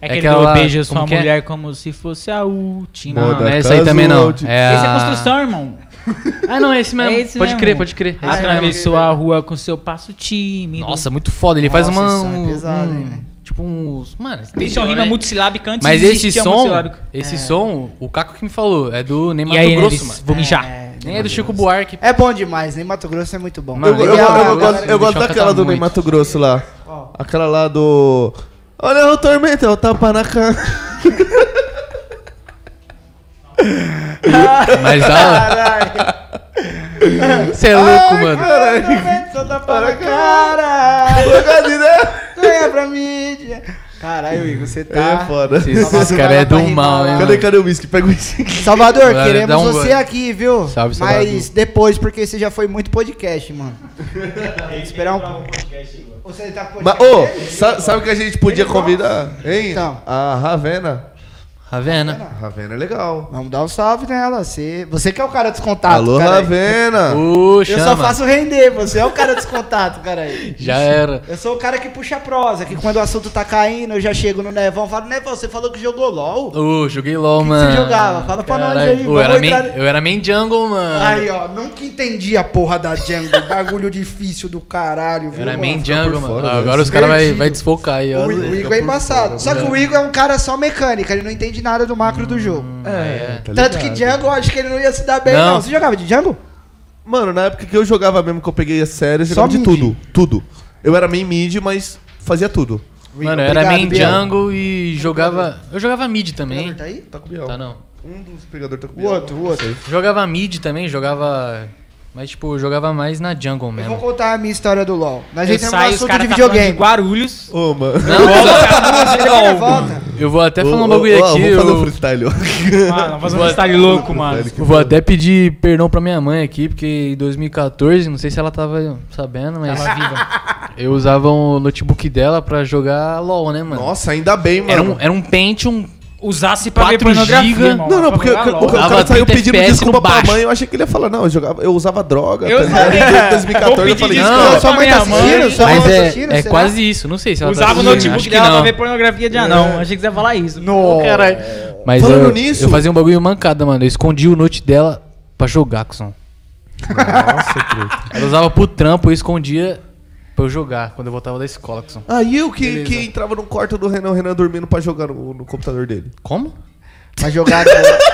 [SPEAKER 3] É
[SPEAKER 4] É
[SPEAKER 3] aquele
[SPEAKER 4] aquela-
[SPEAKER 3] meu beijo sua
[SPEAKER 4] como que é?
[SPEAKER 3] mulher como se fosse a última.
[SPEAKER 4] Não,
[SPEAKER 2] Moda
[SPEAKER 4] não é esse aí também não.
[SPEAKER 2] casual,
[SPEAKER 4] É
[SPEAKER 3] Esse é
[SPEAKER 4] a-
[SPEAKER 3] construção, irmão.
[SPEAKER 4] Ah, não, é esse mesmo.
[SPEAKER 3] É esse
[SPEAKER 4] pode
[SPEAKER 3] mesmo.
[SPEAKER 4] crer, pode crer. É esse mesmo.
[SPEAKER 3] Atravessou a rua com seu passo tímido.
[SPEAKER 4] Nossa, muito foda. Ele faz
[SPEAKER 1] Nossa,
[SPEAKER 4] uma.
[SPEAKER 1] esse som é
[SPEAKER 4] um-
[SPEAKER 1] pesado, hein,
[SPEAKER 4] um-
[SPEAKER 1] velho?
[SPEAKER 4] tipo uns. Mano, esse
[SPEAKER 3] Deixa
[SPEAKER 4] um
[SPEAKER 3] uma é rima multisilábica antes
[SPEAKER 4] Mas
[SPEAKER 3] de
[SPEAKER 4] esse
[SPEAKER 3] existir a
[SPEAKER 4] som,
[SPEAKER 3] multisilábica.
[SPEAKER 4] esse som, o Caco que me falou, é do
[SPEAKER 3] E
[SPEAKER 4] Ney Mato
[SPEAKER 3] aí,
[SPEAKER 4] Grosso,
[SPEAKER 3] Neves,
[SPEAKER 4] mano.
[SPEAKER 3] vou mijar.
[SPEAKER 4] Nem é do Chico Buarque.
[SPEAKER 1] É bom demais, nem Mato Grosso é muito bom.
[SPEAKER 2] Eu,
[SPEAKER 4] Mano,
[SPEAKER 2] eu, eu,
[SPEAKER 4] legal,
[SPEAKER 2] eu
[SPEAKER 4] legal,
[SPEAKER 2] gosto, eu
[SPEAKER 4] legal.
[SPEAKER 2] gosto
[SPEAKER 4] Deixa eu
[SPEAKER 2] daquela
[SPEAKER 4] catar
[SPEAKER 2] do Ney
[SPEAKER 4] muito.
[SPEAKER 2] Mato Grosso lá.
[SPEAKER 1] Qual?
[SPEAKER 2] Aquela lá do. Olha o tormento, é o tapa na cara.
[SPEAKER 4] Mas dá.
[SPEAKER 1] Caralho.
[SPEAKER 4] Você é louco, mano.
[SPEAKER 1] Caralho. Só tá para cara.
[SPEAKER 2] né?
[SPEAKER 1] Lembra, mídia. Caralho, Igor, você tá...
[SPEAKER 2] É foda.
[SPEAKER 4] Esses caras é do mal, hein?
[SPEAKER 2] Cadê,
[SPEAKER 4] mano?
[SPEAKER 2] cadê o whisky? Pega o whisky.
[SPEAKER 1] Salvador,
[SPEAKER 4] Galera,
[SPEAKER 1] queremos
[SPEAKER 4] dá um
[SPEAKER 1] você
[SPEAKER 4] gole.
[SPEAKER 1] aqui, viu?
[SPEAKER 4] Salve, Salvador.
[SPEAKER 1] Mas depois, porque você já foi muito podcast, mano. Tem que esperar um pouco. Você tá com
[SPEAKER 2] Mas,
[SPEAKER 1] podcast?
[SPEAKER 2] ô, sa- sabe o que a gente podia convidar? Hein?
[SPEAKER 1] Então.
[SPEAKER 2] A Ravena.
[SPEAKER 4] Ravena.
[SPEAKER 2] A Ravena é legal.
[SPEAKER 1] Vamos dar um salve nela. Você, você que é o cara dos contatos,
[SPEAKER 2] Alô,
[SPEAKER 1] caralho.
[SPEAKER 2] Ravena.
[SPEAKER 4] Ô,
[SPEAKER 1] Eu só
[SPEAKER 4] chama.
[SPEAKER 1] faço render, você é o cara dos contatos, caralho.
[SPEAKER 4] Já é. era.
[SPEAKER 1] Eu sou o cara que puxa a prosa, que quando o assunto tá caindo, eu já chego no Nevão e falo, Nevão, você falou que jogou LOL?
[SPEAKER 4] Ô, joguei LOL,
[SPEAKER 1] que
[SPEAKER 4] mano.
[SPEAKER 1] você jogava? Fala pra nós
[SPEAKER 4] Caralho.
[SPEAKER 1] aí,
[SPEAKER 4] Ô,
[SPEAKER 1] vamos
[SPEAKER 4] era main-
[SPEAKER 1] entrar-
[SPEAKER 4] Eu era main jungle, mano.
[SPEAKER 1] Aí, ó, nunca entendi a porra da jungle. bagulho difícil do caralho, viu?
[SPEAKER 4] Eu era
[SPEAKER 1] mano?
[SPEAKER 4] main jungle,
[SPEAKER 2] por
[SPEAKER 4] mano.
[SPEAKER 2] fora,
[SPEAKER 4] Ah,
[SPEAKER 2] velho.
[SPEAKER 4] Agora os caras vai,
[SPEAKER 1] Perdido.
[SPEAKER 4] vai desfocar aí, ó.
[SPEAKER 1] O, o Igor é
[SPEAKER 4] né?
[SPEAKER 1] embaçado. Só que o Igor é um cara só mecânica, ele não entende nada do macro do jogo.
[SPEAKER 4] Hum, É,
[SPEAKER 2] Tá
[SPEAKER 1] Tanto que
[SPEAKER 2] ligado.
[SPEAKER 1] Django, eu acho que ele não ia se dar bem, não.
[SPEAKER 4] Não.
[SPEAKER 1] Você jogava de Django?
[SPEAKER 2] Mano, na época que eu jogava mesmo, que eu peguei a série, eu
[SPEAKER 1] Só
[SPEAKER 2] jogava de
[SPEAKER 1] mid.
[SPEAKER 2] tudo. Tudo. Eu era main mid, mas fazia tudo.
[SPEAKER 4] Mano, eu era
[SPEAKER 1] Obrigado,
[SPEAKER 4] main
[SPEAKER 1] Biel.
[SPEAKER 4] jungle e jogava. Eu jogava mid também.
[SPEAKER 1] Tá aí?
[SPEAKER 2] Tá com o
[SPEAKER 3] Então.
[SPEAKER 2] Biel.
[SPEAKER 4] Tá não.
[SPEAKER 2] Um dos pegadores tá com
[SPEAKER 1] O outro, o outro.
[SPEAKER 4] Jogava mid também, jogava. Mas tipo, eu jogava mais na jungle
[SPEAKER 1] Eu vou
[SPEAKER 4] mesmo.
[SPEAKER 1] contar a minha história do LoL. Nós
[SPEAKER 3] Eu
[SPEAKER 1] entramos no
[SPEAKER 3] saio, os
[SPEAKER 1] assunto de
[SPEAKER 3] caras tá falando de
[SPEAKER 1] videogame.
[SPEAKER 3] Guarulhos.
[SPEAKER 2] Ô, mano.
[SPEAKER 1] Primeira volta.
[SPEAKER 4] Eu vou até
[SPEAKER 2] Ô,
[SPEAKER 4] falar um
[SPEAKER 2] ô,
[SPEAKER 4] bagulho
[SPEAKER 2] ô,
[SPEAKER 4] aqui.
[SPEAKER 2] Vamos fazer um
[SPEAKER 4] Eu
[SPEAKER 2] freestyle. ó.
[SPEAKER 3] Mano, vamos fazer um freestyle louco, mano.
[SPEAKER 2] Freestyle que
[SPEAKER 4] vou até pedir perdão pra minha mãe aqui, porque em 2014, não sei se ela tava sabendo, mas. Eu usava o notebook dela pra jogar LOL, né, mano?
[SPEAKER 2] Nossa, ainda bem, mano.
[SPEAKER 4] Era um, era um Pentium.
[SPEAKER 3] Usasse pra ver
[SPEAKER 4] 4
[SPEAKER 3] pornografia,
[SPEAKER 4] giga.
[SPEAKER 3] irmão.
[SPEAKER 2] Não, não,
[SPEAKER 3] Pra
[SPEAKER 2] porque
[SPEAKER 3] jogar
[SPEAKER 2] o- o
[SPEAKER 3] LOL.
[SPEAKER 4] Dava
[SPEAKER 2] cara saiu
[SPEAKER 4] 30
[SPEAKER 2] pedindo
[SPEAKER 4] FPS
[SPEAKER 2] desculpa
[SPEAKER 4] no
[SPEAKER 2] pra
[SPEAKER 4] baixo.
[SPEAKER 2] mãe, eu achei que ele ia falar, não, eu, jogava, eu usava droga.
[SPEAKER 3] Eu
[SPEAKER 2] tá ligado? Em 2014
[SPEAKER 3] Vou
[SPEAKER 2] eu
[SPEAKER 3] pedir
[SPEAKER 2] falei,
[SPEAKER 3] desculpa.
[SPEAKER 2] não,
[SPEAKER 1] Não, sua mãe
[SPEAKER 3] minha
[SPEAKER 1] tá assistindo?
[SPEAKER 3] mãe-
[SPEAKER 1] Sua mãe
[SPEAKER 4] Mas
[SPEAKER 1] tá
[SPEAKER 4] é,
[SPEAKER 1] assistindo?
[SPEAKER 4] é
[SPEAKER 1] será?
[SPEAKER 4] quase isso, não sei se ela tá
[SPEAKER 3] Usava o
[SPEAKER 4] assistindo,
[SPEAKER 3] notebook
[SPEAKER 4] acho que
[SPEAKER 3] dela pra
[SPEAKER 4] não. É.
[SPEAKER 3] ver pornografia de anão. Achei que você ia falar isso.
[SPEAKER 1] No.
[SPEAKER 4] Mas
[SPEAKER 2] Falando
[SPEAKER 4] eu,
[SPEAKER 2] nisso-
[SPEAKER 4] eu fazia um bagulho mancada, mano. Eu escondi o note dela pra jogar, Cusão.
[SPEAKER 2] Nossa, truta.
[SPEAKER 4] Ela usava pro trampo, eu escondia pra eu jogar quando eu voltava da escola. Cuzão.
[SPEAKER 2] Aí eu que,
[SPEAKER 4] Beleza.
[SPEAKER 2] que entrava no quarto do Renan, o Renan dormindo pra jogar no, no computador dele.
[SPEAKER 4] Como?
[SPEAKER 1] Mas jogar.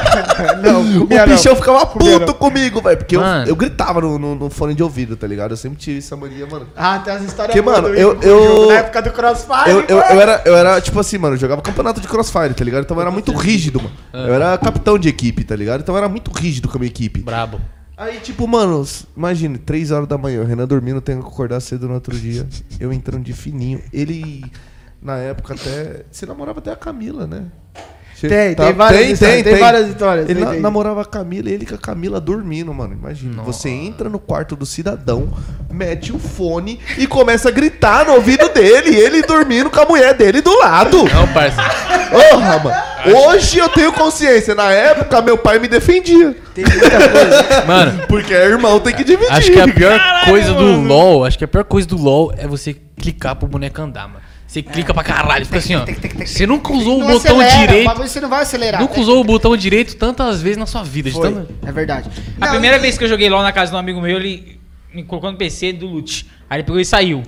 [SPEAKER 1] não,
[SPEAKER 2] O
[SPEAKER 1] comia não.
[SPEAKER 2] bichão ficava
[SPEAKER 1] Comia
[SPEAKER 2] puto
[SPEAKER 1] não.
[SPEAKER 2] comigo, velho. Porque eu,
[SPEAKER 4] Mano.
[SPEAKER 2] eu gritava no, no- no fone de ouvido, tá ligado? Eu sempre tive essa mania, mano.
[SPEAKER 1] Ah, tem as histórias
[SPEAKER 2] Que,
[SPEAKER 1] boas
[SPEAKER 2] mano,
[SPEAKER 1] do
[SPEAKER 2] eu-
[SPEAKER 1] Igor Jogo,
[SPEAKER 2] eu-
[SPEAKER 1] Na época do Crossfire.
[SPEAKER 2] Eu, eu,
[SPEAKER 1] mano.
[SPEAKER 2] eu era, eu era, tipo assim, mano, eu jogava campeonato de crossfire, tá ligado? Então eu era muito rígido, mano. Eu
[SPEAKER 4] Ah.
[SPEAKER 2] era capitão de equipe, tá ligado? Então eu era muito rígido com a minha equipe.
[SPEAKER 4] Brabo.
[SPEAKER 2] Aí, tipo, mano, s- imagine, 3 horas da manhã, o Renan dormindo, tenho que acordar cedo no outro dia. Eu entrando de fininho. Ele, na época, até. Se namorava até a Camila, né? Che- tá-
[SPEAKER 1] Tem, tem várias histórias, tem várias histórias,
[SPEAKER 2] Ele
[SPEAKER 1] tem,
[SPEAKER 2] na-
[SPEAKER 1] tem.
[SPEAKER 2] namorava a Camila e ele com a Camila dormindo, mano. Imagina. Você entra no quarto do cidadão, mete o fone e começa a gritar no ouvido dele, ele dormindo com a mulher dele do lado.
[SPEAKER 4] Não, parça.
[SPEAKER 2] Porra, mano. Hoje eu tenho consciência. Na época, meu pai me defendia.
[SPEAKER 1] Tem muita coisa.
[SPEAKER 4] Mano,
[SPEAKER 2] Porque é irmão, tem que dividir.
[SPEAKER 4] Acho que é a pior
[SPEAKER 3] Caralho,
[SPEAKER 4] coisa
[SPEAKER 3] mano.
[SPEAKER 4] do LoL, acho que a pior coisa do LoL é você clicar pro boneco andar, mano. Você clica pra caralho, fica assim, ó. Você nunca usou o
[SPEAKER 1] Não
[SPEAKER 4] Um botão
[SPEAKER 1] acelera, O
[SPEAKER 4] direito.
[SPEAKER 1] bagulho você não vai acelerar. né?
[SPEAKER 4] Nunca usou então, né? o botão direito tantas vezes na sua vida. de
[SPEAKER 1] Foi,
[SPEAKER 4] tanto-
[SPEAKER 1] É verdade.
[SPEAKER 3] A
[SPEAKER 1] Não, é
[SPEAKER 3] primeira vez que eu joguei LOL na casa de um amigo meu, ele me colocou no PC do loot. Aí ele pegou e saiu.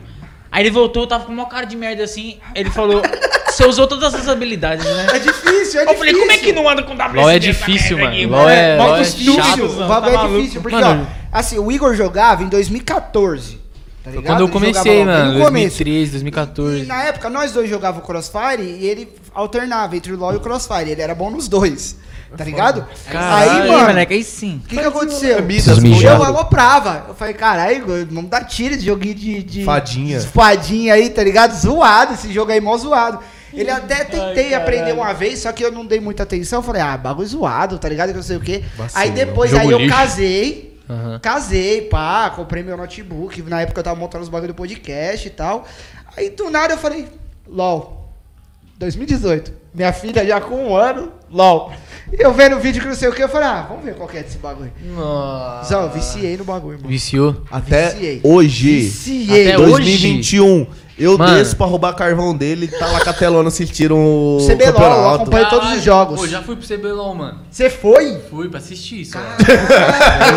[SPEAKER 3] Aí ele voltou, eu tava com uma cara de merda assim. Ele falou: Você usou todas as habilidades, né?
[SPEAKER 1] É difícil, é
[SPEAKER 3] Eu
[SPEAKER 1] difícil.
[SPEAKER 3] falei: Como é que não anda com WC?
[SPEAKER 4] LOL é
[SPEAKER 3] dessa
[SPEAKER 4] difícil,
[SPEAKER 3] merda aqui,
[SPEAKER 4] mano. LOL é-
[SPEAKER 3] Mó
[SPEAKER 4] LOL é
[SPEAKER 3] difícil,
[SPEAKER 4] chato.
[SPEAKER 3] cuzão,
[SPEAKER 1] Vago
[SPEAKER 3] tá
[SPEAKER 1] é
[SPEAKER 3] maluco?
[SPEAKER 1] difícil, porque,
[SPEAKER 4] Mano.
[SPEAKER 1] ó, assim, o Igor jogava em 2014. Tá ligado?
[SPEAKER 4] Quando eu
[SPEAKER 1] Ele
[SPEAKER 4] comecei,
[SPEAKER 1] jogava
[SPEAKER 4] mano,
[SPEAKER 1] no começo.
[SPEAKER 4] 2013,
[SPEAKER 1] E
[SPEAKER 4] 2014.
[SPEAKER 1] na época nós dois jogava o Crossfire e ele alternava entre o LoL e o Crossfire. Ele era bom nos dois. Tá ligado? aí,
[SPEAKER 4] É Caralho,
[SPEAKER 1] mano,
[SPEAKER 3] moleque, aí sim.
[SPEAKER 1] o que, que aconteceu?
[SPEAKER 4] Esses
[SPEAKER 1] Eu
[SPEAKER 4] mijados.
[SPEAKER 1] aloprava. Eu falei, caralho, Igor, não dá tiro esse joguinho de, de.
[SPEAKER 2] Fadinha.
[SPEAKER 1] de fadinha aí, tá ligado? Zoado, esse jogo aí, mó zoado. Ele até tentei aprender uma vez, só que eu não dei muita atenção. Eu Falei, ah, bagulho zoado, tá ligado? Que eu sei o quê. aí depois,
[SPEAKER 4] Jogo
[SPEAKER 1] aí eu
[SPEAKER 4] lixo.
[SPEAKER 1] casei.
[SPEAKER 4] Aham.
[SPEAKER 1] Casei, pá, comprei meu notebook. Na época eu tava montando os bagulho do podcast e tal. Aí do nada eu falei, LOL. 2018. Minha filha já com um ano, LOL. E eu vendo o vídeo que não sei o que, eu falei, ah, vamos ver qual que é desse bagulho.
[SPEAKER 4] Nossa.
[SPEAKER 1] Zão, eu viciei no bagulho, mano.
[SPEAKER 4] Viciou.
[SPEAKER 2] Até
[SPEAKER 1] Viciei.
[SPEAKER 2] hoje,
[SPEAKER 1] Viciei.
[SPEAKER 4] Até hoje.
[SPEAKER 2] 2021, eu
[SPEAKER 4] Mano.
[SPEAKER 2] desço pra roubar carvão dele, tá lá com a telona assistindo o
[SPEAKER 1] CBLOL, eu
[SPEAKER 2] campeonato.
[SPEAKER 1] acompanho todos os jogos.
[SPEAKER 4] Pô, já fui pro CBLOL, mano.
[SPEAKER 1] Você foi?
[SPEAKER 4] Fui pra assistir isso. mano.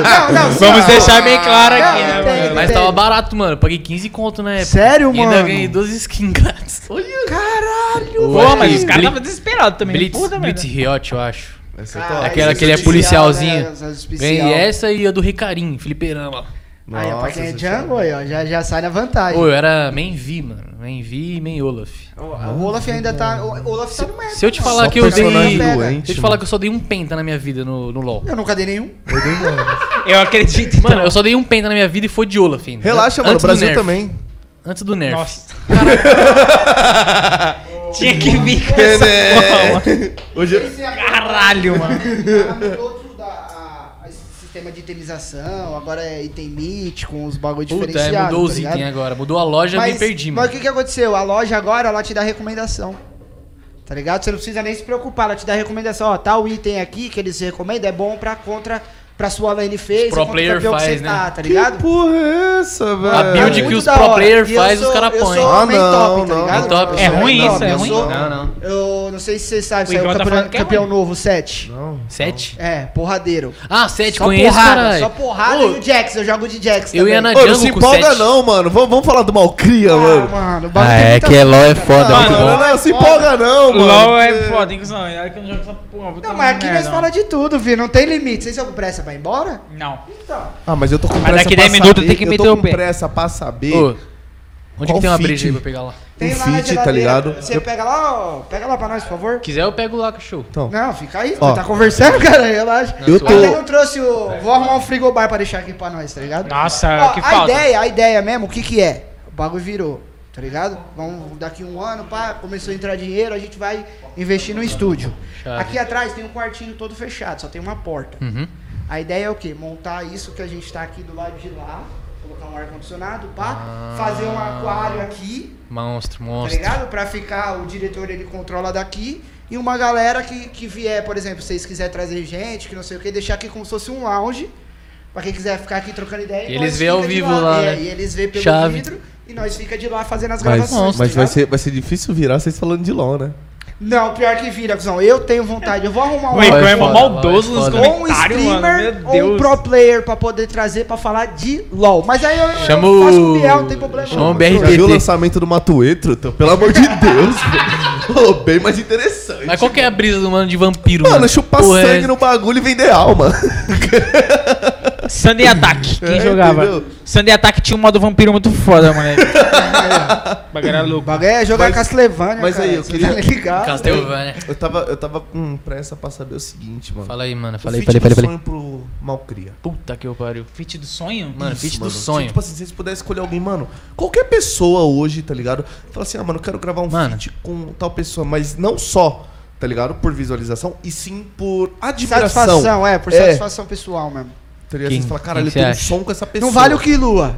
[SPEAKER 1] não, não,
[SPEAKER 3] Vamos
[SPEAKER 1] não.
[SPEAKER 3] deixar bem claro aqui,
[SPEAKER 1] Não,
[SPEAKER 3] né,
[SPEAKER 1] tem-
[SPEAKER 3] mano?
[SPEAKER 4] Mas
[SPEAKER 1] Entendi.
[SPEAKER 4] tava barato, mano. Paguei 15 conto na época.
[SPEAKER 1] Sério,
[SPEAKER 4] E ainda
[SPEAKER 1] mano?
[SPEAKER 4] ganhei 12 skins grátis. Olha.
[SPEAKER 1] Caralho.
[SPEAKER 3] Pô, mas os
[SPEAKER 4] Blitz-
[SPEAKER 3] caras estavam desesperados também. né?
[SPEAKER 4] Blitz,
[SPEAKER 3] Puta merda.
[SPEAKER 4] Blitz Riot, eu acho.
[SPEAKER 2] Essa
[SPEAKER 1] Caralho,
[SPEAKER 2] tá-
[SPEAKER 4] Aquela que ele é
[SPEAKER 1] especial,
[SPEAKER 4] policialzinho.
[SPEAKER 1] né, essas especial.
[SPEAKER 4] Ganhei essa e a do Ricarim, Fliperama.
[SPEAKER 1] Aí, ó, pra quem é
[SPEAKER 2] essa
[SPEAKER 1] Django, aí, ó, já, já sai na vantagem.
[SPEAKER 4] Pô, eu era main V, mano. Main V e main Olaf.
[SPEAKER 1] O, o Olaf ainda tá... O o Olaf tá no meta.
[SPEAKER 4] Se eu te
[SPEAKER 1] mano.
[SPEAKER 4] falar
[SPEAKER 2] Só
[SPEAKER 4] que eu dei. um
[SPEAKER 2] personagem doente,
[SPEAKER 4] Se eu te falar
[SPEAKER 2] mano.
[SPEAKER 4] que eu só dei um penta na minha vida no, no LOL.
[SPEAKER 1] Eu nunca dei nenhum.
[SPEAKER 3] Eu acredito. então.
[SPEAKER 4] Mano, eu só dei um penta na minha vida e foi de Olaf ainda.
[SPEAKER 2] Relaxa, mano, o
[SPEAKER 4] Antes do
[SPEAKER 2] Brasil
[SPEAKER 4] nerf.
[SPEAKER 2] também.
[SPEAKER 4] Antes do nerf.
[SPEAKER 3] Nossa. Tinha que vir com essa porra, mano.
[SPEAKER 2] Hoje,
[SPEAKER 1] é
[SPEAKER 3] Caralho, mano.
[SPEAKER 1] Ah, mudou tudo a- a- esse Sistema de itemização, agora é item mítico, uns bagulho
[SPEAKER 4] Puta,
[SPEAKER 1] diferenciado.
[SPEAKER 4] é,
[SPEAKER 1] tá
[SPEAKER 4] mudou os
[SPEAKER 1] ligado?
[SPEAKER 4] itens agora. Mudou a loja, me perdi,
[SPEAKER 1] mas
[SPEAKER 4] mano.
[SPEAKER 1] o que, que aconteceu? A loja agora, ela te dá recomendação. Tá ligado? Você não precisa nem se preocupar, ela te dá recomendação. Ó, tal item aqui que eles recomendam é bom pra contra, pra sua lane face,
[SPEAKER 4] pro
[SPEAKER 1] contra o
[SPEAKER 4] player
[SPEAKER 1] campeão que
[SPEAKER 4] faz,
[SPEAKER 1] você
[SPEAKER 4] né?
[SPEAKER 1] tá, tá
[SPEAKER 2] Que
[SPEAKER 1] ligado?
[SPEAKER 2] porra é essa, velho?
[SPEAKER 4] A build que
[SPEAKER 1] muito
[SPEAKER 4] os
[SPEAKER 1] da
[SPEAKER 4] pro
[SPEAKER 1] hora.
[SPEAKER 4] player
[SPEAKER 1] E
[SPEAKER 4] faz,
[SPEAKER 1] eu
[SPEAKER 4] os cara
[SPEAKER 1] eu
[SPEAKER 4] põe.
[SPEAKER 1] sou
[SPEAKER 2] Ah,
[SPEAKER 1] main
[SPEAKER 2] não,
[SPEAKER 1] top, tá
[SPEAKER 2] não.
[SPEAKER 1] ligado?
[SPEAKER 4] Main top.
[SPEAKER 1] Eu
[SPEAKER 3] É
[SPEAKER 1] sou main
[SPEAKER 3] ruim
[SPEAKER 1] top,
[SPEAKER 3] isso, é
[SPEAKER 1] eu
[SPEAKER 3] ruim.
[SPEAKER 1] sou-
[SPEAKER 4] Não, não.
[SPEAKER 1] Eu não sei se vocês sabem,
[SPEAKER 3] O
[SPEAKER 1] saiu
[SPEAKER 3] Igor tá
[SPEAKER 1] campeão,
[SPEAKER 3] falando que é
[SPEAKER 1] campeão
[SPEAKER 3] ruim.
[SPEAKER 1] novo, 7.
[SPEAKER 2] Não.
[SPEAKER 4] Sete?
[SPEAKER 1] É, porradeiro.
[SPEAKER 4] Ah, sete,
[SPEAKER 1] Só
[SPEAKER 4] conheço,
[SPEAKER 1] porrada,
[SPEAKER 4] caralho.
[SPEAKER 1] só porrada
[SPEAKER 4] Ô,
[SPEAKER 1] e o Jax, eu jogo de Jax
[SPEAKER 4] Eu
[SPEAKER 1] também.
[SPEAKER 4] ia na
[SPEAKER 2] Ô, não
[SPEAKER 4] Django
[SPEAKER 2] se
[SPEAKER 4] Tá com
[SPEAKER 2] empolga
[SPEAKER 4] sete.
[SPEAKER 2] não, mano. Vamos, vamos falar do Malcria,
[SPEAKER 1] Ah,
[SPEAKER 2] mano.
[SPEAKER 1] mano, o bagulho
[SPEAKER 4] Ah,
[SPEAKER 1] tem
[SPEAKER 4] é
[SPEAKER 1] muita
[SPEAKER 4] que é LOL é
[SPEAKER 1] coisa,
[SPEAKER 4] foda,
[SPEAKER 1] cara.
[SPEAKER 4] muito
[SPEAKER 2] não,
[SPEAKER 4] bom.
[SPEAKER 2] não, não, se
[SPEAKER 1] Foda.
[SPEAKER 2] empolga não, mano.
[SPEAKER 3] LOL é
[SPEAKER 2] porque-
[SPEAKER 3] foda, hein, cuzão? É hora que eu não jogo essa porra. puta
[SPEAKER 1] É, Não, mas aqui nós
[SPEAKER 3] merda.
[SPEAKER 1] fala de tudo, viu? Não tem limite. Vocês estão com pressa pra ir embora?
[SPEAKER 3] Não.
[SPEAKER 1] Então.
[SPEAKER 2] Ah, mas eu tô com
[SPEAKER 3] Mas
[SPEAKER 2] pressa
[SPEAKER 3] daqui
[SPEAKER 2] pra
[SPEAKER 3] 10 minutos
[SPEAKER 2] saber,
[SPEAKER 3] tem que
[SPEAKER 2] eu tô
[SPEAKER 3] meter o
[SPEAKER 2] com
[SPEAKER 3] pé.
[SPEAKER 2] pressa pra saber.
[SPEAKER 4] Ô, onde
[SPEAKER 2] Qual
[SPEAKER 4] que tem uma
[SPEAKER 2] fit?
[SPEAKER 4] breja aí pra eu pegar lá?
[SPEAKER 1] Tem lá
[SPEAKER 2] Um
[SPEAKER 1] na
[SPEAKER 2] fit, tá
[SPEAKER 1] geladeira.
[SPEAKER 2] ligado?
[SPEAKER 1] Você
[SPEAKER 2] Eu-
[SPEAKER 1] pega lá, ó. Pega lá pra nós, por favor.
[SPEAKER 4] quiser, eu pego lá, cachorro.
[SPEAKER 2] Então,
[SPEAKER 1] Não, fica aí.
[SPEAKER 2] Ó.
[SPEAKER 1] Você tá conversando, cara? Relaxa.
[SPEAKER 2] eu
[SPEAKER 1] Mas eu
[SPEAKER 2] tô...
[SPEAKER 1] não trouxe o... Vou arrumar um frigobar pra deixar aqui pra nós, tá ligado?
[SPEAKER 3] Nossa,
[SPEAKER 1] Ó,
[SPEAKER 3] que
[SPEAKER 1] a
[SPEAKER 3] falta.
[SPEAKER 1] ideia, a ideia mesmo, o que que é? O bagulho virou, tá ligado? Vamos daqui um ano, pá, começou a entrar dinheiro, a gente vai investir no estúdio.
[SPEAKER 4] Chave.
[SPEAKER 1] Aqui atrás tem um quartinho todo fechado, só tem uma porta.
[SPEAKER 4] Uhum.
[SPEAKER 1] A ideia é o quê? Montar isso que a gente tá aqui do lado de lá, colocar um ar-condicionado,
[SPEAKER 3] Ah.
[SPEAKER 1] pá, fazer um aquário aqui,
[SPEAKER 4] Monstro,
[SPEAKER 1] tá
[SPEAKER 4] monstro.
[SPEAKER 1] ligado? Pra ficar, o diretor ele controla daqui. E uma galera que, que vier, por exemplo, se vocês quiserem trazer gente, que não sei o que, deixar aqui como se fosse um lounge. Pra quem quiser ficar aqui trocando ideia.
[SPEAKER 4] E
[SPEAKER 1] nós
[SPEAKER 4] eles vê
[SPEAKER 1] fica
[SPEAKER 4] ao
[SPEAKER 1] de
[SPEAKER 4] vivo
[SPEAKER 1] É,
[SPEAKER 4] lá, né?
[SPEAKER 1] E eles vê pelo
[SPEAKER 4] Chave.
[SPEAKER 1] vidro e nós fica de lá fazendo as
[SPEAKER 2] Mas,
[SPEAKER 1] gravações.
[SPEAKER 2] mas
[SPEAKER 1] tá
[SPEAKER 2] vai,
[SPEAKER 1] ligado?
[SPEAKER 2] ser, vai ser difícil virar vocês falando de LOL, né?
[SPEAKER 1] Não, pior que vira, cuzão. Eu tenho vontade. Eu vou arrumar
[SPEAKER 3] O
[SPEAKER 1] um,
[SPEAKER 3] Heitor
[SPEAKER 4] Vai
[SPEAKER 3] é mó
[SPEAKER 4] foda,
[SPEAKER 3] maldoso
[SPEAKER 4] vai
[SPEAKER 3] nos
[SPEAKER 4] foda.
[SPEAKER 1] ou um
[SPEAKER 3] comentários,
[SPEAKER 1] streamer
[SPEAKER 3] mano. Meu
[SPEAKER 1] ou um
[SPEAKER 3] Deus.
[SPEAKER 1] pro player pra poder trazer pra falar de LOL. Mas aí eu, eu faço
[SPEAKER 4] Chama
[SPEAKER 1] com o
[SPEAKER 4] o-
[SPEAKER 1] Biel, não tem problema.
[SPEAKER 4] chama o
[SPEAKER 1] não.
[SPEAKER 4] BRD.
[SPEAKER 2] Já viu o lançamento do Matueto? Então, pelo amor de Deus, velho. Ô, bem mais interessante.
[SPEAKER 4] Mas qual que é a brisa do mano de vampiro,
[SPEAKER 2] Mano, chupar
[SPEAKER 4] Porra,
[SPEAKER 2] sangue
[SPEAKER 4] é-
[SPEAKER 2] no bagulho e vender alma.
[SPEAKER 3] Sunday Attack, quem
[SPEAKER 2] É,
[SPEAKER 3] jogava?
[SPEAKER 2] entendeu?
[SPEAKER 3] Sunday Attack tinha um modo vampiro muito foda, moleque. O bagulho era
[SPEAKER 1] O
[SPEAKER 3] louco.
[SPEAKER 1] bagulho é jogar
[SPEAKER 2] Mas-
[SPEAKER 1] Castlevania,
[SPEAKER 2] mas aí, eu
[SPEAKER 1] você
[SPEAKER 2] queria-
[SPEAKER 1] tá ligado?
[SPEAKER 4] Castlevania.
[SPEAKER 2] Eu tava, eu tava com pressa pra saber o seguinte, mano.
[SPEAKER 4] Fala aí, mano.
[SPEAKER 2] O
[SPEAKER 4] Fala aí,
[SPEAKER 2] feat
[SPEAKER 4] fala aí,
[SPEAKER 2] do
[SPEAKER 4] fala aí, fala aí.
[SPEAKER 2] sonho pro Malcria.
[SPEAKER 4] Puta que eu pariu.
[SPEAKER 3] Fit do sonho?
[SPEAKER 4] Mano, feat do
[SPEAKER 2] mano.
[SPEAKER 4] sonho.
[SPEAKER 2] Tipo assim, se vocês pudessem escolher alguém, mano, qualquer pessoa hoje, tá ligado? Fala assim, ah, mano, eu quero gravar um
[SPEAKER 4] Mano.
[SPEAKER 2] feat com tal pessoa, mas não só, tá ligado? Por visualização, e sim por admiração.
[SPEAKER 1] Satisfação, é, por satisfação pessoal mesmo.
[SPEAKER 2] Tá ligado?
[SPEAKER 4] Quem-
[SPEAKER 2] Vocês falam, caralho,
[SPEAKER 4] quem
[SPEAKER 2] eu tenho um
[SPEAKER 4] você
[SPEAKER 2] som com essa pessoa.
[SPEAKER 1] Não vale o que lua.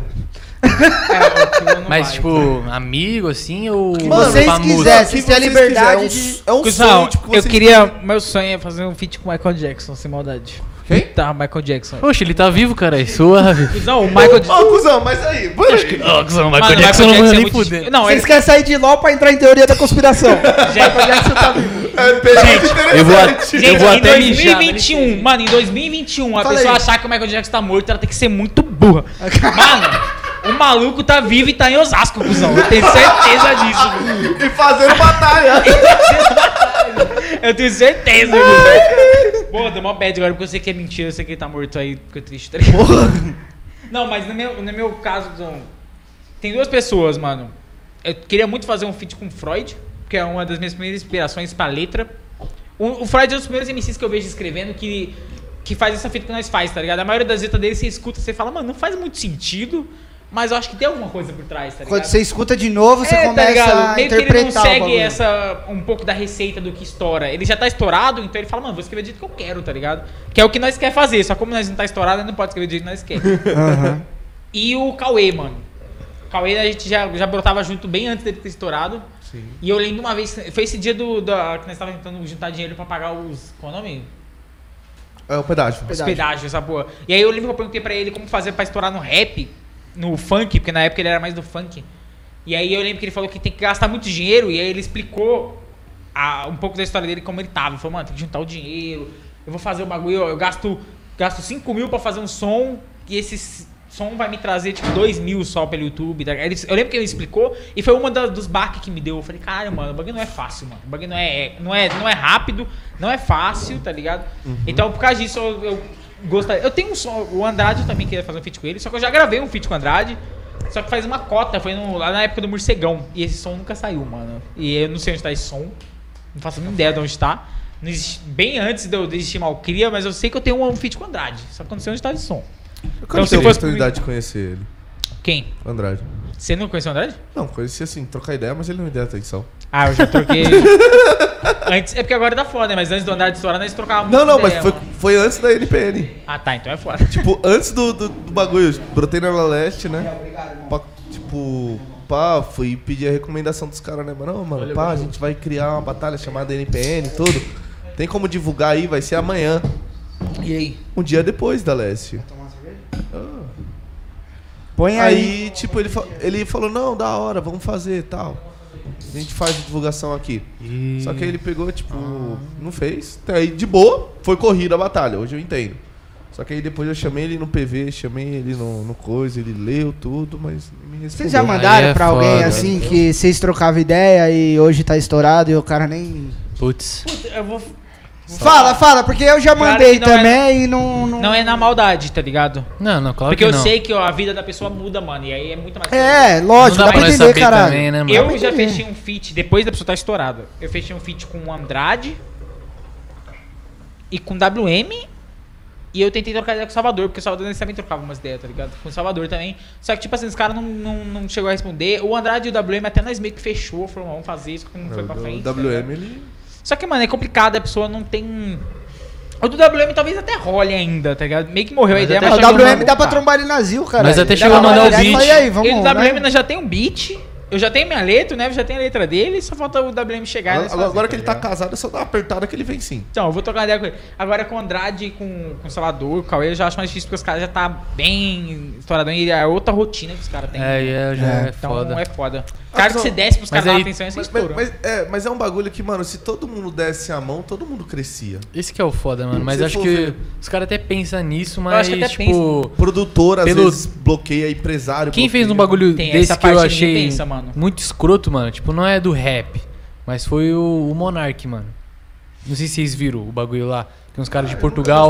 [SPEAKER 4] Mas, tipo, amigo, assim, ou...
[SPEAKER 1] que
[SPEAKER 2] Mano,
[SPEAKER 1] vocês
[SPEAKER 4] famoso?
[SPEAKER 1] quisessem.
[SPEAKER 2] Se
[SPEAKER 1] Vocês têm a
[SPEAKER 2] vocês
[SPEAKER 1] liberdade
[SPEAKER 2] quiserem,
[SPEAKER 1] de-
[SPEAKER 2] É um, é um
[SPEAKER 3] Cusão,
[SPEAKER 2] sonho, tipo, que
[SPEAKER 3] eu
[SPEAKER 2] vocês-
[SPEAKER 3] queria. Meu sonho é fazer um feat com o Michael Jackson, sem maldade.
[SPEAKER 2] Quem?
[SPEAKER 3] Tá, Michael Jackson.
[SPEAKER 4] Poxa, ele tá vivo, cara. É suave.
[SPEAKER 3] Cusão, o Michael
[SPEAKER 2] Ô,
[SPEAKER 3] Jackson.
[SPEAKER 2] cuzão, mas aí, é bora aí.
[SPEAKER 4] Ó, cuzão,
[SPEAKER 3] Mano,
[SPEAKER 4] Michael
[SPEAKER 3] o
[SPEAKER 4] Jackson não vai
[SPEAKER 3] é
[SPEAKER 4] nem
[SPEAKER 3] muito
[SPEAKER 4] fuder.
[SPEAKER 3] difícil. Não,
[SPEAKER 1] Vocês
[SPEAKER 3] ele. é
[SPEAKER 1] querem sair de LOL pra entrar em teoria da conspiração. Michael Jackson tá vivo.
[SPEAKER 2] É bem
[SPEAKER 4] Eu vou,
[SPEAKER 2] interessante. tá
[SPEAKER 4] a- eu vou
[SPEAKER 3] em
[SPEAKER 4] até mijar.
[SPEAKER 3] 2021, mano, em 2021, a
[SPEAKER 1] Fala
[SPEAKER 3] pessoa
[SPEAKER 1] aí.
[SPEAKER 3] achar que o Michael Jackson tá morto, ela tem que ser muito burra. Mano, o maluco tá vivo e tá em Osasco, cuzão. Eu tenho certeza disso. mano.
[SPEAKER 2] E fazendo batalha.
[SPEAKER 3] Eu tenho certeza, cuzão. Pô, deu uma bad agora, porque eu sei que é mentira, eu sei que ele tá morto aí, porque eu triste. tá ligado? Não, mas no meu, no meu caso, cuzão, tem duas pessoas, mano. Eu queria muito fazer um feat com o Freud, que é uma das minhas primeiras inspirações pra letra. O, o Freud é um dos primeiros MCs que eu vejo escrevendo que, que faz essa fita que nós faz, tá ligado? A maioria das letras dele você escuta, você fala, mano, não faz muito sentido, mas eu acho que tem alguma coisa por trás, tá ligado?
[SPEAKER 1] Quando você escuta de novo, você
[SPEAKER 3] É, tá
[SPEAKER 1] começa
[SPEAKER 3] ligado?
[SPEAKER 1] a
[SPEAKER 3] Meio que ele não
[SPEAKER 1] interpretar o
[SPEAKER 3] segue
[SPEAKER 1] bagulho.
[SPEAKER 3] essa, um pouco da receita do que estoura. Ele já tá estourado, então ele fala, mano, vou escrever do jeito que eu quero, tá ligado? Que é o que nós quer fazer, só como nós não tá estourado, não pode escrever do jeito que nós quer.
[SPEAKER 1] Aham.
[SPEAKER 3] E o Cauê, mano. O Cauê a gente já, já brotava junto bem antes dele ter estourado. E eu lembro uma vez, foi esse dia do, da, que nós tava tentando juntar dinheiro pra pagar os. Qual é o nome?
[SPEAKER 2] É o pedágio.
[SPEAKER 3] Os
[SPEAKER 1] Pedágio.
[SPEAKER 3] pedágios, essa porra. E aí eu lembro que eu perguntei pra ele como fazer pra estourar no rap, no funk, porque na época ele era mais do funk. E aí eu lembro que ele falou que tem que gastar muito dinheiro, e aí ele explicou a- um pouco da história dele, como ele tava. Ele falou, mano, tem que juntar o dinheiro, eu vou fazer o bagulho, eu, eu gasto, gasto 5 mil pra fazer um som, e esse s- som vai me trazer, tipo, 2 mil só pelo YouTube. tá ligado? Ele- eu lembro que ele explicou, e foi uma da- dos baques que me deu. Eu falei, caralho, mano, o bagulho não é fácil, mano. O bagulho não é, não é, não é rápido, não é fácil, tá ligado? Então, por causa disso, eu, eu gostaria... Eu tenho um som, o Andrade eu também queria fazer um feat com ele, só que eu já gravei um feat com o Andrade, só que faz uma cota, foi no- lá na época do morcegão. E esse som nunca saiu, mano. E eu não sei onde tá esse som. Não faço nem ideia de onde tá. Não existe- bem antes de eu de existir Malcria, mas eu sei que eu tenho um, um feat com Andrade. Só que eu não sei onde tá esse som.
[SPEAKER 2] Eu
[SPEAKER 3] Então,
[SPEAKER 2] quero
[SPEAKER 3] se
[SPEAKER 2] ter a
[SPEAKER 3] fosse
[SPEAKER 2] oportunidade de conhecer ele.
[SPEAKER 3] Quem?
[SPEAKER 2] Andrade.
[SPEAKER 3] Você não conheceu o Andrade?
[SPEAKER 2] Não, conheci assim, trocar ideia, mas ele não me deu atenção.
[SPEAKER 3] Ah, eu já troquei. antes, é porque agora tá foda, né? Mas antes do Andrade estourar, nós trocava muito
[SPEAKER 2] Não, não,
[SPEAKER 3] ideia,
[SPEAKER 2] mas foi,
[SPEAKER 3] mano.
[SPEAKER 2] foi antes da NPN.
[SPEAKER 3] Ah, tá, então é foda.
[SPEAKER 2] Tipo, antes do, do, do bagulho. Eu Brotei na La Leste, né? Pá, tipo, pá, fui pedir a recomendação dos caras, né? Mano, Ô, mano, pá, a gente vai criar uma batalha chamada NPN e tudo. Tem como divulgar aí, vai ser amanhã.
[SPEAKER 3] E aí?
[SPEAKER 2] Um dia depois da Leste. Ah.
[SPEAKER 1] Põe aí.
[SPEAKER 2] Aí, tipo, ele, fa- ele falou, não, da hora, vamos fazer e tal. A gente faz a divulgação aqui. Só que aí ele pegou, tipo, não fez. Até aí, de boa, foi corrida a batalha, hoje eu entendo. Só que aí depois eu chamei ele no PV, chamei ele no, no coisa, ele leu tudo, mas não me respondeu.
[SPEAKER 1] Vocês já
[SPEAKER 4] Aí
[SPEAKER 1] mandaram
[SPEAKER 4] é
[SPEAKER 1] pra alguém
[SPEAKER 4] foda.
[SPEAKER 1] assim que vocês trocavam ideia e hoje tá estourado e o cara nem.
[SPEAKER 4] Putz.
[SPEAKER 3] Puta, eu vou.
[SPEAKER 1] Fala, fala, porque eu já
[SPEAKER 3] Claro
[SPEAKER 1] mandei
[SPEAKER 3] que não é-
[SPEAKER 1] também e não. não-
[SPEAKER 3] Não é na maldade, tá ligado?
[SPEAKER 4] Não, não, claro
[SPEAKER 3] Porque
[SPEAKER 4] que
[SPEAKER 3] eu
[SPEAKER 4] não.
[SPEAKER 3] sei que ó, a vida da pessoa muda, mano. E aí é muito mais.
[SPEAKER 1] É, lógico, dá,
[SPEAKER 4] não dá
[SPEAKER 1] pra
[SPEAKER 4] nós
[SPEAKER 1] entender,
[SPEAKER 4] saber
[SPEAKER 1] caralho.
[SPEAKER 4] também, né, mano?
[SPEAKER 3] Eu já
[SPEAKER 1] entender.
[SPEAKER 3] fechei um feat, depois da pessoa tá estourada. Eu fechei um feat com o Andrade e com o WM. E eu tentei trocar ideia com o Salvador, porque o Salvador nesse também trocava umas ideias, tá ligado? Com o Salvador também. Só que, tipo assim, os caras não, não, não chegou a responder. O Andrade e o WM até nós meio que fechou, falou, vamos fazer isso, que não foi pra frente.
[SPEAKER 2] O
[SPEAKER 3] tá ligado?
[SPEAKER 2] WM, ele...
[SPEAKER 3] Só que, mano, é complicado, a pessoa não tem. O do WM talvez até role ainda, tá ligado? Meio que morreu a
[SPEAKER 4] Mas
[SPEAKER 3] ideia,
[SPEAKER 4] até
[SPEAKER 1] Ah,
[SPEAKER 3] mas
[SPEAKER 1] O
[SPEAKER 4] chegou a
[SPEAKER 1] WM dá
[SPEAKER 4] mandar.
[SPEAKER 1] pra trombar ele na Zil, cara.
[SPEAKER 4] Mas até
[SPEAKER 1] Dá
[SPEAKER 4] chegou
[SPEAKER 1] pra
[SPEAKER 4] a mandar o
[SPEAKER 1] olhar e fala,
[SPEAKER 4] beat.
[SPEAKER 1] E aí, vamos
[SPEAKER 3] Ele, o
[SPEAKER 1] né?
[SPEAKER 3] WM nós já tem um beat, eu já tenho minha letra, né? Eu já tenho a letra dele, só falta o WM chegar. né,
[SPEAKER 2] Agora,
[SPEAKER 3] fazer.
[SPEAKER 2] agora que ele tá casado, é só dar uma apertada que ele vem sim.
[SPEAKER 3] Então, eu vou trocar ideia com ele. Agora com o Andrade, com, com o Salvador, com o Cauê, eu já acho mais difícil porque os caras já tá bem estouradão e é outra rotina que os caras têm.
[SPEAKER 4] É, é, já é,
[SPEAKER 3] então
[SPEAKER 4] foda.
[SPEAKER 3] é foda. Cara, que se desse pros
[SPEAKER 4] Mas
[SPEAKER 3] caras dar
[SPEAKER 4] aí-
[SPEAKER 3] atenção, ia ser
[SPEAKER 2] Mas, mas-
[SPEAKER 3] estouro.
[SPEAKER 2] mas- é, mas é um bagulho que, mano, se todo mundo desse a mão, todo mundo crescia.
[SPEAKER 4] Esse que é o foda, mano. Mas
[SPEAKER 2] Se
[SPEAKER 4] acho
[SPEAKER 2] for
[SPEAKER 4] que
[SPEAKER 2] ver-
[SPEAKER 4] os caras até pensam nisso, mas,
[SPEAKER 3] acho que até
[SPEAKER 4] tipo...
[SPEAKER 2] Produtor, às
[SPEAKER 4] Pelo-
[SPEAKER 2] vezes, bloqueia empresário.
[SPEAKER 4] Quem fez um
[SPEAKER 2] bloqueia.
[SPEAKER 4] bagulho
[SPEAKER 3] Tem,
[SPEAKER 4] desse
[SPEAKER 3] essa
[SPEAKER 4] que eu
[SPEAKER 3] parte ninguém
[SPEAKER 4] achei
[SPEAKER 3] pensa, mano.
[SPEAKER 4] muito escroto, mano? Tipo, não é do rap, mas foi o, o Monark, mano. Não sei se vocês viram o bagulho lá. Tem uns caras de Portugal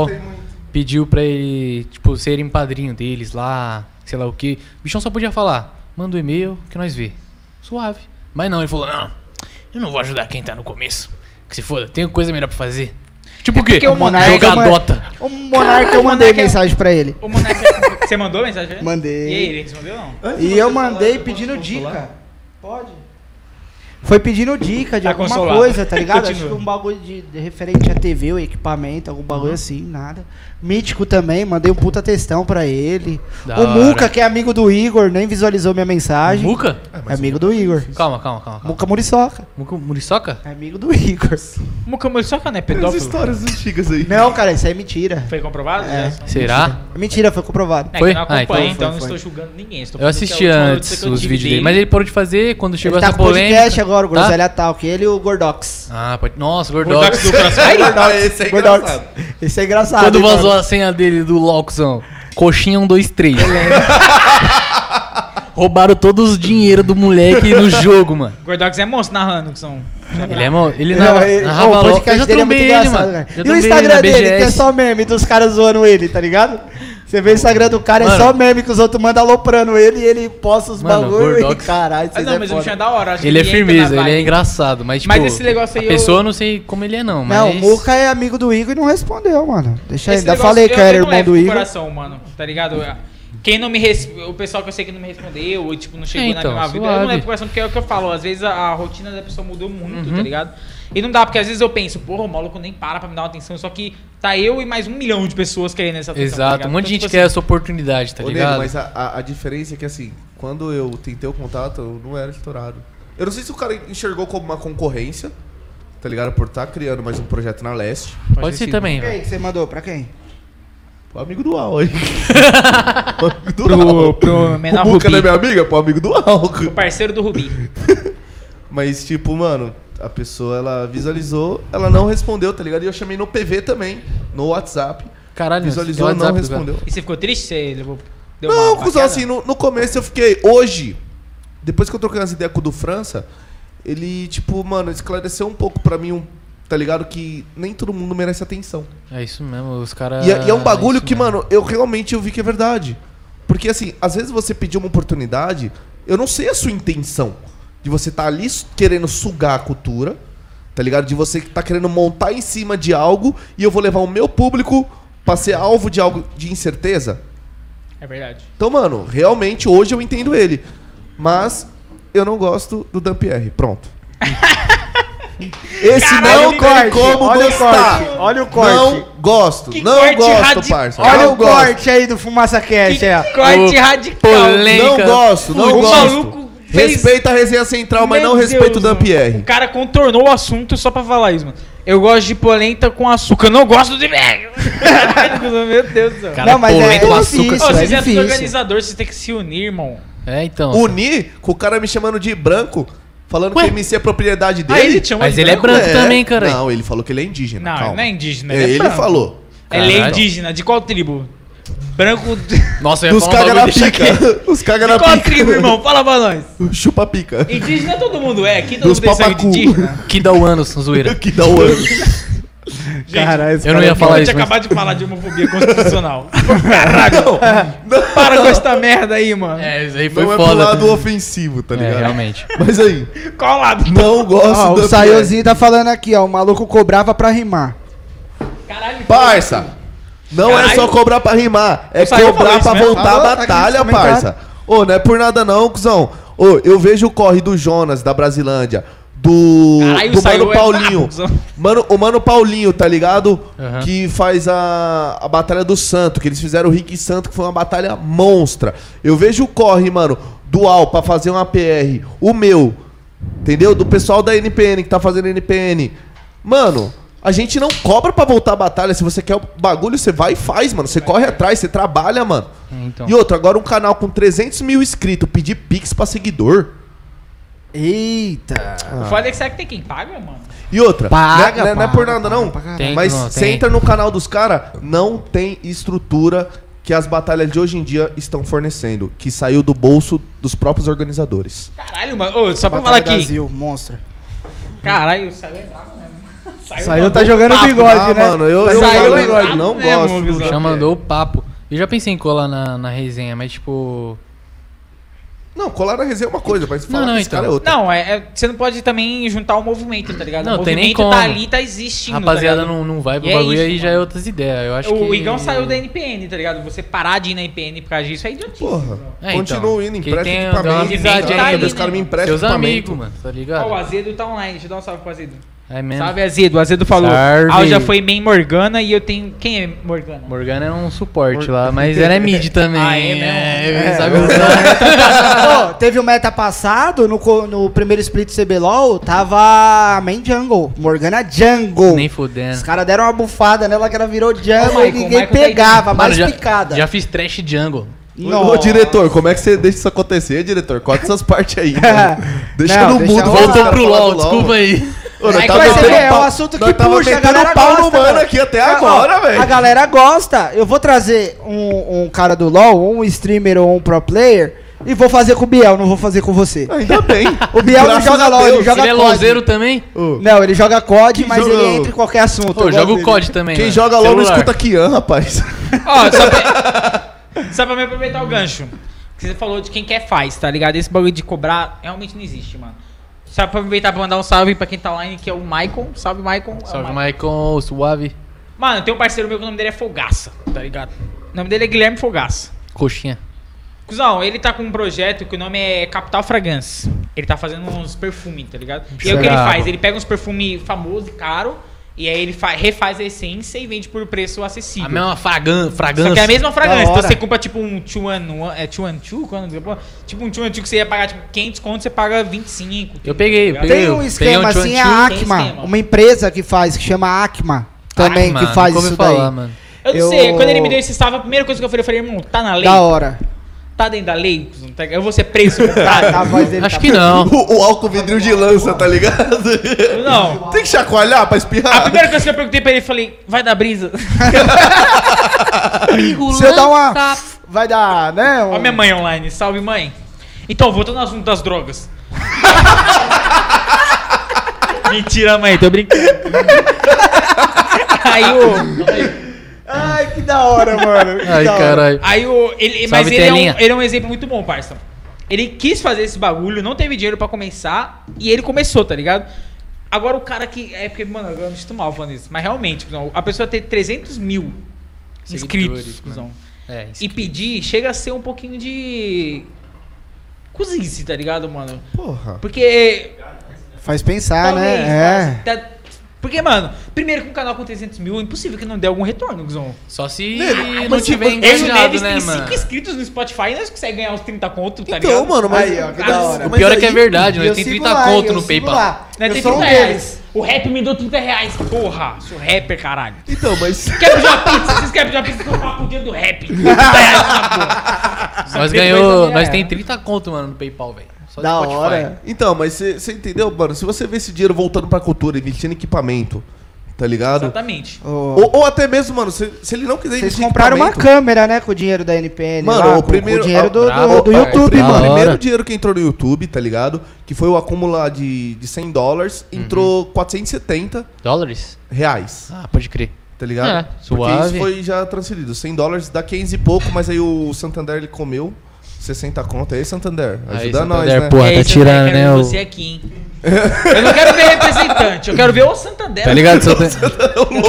[SPEAKER 2] Ah, Eu nunca gostei muito.
[SPEAKER 4] pediu pra ele, tipo, serem padrinho deles lá, sei lá o quê. O bichão só podia falar, manda o e-mail que nós vê. Suave. Mas não, ele falou, não, eu não vou ajudar quem tá no começo. Que se foda, tenho coisa melhor pra fazer. Tipo o
[SPEAKER 3] É
[SPEAKER 4] quê?
[SPEAKER 3] porque o Monark-
[SPEAKER 4] Jogar
[SPEAKER 1] eu mandei-
[SPEAKER 4] Dota.
[SPEAKER 1] O Monarca, eu mandei
[SPEAKER 3] Monarca é-
[SPEAKER 1] mensagem pra ele.
[SPEAKER 3] Ô, Monarca, você mandou mensagem? pra ele?
[SPEAKER 1] Mandei.
[SPEAKER 3] E aí, ele respondeu ou não?
[SPEAKER 2] Antes de
[SPEAKER 1] E
[SPEAKER 2] você
[SPEAKER 1] eu
[SPEAKER 2] falar,
[SPEAKER 1] mandei
[SPEAKER 2] um eu posso
[SPEAKER 1] pedindo
[SPEAKER 2] consolar?
[SPEAKER 1] dica. Pode? Foi pedindo dica de
[SPEAKER 3] Tá
[SPEAKER 1] alguma
[SPEAKER 3] consolado.
[SPEAKER 1] coisa, tá ligado? Acho
[SPEAKER 3] Continua.
[SPEAKER 1] que um bagulho de, de referente à TV, o equipamento, algum bagulho
[SPEAKER 4] Uhum.
[SPEAKER 1] assim, nada. Mítico também, mandei um puta textão pra ele.
[SPEAKER 4] Da
[SPEAKER 1] o
[SPEAKER 4] hora.
[SPEAKER 1] Muca, que é amigo do Igor, nem visualizou minha mensagem.
[SPEAKER 4] Muca?
[SPEAKER 1] É amigo do Igor.
[SPEAKER 4] Calma, calma, calma. calma.
[SPEAKER 1] Muca Muriçoca.
[SPEAKER 4] Muca Muriçoca?
[SPEAKER 1] É amigo do Igor.
[SPEAKER 3] Muca Muriçoca não é
[SPEAKER 2] As
[SPEAKER 3] pedófilo?
[SPEAKER 2] histórias antigas aí.
[SPEAKER 1] Não, cara, isso aí é mentira.
[SPEAKER 3] Foi comprovado?
[SPEAKER 1] É.
[SPEAKER 3] Já?
[SPEAKER 4] Será?
[SPEAKER 1] É Mentira, foi comprovado.
[SPEAKER 3] É,
[SPEAKER 4] Foi?
[SPEAKER 3] que eu não
[SPEAKER 4] Ah,
[SPEAKER 3] acompanho, então,
[SPEAKER 4] então foi,
[SPEAKER 3] eu não
[SPEAKER 1] foi.
[SPEAKER 3] estou julgando ninguém. estou
[SPEAKER 4] Eu
[SPEAKER 3] falando que é
[SPEAKER 4] assisti
[SPEAKER 3] a última
[SPEAKER 4] antes
[SPEAKER 3] notícia que eu
[SPEAKER 4] os
[SPEAKER 3] tive
[SPEAKER 4] vídeos dele, mas ele parou de fazer quando chegou
[SPEAKER 1] Ele tá
[SPEAKER 4] essa
[SPEAKER 1] com podcast
[SPEAKER 4] polêmica.
[SPEAKER 1] agora, o
[SPEAKER 4] tá?
[SPEAKER 1] Groselha Talk. Ele e o Gordox.
[SPEAKER 4] Ah, pode... Nossa,
[SPEAKER 3] O Docs
[SPEAKER 4] Gordox.
[SPEAKER 3] do Crossfire?
[SPEAKER 2] Ah, esse é
[SPEAKER 1] Gordox.
[SPEAKER 2] engraçado.
[SPEAKER 1] Esse é engraçado.
[SPEAKER 4] Quando
[SPEAKER 1] hein, mano?
[SPEAKER 4] vazou a senha dele do Lockzão. Coxinha 1, 2, 3. Roubaram todos os dinheiro do moleque no jogo, mano.
[SPEAKER 3] O Gordox é monstro narrando, que são...
[SPEAKER 4] Ele é mó... Ele
[SPEAKER 1] Não,
[SPEAKER 4] narra-
[SPEAKER 1] ele-
[SPEAKER 4] narrava
[SPEAKER 1] o
[SPEAKER 4] LOL.
[SPEAKER 1] podcast
[SPEAKER 4] Eu já
[SPEAKER 1] dele é muito
[SPEAKER 4] trombei ele,
[SPEAKER 1] engraçado,
[SPEAKER 4] mano.
[SPEAKER 1] cara.
[SPEAKER 4] Já
[SPEAKER 1] E o
[SPEAKER 4] trombei ele
[SPEAKER 1] Instagram
[SPEAKER 4] na
[SPEAKER 1] dele, que é
[SPEAKER 4] BGS.
[SPEAKER 1] só meme dos caras zoando ele, tá ligado? Você vê o Instagram do cara, é
[SPEAKER 4] Mano.
[SPEAKER 1] só meme que os outros mandam aloprando ele e ele posta os
[SPEAKER 4] Mano,
[SPEAKER 1] bagulho e
[SPEAKER 4] Gordox.
[SPEAKER 1] caralho,
[SPEAKER 3] Ah,
[SPEAKER 1] vocês
[SPEAKER 3] não, mas
[SPEAKER 1] é
[SPEAKER 3] o bicho é
[SPEAKER 1] foda.
[SPEAKER 3] da hora. acho que
[SPEAKER 4] Ele é
[SPEAKER 3] entra tá na
[SPEAKER 4] firmeza, ele
[SPEAKER 3] vibe.
[SPEAKER 4] é engraçado, mas tipo...
[SPEAKER 3] Mas esse negócio aí
[SPEAKER 4] A
[SPEAKER 3] eu-
[SPEAKER 4] pessoa eu não sei como ele é não, mas...
[SPEAKER 1] Não, o Muca é amigo do Igor e não respondeu, mano. Deixa eu
[SPEAKER 3] Esse
[SPEAKER 1] ainda
[SPEAKER 3] negócio
[SPEAKER 1] falei que
[SPEAKER 3] eu- um
[SPEAKER 1] eu era
[SPEAKER 3] eu não
[SPEAKER 1] irmão
[SPEAKER 3] levo
[SPEAKER 1] do
[SPEAKER 3] pro
[SPEAKER 1] Igor.
[SPEAKER 3] coração, mano, tá ligado? Quem não me res... O pessoal que eu sei que não me respondeu, ou tipo, não chegou
[SPEAKER 4] É,
[SPEAKER 3] na
[SPEAKER 4] então,
[SPEAKER 3] minha vida, eu não
[SPEAKER 4] suave.
[SPEAKER 3] levo pro coração, porque é o que eu falo, às vezes a, a rotina da pessoa mudou muito,
[SPEAKER 4] Uhum.
[SPEAKER 3] tá ligado? E não dá, porque às vezes eu penso, porra, o maluco nem para pra me dar uma atenção, só que tá eu e mais um milhão de pessoas querendo essa atenção. tá
[SPEAKER 4] Exato,
[SPEAKER 3] ligado?
[SPEAKER 4] um monte de
[SPEAKER 3] Então,
[SPEAKER 4] gente
[SPEAKER 3] tipo
[SPEAKER 4] quer
[SPEAKER 3] assim,
[SPEAKER 4] essa oportunidade, tá
[SPEAKER 2] Ô, nego,
[SPEAKER 4] ligado?
[SPEAKER 2] mas a, a- a diferença é que, assim, quando eu tentei o contato, eu não era estourado. Eu não sei se o cara enxergou como uma concorrência, tá ligado? Por estar criando mais um projeto na Leste.
[SPEAKER 4] Pode ser
[SPEAKER 3] sim.
[SPEAKER 4] também, né?
[SPEAKER 1] Quem
[SPEAKER 4] velho.
[SPEAKER 1] que você mandou? Pra quem?
[SPEAKER 2] Pro amigo do Al aí. pro amigo do
[SPEAKER 3] Pro,
[SPEAKER 2] Al.
[SPEAKER 3] pro menor
[SPEAKER 2] o Muca não é
[SPEAKER 3] Rubi.
[SPEAKER 2] minha amiga? Pro amigo do Al.
[SPEAKER 3] O parceiro do Rubi.
[SPEAKER 2] Mas, tipo, mano, a pessoa, ela visualizou, ela não respondeu, tá ligado? E eu chamei no PV também, no WhatsApp.
[SPEAKER 4] Caralho,
[SPEAKER 2] Visualizou,
[SPEAKER 4] tem
[SPEAKER 2] não
[SPEAKER 4] WhatsApp,
[SPEAKER 2] respondeu.
[SPEAKER 3] E você ficou triste? Você levou. Deu
[SPEAKER 2] Não,
[SPEAKER 3] uma
[SPEAKER 2] cuzão,
[SPEAKER 3] baqueada?
[SPEAKER 2] assim, no, no começo eu fiquei. Hoje, depois que eu troquei umas ideias com o do França, ele, tipo, mano, esclareceu um pouco pra mim, um, tá ligado? Que nem todo mundo merece atenção.
[SPEAKER 4] É isso mesmo, os caras...
[SPEAKER 2] E, é- e é um bagulho
[SPEAKER 4] Ah, isso
[SPEAKER 2] que,
[SPEAKER 4] mesmo.
[SPEAKER 2] mano, eu realmente eu vi que é verdade. Porque, assim, às vezes você pediu uma oportunidade, eu não sei a sua intenção. De você tá ali s- querendo sugar a cultura, tá ligado? De você que tá querendo montar em cima de algo e eu vou levar o meu público pra ser alvo de algo de incerteza.
[SPEAKER 3] É verdade.
[SPEAKER 2] Então, mano, realmente hoje eu entendo ele. Mas eu não gosto do Dampierre. Pronto. Esse
[SPEAKER 3] Caralho,
[SPEAKER 2] não tem
[SPEAKER 1] corte,
[SPEAKER 2] como
[SPEAKER 1] olha o
[SPEAKER 2] gostar.
[SPEAKER 1] corte, olha o corte.
[SPEAKER 2] Não gosto.
[SPEAKER 3] Que
[SPEAKER 2] não
[SPEAKER 3] corte
[SPEAKER 2] gosto,
[SPEAKER 3] radi-
[SPEAKER 2] parça.
[SPEAKER 1] Olha
[SPEAKER 2] não
[SPEAKER 1] o
[SPEAKER 2] gosto.
[SPEAKER 1] corte aí do Fumaça Cast, É, aí, ó.
[SPEAKER 3] Que corte
[SPEAKER 4] Ô,
[SPEAKER 3] radical.
[SPEAKER 4] polêmica.
[SPEAKER 2] Não
[SPEAKER 4] Lenca.
[SPEAKER 2] gosto, não
[SPEAKER 3] O
[SPEAKER 2] gosto.
[SPEAKER 3] maluco fez-
[SPEAKER 2] Respeita a resenha central, mas
[SPEAKER 3] Meu
[SPEAKER 2] não
[SPEAKER 3] Deus,
[SPEAKER 2] respeita o
[SPEAKER 3] mano. O
[SPEAKER 2] Dampierre.
[SPEAKER 3] cara contornou o assunto só pra falar isso, mano. Eu gosto de polenta com açúcar, eu não gosto de velho. Meu Deus do céu.
[SPEAKER 4] Cara,
[SPEAKER 1] Não, mas é-
[SPEAKER 4] polenta
[SPEAKER 1] é
[SPEAKER 4] com
[SPEAKER 1] difícil,
[SPEAKER 4] açúcar.
[SPEAKER 3] Ô,
[SPEAKER 1] isso é
[SPEAKER 3] vocês são
[SPEAKER 1] difícil.
[SPEAKER 3] organizadores, vocês têm que se unir, irmão.
[SPEAKER 4] É, então.
[SPEAKER 2] Unir com o cara me chamando de branco, falando
[SPEAKER 4] Ué?
[SPEAKER 2] que MC é propriedade dele.
[SPEAKER 3] Ah, ele te chama
[SPEAKER 4] Mas
[SPEAKER 3] de
[SPEAKER 4] ele é branco
[SPEAKER 2] É,
[SPEAKER 4] também, cara.
[SPEAKER 2] Não, ele falou que ele é indígena.
[SPEAKER 3] Não,
[SPEAKER 2] calma.
[SPEAKER 3] ele não é indígena.
[SPEAKER 2] É,
[SPEAKER 3] é
[SPEAKER 2] ele
[SPEAKER 3] branco.
[SPEAKER 2] falou.
[SPEAKER 3] Ele é
[SPEAKER 4] Caralho.
[SPEAKER 3] indígena. De qual tribo? Branco. De
[SPEAKER 4] Nossa, eu ia
[SPEAKER 2] Os
[SPEAKER 4] falar um
[SPEAKER 2] caga na
[SPEAKER 4] bagulho desse
[SPEAKER 2] pica.
[SPEAKER 4] aqui.
[SPEAKER 2] Os caga na
[SPEAKER 3] qual tribo,
[SPEAKER 2] pica.
[SPEAKER 3] irmão? Fala pra nós.
[SPEAKER 2] Chupa pica.
[SPEAKER 3] Indígena todo mundo é. Aqui todo
[SPEAKER 2] Dos
[SPEAKER 3] mundo tem sangue de
[SPEAKER 2] papacu.
[SPEAKER 3] indígena.
[SPEAKER 4] Que dá o ano, zoeira.
[SPEAKER 2] que dá o ano.
[SPEAKER 1] Caralho, esse
[SPEAKER 4] eu não
[SPEAKER 1] cara
[SPEAKER 4] ia
[SPEAKER 1] é
[SPEAKER 4] falar
[SPEAKER 3] eu
[SPEAKER 4] isso,
[SPEAKER 3] tinha
[SPEAKER 4] mas-
[SPEAKER 3] acabado de falar de homofobia constitucional. Caralho. Para com essa merda aí, mano.
[SPEAKER 4] É, isso aí foi
[SPEAKER 2] Não é pro
[SPEAKER 4] foda.
[SPEAKER 2] lado ofensivo, tá
[SPEAKER 4] É,
[SPEAKER 2] ligado?
[SPEAKER 4] realmente.
[SPEAKER 2] Mas aí,
[SPEAKER 3] Qual lado?
[SPEAKER 2] não gosto
[SPEAKER 1] Ó, o
[SPEAKER 2] da piada.
[SPEAKER 1] Saiozinho tá falando aqui, ó. O maluco cobrava pra rimar.
[SPEAKER 3] Caralho.
[SPEAKER 2] Parça, não é
[SPEAKER 3] Caralho.
[SPEAKER 2] só cobrar pra rimar, é
[SPEAKER 3] O Saio falou
[SPEAKER 2] cobrar
[SPEAKER 3] isso
[SPEAKER 2] pra
[SPEAKER 3] mesmo?
[SPEAKER 2] voltar
[SPEAKER 1] Falou, tá
[SPEAKER 2] a
[SPEAKER 1] aqui
[SPEAKER 2] batalha,
[SPEAKER 1] nos comentários.
[SPEAKER 2] parça. Ô, não é por nada não, cuzão. Ô, eu vejo o corre do Jonas, da Brasilândia, do,
[SPEAKER 3] Caralho, o
[SPEAKER 2] do
[SPEAKER 3] Saio
[SPEAKER 2] Mano
[SPEAKER 3] é
[SPEAKER 2] Paulinho.
[SPEAKER 3] brabo, cuzão.
[SPEAKER 2] Mano, o Mano Paulinho, tá ligado?
[SPEAKER 4] Aham.
[SPEAKER 2] Que faz a, a Batalha do Santo, que eles fizeram o Rick e Santo, que foi uma batalha monstra. Eu vejo o corre, mano, do Al pra fazer uma PR. O meu, entendeu? Do pessoal da NPN que tá fazendo NPN. Mano, a gente não cobra pra voltar à batalha. Se você quer o bagulho, você vai e faz, mano. Você corre atrás, você trabalha, mano.
[SPEAKER 4] É, Então.
[SPEAKER 2] E outro, agora um canal com 300 mil inscritos, pedir pix pra seguidor.
[SPEAKER 1] Eita!
[SPEAKER 3] O foda é que será que tem quem paga, mano?
[SPEAKER 2] E outra,
[SPEAKER 1] Paga,
[SPEAKER 2] né- né- não é
[SPEAKER 1] paga,
[SPEAKER 2] por nada não,
[SPEAKER 1] paga pra caralho.
[SPEAKER 4] Tem,
[SPEAKER 2] mas
[SPEAKER 4] não,
[SPEAKER 2] você
[SPEAKER 4] tem.
[SPEAKER 2] entra no canal dos caras, não tem estrutura que as batalhas de hoje em dia estão fornecendo, que saiu do bolso dos próprios organizadores.
[SPEAKER 3] Caralho, mano. Ô, só pra
[SPEAKER 1] Batalha
[SPEAKER 3] falar aqui.
[SPEAKER 1] Brasil, monstro.
[SPEAKER 3] Caralho, saiu é brabo mesmo.
[SPEAKER 1] Saiu, tá jogando bigode,
[SPEAKER 2] ah,
[SPEAKER 1] né?
[SPEAKER 2] mano, eu, eu
[SPEAKER 1] Saiu
[SPEAKER 2] falo,
[SPEAKER 1] é
[SPEAKER 3] errado
[SPEAKER 2] não
[SPEAKER 3] mesmo,
[SPEAKER 2] gosto. do-
[SPEAKER 3] Guizão.
[SPEAKER 4] Já mandou o papo. Eu já pensei em colar na, na resenha, mas tipo.
[SPEAKER 2] Não, colar na resenha é uma coisa, mas falar
[SPEAKER 4] Não, não,
[SPEAKER 2] que esse
[SPEAKER 4] então.
[SPEAKER 2] cara é outro.
[SPEAKER 3] Não, é, é- você não pode também juntar o movimento, tá ligado?
[SPEAKER 4] Não,
[SPEAKER 3] o
[SPEAKER 4] tem nem
[SPEAKER 3] movimento
[SPEAKER 4] como.
[SPEAKER 3] tá ali, tá existindo.
[SPEAKER 4] rapaziada
[SPEAKER 3] tá ligado?
[SPEAKER 4] não, não vai pro
[SPEAKER 3] E é
[SPEAKER 4] bagulho
[SPEAKER 3] isso,
[SPEAKER 4] aí já
[SPEAKER 3] mano.
[SPEAKER 4] é outras ideias. Eu acho
[SPEAKER 3] o
[SPEAKER 4] que-
[SPEAKER 3] Igão saiu da NPN, tá ligado? Você parar de ir na NPN por causa disso é idiotice.
[SPEAKER 2] Porra,
[SPEAKER 4] É, então.
[SPEAKER 2] continua indo,
[SPEAKER 4] Quem
[SPEAKER 2] empresta
[SPEAKER 4] tem
[SPEAKER 2] equipamento.
[SPEAKER 4] uma amizade
[SPEAKER 2] cara,
[SPEAKER 3] aí,
[SPEAKER 2] os
[SPEAKER 3] né?
[SPEAKER 2] caras me emprestam
[SPEAKER 4] Seus amigos,
[SPEAKER 2] equipamento.
[SPEAKER 4] mano, tá
[SPEAKER 3] Ó, o
[SPEAKER 4] ligado?
[SPEAKER 3] Azedo tá online, deixa eu dar um salve pro Azedo.
[SPEAKER 4] É mesmo.
[SPEAKER 3] Salve, Azedo. O Azedo falou.
[SPEAKER 4] Salve.
[SPEAKER 3] Ah, já foi main Morgana e eu tenho. Quem é Morgana?
[SPEAKER 4] Morgana é um suporte lá, mas ela é mid também.
[SPEAKER 3] Ah, é mesmo?
[SPEAKER 4] é, sabe usar.
[SPEAKER 1] Ô, teve o meta passado, no, co- no primeiro split CBLOL, tava Main Jungle, Morgana Jungle.
[SPEAKER 4] Nem
[SPEAKER 1] Os
[SPEAKER 4] fudendo.
[SPEAKER 1] caras deram uma bufada nela que ela virou Jungle
[SPEAKER 3] Ô,
[SPEAKER 1] e
[SPEAKER 3] Michael,
[SPEAKER 1] ninguém
[SPEAKER 3] Michael tá
[SPEAKER 1] pegava,
[SPEAKER 4] Mano,
[SPEAKER 1] mais
[SPEAKER 4] já,
[SPEAKER 1] picada.
[SPEAKER 4] Já fiz trash jungle.
[SPEAKER 2] Ô,
[SPEAKER 1] Nossa.
[SPEAKER 2] diretor, como é que você deixa isso acontecer, diretor? Corta essas partes aí, mano. Deixa
[SPEAKER 1] Não,
[SPEAKER 2] no
[SPEAKER 1] Ah, deixa
[SPEAKER 2] mudo.
[SPEAKER 1] rolar. Tá
[SPEAKER 2] voltou
[SPEAKER 4] Voltou pro LOL, desculpa aí.
[SPEAKER 2] Ô, nós
[SPEAKER 1] É
[SPEAKER 2] tava
[SPEAKER 1] que vai ser-
[SPEAKER 2] metendo
[SPEAKER 1] é
[SPEAKER 2] pau-
[SPEAKER 1] um assunto
[SPEAKER 2] nós
[SPEAKER 1] que
[SPEAKER 2] tava
[SPEAKER 1] puxa, a
[SPEAKER 2] metendo
[SPEAKER 1] galera
[SPEAKER 2] pau no
[SPEAKER 1] gosta,
[SPEAKER 2] mano
[SPEAKER 1] mano.
[SPEAKER 2] aqui até
[SPEAKER 1] Ó,
[SPEAKER 2] agora,
[SPEAKER 1] A
[SPEAKER 2] velho.
[SPEAKER 1] galera gosta. Eu vou trazer um, um cara do LoL, ou um streamer ou um pro player, e vou fazer com o Biel, não vou fazer com você.
[SPEAKER 2] Ainda bem.
[SPEAKER 1] O Biel não joga LOL, ele joga
[SPEAKER 4] Ele é
[SPEAKER 1] COD.
[SPEAKER 4] lozeiro também?
[SPEAKER 2] Ô,
[SPEAKER 1] Não, ele joga COD, mas
[SPEAKER 2] joga-
[SPEAKER 1] ele entra em qualquer assunto.
[SPEAKER 4] Pô,
[SPEAKER 1] Eu
[SPEAKER 4] joga
[SPEAKER 1] gosto
[SPEAKER 4] o
[SPEAKER 1] dele.
[SPEAKER 4] COD também.
[SPEAKER 2] Quem
[SPEAKER 4] mano.
[SPEAKER 2] joga LOL não
[SPEAKER 4] Celular.
[SPEAKER 2] escuta Kian, rapaz.
[SPEAKER 3] Ó, só pra, só pra me aproveitar o gancho. Que você falou de quem quer faz, tá ligado? Esse bagulho de cobrar realmente não existe, mano. Só pra aproveitar pra mandar um salve pra quem tá online, que é o Michael. Salve, Michael. É o
[SPEAKER 4] Salve,
[SPEAKER 3] Michael.
[SPEAKER 4] Maicon, suave.
[SPEAKER 3] Mano, tem um parceiro meu que o nome dele é Fogaça, tá ligado? O nome dele é Guilherme Fogaça.
[SPEAKER 4] Coxinha.
[SPEAKER 3] Cusão, ele tá com um projeto que o nome é Capital Fragrance. Ele tá fazendo uns perfumes, tá ligado? E aí o que ele
[SPEAKER 4] Brabo.
[SPEAKER 3] faz? Ele pega uns perfumes famosos e caro, e aí ele fa- refaz a essência e vende por preço acessível.
[SPEAKER 4] A mesma fragan- fragrância.
[SPEAKER 3] Só que é a mesma
[SPEAKER 1] Da
[SPEAKER 3] fragrância. Então
[SPEAKER 1] hora.
[SPEAKER 3] você compra tipo um Chuan, é Chuan Chu? Quando você compra? Tipo um Chuan Chu que você ia pagar tipo 500 conto, você paga 25.
[SPEAKER 4] Eu peguei, eu peguei.
[SPEAKER 1] Tem um
[SPEAKER 4] peguei
[SPEAKER 1] esquema
[SPEAKER 4] Chuan
[SPEAKER 1] assim,
[SPEAKER 4] Chu.
[SPEAKER 1] a
[SPEAKER 3] tem
[SPEAKER 1] Acma,
[SPEAKER 3] esquema.
[SPEAKER 1] uma empresa que faz, que chama Acma, também,
[SPEAKER 4] Ai,
[SPEAKER 1] que
[SPEAKER 4] mano,
[SPEAKER 1] faz
[SPEAKER 4] nunca ouvi
[SPEAKER 1] isso
[SPEAKER 4] falar,
[SPEAKER 1] daí.
[SPEAKER 4] Mano.
[SPEAKER 3] Eu não
[SPEAKER 1] Eu-
[SPEAKER 3] sei, quando ele me deu esse salve, a primeira coisa que eu falei, eu falei, irmão, tá na lei?
[SPEAKER 1] Da hora.
[SPEAKER 3] Tá dentro da lei? cuzão? Tá- Eu vou ser preso,
[SPEAKER 1] Tá, a
[SPEAKER 3] cara.
[SPEAKER 1] voz dele
[SPEAKER 4] Acho
[SPEAKER 1] tá-
[SPEAKER 4] que não.
[SPEAKER 2] O, o álcool vidril de lança, tá ligado?
[SPEAKER 3] Não.
[SPEAKER 2] Tem que chacoalhar pra
[SPEAKER 3] A
[SPEAKER 2] espirrar.
[SPEAKER 3] primeira coisa que eu perguntei pra ele, eu falei, vai dar brisa.
[SPEAKER 1] Se eu dar uma... Vai dar, né? um-
[SPEAKER 3] Ó minha mãe online, salve mãe. Então, voltando ao assunto das drogas. Mentira, mãe, tô brincando. aí o...
[SPEAKER 1] Ai, que da hora, mano. que
[SPEAKER 4] Ai,
[SPEAKER 1] da hora.
[SPEAKER 4] caralho.
[SPEAKER 3] Aí o. Ele,
[SPEAKER 4] Salve,
[SPEAKER 3] mas ele é, um,
[SPEAKER 4] Telinha.
[SPEAKER 3] ele é um exemplo muito bom, parça. Ele quis fazer esse bagulho, não teve dinheiro pra começar, e ele começou, tá ligado? Agora o cara que. É porque, mano, eu me sinto mal falando isso. Mas realmente, cuzão, a pessoa ter 300 mil inscritos,
[SPEAKER 4] Seguidores,
[SPEAKER 3] cuzão,
[SPEAKER 4] É, isso.
[SPEAKER 3] e pedir, chega a ser um pouquinho de. Cozice, tá ligado, mano?
[SPEAKER 2] Porra.
[SPEAKER 3] Porque.
[SPEAKER 1] Faz pensar,
[SPEAKER 3] talvez,
[SPEAKER 1] né?
[SPEAKER 3] parça, tá- porque, mano, primeiro com um canal com 300 mil, é impossível que não dê algum retorno, Guzão.
[SPEAKER 4] Só se
[SPEAKER 3] Ah,
[SPEAKER 4] não
[SPEAKER 3] mas
[SPEAKER 4] tiver
[SPEAKER 3] se- esse
[SPEAKER 4] engajado,
[SPEAKER 3] Neves
[SPEAKER 4] né,
[SPEAKER 3] tem
[SPEAKER 4] mano?
[SPEAKER 3] 5 inscritos no Spotify, nós conseguimos ganhar uns 30 conto, tá
[SPEAKER 2] Então,
[SPEAKER 3] ligado?
[SPEAKER 2] mano, mas.
[SPEAKER 1] Aí, ó, que da hora.
[SPEAKER 4] O
[SPEAKER 2] mas
[SPEAKER 4] pior é que é
[SPEAKER 2] aí-
[SPEAKER 1] É.
[SPEAKER 4] verdade, nós
[SPEAKER 1] Eu
[SPEAKER 4] tem
[SPEAKER 1] sigo
[SPEAKER 4] 30
[SPEAKER 1] lá,
[SPEAKER 4] conto
[SPEAKER 1] eu
[SPEAKER 4] no
[SPEAKER 1] sigo
[SPEAKER 4] PayPal. é
[SPEAKER 1] lá.
[SPEAKER 3] Nós
[SPEAKER 1] Eu
[SPEAKER 3] tem
[SPEAKER 1] sou um
[SPEAKER 3] 30
[SPEAKER 1] deles.
[SPEAKER 3] reais. O rap me deu 30 reais, porra. Sou rapper, caralho.
[SPEAKER 2] Então, mas.
[SPEAKER 3] Quer pedir uma pizza? Vocês querem pedir uma pizza? Eu pago o dinheiro do rap. 30 reais essa porra. Só
[SPEAKER 4] Nós
[SPEAKER 3] que depois
[SPEAKER 4] ganhou,
[SPEAKER 3] eu-
[SPEAKER 4] nós
[SPEAKER 3] é.
[SPEAKER 4] tem 30 conto, mano, no PayPal, velho. Só
[SPEAKER 1] Da
[SPEAKER 4] do Spotify.
[SPEAKER 1] hora.
[SPEAKER 2] Então, mas você entendeu, mano? Se você vê esse dinheiro voltando pra cultura, investindo em equipamento, tá ligado?
[SPEAKER 3] Exatamente.
[SPEAKER 1] Ô,
[SPEAKER 2] Ou, ou até mesmo, mano, se, se ele não quiser
[SPEAKER 1] Vocês
[SPEAKER 2] investir em
[SPEAKER 1] compraram uma
[SPEAKER 2] equipamento-
[SPEAKER 1] câmera, né? Com o dinheiro da NPN.
[SPEAKER 2] Mano,
[SPEAKER 1] lá,
[SPEAKER 2] o
[SPEAKER 1] com-
[SPEAKER 2] primeiro-
[SPEAKER 1] Com o dinheiro do,
[SPEAKER 4] Bravo,
[SPEAKER 1] do, do
[SPEAKER 4] pai.
[SPEAKER 2] O
[SPEAKER 1] YouTube,
[SPEAKER 4] Da
[SPEAKER 2] primeiro,
[SPEAKER 1] mano.
[SPEAKER 2] o primeiro
[SPEAKER 4] hora.
[SPEAKER 2] dinheiro que entrou no YouTube, tá ligado? Que foi o acúmulo de, de 100 dólares,
[SPEAKER 1] Uhum.
[SPEAKER 2] entrou 470
[SPEAKER 4] Dólares?
[SPEAKER 2] reais.
[SPEAKER 4] Ah, pode crer.
[SPEAKER 2] Tá ligado?
[SPEAKER 4] É,
[SPEAKER 2] Porque isso
[SPEAKER 4] suave.
[SPEAKER 2] foi já transferido. 100 dólares dá 15 e pouco, mas aí o Santander ele comeu 60 conto. Aí, Santander, ajuda
[SPEAKER 4] Aí,
[SPEAKER 2] nós,
[SPEAKER 4] Santander,
[SPEAKER 2] né?
[SPEAKER 4] porra,
[SPEAKER 3] É isso,
[SPEAKER 4] tá
[SPEAKER 3] eu
[SPEAKER 4] tirando,
[SPEAKER 3] quero
[SPEAKER 4] né,
[SPEAKER 3] ver
[SPEAKER 4] o-
[SPEAKER 3] Você aqui, hein? Eu não quero ver representante, eu quero ver o Santander.
[SPEAKER 4] Tá ligado? Só tem-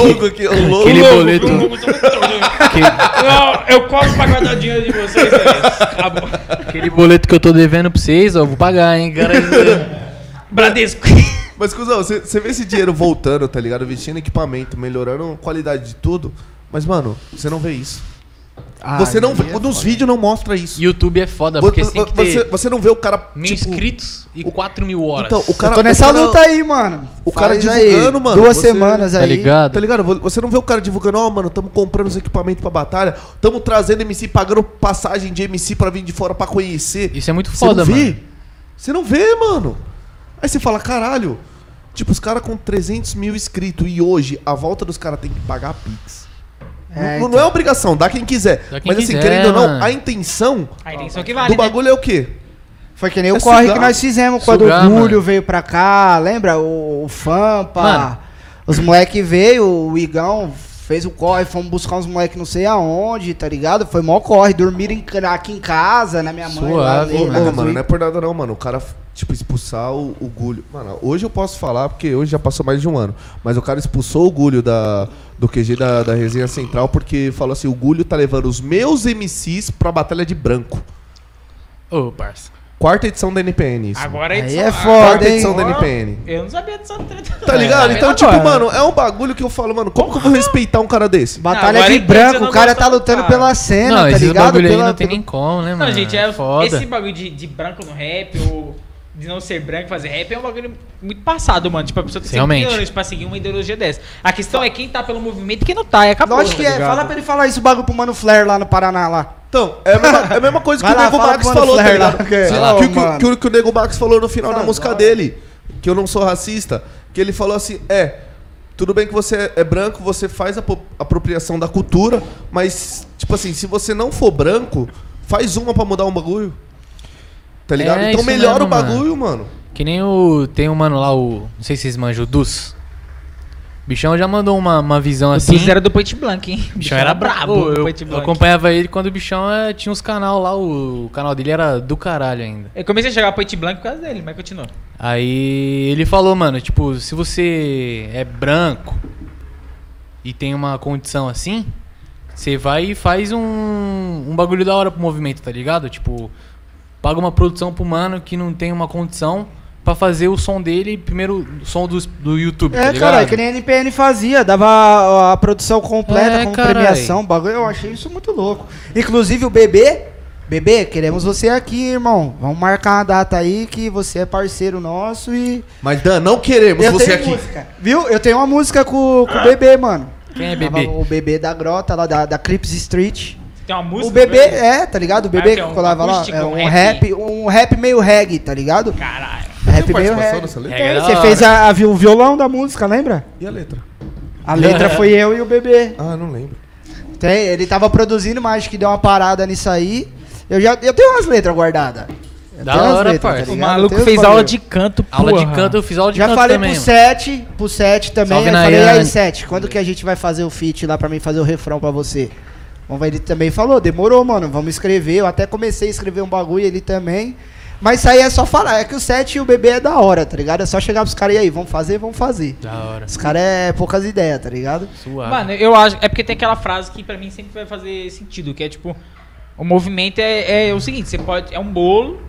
[SPEAKER 2] o logo É um aqui, o logo.
[SPEAKER 4] Aquele
[SPEAKER 3] Lobo,
[SPEAKER 4] boleto.
[SPEAKER 3] Lobo, Não, eu cobro pra guardar o dinheiro de vocês. é isso. Acabou.
[SPEAKER 4] Aquele boleto que eu tô devendo pra vocês, ó, eu vou pagar, hein, cara.
[SPEAKER 3] Bradesco.
[SPEAKER 2] Mas, cuzão, você você vê esse dinheiro voltando, tá ligado? Investindo em equipamento, melhorando a qualidade de tudo. Mas, mano, você não vê isso.
[SPEAKER 4] Ah,
[SPEAKER 2] você não
[SPEAKER 4] é
[SPEAKER 2] vê. Nos vídeos não mostra isso.
[SPEAKER 4] YouTube é foda,
[SPEAKER 2] Vo-
[SPEAKER 4] porque você tem
[SPEAKER 2] vo-
[SPEAKER 4] que
[SPEAKER 2] você,
[SPEAKER 4] ter
[SPEAKER 2] você não vê o cara. tipo,
[SPEAKER 4] mil inscritos e 4 mil horas.
[SPEAKER 2] Então, o
[SPEAKER 1] Eu
[SPEAKER 2] cara.
[SPEAKER 1] tô nessa
[SPEAKER 2] o cara-
[SPEAKER 1] luta aí, mano.
[SPEAKER 2] o cara
[SPEAKER 1] Faz
[SPEAKER 2] divulgando, mano,
[SPEAKER 1] Duas
[SPEAKER 2] você-
[SPEAKER 1] semanas aí.
[SPEAKER 4] tá ligado?
[SPEAKER 2] Tá ligado? Vo- Você não vê o cara divulgando, ó, mano, tamo comprando os equipamentos pra batalha, tamo trazendo MC, pagando passagem de MC pra vir de fora pra conhecer.
[SPEAKER 4] Isso é muito
[SPEAKER 2] Você
[SPEAKER 4] foda,
[SPEAKER 2] não vê?
[SPEAKER 4] mano.
[SPEAKER 2] Você não vê, mano. Aí você fala, caralho, tipo, os caras com 300 mil inscritos e hoje a volta dos caras tem que pagar a Pix.
[SPEAKER 1] É,
[SPEAKER 3] então.
[SPEAKER 2] não, não é obrigação, dá quem quiser.
[SPEAKER 4] Dá quem
[SPEAKER 2] Mas assim,
[SPEAKER 4] quiser,
[SPEAKER 2] querendo ou não,
[SPEAKER 4] mano.
[SPEAKER 2] a intenção
[SPEAKER 3] A intenção que
[SPEAKER 2] do
[SPEAKER 3] vale, né?
[SPEAKER 2] bagulho é o quê?
[SPEAKER 1] Foi que nem o
[SPEAKER 2] É
[SPEAKER 1] corre
[SPEAKER 2] sugar.
[SPEAKER 1] que nós fizemos quando
[SPEAKER 4] Sugar,
[SPEAKER 1] o Gúlio
[SPEAKER 4] mano.
[SPEAKER 1] veio pra cá, lembra? O, o Fampa.
[SPEAKER 4] Mano.
[SPEAKER 1] Os moleque veio, o Igão fez o corre, fomos buscar uns moleque não sei aonde, tá ligado? Foi mó corre, dormiram em ca- aqui em casa, na minha mãe.
[SPEAKER 4] Suave,
[SPEAKER 1] lá,
[SPEAKER 2] Ô,
[SPEAKER 1] na casa
[SPEAKER 2] ô,
[SPEAKER 3] né?
[SPEAKER 4] mano. né?
[SPEAKER 1] do
[SPEAKER 2] mano, não é
[SPEAKER 1] Igão.
[SPEAKER 2] por nada não, mano. O cara, tipo, expulsar o, o Gulho. Mano, hoje eu posso falar, porque hoje já passou mais de um ano. Mas o cara expulsou o Gulho da, do QG da, da resenha central porque falou assim: o Gulho tá levando os meus MCs pra batalha de branco.
[SPEAKER 4] Ô, parça.
[SPEAKER 2] Quarta edição da NPN. Isso.
[SPEAKER 3] Agora a
[SPEAKER 1] Aí
[SPEAKER 3] edição-
[SPEAKER 1] é
[SPEAKER 3] ah,
[SPEAKER 1] foda,
[SPEAKER 2] Quarta
[SPEAKER 1] hein?
[SPEAKER 2] edição da NPN.
[SPEAKER 3] Eu não sabia dessa treta.
[SPEAKER 2] um- Tá ligado?
[SPEAKER 4] É,
[SPEAKER 2] Então,
[SPEAKER 4] agora.
[SPEAKER 2] tipo, mano, é um bagulho que eu falo, mano, como que eu vou respeitar um cara desse?
[SPEAKER 1] Batalha
[SPEAKER 3] Agora
[SPEAKER 1] de
[SPEAKER 3] ele tá
[SPEAKER 1] branco,
[SPEAKER 3] dizendo
[SPEAKER 1] o cara tá
[SPEAKER 3] não gostar do
[SPEAKER 1] lutando
[SPEAKER 3] cara.
[SPEAKER 1] pela
[SPEAKER 2] É,
[SPEAKER 1] cena,
[SPEAKER 2] né,
[SPEAKER 4] não,
[SPEAKER 1] tá
[SPEAKER 4] esses
[SPEAKER 1] ligado?
[SPEAKER 4] bagulho aí
[SPEAKER 1] Pela-
[SPEAKER 4] não tem
[SPEAKER 1] pela-
[SPEAKER 4] nem como, né,
[SPEAKER 3] Não,
[SPEAKER 4] mano?
[SPEAKER 3] gente, é,
[SPEAKER 4] foda.
[SPEAKER 3] esse bagulho de, de branco no rap ou de não ser branco e fazer rap é um bagulho muito passado, mano. Tipo, a pessoa tem que ser
[SPEAKER 4] Realmente.
[SPEAKER 3] milhões pra seguir uma ideologia dessa. A questão é quem tá pelo movimento e quem não tá. E acabou.
[SPEAKER 1] Lógico que
[SPEAKER 3] tá
[SPEAKER 1] é.
[SPEAKER 3] ligado?
[SPEAKER 1] Fala pra ele falar isso, o bagulho pro Mano Flair lá no Paraná lá.
[SPEAKER 2] Então, é a mesma, é a mesma coisa que
[SPEAKER 1] Vai
[SPEAKER 2] o
[SPEAKER 1] lá,
[SPEAKER 2] Nego
[SPEAKER 1] fala
[SPEAKER 2] Max
[SPEAKER 1] com o Mano
[SPEAKER 2] falou, tá
[SPEAKER 1] Flair lá,
[SPEAKER 2] ligado?
[SPEAKER 1] ok.
[SPEAKER 2] Sei
[SPEAKER 1] Sei
[SPEAKER 2] lá,
[SPEAKER 1] lá,
[SPEAKER 2] que, o-
[SPEAKER 1] mano.
[SPEAKER 2] que o- que o Nego Max falou no final da
[SPEAKER 1] Fala,
[SPEAKER 2] música
[SPEAKER 1] vai.
[SPEAKER 2] dele, que eu não sou racista, que ele falou assim, é, tudo bem que você é- é branco, você faz a po- apropriação da cultura, mas, tipo assim, se você não for branco, faz uma pra mudar um bagulho. Tá ligado?
[SPEAKER 4] É,
[SPEAKER 2] então
[SPEAKER 4] isso
[SPEAKER 2] melhora
[SPEAKER 4] mesmo,
[SPEAKER 2] o bagulho, mano.
[SPEAKER 4] Que nem o. Tem um mano lá, o. Não sei se vocês manjam, o Dus. O bichão já mandou uma, uma visão
[SPEAKER 3] O
[SPEAKER 4] assim.
[SPEAKER 3] Duz era do Point Blank, hein?
[SPEAKER 4] O bichão era brabo.
[SPEAKER 3] do
[SPEAKER 4] Eu,
[SPEAKER 3] Point
[SPEAKER 4] eu
[SPEAKER 3] Blank.
[SPEAKER 4] acompanhava ele quando o bichão eh, tinha uns canal lá, o, o canal dele era do caralho ainda.
[SPEAKER 3] Eu comecei a chegar ao Point Blank por causa dele, mas continua.
[SPEAKER 4] Aí ele falou, mano, tipo, se você é branco e tem uma condição assim, você vai e faz um, um bagulho da hora pro movimento, tá ligado? Tipo, paga uma produção pro mano que não tem uma condição pra fazer o som dele, primeiro o som dos- do YouTube, tá
[SPEAKER 1] É,
[SPEAKER 4] ligado?
[SPEAKER 1] cara, é que nem a NPN fazia, dava a, a produção completa
[SPEAKER 4] É,
[SPEAKER 1] com
[SPEAKER 4] carai.
[SPEAKER 1] premiação, o bagulho, eu achei isso muito louco. Inclusive o bebê, bebê, queremos você aqui, irmão. Vamos marcar uma data aí que você é parceiro nosso e
[SPEAKER 2] Mas, Dan, não queremos você aqui.
[SPEAKER 1] música. Viu? Eu tenho uma música com, com o bebê, mano.
[SPEAKER 4] Quem é
[SPEAKER 1] Tava
[SPEAKER 4] bebê?
[SPEAKER 1] O bebê da grota lá da, da Crips Street.
[SPEAKER 3] Tem uma música.
[SPEAKER 1] o bebê
[SPEAKER 3] velho?
[SPEAKER 1] é, tá ligado? O bebê
[SPEAKER 3] Ah,
[SPEAKER 1] que
[SPEAKER 3] que é um
[SPEAKER 1] colava lá,
[SPEAKER 3] acústico,
[SPEAKER 1] é
[SPEAKER 3] um
[SPEAKER 1] um
[SPEAKER 3] rap.
[SPEAKER 1] rap, um rap meio reggae, tá ligado?
[SPEAKER 3] Caralho.
[SPEAKER 1] Rap
[SPEAKER 2] Tem um
[SPEAKER 1] meio
[SPEAKER 2] participação
[SPEAKER 1] reggae.
[SPEAKER 2] nessa letra?
[SPEAKER 4] É,
[SPEAKER 1] Tem,
[SPEAKER 4] da
[SPEAKER 1] Você
[SPEAKER 4] hora.
[SPEAKER 1] fez a- a vi- o violão da música, lembra?
[SPEAKER 2] E a letra?
[SPEAKER 1] A
[SPEAKER 4] É.
[SPEAKER 1] letra foi eu e o bebê.
[SPEAKER 2] Ah, não lembro.
[SPEAKER 1] Tem, ele tava produzindo, mas acho que deu uma parada nisso aí. Eu já eu tenho umas letras guardadas. Eu
[SPEAKER 4] Da
[SPEAKER 1] tenho umas
[SPEAKER 4] hora,
[SPEAKER 1] tá
[SPEAKER 4] parça.
[SPEAKER 3] O
[SPEAKER 1] ligado?
[SPEAKER 3] maluco
[SPEAKER 1] Eu tenho
[SPEAKER 3] fez
[SPEAKER 1] os
[SPEAKER 3] aula
[SPEAKER 1] bagulho.
[SPEAKER 3] de canto,
[SPEAKER 4] Aula de
[SPEAKER 3] porra.
[SPEAKER 4] canto, eu fiz aula de
[SPEAKER 1] Já
[SPEAKER 4] canto
[SPEAKER 1] falei
[SPEAKER 4] também.
[SPEAKER 1] pro
[SPEAKER 4] mano.
[SPEAKER 1] Sete, pro Sete também.
[SPEAKER 4] Salve,
[SPEAKER 1] eu falei, e
[SPEAKER 4] Nayane.
[SPEAKER 1] aí, Sete, quando que a gente vai fazer o feat lá pra mim fazer o refrão pra você? Vamos ver, ele também falou, demorou, mano, vamos escrever. Eu até comecei a escrever um bagulho, ele também. Mas isso aí é só falar, é que o Sete e o bebê é da hora, tá ligado? É só chegar pros caras e aí, vamos fazer, vamos fazer.
[SPEAKER 4] Da hora.
[SPEAKER 1] Os caras é poucas ideias, tá ligado?
[SPEAKER 4] Suave.
[SPEAKER 3] Mano, eu acho. É porque tem aquela frase que pra mim sempre vai fazer sentido, que é tipo. O movimento é, é o seguinte, você pode. É um bolo,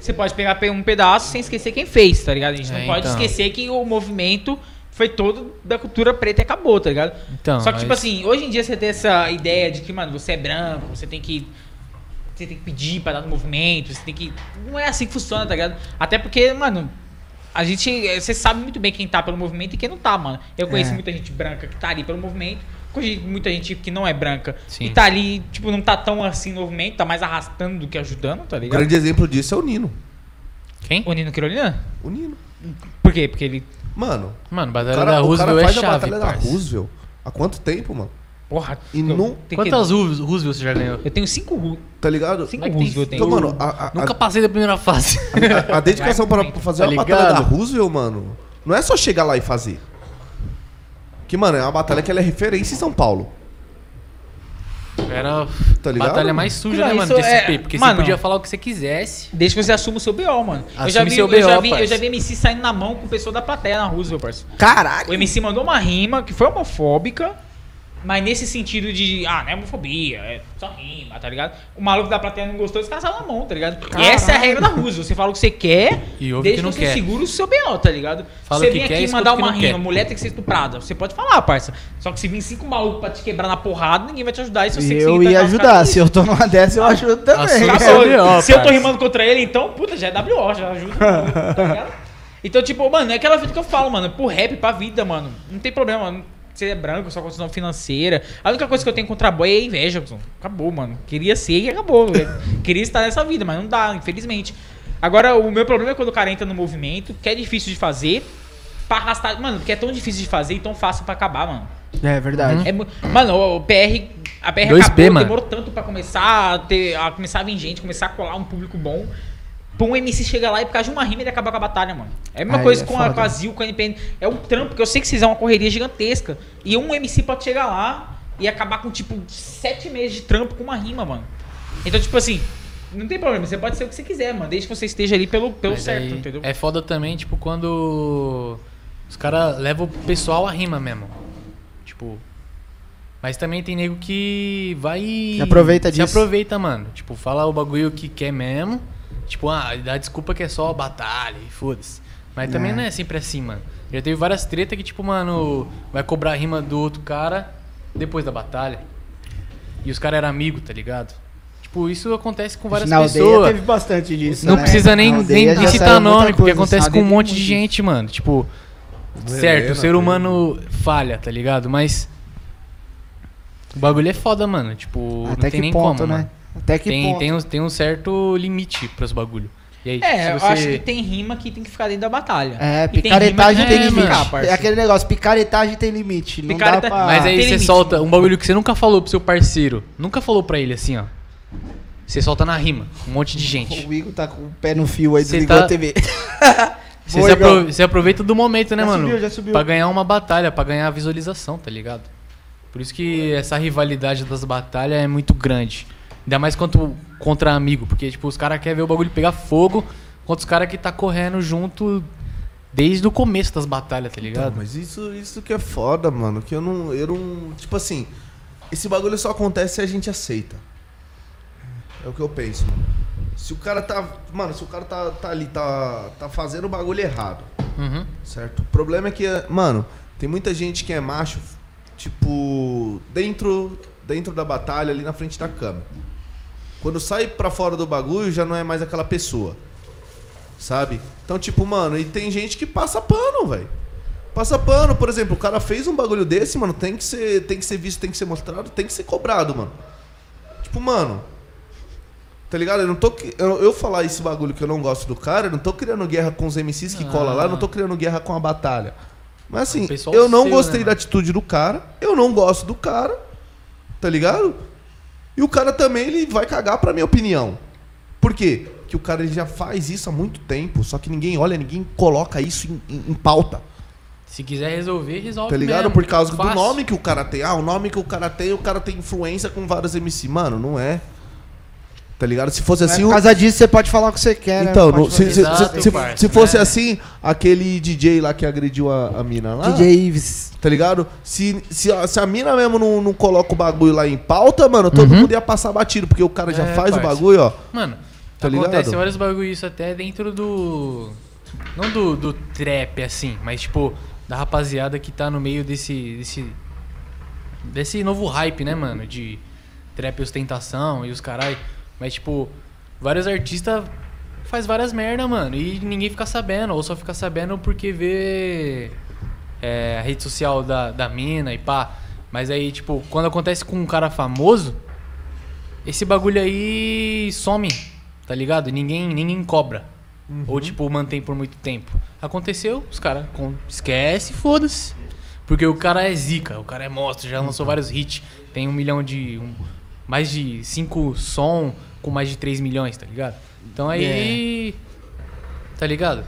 [SPEAKER 3] você pode pegar pe- um pedaço sem esquecer quem fez, tá ligado? A gente
[SPEAKER 4] É,
[SPEAKER 3] não pode
[SPEAKER 4] então.
[SPEAKER 3] esquecer que o movimento foi todo da cultura preta e acabou, tá ligado?
[SPEAKER 4] Então,
[SPEAKER 3] Só que, tipo
[SPEAKER 4] mas-
[SPEAKER 3] assim, hoje em dia você tem essa ideia de que, mano, você é branco, você tem que. Você tem que pedir pra dar no movimento, você tem que. Não é assim que funciona, tá ligado? Até porque, mano, a gente. eh, Você sabe muito bem quem tá pelo movimento e quem não tá, mano. Eu conheço
[SPEAKER 1] É.
[SPEAKER 3] muita gente branca que tá ali pelo movimento, conheço muita gente que não é branca
[SPEAKER 4] Sim.
[SPEAKER 3] e tá ali, tipo, não tá tão assim no movimento, tá mais arrastando do que ajudando, tá
[SPEAKER 2] Um
[SPEAKER 3] ligado?
[SPEAKER 2] grande exemplo disso é o Nino.
[SPEAKER 4] Quem?
[SPEAKER 3] O Nino Quirolina?
[SPEAKER 2] O Nino.
[SPEAKER 3] Por quê? Porque ele.
[SPEAKER 2] Mano,
[SPEAKER 4] Mano,
[SPEAKER 2] o
[SPEAKER 4] Batalha
[SPEAKER 2] cara,
[SPEAKER 4] da
[SPEAKER 2] o cara
[SPEAKER 4] Roosevelt é
[SPEAKER 2] faz a
[SPEAKER 4] chave,
[SPEAKER 2] batalha da
[SPEAKER 4] parça.
[SPEAKER 2] Roosevelt. Há quanto tempo, mano?
[SPEAKER 3] Porra,
[SPEAKER 2] E
[SPEAKER 3] eu-
[SPEAKER 2] não-
[SPEAKER 3] tem que-
[SPEAKER 4] Quantas Roosevelt Roosevelt você já ganhou?
[SPEAKER 3] Eu tenho cinco Ru.
[SPEAKER 2] Tá ligado?
[SPEAKER 3] Cinco
[SPEAKER 4] Mas é tem-
[SPEAKER 3] Roosevelt eu tenho.
[SPEAKER 2] Então, mano, a, a-
[SPEAKER 4] Nunca passei da primeira fase.
[SPEAKER 2] a- a dedicação para pra fazer
[SPEAKER 4] Tá
[SPEAKER 2] uma batalha da
[SPEAKER 4] ligado?
[SPEAKER 2] Roosevelt, mano, não é só chegar lá e fazer. Que, mano, é uma batalha que ela é referência em São Paulo.
[SPEAKER 4] Era
[SPEAKER 2] Tá
[SPEAKER 4] a
[SPEAKER 2] ligado,
[SPEAKER 4] batalha
[SPEAKER 2] mano?
[SPEAKER 4] mais suja,
[SPEAKER 3] Cara,
[SPEAKER 4] né, mano,
[SPEAKER 3] isso
[SPEAKER 4] de SP.
[SPEAKER 3] é-
[SPEAKER 4] Porque
[SPEAKER 3] Mano.
[SPEAKER 4] você podia falar o que você quisesse.
[SPEAKER 3] Desde que você assuma o seu BO, mano. eu já
[SPEAKER 4] Assume
[SPEAKER 3] vi,
[SPEAKER 4] seu
[SPEAKER 3] eu, já
[SPEAKER 4] BO,
[SPEAKER 3] vi eu
[SPEAKER 4] parça.
[SPEAKER 3] já vi MC saindo na mão com pessoa da plateia na Roosevelt, parceiro.
[SPEAKER 1] Caralho!
[SPEAKER 3] O MC mandou uma rima que foi homofóbica, mas nesse sentido de, ah, não é homofobia, é só rima, tá ligado? O maluco da plateia não gostou, esse cara saiu na mão, tá ligado? E essa é a regra da Roosevelt. Você fala o que você quer,
[SPEAKER 4] E ouve o
[SPEAKER 3] desde
[SPEAKER 4] que não
[SPEAKER 3] você
[SPEAKER 4] quer.
[SPEAKER 3] segura o seu BO, tá ligado?
[SPEAKER 4] Fala
[SPEAKER 3] você
[SPEAKER 4] o que
[SPEAKER 3] vem
[SPEAKER 4] quer,
[SPEAKER 3] aqui
[SPEAKER 4] escuta
[SPEAKER 3] mandar
[SPEAKER 4] o que
[SPEAKER 3] uma
[SPEAKER 4] não quer.
[SPEAKER 3] rima, mulher tem que ser estuprada. Você pode falar, parça. Só que se vir cinco malucos pra te quebrar na porrada, ninguém vai te ajudar. E se você
[SPEAKER 4] tá
[SPEAKER 1] eu
[SPEAKER 3] conseguir
[SPEAKER 1] ia
[SPEAKER 3] tacar os caras,
[SPEAKER 1] ajudar, se eu tô numa dessa, eu ajudo também.
[SPEAKER 4] Assume
[SPEAKER 3] Tá
[SPEAKER 4] seu
[SPEAKER 3] bom.
[SPEAKER 4] BO,
[SPEAKER 3] se eu tô
[SPEAKER 4] parça.
[SPEAKER 3] rimando contra ele, então, puta, já é WO, já ajuda. tá ligado? então, tipo, mano, é aquela vida que eu falo, mano. Pro rap, pra vida, mano. Não tem problema, mano. Você é branco, sua condição financeira. A única coisa que eu tenho contra boy é a inveja, cuzão. Acabou, mano. Queria ser e acabou. Eu Queria estar nessa vida, mas não dá, infelizmente. Agora, o meu problema é quando o cara entra no movimento, que é difícil de fazer, pra arrastar. Mano, porque é tão difícil de fazer e tão fácil pra acabar, mano.
[SPEAKER 1] É
[SPEAKER 4] Uhum.
[SPEAKER 1] verdade.
[SPEAKER 3] É mu- mano, o- o PR. A PR
[SPEAKER 4] 2P,
[SPEAKER 3] acabou,
[SPEAKER 4] mano.
[SPEAKER 3] demorou tanto pra começar a, ter, a começar a vir gente, começar a colar um público bom. Pra um MC chegar lá e por causa de uma rima ele acabar com a batalha, mano. É a mesma
[SPEAKER 1] Aí
[SPEAKER 3] coisa
[SPEAKER 1] é
[SPEAKER 3] com, a,
[SPEAKER 1] foda.
[SPEAKER 3] com a Zil, com a NPN. É um trampo, que eu sei que vocês é uma correria gigantesca. E um MC pode chegar lá e acabar com, tipo, sete meses de trampo com uma rima, mano. Então, tipo assim, não tem problema, você pode ser o que você quiser, mano. Desde que você esteja ali pelo, pelo
[SPEAKER 4] Mas
[SPEAKER 3] certo,
[SPEAKER 4] aí
[SPEAKER 3] entendeu?
[SPEAKER 4] É foda também, tipo, quando os caras levam o pessoal à rima mesmo. Tipo. Mas também tem nego que vai. e-
[SPEAKER 1] Se aproveita
[SPEAKER 4] se
[SPEAKER 1] disso.
[SPEAKER 4] aproveita, mano. Tipo, fala o bagulho que quer mesmo. Tipo, ah, dá desculpa que é só batalha e foda-se. Mas também
[SPEAKER 1] É.
[SPEAKER 4] não é sempre assim, mano. Já teve várias tretas que, tipo, mano, vai cobrar a rima do outro cara depois da batalha. E os caras eram amigos, tá ligado? Tipo, isso acontece com várias
[SPEAKER 1] Na aldeia
[SPEAKER 4] pessoas.
[SPEAKER 1] teve bastante disso.
[SPEAKER 4] Não
[SPEAKER 1] né?
[SPEAKER 4] precisa nem,
[SPEAKER 1] Na aldeia
[SPEAKER 4] nem
[SPEAKER 1] já
[SPEAKER 4] nem citar
[SPEAKER 1] saiu muita
[SPEAKER 4] nome, porque
[SPEAKER 1] coisa,
[SPEAKER 4] acontece
[SPEAKER 1] sabe?
[SPEAKER 4] com um monte de
[SPEAKER 1] Muito
[SPEAKER 4] gente, mano. Tipo, certo, o ser humano falha, tá ligado? Mas. O bagulho é foda, mano. Tipo,
[SPEAKER 1] disso.
[SPEAKER 4] não
[SPEAKER 1] Até
[SPEAKER 4] tem
[SPEAKER 1] que
[SPEAKER 4] nem
[SPEAKER 1] ponto,
[SPEAKER 4] como,
[SPEAKER 1] né?
[SPEAKER 4] mano.
[SPEAKER 1] Até que
[SPEAKER 4] Tem,
[SPEAKER 1] ponto.
[SPEAKER 4] tem, um, tem um certo limite pros bagulho. E aí,
[SPEAKER 3] É,
[SPEAKER 4] se você.
[SPEAKER 3] eu acho que tem rima que tem que ficar dentro da batalha.
[SPEAKER 1] É,
[SPEAKER 3] E tem rima
[SPEAKER 1] picaretagem
[SPEAKER 3] que
[SPEAKER 1] tem,
[SPEAKER 4] é,
[SPEAKER 1] limite.
[SPEAKER 4] mano.
[SPEAKER 3] parça.
[SPEAKER 1] é aquele negócio, picaretagem tem limite. Não dá
[SPEAKER 3] Picareta-
[SPEAKER 1] pra...
[SPEAKER 4] Mas aí
[SPEAKER 3] Ah, tem
[SPEAKER 4] você
[SPEAKER 3] limite.
[SPEAKER 4] solta um bagulho que você nunca falou pro seu parceiro. Nunca falou pra ele assim, ó. Você solta na rima, um monte de gente.
[SPEAKER 1] O Igor tá com o pé no fio aí,
[SPEAKER 4] Cê
[SPEAKER 1] desligou
[SPEAKER 4] tá-
[SPEAKER 1] a TV.
[SPEAKER 4] Você
[SPEAKER 1] Boa,
[SPEAKER 4] se,
[SPEAKER 1] Igão.
[SPEAKER 4] apro- você aproveita do momento, né,
[SPEAKER 1] Já
[SPEAKER 4] mano?
[SPEAKER 1] subiu, já subiu.
[SPEAKER 4] Pra ganhar uma batalha, pra ganhar visualização, tá ligado? Por isso que essa rivalidade das batalhas é muito grande. Ainda mais quanto contra amigo, porque tipo, os caras querem ver o bagulho pegar fogo contra os caras que tá correndo junto desde o começo das batalhas, tá
[SPEAKER 2] Então,
[SPEAKER 4] ligado?
[SPEAKER 2] mas isso, isso que é foda, mano. Que eu não, eu não. Tipo assim, esse bagulho só acontece se a gente aceita. É o que eu penso, mano. Se o cara tá. Mano, se o cara tá, tá ali, tá, tá fazendo o bagulho errado,
[SPEAKER 4] Uhum.
[SPEAKER 2] certo? O problema é que, mano, tem muita gente que é macho, tipo, dentro, dentro da batalha, ali na frente da câmera. Quando sai pra fora do bagulho, já não é mais aquela pessoa. Sabe? Então, tipo, mano, e tem gente que passa pano, velho. Passa pano, por exemplo, o cara fez um bagulho desse, mano, tem que ser, tem que ser visto, tem que ser mostrado, tem que ser cobrado, mano. Tipo, mano. Tá ligado? Eu não tô. que- Eu, eu falar esse bagulho que eu não gosto do cara, eu não tô criando guerra com os MCs que
[SPEAKER 4] Ah.
[SPEAKER 2] cola lá, eu não tô criando guerra com a batalha. Mas assim,
[SPEAKER 4] O É um pessoal
[SPEAKER 2] eu não
[SPEAKER 4] seu,
[SPEAKER 2] gostei
[SPEAKER 4] né,
[SPEAKER 2] da
[SPEAKER 4] mano?
[SPEAKER 2] atitude do cara, eu não gosto do cara, tá ligado? E o cara também ele vai cagar pra minha opinião. Por quê? Que o cara ele já faz isso há muito tempo, só que ninguém olha, ninguém coloca isso em, em- em pauta.
[SPEAKER 4] Se quiser resolver, resolve
[SPEAKER 2] Tá ligado?
[SPEAKER 4] mesmo.
[SPEAKER 2] Por causa do
[SPEAKER 4] Fácil.
[SPEAKER 2] nome que o cara tem. Ah, o nome que o cara tem, o cara tem influência com vários MC. Mano, não é. Tá ligado? Se fosse assim,
[SPEAKER 1] é Por
[SPEAKER 2] o
[SPEAKER 1] causa disso, você pode falar o que você quer, né?
[SPEAKER 2] então,
[SPEAKER 1] Pode
[SPEAKER 2] no- se,
[SPEAKER 1] fazer.
[SPEAKER 2] se-
[SPEAKER 4] Exato,
[SPEAKER 2] se- se-
[SPEAKER 4] parça,
[SPEAKER 2] se fosse
[SPEAKER 4] né?
[SPEAKER 2] assim, aquele DJ lá que agrediu a, a mina lá,
[SPEAKER 1] DJ Ives.
[SPEAKER 2] tá ligado? Se, se, a- se a mina mesmo não, não coloca o bagulho lá em pauta, mano, todo mundo ia passar batido, porque o cara já
[SPEAKER 4] É,
[SPEAKER 2] faz o
[SPEAKER 4] parça.
[SPEAKER 2] bagulho, ó.
[SPEAKER 4] Mano,
[SPEAKER 2] Tá
[SPEAKER 4] acontece
[SPEAKER 2] ligado?
[SPEAKER 4] vários bagulho isso até dentro do. Não do, do trap, assim, mas tipo, da rapaziada que tá no meio desse. desse. desse novo hype, né, mano? De trap e ostentação e os carai. Mas, tipo, vários artistas faz várias merda, mano. E ninguém fica sabendo, ou só fica sabendo porque vê é, a rede social da, da mina e pá. Mas aí, tipo, quando acontece com um cara famoso, esse bagulho aí some, tá ligado? Ninguém, ninguém cobra. Ou, tipo, mantém por muito tempo. Aconteceu, os caras com- esquece, foda-se. Porque o cara é zica, o cara é monstro, já lançou vários hits. Tem um milhão de. um- mais de cinco som com mais de 3 milhões, tá ligado? Então aí. Tá ligado?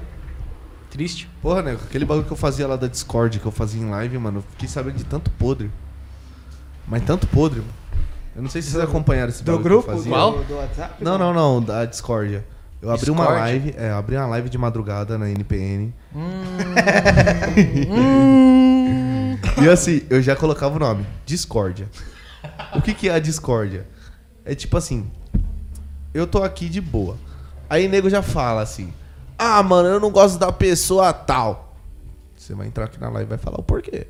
[SPEAKER 4] Triste.
[SPEAKER 2] Porra, né? Aquele bagulho que eu fazia lá da Discord, que eu fazia em live, mano, eu fiquei sabendo de tanto podre. Mas tanto podre, mano. Eu não sei se vocês acompanharam esse
[SPEAKER 1] Do
[SPEAKER 2] bagulho
[SPEAKER 1] grupo?
[SPEAKER 2] Então, que eu
[SPEAKER 1] do-
[SPEAKER 2] fazia.
[SPEAKER 4] Qual?
[SPEAKER 1] Do WhatsApp?
[SPEAKER 2] Não, não, não, da Discord. Eu abri uma
[SPEAKER 4] Discord?
[SPEAKER 2] live, é, eu abri uma live de madrugada na NPN. E assim, eu já colocava o nome, Discordia. O que que é a discórdia? É tipo assim, eu tô aqui de boa. Aí nego já fala assim: "Ah, mano, eu não gosto da pessoa tal". Você vai entrar aqui na live e vai falar o porquê.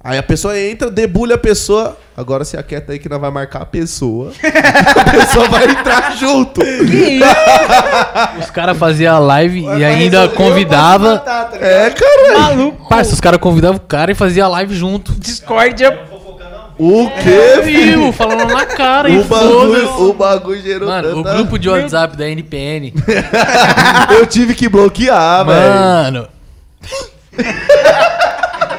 [SPEAKER 2] Aí a pessoa entra, debulha a pessoa. Agora se aquieta aí que nós vai marcar a pessoa. a pessoa vai entrar junto.
[SPEAKER 4] Os caras faziam a live e ainda convidava.
[SPEAKER 2] É, cara.
[SPEAKER 4] Maluco! Parça, os caras convidavam o cara e fazia a live junto.
[SPEAKER 3] Discordia.
[SPEAKER 2] O
[SPEAKER 4] É.
[SPEAKER 2] quê, filho?
[SPEAKER 4] Viu? Falando na cara e
[SPEAKER 2] O
[SPEAKER 4] foda-se.
[SPEAKER 2] bagulho, o bagulho gerou
[SPEAKER 4] Mano, o
[SPEAKER 2] tanta-
[SPEAKER 4] grupo de WhatsApp da NPN.
[SPEAKER 2] Eu tive que bloquear, Ah, velho.
[SPEAKER 4] Mano,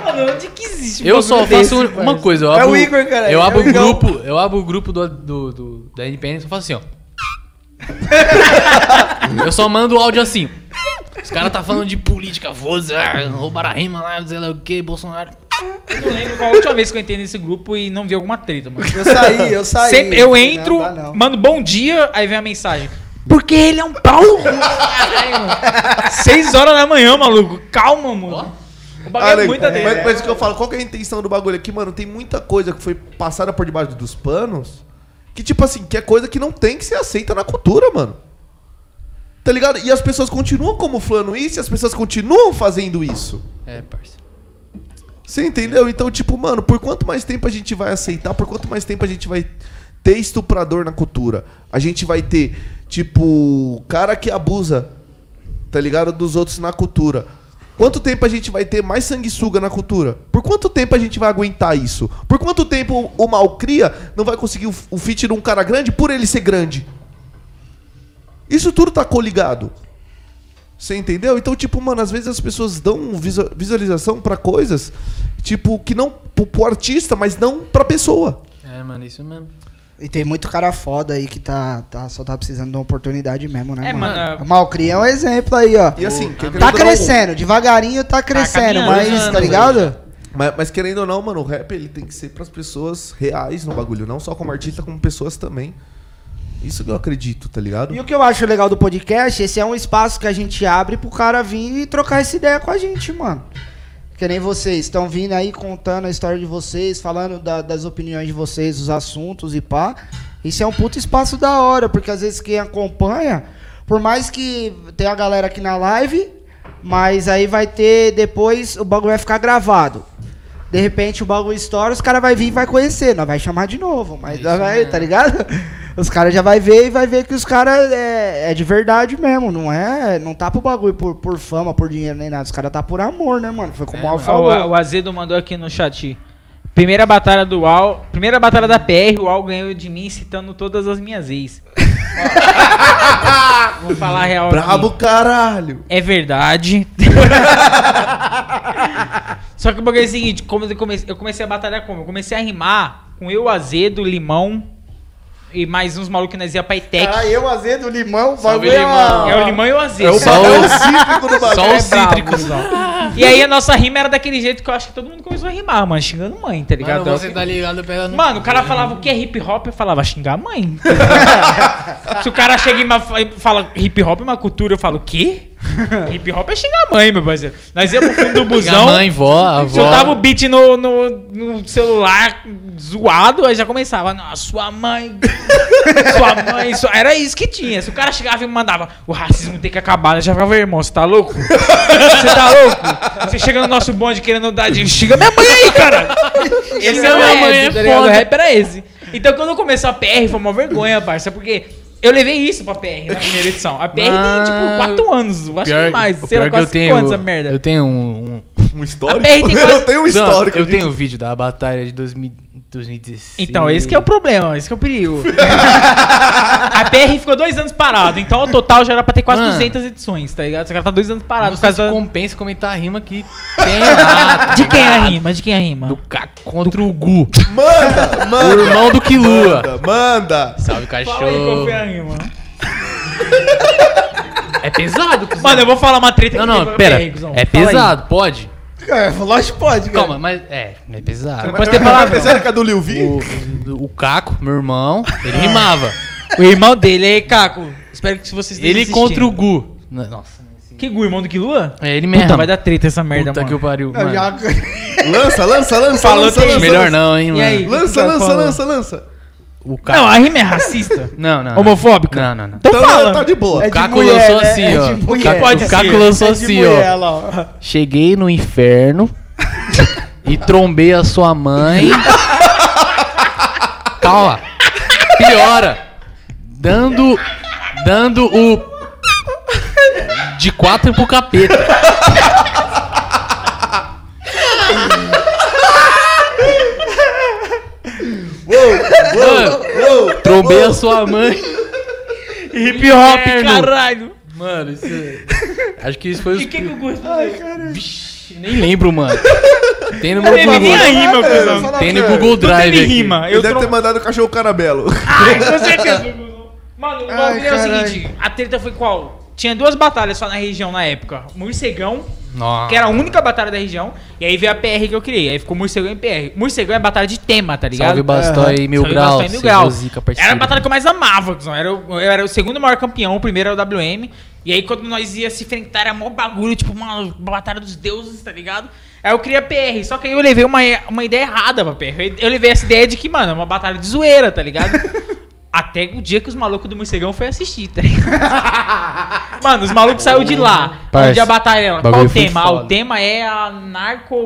[SPEAKER 3] Mano, onde que existe? um
[SPEAKER 4] eu
[SPEAKER 3] bagulho
[SPEAKER 4] só
[SPEAKER 3] desse,
[SPEAKER 4] faço
[SPEAKER 3] parça?
[SPEAKER 4] uma coisa. Eu
[SPEAKER 1] É
[SPEAKER 4] abro,
[SPEAKER 1] o Igor, caralho,
[SPEAKER 4] Eu
[SPEAKER 1] é
[SPEAKER 4] abro
[SPEAKER 1] o
[SPEAKER 4] o
[SPEAKER 1] Igão.
[SPEAKER 4] grupo, eu abro o grupo do, do, do- da NPN e só faço assim, ó. eu só mando o áudio assim. Os caras tá falando de política, foda-se, ah, roubaram a rima lá, sei lá o que, Bolsonaro.
[SPEAKER 3] Eu não lembro qual a última vez que eu entrei nesse grupo e não vi alguma treta, mano.
[SPEAKER 1] Eu saí, eu saí.
[SPEAKER 3] Sempre eu entro,
[SPEAKER 1] Tá Não, dá não.
[SPEAKER 3] mando bom dia, aí vem a mensagem. Porque ele é um pau no cu. Caralho, mano. Seis horas da manhã, maluco. Calma, mano. O bagulho é
[SPEAKER 2] Alex,
[SPEAKER 3] muita
[SPEAKER 2] mas,
[SPEAKER 3] treta.
[SPEAKER 2] mas o que eu falo, qual que é a intenção do bagulho aqui, mano? Tem muita coisa que foi passada por debaixo dos panos que, tipo assim, que é coisa que não tem que ser aceita na cultura, mano. Tá ligado? E as pessoas continuam camuflando isso e as pessoas continuam fazendo isso.
[SPEAKER 4] É, parça.
[SPEAKER 2] Você entendeu? Então, tipo, mano, por quanto mais tempo a gente vai aceitar, por quanto mais tempo a gente vai ter estuprador na cultura? A gente vai ter, tipo, cara que abusa, tá ligado? Dos outros na cultura. Quanto tempo a gente vai ter mais sanguessuga na cultura? Por quanto tempo a gente vai aguentar isso? Por quanto tempo o malcria não vai conseguir o, o fit de um cara grande por ele ser grande? Isso tudo tá coligado. Você entendeu? Então, tipo, mano, às vezes as pessoas dão visu- visualização pra coisas, tipo, que não pro, pro artista, mas não pra pessoa.
[SPEAKER 4] É, mano, isso mesmo.
[SPEAKER 1] E tem muito cara foda aí que tá, tá, só tá precisando de uma oportunidade mesmo, né?
[SPEAKER 3] É, mano,
[SPEAKER 1] O Malcria é um exemplo aí, ó.
[SPEAKER 2] E assim, que- querendo
[SPEAKER 1] Tá
[SPEAKER 2] ou não-
[SPEAKER 1] crescendo, devagarinho tá crescendo,
[SPEAKER 3] caminhando,
[SPEAKER 1] mas tá
[SPEAKER 3] né?
[SPEAKER 1] ligado?
[SPEAKER 2] Mas, mas querendo ou não, mano, o rap ele tem que ser pras pessoas reais no bagulho, não só como artista, como pessoas também. Isso que eu acredito, tá ligado?
[SPEAKER 1] E o que eu acho legal do podcast, esse é um espaço que a gente abre pro cara vir e trocar essa ideia com a gente, mano. Que nem vocês estão vindo aí contando a história de vocês, falando da- das opiniões de vocês, os assuntos e pá. Isso é um puto espaço da hora, porque às vezes quem acompanha, por mais que tenha a galera aqui na live, mas aí vai ter depois, o bagulho vai ficar gravado. De repente o bagulho estoura, os caras vai vir e vai conhecer, nós vai chamar de novo, mas nós vai, tá ligado? Os caras já vai ver e vai ver que os caras é, é de verdade mesmo, não é, não tá pro bagulho por, por fama, por dinheiro nem nada, os caras tá por amor, né, mano? Foi como o Alfa
[SPEAKER 3] Ó,
[SPEAKER 1] falou.
[SPEAKER 3] o, o Azedo mandou aqui no chat. Primeira batalha do UAL. Primeira batalha da PR, o UAL ganhou de mim citando todas as minhas ex. Ó, Vou falar a real. aqui.
[SPEAKER 2] Brabo caralho!
[SPEAKER 3] É verdade. Só que o bagulho é o seguinte, como eu comecei, eu comecei a batalhar como? Eu comecei a rimar com eu, azedo, limão e mais uns malucos É que nós ia pra ITEC.
[SPEAKER 1] Ah, eu azedo, limão,
[SPEAKER 4] Salve,
[SPEAKER 1] bagulho é
[SPEAKER 4] limão.
[SPEAKER 1] uma-
[SPEAKER 3] é o limão e o azedo.
[SPEAKER 2] É o,
[SPEAKER 4] Só
[SPEAKER 2] ba- é
[SPEAKER 4] o-
[SPEAKER 2] o cítrico do bagulho.
[SPEAKER 4] Só
[SPEAKER 3] é
[SPEAKER 4] os
[SPEAKER 3] brabo,
[SPEAKER 4] cítricos.
[SPEAKER 3] E aí a nossa rima era daquele jeito que eu acho que todo mundo começou a rimar, mano, xingando mãe, tá ligado?
[SPEAKER 4] Mano, você tá ligado pegando.
[SPEAKER 3] Mano, o cara falava o que é hip hop, eu falava xingar a mãe. Se o cara chega e ma- fala hip hop é uma cultura, eu falo o quê? hip hop é xingar a mãe, meu parceiro. Nós íamos pro fundo do
[SPEAKER 4] Minha
[SPEAKER 3] busão.
[SPEAKER 4] mãe, vó, a avó.
[SPEAKER 3] Soltava um o beat no, no, no celular zoado, aí já começava. "Não, sua mãe. sua mãe. sua-" Era isso que tinha. Se o cara chegava e me mandava, o racismo tem que acabar, eu já ficava, irmão, você tá louco? Você tá louco? Você chega no nosso bonde querendo dar de. Xinga minha mãe aí, cara! Esse é o
[SPEAKER 4] minha mãe,
[SPEAKER 3] rap,
[SPEAKER 4] é
[SPEAKER 3] tá ligado? O
[SPEAKER 4] foda.
[SPEAKER 3] rap era esse. Então quando começou a PR, foi uma vergonha, parça, porque. Eu levei isso pra PR na primeira edição. A PR tem, tipo,
[SPEAKER 4] Ah,
[SPEAKER 3] 4 anos. Eu acho que mais.
[SPEAKER 4] o
[SPEAKER 3] Sei lá,
[SPEAKER 4] pior que eu
[SPEAKER 3] quase 5
[SPEAKER 4] tenho.
[SPEAKER 3] anos essa merda.
[SPEAKER 4] Eu tenho um- um
[SPEAKER 2] Um histórico?
[SPEAKER 3] A PR tem quase-
[SPEAKER 2] Eu tenho um histórico.
[SPEAKER 4] Não, eu
[SPEAKER 2] disso.
[SPEAKER 4] tenho o vídeo da batalha de 2000 2016.
[SPEAKER 3] Então, esse que é o problema, esse que é o perigo. a PR ficou dois anos parado, então o total já era pra ter quase
[SPEAKER 4] Mano.
[SPEAKER 3] 200 edições, tá ligado? Esse cara tá dois anos parado
[SPEAKER 4] Não
[SPEAKER 3] por
[SPEAKER 4] sei se
[SPEAKER 3] causa da...
[SPEAKER 4] compensa comentar a rima que tem lá. tá?
[SPEAKER 3] De quem é a rima? De quem é a rima?
[SPEAKER 4] Do Caco contra o Gu.
[SPEAKER 2] Manda!
[SPEAKER 4] O
[SPEAKER 2] Manda!
[SPEAKER 4] irmão do Quilua.
[SPEAKER 2] Manda! Manda!
[SPEAKER 4] Salve, cachorro.
[SPEAKER 3] rima.
[SPEAKER 4] É pesado, cuzão.
[SPEAKER 3] Mano, eu vou falar uma treta que teve
[SPEAKER 4] Não, não,
[SPEAKER 3] com a
[SPEAKER 4] pera.
[SPEAKER 3] PR, cuzão.
[SPEAKER 4] É
[SPEAKER 3] Fala aí.
[SPEAKER 4] pesado, pode.
[SPEAKER 1] É, lógico que pode, cara.
[SPEAKER 4] Calma, mas é, é pesado.
[SPEAKER 2] Pode ter palavra. Apesar que a do Lil Vi,
[SPEAKER 4] O, o Caco, meu irmão, ele rimava.
[SPEAKER 3] O irmão dele, aí, Caco. Espero que vocês
[SPEAKER 4] Ele contra o Gu. Nossa.
[SPEAKER 3] Que Gu, irmão do Quilua?
[SPEAKER 4] É ele mesmo.
[SPEAKER 3] Puta, vai dar treta essa merda,
[SPEAKER 4] Puta que eu
[SPEAKER 3] mano.
[SPEAKER 4] pariu,
[SPEAKER 1] Eu
[SPEAKER 4] mano.
[SPEAKER 1] já-
[SPEAKER 2] lança, lança, lança,
[SPEAKER 3] Falou,
[SPEAKER 2] lança,
[SPEAKER 3] tem
[SPEAKER 2] lança,
[SPEAKER 4] Melhor
[SPEAKER 2] lança.
[SPEAKER 4] não, hein,
[SPEAKER 3] E
[SPEAKER 4] mano.
[SPEAKER 3] aí?
[SPEAKER 2] Lança,
[SPEAKER 3] Tá
[SPEAKER 2] lança,
[SPEAKER 3] falando.
[SPEAKER 2] lança, lança.
[SPEAKER 4] O Caco.
[SPEAKER 3] Não, a rima é racista.
[SPEAKER 4] Não, não. não.
[SPEAKER 3] Homofóbica?
[SPEAKER 4] Não, não, não.
[SPEAKER 3] Então,
[SPEAKER 2] Então
[SPEAKER 3] fala.
[SPEAKER 2] tá de boa.
[SPEAKER 1] É de
[SPEAKER 4] Caco
[SPEAKER 1] mulher,
[SPEAKER 4] lançou
[SPEAKER 1] né?
[SPEAKER 4] assim,
[SPEAKER 1] É
[SPEAKER 4] ó.
[SPEAKER 1] de
[SPEAKER 4] O
[SPEAKER 1] mulher.
[SPEAKER 4] Caco-
[SPEAKER 3] Pode
[SPEAKER 4] o
[SPEAKER 3] ser.
[SPEAKER 4] Caco lançou
[SPEAKER 1] É de
[SPEAKER 4] assim,
[SPEAKER 1] mulher,
[SPEAKER 4] ó.
[SPEAKER 1] lá, ó.
[SPEAKER 4] Cheguei no inferno e trombei a sua mãe. Calma. Piora. Dando. Dando o. De quatro pro capeta. Trombei a sua mãe.
[SPEAKER 3] Hip hop,
[SPEAKER 4] Inferno.
[SPEAKER 3] caralho.
[SPEAKER 4] Mano, isso. Acho que isso foi os.
[SPEAKER 3] E quem que eu gosto?
[SPEAKER 4] Vixe, nem lembro, mano. Tem no meu
[SPEAKER 3] Não teve nem a
[SPEAKER 4] favor.
[SPEAKER 3] rima,
[SPEAKER 2] eu
[SPEAKER 3] cuzão.
[SPEAKER 2] falo-
[SPEAKER 4] Tem no
[SPEAKER 2] Não
[SPEAKER 4] Google
[SPEAKER 3] Não
[SPEAKER 4] Drive.
[SPEAKER 3] teve
[SPEAKER 4] aqui.
[SPEAKER 3] rima.
[SPEAKER 2] Ele
[SPEAKER 3] Eu
[SPEAKER 2] deve
[SPEAKER 3] tro...
[SPEAKER 2] ter mandado o cachorro carabelo.
[SPEAKER 3] Ai, com certeza. Mano, o
[SPEAKER 1] Ai,
[SPEAKER 3] bagulho é o
[SPEAKER 1] caralho.
[SPEAKER 3] seguinte. A treta foi qual? Tinha duas batalhas só na região na época. Morcegão,
[SPEAKER 4] Nossa.
[SPEAKER 3] que era um, a única batalha da região. E aí veio a PR que eu criei. Aí ficou Morcegão e PR. Morcegão é batalha de tema, tá ligado?
[SPEAKER 4] Salve Bastói, Mil
[SPEAKER 3] Salve
[SPEAKER 4] Grau.
[SPEAKER 3] Bastói, Mil
[SPEAKER 4] seu
[SPEAKER 3] Grau.
[SPEAKER 4] Zica,
[SPEAKER 3] Era tá a
[SPEAKER 4] parceiro.
[SPEAKER 3] batalha que eu mais amava, cuzão. Era o- eu era o segundo maior campeão, o primeiro era o WM. E aí quando nós ia se enfrentar era mó bagulho, tipo uma batalha dos deuses, tá ligado? Aí eu queria PR, só que aí eu levei uma, uma ideia errada pra PR. Eu levei essa ideia de que, mano, é uma batalha de zoeira, tá ligado? Até o dia que os malucos do Morcegão foi assistir, tá ligado? Mano, os malucos saiu de lá.
[SPEAKER 4] Parça,
[SPEAKER 3] onde a batalha era. Qual
[SPEAKER 4] bagulho
[SPEAKER 3] o
[SPEAKER 4] foi
[SPEAKER 3] tema? Ah, o
[SPEAKER 4] foda.
[SPEAKER 3] tema é a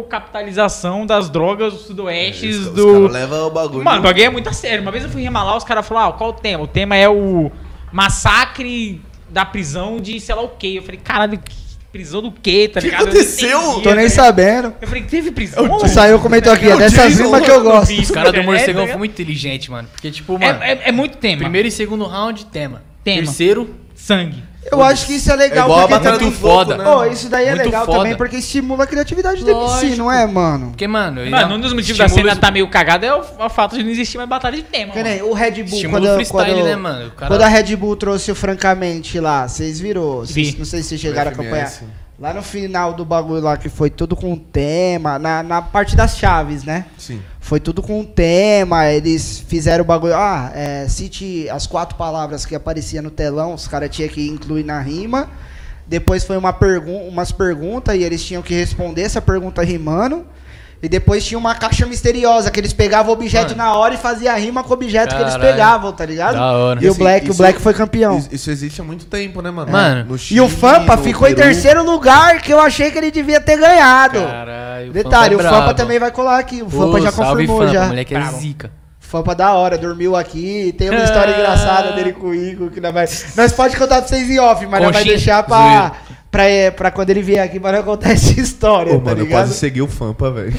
[SPEAKER 3] narcocapitalização das drogas do sudoeste
[SPEAKER 2] É, Os
[SPEAKER 3] do,
[SPEAKER 2] caras levam o bagulho.
[SPEAKER 3] Mano, o bagulho é muito a sério. Uma vez eu fui remalar, os caras falaram, ah, qual o tema? O tema é o massacre da prisão de sei lá o quê. Eu falei, caralho, que prisão do quê, tá
[SPEAKER 2] Que
[SPEAKER 3] ligado? Eu não
[SPEAKER 2] aconteceu?
[SPEAKER 3] entendi,
[SPEAKER 1] Tô
[SPEAKER 3] tá
[SPEAKER 1] nem
[SPEAKER 3] ligado?
[SPEAKER 1] sabendo.
[SPEAKER 3] Eu falei, teve prisão?
[SPEAKER 1] O Saiu comentou aqui, é dessas
[SPEAKER 2] Jason,
[SPEAKER 1] rimas que eu
[SPEAKER 2] mano,
[SPEAKER 1] gosto.
[SPEAKER 4] Os caras do Morcegão
[SPEAKER 3] É,
[SPEAKER 4] foi muito inteligente, mano. Porque, tipo,
[SPEAKER 3] É,
[SPEAKER 4] mano.
[SPEAKER 3] é- é muito tema.
[SPEAKER 4] Primeiro e segundo round, tema.
[SPEAKER 3] Tema.
[SPEAKER 4] Terceiro,
[SPEAKER 3] sangue.
[SPEAKER 1] Eu acho que isso é legal
[SPEAKER 2] É igual a
[SPEAKER 1] porque
[SPEAKER 2] batalha né,
[SPEAKER 1] também...
[SPEAKER 2] do foda.
[SPEAKER 1] Pô, isso daí é
[SPEAKER 4] né, Muito
[SPEAKER 1] legal
[SPEAKER 4] foda.
[SPEAKER 1] também porque estimula a criatividade dele em si,
[SPEAKER 4] Lógico.
[SPEAKER 1] não é, mano?
[SPEAKER 4] porque, mano. ele
[SPEAKER 3] Mano,
[SPEAKER 4] não-
[SPEAKER 3] um dos motivos da
[SPEAKER 4] estimula
[SPEAKER 3] cena
[SPEAKER 4] os-
[SPEAKER 3] tá meio cagada é o, o fato de não existir mais batalha de tema.
[SPEAKER 1] Que nem
[SPEAKER 3] mano.
[SPEAKER 1] o Red Bull,
[SPEAKER 4] Estimula
[SPEAKER 1] quando,
[SPEAKER 4] o freestyle,
[SPEAKER 1] quando-
[SPEAKER 4] né, mano? O cara-
[SPEAKER 1] quando a Red Bull trouxe o Francamente lá, vocês virou, vocês-
[SPEAKER 3] Vi.
[SPEAKER 1] não sei se vocês chegaram a
[SPEAKER 2] FMS.
[SPEAKER 1] acompanhar. Lá no final do bagulho lá, que foi tudo com tema, na, na parte das chaves, né?
[SPEAKER 2] Sim.
[SPEAKER 1] Foi tudo com tema, eles fizeram o bagulho. Ah, é, cite as quatro palavras que aparecia no telão, os caras tinham que incluir na rima. Depois foi uma pergun umas perguntas e eles tinham que responder essa pergunta rimando. E depois tinha uma caixa misteriosa, que eles pegavam o objeto
[SPEAKER 4] Mano.
[SPEAKER 1] na hora e faziam a rima com o objeto que eles
[SPEAKER 4] Caralho.
[SPEAKER 1] pegavam, tá ligado?
[SPEAKER 4] Da hora.
[SPEAKER 1] E o
[SPEAKER 2] Assim,
[SPEAKER 1] Black, o
[SPEAKER 2] isso-
[SPEAKER 1] Black foi campeão.
[SPEAKER 2] Isso- Isso existe há muito tempo, né, mano?
[SPEAKER 4] Mano.
[SPEAKER 2] No
[SPEAKER 1] e
[SPEAKER 2] Chile,
[SPEAKER 1] o Fampa
[SPEAKER 2] no
[SPEAKER 1] ficou em
[SPEAKER 2] Peru.
[SPEAKER 1] terceiro lugar, que eu achei que ele devia ter ganhado.
[SPEAKER 4] Caralho.
[SPEAKER 1] Detalhe, o Fampa,
[SPEAKER 4] é brabo.
[SPEAKER 1] também vai colar aqui. O Fampa
[SPEAKER 4] Ô,
[SPEAKER 1] já
[SPEAKER 4] salve,
[SPEAKER 1] confirmou
[SPEAKER 4] Fampa,
[SPEAKER 1] já.
[SPEAKER 4] moleque é
[SPEAKER 3] Bravo.
[SPEAKER 4] zica.
[SPEAKER 1] Fampa da hora, dormiu aqui. Tem uma história engraçada dele com o Igor que nós vai. Nós pode contar pra vocês em off, mas nós vai
[SPEAKER 4] Conchinha,
[SPEAKER 1] deixar pra, pra, é, pra quando ele vier aqui, mas não contar essa história,
[SPEAKER 2] Pô,
[SPEAKER 1] tá
[SPEAKER 2] mano, eu
[SPEAKER 1] ligado?
[SPEAKER 2] quase segui o Fampa, velho.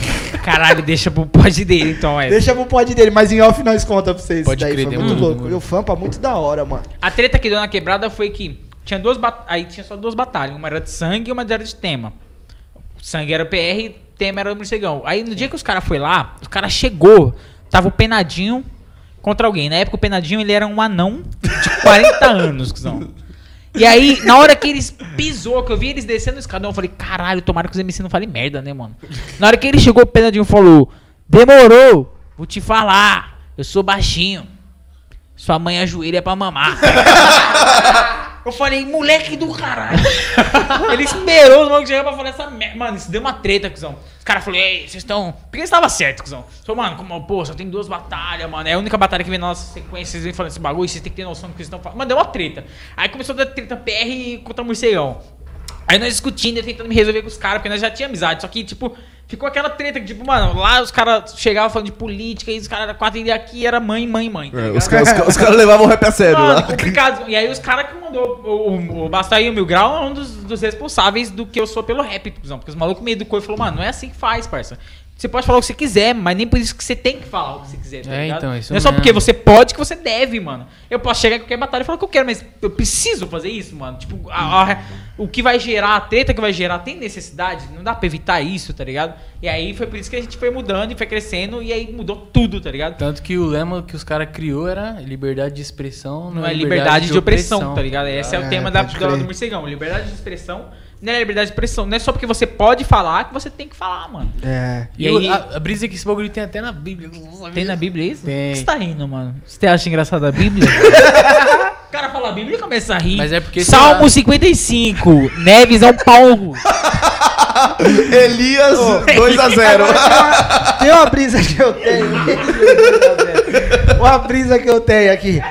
[SPEAKER 3] Caralho, deixa pro pod dele, então, é.
[SPEAKER 1] Deixa pro pod dele, mas em off nós conta pra vocês.
[SPEAKER 4] Pode
[SPEAKER 1] isso daí
[SPEAKER 4] crer,
[SPEAKER 1] foi
[SPEAKER 4] deu
[SPEAKER 1] muito
[SPEAKER 4] um-
[SPEAKER 1] louco. E o Fampa, muito da hora, mano.
[SPEAKER 3] A treta que deu na quebrada foi que tinha duas bat- aí tinha só duas batalhas, uma era de sangue e uma era de tema. O Sangue era o PR, tema era o morcegão. Aí no dia que os caras foi lá, os caras chegou, tava o penadinho contra alguém. Na época o penadinho ele era um anão de 40 anos, cuzão. E aí, na hora que eles pisou, que eu vi eles descendo o escadão, eu falei, caralho, tomara que os MC não falem merda, né, mano? Na hora que ele chegou, o penadinho falou, demorou, vou te falar, eu sou baixinho. Sua mãe ajoelha pra mamar. Eu falei, moleque do caralho. Ele esperou os malucos chegar pra falar essa merda. Mano, isso deu uma treta, cuzão. Os caras falaram, ei, vocês estão. Porque eles estavam certo, cuzão. Falei, mano, como, pô, só tem duas batalhas, mano. É a única batalha que vem na nossa sequência. Vocês vêm falando esse bagulho, vocês têm que ter noção do que vocês estão falando. Mano, deu uma treta. Aí começou a dar treta PR contra morcegão. Aí nós discutindo, eu tentando me resolver com os caras, porque nós já tínhamos amizade. Só que, tipo, ficou aquela treta que, tipo, mano, lá os caras chegavam falando de política e os caras eram quatro e aqui era mãe, mãe, mãe. tá
[SPEAKER 2] É,
[SPEAKER 3] ligado?
[SPEAKER 2] os caras os caras levavam o rap a sério
[SPEAKER 3] Mano,
[SPEAKER 2] lá.
[SPEAKER 3] complicado. E aí os caras que mandou o, o, o Bastaí e o Mil Grau é um dos, dos responsáveis do que eu sou pelo rap, cuzão. Porque os malucos me educou e falou, mano, não é assim que faz, parça. Você pode falar o que você quiser, mas nem por isso que você tem que falar o que você quiser, tá
[SPEAKER 4] É,
[SPEAKER 3] ligado?
[SPEAKER 4] então, isso
[SPEAKER 3] não é só
[SPEAKER 4] mesmo.
[SPEAKER 3] porque você pode que você deve, mano. Eu posso chegar em qualquer batalha e falar o que eu quero, mas eu preciso fazer isso, mano. Tipo, a- a- o que vai gerar, a treta que vai gerar, tem necessidade? Não dá pra evitar isso, tá ligado? E aí foi por isso que a gente foi mudando e foi crescendo e aí mudou tudo, tá ligado?
[SPEAKER 4] Tanto que o lema que os caras criou era liberdade de expressão,
[SPEAKER 3] Não é liberdade de, opressão, tá ligado? Esse é, o
[SPEAKER 1] É,
[SPEAKER 3] tema da,
[SPEAKER 1] pode
[SPEAKER 3] da-
[SPEAKER 1] crer.
[SPEAKER 3] do morcegão. Liberdade de expressão não é liberdade de expressão. Não é só porque você pode falar que você tem que falar, mano.
[SPEAKER 1] É.
[SPEAKER 4] E,
[SPEAKER 3] E aí-
[SPEAKER 4] o- a, a brisa é que esse bagulho tem até na Bíblia.
[SPEAKER 3] Tem na Bíblia isso?
[SPEAKER 4] Tem.
[SPEAKER 3] Você tá rindo, mano. Você acha engraçado a Bíblia? o cara fala a Bíblia e começa a rir.
[SPEAKER 4] Mas é porque-
[SPEAKER 3] Salmo 55. Neves é um Paulo.
[SPEAKER 2] Elias 2x0.
[SPEAKER 1] Tem uma brisa que eu tenho. uma brisa que eu tenho aqui.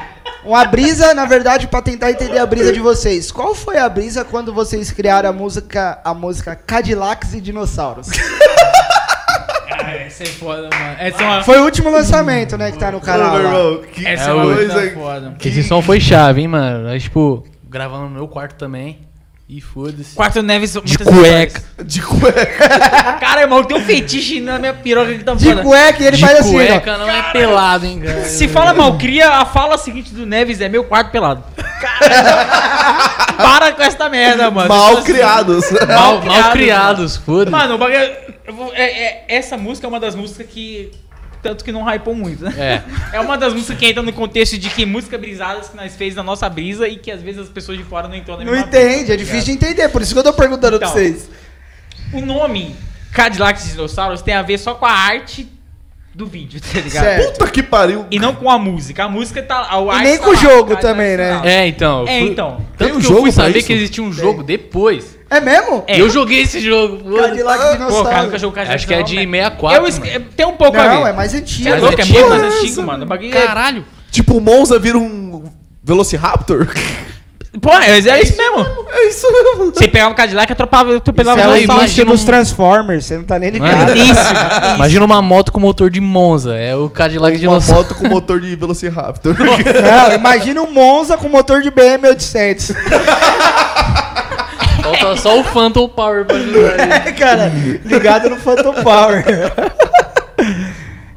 [SPEAKER 1] Uma brisa, na verdade, pra tentar entender a brisa de vocês. Qual foi a brisa quando vocês criaram a música, a música Cadillacs e Dinossauros?
[SPEAKER 3] Cara, essa é foda, mano. Essa é uma.
[SPEAKER 1] Foi o último lançamento, né, que tá no canal. lá.
[SPEAKER 2] que
[SPEAKER 3] Essa é
[SPEAKER 4] É
[SPEAKER 3] uma
[SPEAKER 4] o-
[SPEAKER 3] coisa
[SPEAKER 2] coisa.
[SPEAKER 3] foda.
[SPEAKER 4] Esse som foi chave, hein, mano? Nós, tipo, gravando no meu quarto também. E foda-se.
[SPEAKER 3] Quarto Neves
[SPEAKER 4] De
[SPEAKER 3] muitas
[SPEAKER 4] cueca.
[SPEAKER 3] histórias.
[SPEAKER 2] De cueca.
[SPEAKER 3] Cara, irmão, tem um fetiche na minha piroca que tá
[SPEAKER 1] De
[SPEAKER 3] foda.
[SPEAKER 1] cueca, e ele
[SPEAKER 4] de
[SPEAKER 1] faz assim, ó.
[SPEAKER 4] cueca não é pelado, hein, cara.
[SPEAKER 3] Se fala malcria, a fala seguinte do Neves é meu quarto pelado. Caralho. Para com essa merda, mano.
[SPEAKER 2] Mal criados.
[SPEAKER 4] Mal,
[SPEAKER 3] Mal
[SPEAKER 4] mal
[SPEAKER 3] criados,
[SPEAKER 4] criados, foda-se.
[SPEAKER 3] Mano, o bagulho. eu vou- é- é- essa música é uma das músicas que. Tanto que não hypou muito, né?
[SPEAKER 4] É.
[SPEAKER 3] É uma das músicas que entra no contexto de que música brisadas que nós fez na nossa brisa e que às vezes as pessoas de fora não entram na
[SPEAKER 1] Não
[SPEAKER 3] mesma
[SPEAKER 1] entende, é difícil de entender, por isso que eu tô perguntando
[SPEAKER 3] Então.
[SPEAKER 1] pra vocês.
[SPEAKER 3] brisa. O nome Cadillacs e Dinossauros tem a ver só com a arte do vídeo, tá ligado?
[SPEAKER 1] Certo.
[SPEAKER 2] Puta que pariu.
[SPEAKER 3] E não com a música. A música tá. A
[SPEAKER 1] E
[SPEAKER 3] arte
[SPEAKER 1] nem
[SPEAKER 3] tá
[SPEAKER 1] com o
[SPEAKER 3] lá,
[SPEAKER 1] jogo
[SPEAKER 3] Cadillacs
[SPEAKER 1] também, né?
[SPEAKER 3] Dinossauros.
[SPEAKER 4] É, então. eu
[SPEAKER 3] É,
[SPEAKER 4] fui-
[SPEAKER 3] então.
[SPEAKER 2] Tem um
[SPEAKER 4] Tanto que eu
[SPEAKER 2] jogo pra
[SPEAKER 4] fui saber
[SPEAKER 2] isso?
[SPEAKER 4] que existia um jogo depois.
[SPEAKER 1] É mesmo?
[SPEAKER 3] É.
[SPEAKER 4] Eu joguei esse jogo. foda-se.
[SPEAKER 1] Cadillac
[SPEAKER 3] Pô, cara, nunca
[SPEAKER 1] dinossauro.
[SPEAKER 3] jogou Cadillac
[SPEAKER 4] Acho que é de
[SPEAKER 3] Dinossauros, né?
[SPEAKER 4] 64.
[SPEAKER 3] Eu
[SPEAKER 4] mano.
[SPEAKER 3] esque- Tem um pouco a
[SPEAKER 1] Não,
[SPEAKER 3] ver.
[SPEAKER 1] é mais antigo.
[SPEAKER 3] Você é
[SPEAKER 4] Mas
[SPEAKER 3] louco, é
[SPEAKER 4] é
[SPEAKER 3] muito mais
[SPEAKER 4] antigo,
[SPEAKER 3] antigo, mano. O bagulho é-
[SPEAKER 4] Caralho.
[SPEAKER 2] Tipo, o Monza vira um Velociraptor.
[SPEAKER 3] Pô, mas era isso mesmo.
[SPEAKER 2] É isso mesmo.
[SPEAKER 3] Você pegava o Cadillac e atropelava, atropelava
[SPEAKER 4] Isso
[SPEAKER 3] o
[SPEAKER 4] é
[SPEAKER 3] dinossauro.
[SPEAKER 4] imagem- imagina um-
[SPEAKER 1] Transformers, você não tá nem
[SPEAKER 4] Mano, Imagina uma moto com motor de Monza. É o Cadillac de
[SPEAKER 2] Uma
[SPEAKER 4] moto.
[SPEAKER 2] moto com motor de Velociraptor.
[SPEAKER 1] Não, imagina um Monza com motor de BM 800.
[SPEAKER 4] Falta Então tá só o Phantom Power pra ajudar.
[SPEAKER 1] É, cara, ligado no Phantom Power.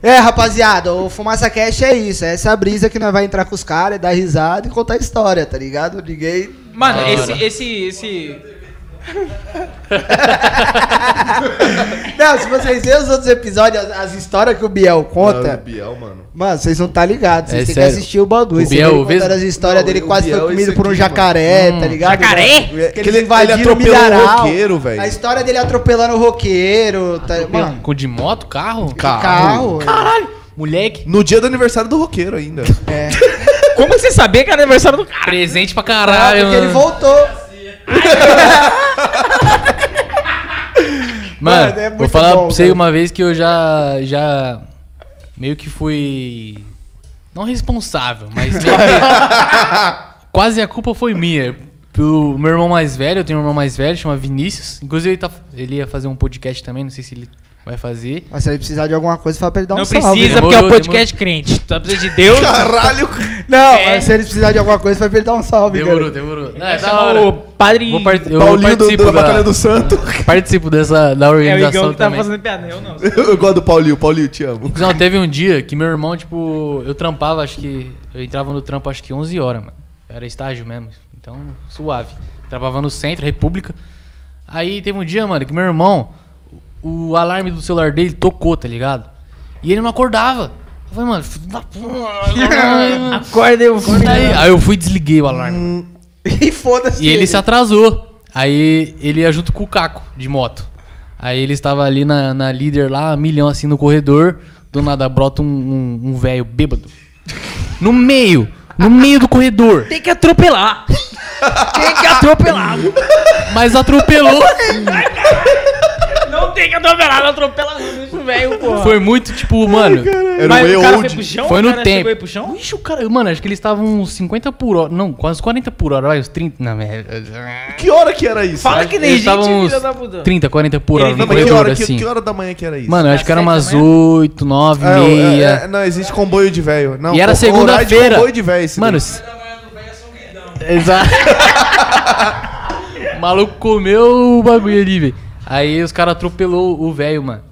[SPEAKER 1] É, rapaziada, o Fumaça Cash é isso. É essa brisa que nós vai entrar com os caras, dar risada e contar história, tá ligado? Ninguém.
[SPEAKER 3] Mano,
[SPEAKER 4] Da
[SPEAKER 3] esse,
[SPEAKER 4] hora.
[SPEAKER 3] esse, esse...
[SPEAKER 1] Não, se vocês verem os outros episódios, as, as histórias que o Biel
[SPEAKER 2] Não,
[SPEAKER 1] conta.
[SPEAKER 2] o Biel, mano.
[SPEAKER 1] Mano, vocês não tá ligados, vocês
[SPEAKER 4] É
[SPEAKER 1] têm
[SPEAKER 4] sério.
[SPEAKER 1] que assistir o bagulho.
[SPEAKER 4] O
[SPEAKER 1] Vocês
[SPEAKER 4] Biel,
[SPEAKER 1] viram
[SPEAKER 4] vê-
[SPEAKER 1] contando as histórias
[SPEAKER 2] Não,
[SPEAKER 1] dele
[SPEAKER 2] o
[SPEAKER 1] quase
[SPEAKER 2] Biel
[SPEAKER 1] foi
[SPEAKER 2] é
[SPEAKER 1] comido
[SPEAKER 2] esse
[SPEAKER 1] por um
[SPEAKER 2] aqui,
[SPEAKER 1] jacaré,
[SPEAKER 4] mano.
[SPEAKER 1] tá
[SPEAKER 4] Hum.
[SPEAKER 1] ligado?
[SPEAKER 3] Jacaré?
[SPEAKER 1] Que ele
[SPEAKER 2] Ele- ele
[SPEAKER 1] invadiram o
[SPEAKER 2] atropelou o
[SPEAKER 1] milharal.
[SPEAKER 2] roqueiro, velho.
[SPEAKER 1] A história dele atropelando o roqueiro. Tá, mano,
[SPEAKER 4] Com de moto, carro?
[SPEAKER 1] carro.
[SPEAKER 4] Moleque.
[SPEAKER 2] No dia do aniversário do roqueiro ainda.
[SPEAKER 1] É.
[SPEAKER 3] Como que você sabia que era aniversário do cara?
[SPEAKER 4] Presente pra
[SPEAKER 1] Ah,
[SPEAKER 4] caralho,
[SPEAKER 1] porque ele
[SPEAKER 4] mano.
[SPEAKER 1] voltou.
[SPEAKER 4] Mano,
[SPEAKER 1] Mano, é
[SPEAKER 4] vou
[SPEAKER 1] muito
[SPEAKER 4] falar
[SPEAKER 1] bom,
[SPEAKER 4] pra você
[SPEAKER 1] cara.
[SPEAKER 4] uma vez que eu já. já. meio que fui. não responsável, mas. meio que- quase a culpa foi minha. O meu irmão mais velho, eu tenho um irmão mais velho, chama Vinícius. Inclusive, ele, tá, ele ia fazer um podcast também, não sei se ele vai fazer.
[SPEAKER 1] Mas se ele precisar de alguma coisa, fala pra ele dar um
[SPEAKER 3] Não
[SPEAKER 1] salve.
[SPEAKER 3] precisa,
[SPEAKER 4] né?
[SPEAKER 3] porque é um
[SPEAKER 4] Demorou,
[SPEAKER 3] podcast crente. Só precisa de Deus.
[SPEAKER 2] Caralho.
[SPEAKER 1] Não,
[SPEAKER 3] É.
[SPEAKER 1] mas se ele precisar de alguma coisa, fala pra ele dar um salve,
[SPEAKER 4] Demorou,
[SPEAKER 1] cara.
[SPEAKER 4] demorou. Não,
[SPEAKER 3] Vai
[SPEAKER 4] é da
[SPEAKER 3] chamar
[SPEAKER 4] hora.
[SPEAKER 3] O padre...
[SPEAKER 4] Vou part- eu
[SPEAKER 2] Paulinho do-
[SPEAKER 4] participo
[SPEAKER 2] da
[SPEAKER 4] da-
[SPEAKER 2] Batalha do Santo.
[SPEAKER 4] participo dessa da
[SPEAKER 3] É o
[SPEAKER 4] organização
[SPEAKER 3] Igão que tá
[SPEAKER 4] também.
[SPEAKER 3] fazendo piada. Eu não.
[SPEAKER 2] Eu gosto do Paulinho. Paulinho, te amo.
[SPEAKER 4] Não, teve um dia que meu irmão, tipo, eu trampava, acho que. Eu entrava no trampo acho que 11 horas, mano. Era estágio mesmo, então suave. Trampava no centro, República. Aí teve um dia, mano, que meu irmão, o o alarme do celular dele tocou, tá ligado? E ele não acordava. Eu falei, mano, filho da porra.
[SPEAKER 3] Acorda eu...
[SPEAKER 4] acorda aí. Aí eu fui e desliguei o alarme.
[SPEAKER 1] E foda-se.
[SPEAKER 4] E ele se atrasou. Aí ele ia junto com o Caco, de moto. Aí ele estava ali na, na líder lá, milhão assim no corredor. Do nada brota um, um, um velho bêbado. No meio! No meio do corredor.
[SPEAKER 3] Tem que atropelar. Tem que atropelar.
[SPEAKER 4] Mas atropelou.
[SPEAKER 3] Não tem que atropelar. Não atropela isso, velho, porra.
[SPEAKER 4] Foi muito tipo, mano.
[SPEAKER 2] Era
[SPEAKER 3] Mas
[SPEAKER 2] o
[SPEAKER 3] o cara foi
[SPEAKER 2] E-Old.
[SPEAKER 3] pro chão?
[SPEAKER 4] Foi
[SPEAKER 3] O
[SPEAKER 4] no
[SPEAKER 3] cara
[SPEAKER 4] tempo.
[SPEAKER 3] chegou aí pro chão?
[SPEAKER 4] Ixi, o cara. Mano, acho que eles estavam uns 50 por hora. Não, quase 40 por hora. Vai, uns 30. Não, é.
[SPEAKER 2] Que hora que era isso?
[SPEAKER 3] Fala que nem
[SPEAKER 4] Eles
[SPEAKER 3] gente,
[SPEAKER 4] estavam uns
[SPEAKER 3] filha da puta.
[SPEAKER 4] 30, 40 por hora
[SPEAKER 3] Ele-
[SPEAKER 4] no
[SPEAKER 2] Não, mas que
[SPEAKER 4] corredor,
[SPEAKER 2] hora, que-
[SPEAKER 4] assim.
[SPEAKER 2] que hora da manhã que era isso? Tá né?
[SPEAKER 4] Mano, acho que era
[SPEAKER 3] Às
[SPEAKER 4] umas
[SPEAKER 3] sete da manhã?
[SPEAKER 4] 8, 9,
[SPEAKER 2] É, o- é,
[SPEAKER 4] meia.
[SPEAKER 2] é, não, existe comboio de velho. Não,
[SPEAKER 4] E era
[SPEAKER 2] o- o horário de
[SPEAKER 4] segunda-feira.
[SPEAKER 2] comboio de velho. esse
[SPEAKER 4] Mano,
[SPEAKER 2] daí.
[SPEAKER 4] se- Exato. o maluco comeu o bagulho ali, velho. Aí os caras atropelou o velho, mano.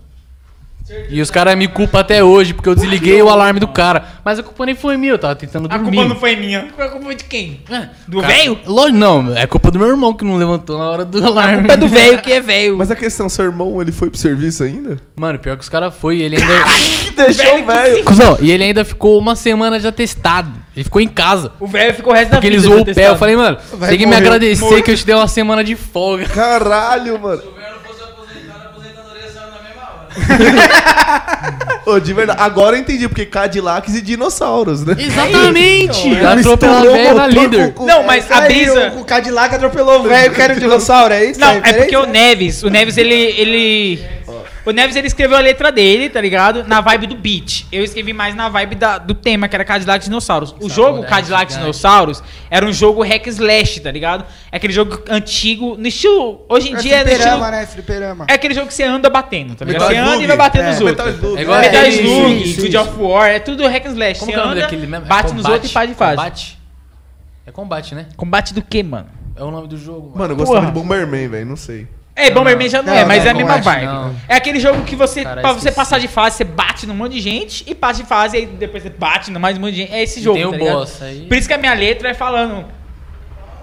[SPEAKER 4] E os caras me culpam até hoje, porque eu desliguei o alarme do cara. Mas a culpa nem foi minha, eu tava tentando
[SPEAKER 3] A
[SPEAKER 4] dormir. Ah,
[SPEAKER 3] culpa não foi minha. Foi a culpa de quem? Do
[SPEAKER 4] Cara,
[SPEAKER 3] velho?
[SPEAKER 4] Lógico, não. É culpa do meu irmão que não levantou na hora do alarme.
[SPEAKER 3] É do velho que é velho.
[SPEAKER 2] Mas a questão, seu irmão, ele foi pro serviço ainda?
[SPEAKER 4] Mano, pior que os caras foi, ele ainda...
[SPEAKER 2] Que deixou
[SPEAKER 3] Velho,
[SPEAKER 2] o velho.
[SPEAKER 4] Cusão, e ele ainda ficou uma semana de atestado. Ele ficou em casa.
[SPEAKER 3] O velho ficou o resto da
[SPEAKER 4] Porque ele
[SPEAKER 3] vida.
[SPEAKER 4] zoou o pé.
[SPEAKER 3] protestando.
[SPEAKER 4] Eu falei, mano,
[SPEAKER 1] Vai
[SPEAKER 4] tem que me
[SPEAKER 1] morrer.
[SPEAKER 4] agradecer que eu te dei uma semana de folga.
[SPEAKER 2] Caralho, mano. Se o Verno fosse aposentado, a aposentadoria saiu na mesma hora. Ô, de verdade, agora eu entendi porque Cadillacs e dinossauros, né?
[SPEAKER 3] É
[SPEAKER 4] Exatamente! Atropelou a
[SPEAKER 2] Misturou
[SPEAKER 4] velha na
[SPEAKER 2] motor
[SPEAKER 4] líder.
[SPEAKER 2] com- com-
[SPEAKER 3] Não, mas a brisa-
[SPEAKER 1] O, o Cadillac atropelou o velho, que era um dinossauro, é isso?
[SPEAKER 3] Não, é
[SPEAKER 1] diferente?
[SPEAKER 3] porque o Neves, o Neves ele. ele o Neves ele escreveu a letra dele, tá ligado? Na vibe do beat. Eu escrevi mais na vibe da- do tema, que era Cadillac Dinossauros. O jogo
[SPEAKER 4] é
[SPEAKER 3] Cadillac
[SPEAKER 4] gigante.
[SPEAKER 3] Dinossauros era um jogo hack slash, tá ligado? É aquele jogo antigo, no estilo. Hoje em
[SPEAKER 1] É
[SPEAKER 3] dia é no
[SPEAKER 1] fliperama,
[SPEAKER 3] estilo.
[SPEAKER 1] né? Fliperama.
[SPEAKER 3] É aquele jogo que você anda batendo, tá ligado?
[SPEAKER 2] Metal
[SPEAKER 3] Você anda
[SPEAKER 2] Slug.
[SPEAKER 3] e vai batendo
[SPEAKER 1] É,
[SPEAKER 3] nos
[SPEAKER 2] Metal
[SPEAKER 3] outros.
[SPEAKER 2] Slug.
[SPEAKER 4] É igual
[SPEAKER 3] Metal
[SPEAKER 4] aquele-
[SPEAKER 3] Slug,
[SPEAKER 1] Sim,
[SPEAKER 3] Good
[SPEAKER 1] sim.
[SPEAKER 3] of War, é tudo hack and slash. Você
[SPEAKER 4] Como que é o nome
[SPEAKER 3] anda,
[SPEAKER 4] daquele mesmo? É
[SPEAKER 3] bate nos
[SPEAKER 4] combate?
[SPEAKER 3] outros e faz de fase.
[SPEAKER 4] Combate? É combate, né?
[SPEAKER 3] Combate do que, mano?
[SPEAKER 4] É o nome do jogo. mano.
[SPEAKER 2] Mano, eu gostava
[SPEAKER 3] Porra.
[SPEAKER 2] de Bomberman, velho, não sei.
[SPEAKER 3] É, Bomberman já não,
[SPEAKER 1] Não,
[SPEAKER 3] é, mas
[SPEAKER 1] não,
[SPEAKER 3] é a mesma
[SPEAKER 1] não acho,
[SPEAKER 3] vibe.
[SPEAKER 4] não.
[SPEAKER 3] É aquele jogo que você,
[SPEAKER 4] Cara,
[SPEAKER 3] pra você
[SPEAKER 4] esqueci.
[SPEAKER 3] passar de fase, você bate num monte de gente e passa de fase, aí depois você bate no mais um monte de gente. É esse
[SPEAKER 4] E
[SPEAKER 3] jogo,
[SPEAKER 4] tem o
[SPEAKER 3] tá ligado?
[SPEAKER 4] boss, aí-
[SPEAKER 3] Por isso que a minha letra é falando.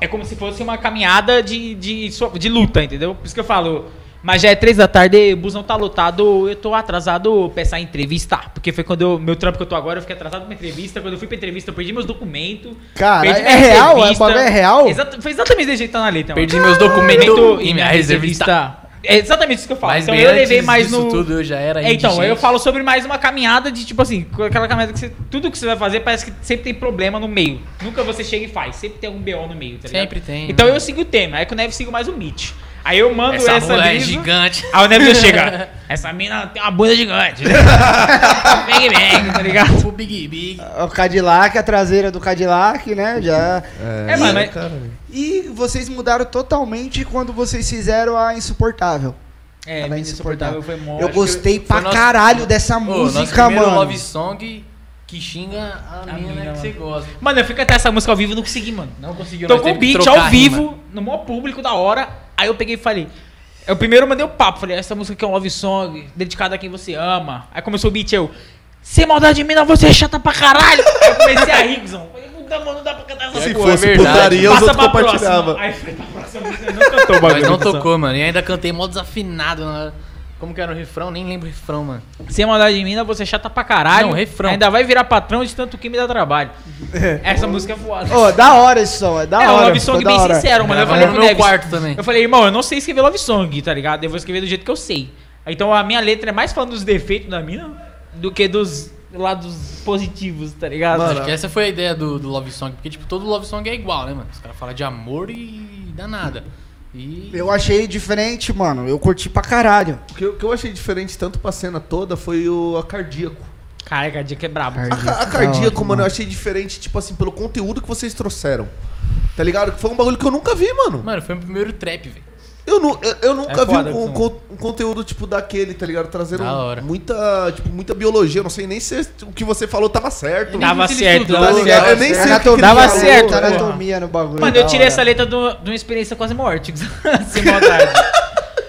[SPEAKER 3] É como se fosse uma caminhada de, de, so- de luta, entendeu? Por isso que eu falo. Mas já é três da tarde, o busão tá lotado, eu tô atrasado pra essa entrevista. Porque foi quando eu, meu trampo que eu tô agora, eu fiquei atrasado pra entrevista. Quando eu fui pra entrevista, eu perdi meus documentos.
[SPEAKER 1] Cara,
[SPEAKER 3] perdi
[SPEAKER 1] é
[SPEAKER 3] minha
[SPEAKER 1] real? É
[SPEAKER 3] entrevista.
[SPEAKER 1] o bagulho é real?
[SPEAKER 3] Exato- foi exatamente desse jeito que tá na letra. mano.
[SPEAKER 4] Perdi meus documentos e minha reservista.
[SPEAKER 3] É exatamente isso que eu falo.
[SPEAKER 4] Mas
[SPEAKER 3] então
[SPEAKER 4] bem
[SPEAKER 3] eu levei
[SPEAKER 4] antes
[SPEAKER 3] mais
[SPEAKER 4] disso
[SPEAKER 3] no.
[SPEAKER 4] tudo, né? eu já era
[SPEAKER 3] É, então,
[SPEAKER 4] indigente.
[SPEAKER 3] eu falo sobre mais uma caminhada de tipo assim, com aquela caminhada que você, tudo que você vai fazer parece que sempre tem problema no meio. Nunca você chega e faz, sempre tem algum BO no meio, tá ligado?
[SPEAKER 4] Sempre tem,
[SPEAKER 3] Então
[SPEAKER 4] mano.
[SPEAKER 3] eu sigo o tema, aí que o Neve sigo mais o Mitch. Aí eu mando
[SPEAKER 4] Essa,
[SPEAKER 3] essa,
[SPEAKER 4] rola é
[SPEAKER 3] brisa,
[SPEAKER 4] gigante.
[SPEAKER 3] Aí o Neve já chega. Essa mina tem uma bunda gigante. bang bang, tá ligado?
[SPEAKER 4] o Big Big.
[SPEAKER 1] É O Cadillac, a traseira do Cadillac, né? Já.
[SPEAKER 3] É, mano, mas-
[SPEAKER 2] cara.
[SPEAKER 1] E vocês mudaram totalmente quando vocês fizeram a Insuportável.
[SPEAKER 3] É,
[SPEAKER 1] Ela é
[SPEAKER 3] Mina insuportável foi mó.
[SPEAKER 1] Eu
[SPEAKER 3] acho que-
[SPEAKER 1] gostei
[SPEAKER 4] Foi
[SPEAKER 1] pra
[SPEAKER 4] nosso-
[SPEAKER 1] caralho dessa
[SPEAKER 4] Pô, nosso
[SPEAKER 1] música,
[SPEAKER 4] primeiro
[SPEAKER 1] mano.
[SPEAKER 4] love song que xinga a,
[SPEAKER 3] A
[SPEAKER 4] mina,
[SPEAKER 3] mina,
[SPEAKER 4] que
[SPEAKER 3] mano.
[SPEAKER 4] você gosta.
[SPEAKER 3] Mano, eu fui cantar essa música ao vivo e não consegui, mano.
[SPEAKER 4] Não conseguiu, nós
[SPEAKER 3] Tocou o
[SPEAKER 4] teve que
[SPEAKER 3] beat
[SPEAKER 4] trocar
[SPEAKER 3] ao
[SPEAKER 4] a rima.
[SPEAKER 3] vivo, no maior público da hora. Aí eu peguei e falei. Eu primeiro mandei o papo, falei, essa música aqui é um love song, dedicada a quem você ama. Aí começou o beat, eu. Sem maldade de mim, não, você é chata pra caralho! Aí eu comecei a rir, Zão. Falei, Não dá, mano, não dá pra cantar essa
[SPEAKER 2] Se
[SPEAKER 3] porra.
[SPEAKER 2] fosse
[SPEAKER 4] verdade.
[SPEAKER 2] putaria, os
[SPEAKER 3] é Passa
[SPEAKER 2] outros
[SPEAKER 3] pra próxima.
[SPEAKER 2] compartilhavam.
[SPEAKER 3] Aí foi pra próxima música, não cantou o
[SPEAKER 4] Mas
[SPEAKER 3] bagulho.
[SPEAKER 4] não tocou, mano. E ainda cantei mó desafinado. na- Como que era o refrão? Nem lembro o refrão, mano.
[SPEAKER 3] Sem maldade de mim, não, você é chata pra caralho.
[SPEAKER 4] Não, refrão.
[SPEAKER 3] Ainda vai virar patrão de tanto que me dá trabalho. Essa música é voada.
[SPEAKER 1] Ô, da hora esse som, é da
[SPEAKER 3] é,
[SPEAKER 1] hora.
[SPEAKER 3] o Love Song
[SPEAKER 1] ficou da
[SPEAKER 3] bem
[SPEAKER 1] hora.
[SPEAKER 3] sincero, mano. Eu
[SPEAKER 4] Gravando
[SPEAKER 3] falei
[SPEAKER 4] no
[SPEAKER 3] pro
[SPEAKER 4] meu
[SPEAKER 3] Neves.
[SPEAKER 4] quarto também.
[SPEAKER 3] Eu falei, irmão, eu não sei escrever Love Song, tá ligado? Eu vou escrever do jeito que eu sei. Então a minha letra é mais falando dos defeitos da mina do que dos lados positivos, tá ligado?
[SPEAKER 4] Acho que essa foi a ideia do, do Love Song, porque tipo, todo Love Song é igual, né, mano? Os caras falam de amor e danada. E.
[SPEAKER 1] Eu achei diferente, mano. Eu curti pra caralho.
[SPEAKER 2] O que, eu- o que eu achei diferente tanto pra cena toda foi o a cardíaco.
[SPEAKER 3] Caraca, a dica é brabo.
[SPEAKER 2] A,
[SPEAKER 1] Cardíaco.
[SPEAKER 2] ca- a
[SPEAKER 1] Tá
[SPEAKER 2] cardíaco,
[SPEAKER 1] ótimo.
[SPEAKER 2] mano, eu achei diferente, tipo assim, pelo conteúdo que vocês trouxeram. Tá ligado? Que Foi um bagulho que eu nunca vi, mano.
[SPEAKER 4] Mano, foi o primeiro trap, velho.
[SPEAKER 2] Eu, nu- eu, eu nunca
[SPEAKER 3] É
[SPEAKER 2] vi
[SPEAKER 3] foda,
[SPEAKER 2] um,
[SPEAKER 3] Edson.
[SPEAKER 2] con- um conteúdo tipo daquele, tá ligado? Trazendo
[SPEAKER 4] Da hora.
[SPEAKER 2] muita, tipo, muita biologia. Eu não sei nem se é, o que você falou tava certo.
[SPEAKER 3] Dava
[SPEAKER 4] Ele
[SPEAKER 3] certo,
[SPEAKER 4] estudou, né?
[SPEAKER 3] dava
[SPEAKER 2] tá
[SPEAKER 3] certo.
[SPEAKER 2] ligado? Eu nem sei o que
[SPEAKER 1] Anatomia,
[SPEAKER 2] que
[SPEAKER 3] Dava
[SPEAKER 2] ele
[SPEAKER 1] né?
[SPEAKER 2] falou.
[SPEAKER 3] certo,
[SPEAKER 1] Muita
[SPEAKER 3] porra.
[SPEAKER 1] anatomia no bagulho.
[SPEAKER 3] Mano,
[SPEAKER 1] da
[SPEAKER 3] eu tirei
[SPEAKER 1] hora.
[SPEAKER 3] essa letra do- de uma experiência quase morte. Sem maldade.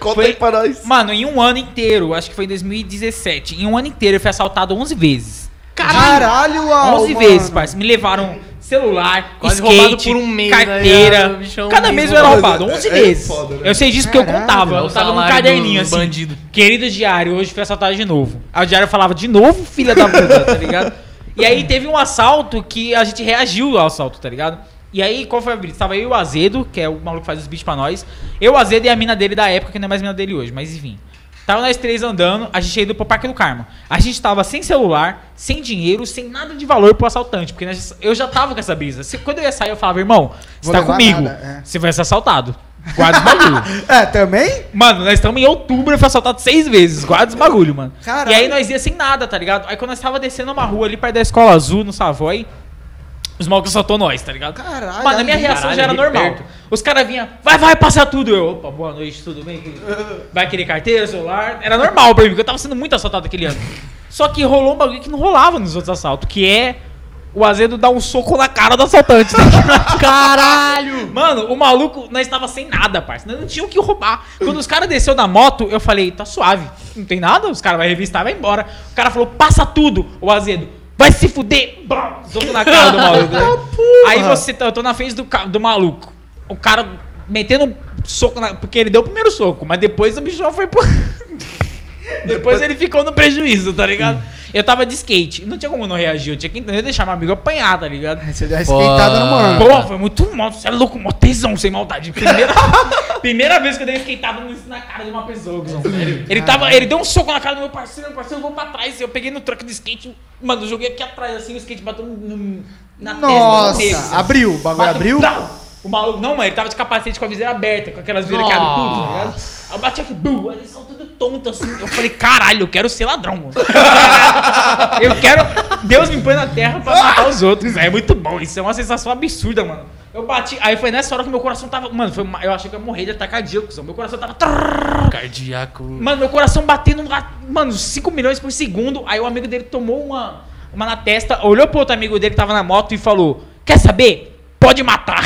[SPEAKER 2] Conta
[SPEAKER 3] Foi-
[SPEAKER 2] aí pra nós.
[SPEAKER 3] Mano, em um ano inteiro, acho que foi em 2017, em um ano inteiro eu fui assaltado 11 vezes.
[SPEAKER 1] Caralho, Al,
[SPEAKER 3] 11
[SPEAKER 1] mano.
[SPEAKER 3] vezes, parceiro. Me levaram celular,
[SPEAKER 4] Quase roubado
[SPEAKER 3] skate,
[SPEAKER 4] por um mês,
[SPEAKER 3] carteira.
[SPEAKER 4] né? O bichão
[SPEAKER 3] Cada
[SPEAKER 4] mesmo
[SPEAKER 3] mês eu era
[SPEAKER 2] roubado.
[SPEAKER 3] roubado, 11
[SPEAKER 2] É- é
[SPEAKER 3] vezes.
[SPEAKER 2] foda, né?
[SPEAKER 3] Eu sei disso porque eu
[SPEAKER 1] Caralho,
[SPEAKER 3] contava.
[SPEAKER 4] é o
[SPEAKER 3] Eu tava num
[SPEAKER 4] salário
[SPEAKER 3] caderninho
[SPEAKER 4] dos
[SPEAKER 3] assim.
[SPEAKER 4] bandido.
[SPEAKER 3] Querido diário, hoje fui assaltado de novo. Aí o diário falava, de novo, filha da puta, tá ligado? E aí teve um assalto que a gente reagiu ao assalto, tá ligado? E aí, qual foi a brisa? Tava eu e o Azedo, que é o maluco que faz os beats pra nós. Eu, o Azedo e a mina dele da época, que não é mais mina dele hoje, mas enfim. Tava nós três andando, a gente ia indo pro Parque do Carmo. A gente tava sem celular, sem dinheiro, sem nada de valor pro assaltante, porque nós- eu já tava com essa brisa. Se- Quando eu ia sair, eu falava, irmão, você
[SPEAKER 1] Vou
[SPEAKER 3] tá
[SPEAKER 1] levar
[SPEAKER 3] comigo,
[SPEAKER 1] nada, é.
[SPEAKER 3] você vai ser assaltado. Guarda os bagulho.
[SPEAKER 1] É, também?
[SPEAKER 3] Mano, nós estamos em outubro, eu fui assaltado seis vezes. Guarda os bagulho, mano.
[SPEAKER 1] Caralho.
[SPEAKER 3] E aí nós ia sem nada, tá ligado? Aí quando nós tava descendo uma rua ali perto da escola azul, no Savoy, os malucos assaltou nós, tá ligado?
[SPEAKER 1] Caralho,
[SPEAKER 3] Mano, a minha
[SPEAKER 1] ali,
[SPEAKER 3] reação
[SPEAKER 4] caralho,
[SPEAKER 3] já era
[SPEAKER 4] ali
[SPEAKER 3] normal.
[SPEAKER 4] perto.
[SPEAKER 3] Os caras vinham, vai, vai, passa tudo. Eu, opa, boa noite, tudo bem? querido? Vai querer carteira, celular? Era normal pra mim, porque eu tava sendo muito assaltado aquele ano. Só que rolou um bagulho que não rolava nos outros assaltos, que é o Azedo dar um soco na cara do assaltante. Tá ligado?
[SPEAKER 4] Caralho!
[SPEAKER 3] Mano, o maluco, nós tava sem nada, parça. Nós não tinha o que roubar. Quando os caras desceu da moto, eu falei, tá suave. Não tem nada, os caras vão revistar, vai embora. O cara falou, passa tudo, o azedo. Vai se fuder! Bam! Soco na cara do maluco. né? Aí você, tá- eu tô na frente do, ca- do maluco. O cara metendo um soco na. Porque ele deu o primeiro soco, mas depois o bicho foi pro. Depois ele ficou no prejuízo, tá ligado? Eu tava de skate. Não tinha como não reagir. Eu tinha que entender deixar meu amigo apanhar, tá ligado?
[SPEAKER 1] Você deu uma esquentada no mano.
[SPEAKER 3] Pô, foi muito mal. Você é louco, mó tesão, sem maldade. Primeira, primeira vez que eu dei um esquentado na cara de uma pessoa, Guzão, sério. Ele, tava, ele deu um soco na cara do meu parceiro, meu parceiro voou pra trás. Eu peguei no truck de skate, mano, eu joguei aqui atrás, assim, o skate bateu no, na testa.
[SPEAKER 1] Nossa,
[SPEAKER 3] abriu.
[SPEAKER 1] abriu, o bagulho abriu.
[SPEAKER 3] um Tá. O maluco, não, mano, ele tava de capacete com a viseira aberta, com aquelas viseiras que abrem tudo, tá ligado? Aí eu bati aqui, bum, aí eles são tudo tonto assim. Eu falei, caralho, eu quero ser ladrão, mano. Eu quero. Deus me põe na terra pra matar os outros. É muito bom. Isso é uma sensação absurda, mano. Eu bati. Aí foi nessa hora que meu coração tava. Mano, foi uma- eu achei que eu ia morrer de ataque cardíaco. só. Meu coração tava.
[SPEAKER 4] Cardíaco.
[SPEAKER 3] Mano, meu coração batendo, lá, mano, 5 milhões por segundo. Aí o amigo dele tomou uma, uma na testa, olhou pro outro amigo dele que tava na moto e falou: Quer saber? Pode matar.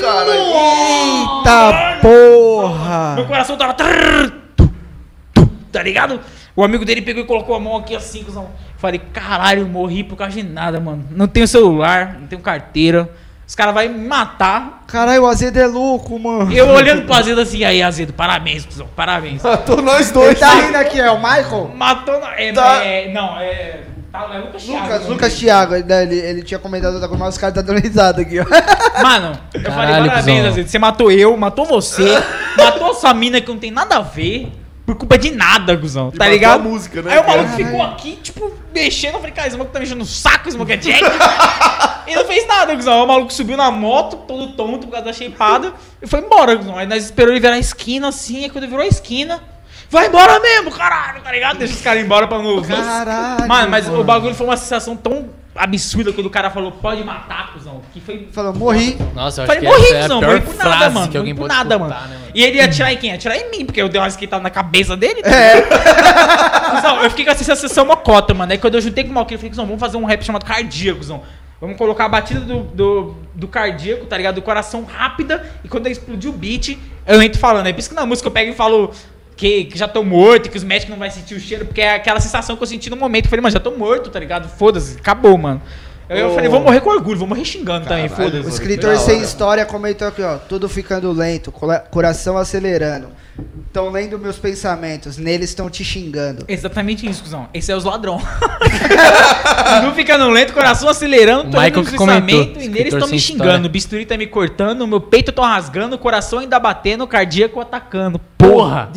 [SPEAKER 2] caralho.
[SPEAKER 1] Eita porra!
[SPEAKER 3] Meu coração tava. trrr, tu, tu, Tá ligado? O amigo dele pegou e colocou a mão aqui assim, cuzão. Falei, caralho, morri por causa de nada, mano. Não tenho celular, não tenho carteira. Os caras vão me matar.
[SPEAKER 1] Caralho, o Azedo é louco, mano.
[SPEAKER 3] Eu olhando pro Azedo assim, aí, Azedo, parabéns, cuzão, parabéns.
[SPEAKER 2] Matou nós
[SPEAKER 1] Ele
[SPEAKER 2] dois.
[SPEAKER 1] tá rindo aqui, é o Michael?
[SPEAKER 3] Matou. na- É,
[SPEAKER 2] Tá.
[SPEAKER 3] é, não, é. Tá, é Lucas Thiago.
[SPEAKER 1] Lucas,
[SPEAKER 3] mano.
[SPEAKER 1] Lucas Thiago, ele, ele, ele tinha comentado outra coisa, mas os caras tá dando risada aqui, ó.
[SPEAKER 3] Mano, eu falei,
[SPEAKER 4] Caralho,
[SPEAKER 3] parabéns,
[SPEAKER 4] cuzão.
[SPEAKER 3] Azedo. Você matou eu, matou você, matou sua mina que não tem nada a ver, por culpa de nada, cuzão. Tá
[SPEAKER 2] matou a
[SPEAKER 3] ligado?
[SPEAKER 2] música, né,
[SPEAKER 3] Aí o maluco
[SPEAKER 1] cara?
[SPEAKER 3] ficou aqui, tipo, mexendo. Eu falei, cara, esse maluco tá mexendo no saco, esse maluco é Jack. Ele não fez nada, cuzão. Aí O maluco subiu na moto, todo tonto por causa da shapeada, e foi embora, cuzão. Aí nós esperou ele virar a esquina assim, aí quando ele virou a esquina. Vai embora mesmo, caralho, tá ligado? Deixa os caras embora pra não.
[SPEAKER 1] Caralho,
[SPEAKER 3] Mano, mas
[SPEAKER 1] mano.
[SPEAKER 3] o bagulho foi uma sensação tão absurda quando o cara falou, pode matar, cuzão. Que foi
[SPEAKER 1] Falou, morri.
[SPEAKER 4] Nossa, eu acho
[SPEAKER 3] Falei,
[SPEAKER 4] que essa
[SPEAKER 3] morri,
[SPEAKER 4] é a
[SPEAKER 3] não,
[SPEAKER 4] pior
[SPEAKER 3] morri por
[SPEAKER 4] frase
[SPEAKER 3] nada, mano. morri
[SPEAKER 4] que alguém
[SPEAKER 3] por
[SPEAKER 4] pode
[SPEAKER 3] nada,
[SPEAKER 4] escutar,
[SPEAKER 3] mano.
[SPEAKER 4] né, mano?
[SPEAKER 3] E ele ia atirar em quem? Ia atirar em mim, porque eu dei uma esquentada na cabeça dele.
[SPEAKER 1] É.
[SPEAKER 3] Cusão, eu fiquei com essa sensação mocota, mano. Aí quando eu juntei com o Malquinho, eu falei, Cusão, vamos fazer um rap chamado Cardíaco, Cusão. Vamos colocar a batida do, do, do cardíaco, tá ligado? Do coração rápida. E quando explodir o beat, eu entro falando. É por isso que na música eu pego e falo que, que já tô morto, que os médicos não vão sentir o cheiro, porque é aquela sensação que eu senti no momento. Eu falei, mano, já tô morto, tá ligado? Foda-se, acabou, mano. Aí eu
[SPEAKER 2] Ô.
[SPEAKER 3] falei, vou morrer com orgulho, vou morrer xingando também,
[SPEAKER 2] Caralho,
[SPEAKER 1] O
[SPEAKER 3] foda-se.
[SPEAKER 1] escritor
[SPEAKER 2] Da
[SPEAKER 1] sem
[SPEAKER 2] hora.
[SPEAKER 1] história comentou aqui, ó. Tudo ficando lento, cola- coração acelerando. Estão lendo meus pensamentos, neles estão te xingando.
[SPEAKER 3] Exatamente isso, cuzão. Esse é os ladrão. não ficando lento, coração acelerando,
[SPEAKER 4] O
[SPEAKER 3] tô indo
[SPEAKER 4] Michael
[SPEAKER 3] no
[SPEAKER 4] que comentou,
[SPEAKER 3] juiciamento e neles
[SPEAKER 4] escritor
[SPEAKER 3] estão me
[SPEAKER 4] sem
[SPEAKER 3] xingando.
[SPEAKER 4] história.
[SPEAKER 3] O bisturi tá me cortando, meu peito tô rasgando, o coração ainda batendo, o cardíaco atacando. Porra!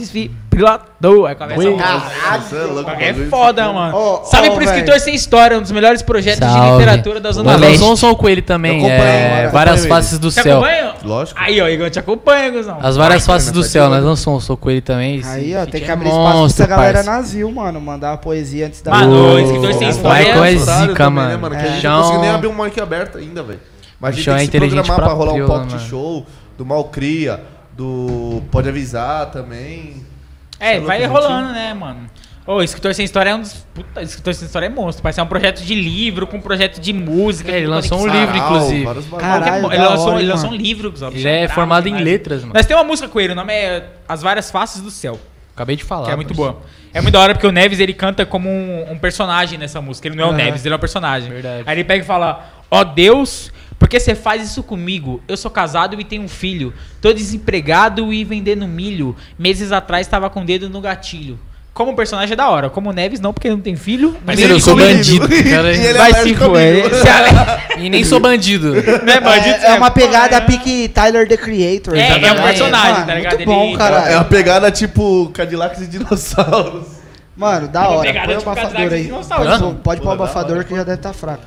[SPEAKER 3] Desfibrilador. Aí começa
[SPEAKER 4] Ui.
[SPEAKER 3] a-
[SPEAKER 1] Caralho.
[SPEAKER 2] Você é louco,
[SPEAKER 3] É
[SPEAKER 2] mano.
[SPEAKER 3] foda, mano.
[SPEAKER 1] Ó,
[SPEAKER 3] Sabe
[SPEAKER 1] ó,
[SPEAKER 3] pro
[SPEAKER 1] véi.
[SPEAKER 3] escritor sem história, um dos melhores projetos de
[SPEAKER 4] Salve.
[SPEAKER 3] literatura da Zona
[SPEAKER 4] Mas
[SPEAKER 3] Leste.
[SPEAKER 4] lançou um som com ele também,
[SPEAKER 2] Eu acompanho,
[SPEAKER 4] é,
[SPEAKER 2] mano, eu
[SPEAKER 4] Várias
[SPEAKER 2] acompanho
[SPEAKER 4] Faces do
[SPEAKER 3] Te
[SPEAKER 4] Céu.
[SPEAKER 3] acompanha?
[SPEAKER 2] Lógico.
[SPEAKER 3] Aí, ó, Igor, te acompanha, cuzão.
[SPEAKER 4] As Várias Faces do
[SPEAKER 2] vai
[SPEAKER 4] Céu,
[SPEAKER 2] ter
[SPEAKER 4] nós
[SPEAKER 2] outro.
[SPEAKER 4] lançamos um som com ele também. esse
[SPEAKER 1] Aí, ó,
[SPEAKER 4] feat
[SPEAKER 1] tem
[SPEAKER 4] é
[SPEAKER 1] que abrir espaço pra
[SPEAKER 4] monstro,
[SPEAKER 1] essa galera
[SPEAKER 4] parça.
[SPEAKER 1] nazil, mano. Mandar a poesia antes da.
[SPEAKER 3] Mano,
[SPEAKER 1] Ô,
[SPEAKER 3] o escritor sem
[SPEAKER 4] o
[SPEAKER 3] história-
[SPEAKER 4] Michael é
[SPEAKER 2] Otário
[SPEAKER 4] zica,
[SPEAKER 2] também,
[SPEAKER 4] mano.
[SPEAKER 2] né, mano? Que a gente não
[SPEAKER 4] Chão-
[SPEAKER 2] conseguiu nem abrir um mic aberto ainda, velho. Mas a gente tem
[SPEAKER 4] Chão
[SPEAKER 2] que
[SPEAKER 4] é
[SPEAKER 2] se
[SPEAKER 4] inteligente
[SPEAKER 2] programar pra,
[SPEAKER 4] pra
[SPEAKER 2] rolar um
[SPEAKER 4] piola,
[SPEAKER 2] pocket
[SPEAKER 4] mano.
[SPEAKER 2] show, do Malcria, do Pode Avisar também.
[SPEAKER 3] É,
[SPEAKER 2] Falou
[SPEAKER 3] vai
[SPEAKER 2] que
[SPEAKER 3] rolando, né, mano? Ô, escritor sem história é um dos. Puta, escritor sem história é monstro. Parece é um projeto de livro, com um projeto de música.
[SPEAKER 4] É, ele
[SPEAKER 3] com
[SPEAKER 4] lançou um
[SPEAKER 3] conexão.
[SPEAKER 4] livro, inclusive.
[SPEAKER 2] vários bagulho.
[SPEAKER 1] Caralho.
[SPEAKER 3] ele,
[SPEAKER 1] da
[SPEAKER 3] lançou,
[SPEAKER 1] hora,
[SPEAKER 3] ele
[SPEAKER 1] hein,
[SPEAKER 3] lançou um
[SPEAKER 1] mano.
[SPEAKER 3] livro, Gustavo.
[SPEAKER 4] Ele é
[SPEAKER 3] Bravo
[SPEAKER 4] formado em
[SPEAKER 3] demais.
[SPEAKER 4] letras, mano.
[SPEAKER 3] Nós temos uma música com ele, o nome é As Várias Faces do Céu,
[SPEAKER 4] Acabei de falar.
[SPEAKER 3] que é muito
[SPEAKER 4] parça.
[SPEAKER 3] boa. É muito da hora porque o Neves ele canta como um, um personagem nessa música. Ele não é o
[SPEAKER 4] Aham.
[SPEAKER 3] Neves, ele é um personagem.
[SPEAKER 4] Verdade.
[SPEAKER 3] Aí ele pega e fala: Ó Deus, por que você faz isso comigo? Eu sou casado e tenho um filho. Tô desempregado e vendendo milho. Meses atrás tava com o dedo no gatilho. Como o personagem é da hora, como o Neves não, porque não tem filho.
[SPEAKER 4] Mas
[SPEAKER 3] ele é tipo um
[SPEAKER 4] eu sou
[SPEAKER 3] come-
[SPEAKER 4] bandido,
[SPEAKER 2] E
[SPEAKER 4] cara.
[SPEAKER 2] ele é
[SPEAKER 3] Vai se
[SPEAKER 2] alérgico a
[SPEAKER 3] fuder.
[SPEAKER 2] milho.
[SPEAKER 3] Se a-
[SPEAKER 4] E nem sou bandido.
[SPEAKER 3] Não é bandido,
[SPEAKER 1] É, é uma pegada
[SPEAKER 3] é-
[SPEAKER 1] pique Tyler the Creator.
[SPEAKER 3] É,
[SPEAKER 1] tá
[SPEAKER 3] é um
[SPEAKER 1] ligado?
[SPEAKER 3] personagem,
[SPEAKER 1] Mano,
[SPEAKER 3] tá ligado?
[SPEAKER 1] Muito bom,
[SPEAKER 3] Ele- um
[SPEAKER 2] É uma
[SPEAKER 1] caralho.
[SPEAKER 2] pegada tipo Cadillacs e dinossauros.
[SPEAKER 1] Mano, da
[SPEAKER 3] uma
[SPEAKER 1] hora.
[SPEAKER 3] pegada
[SPEAKER 1] Põe o
[SPEAKER 3] tipo
[SPEAKER 1] abafador
[SPEAKER 3] Cadillac
[SPEAKER 1] aí.
[SPEAKER 3] de dinossauro.
[SPEAKER 1] Pode
[SPEAKER 4] Hã?
[SPEAKER 1] pôr- Pode pôr o
[SPEAKER 2] Pô, da
[SPEAKER 1] abafador
[SPEAKER 2] hora.
[SPEAKER 1] que já deve estar fraco.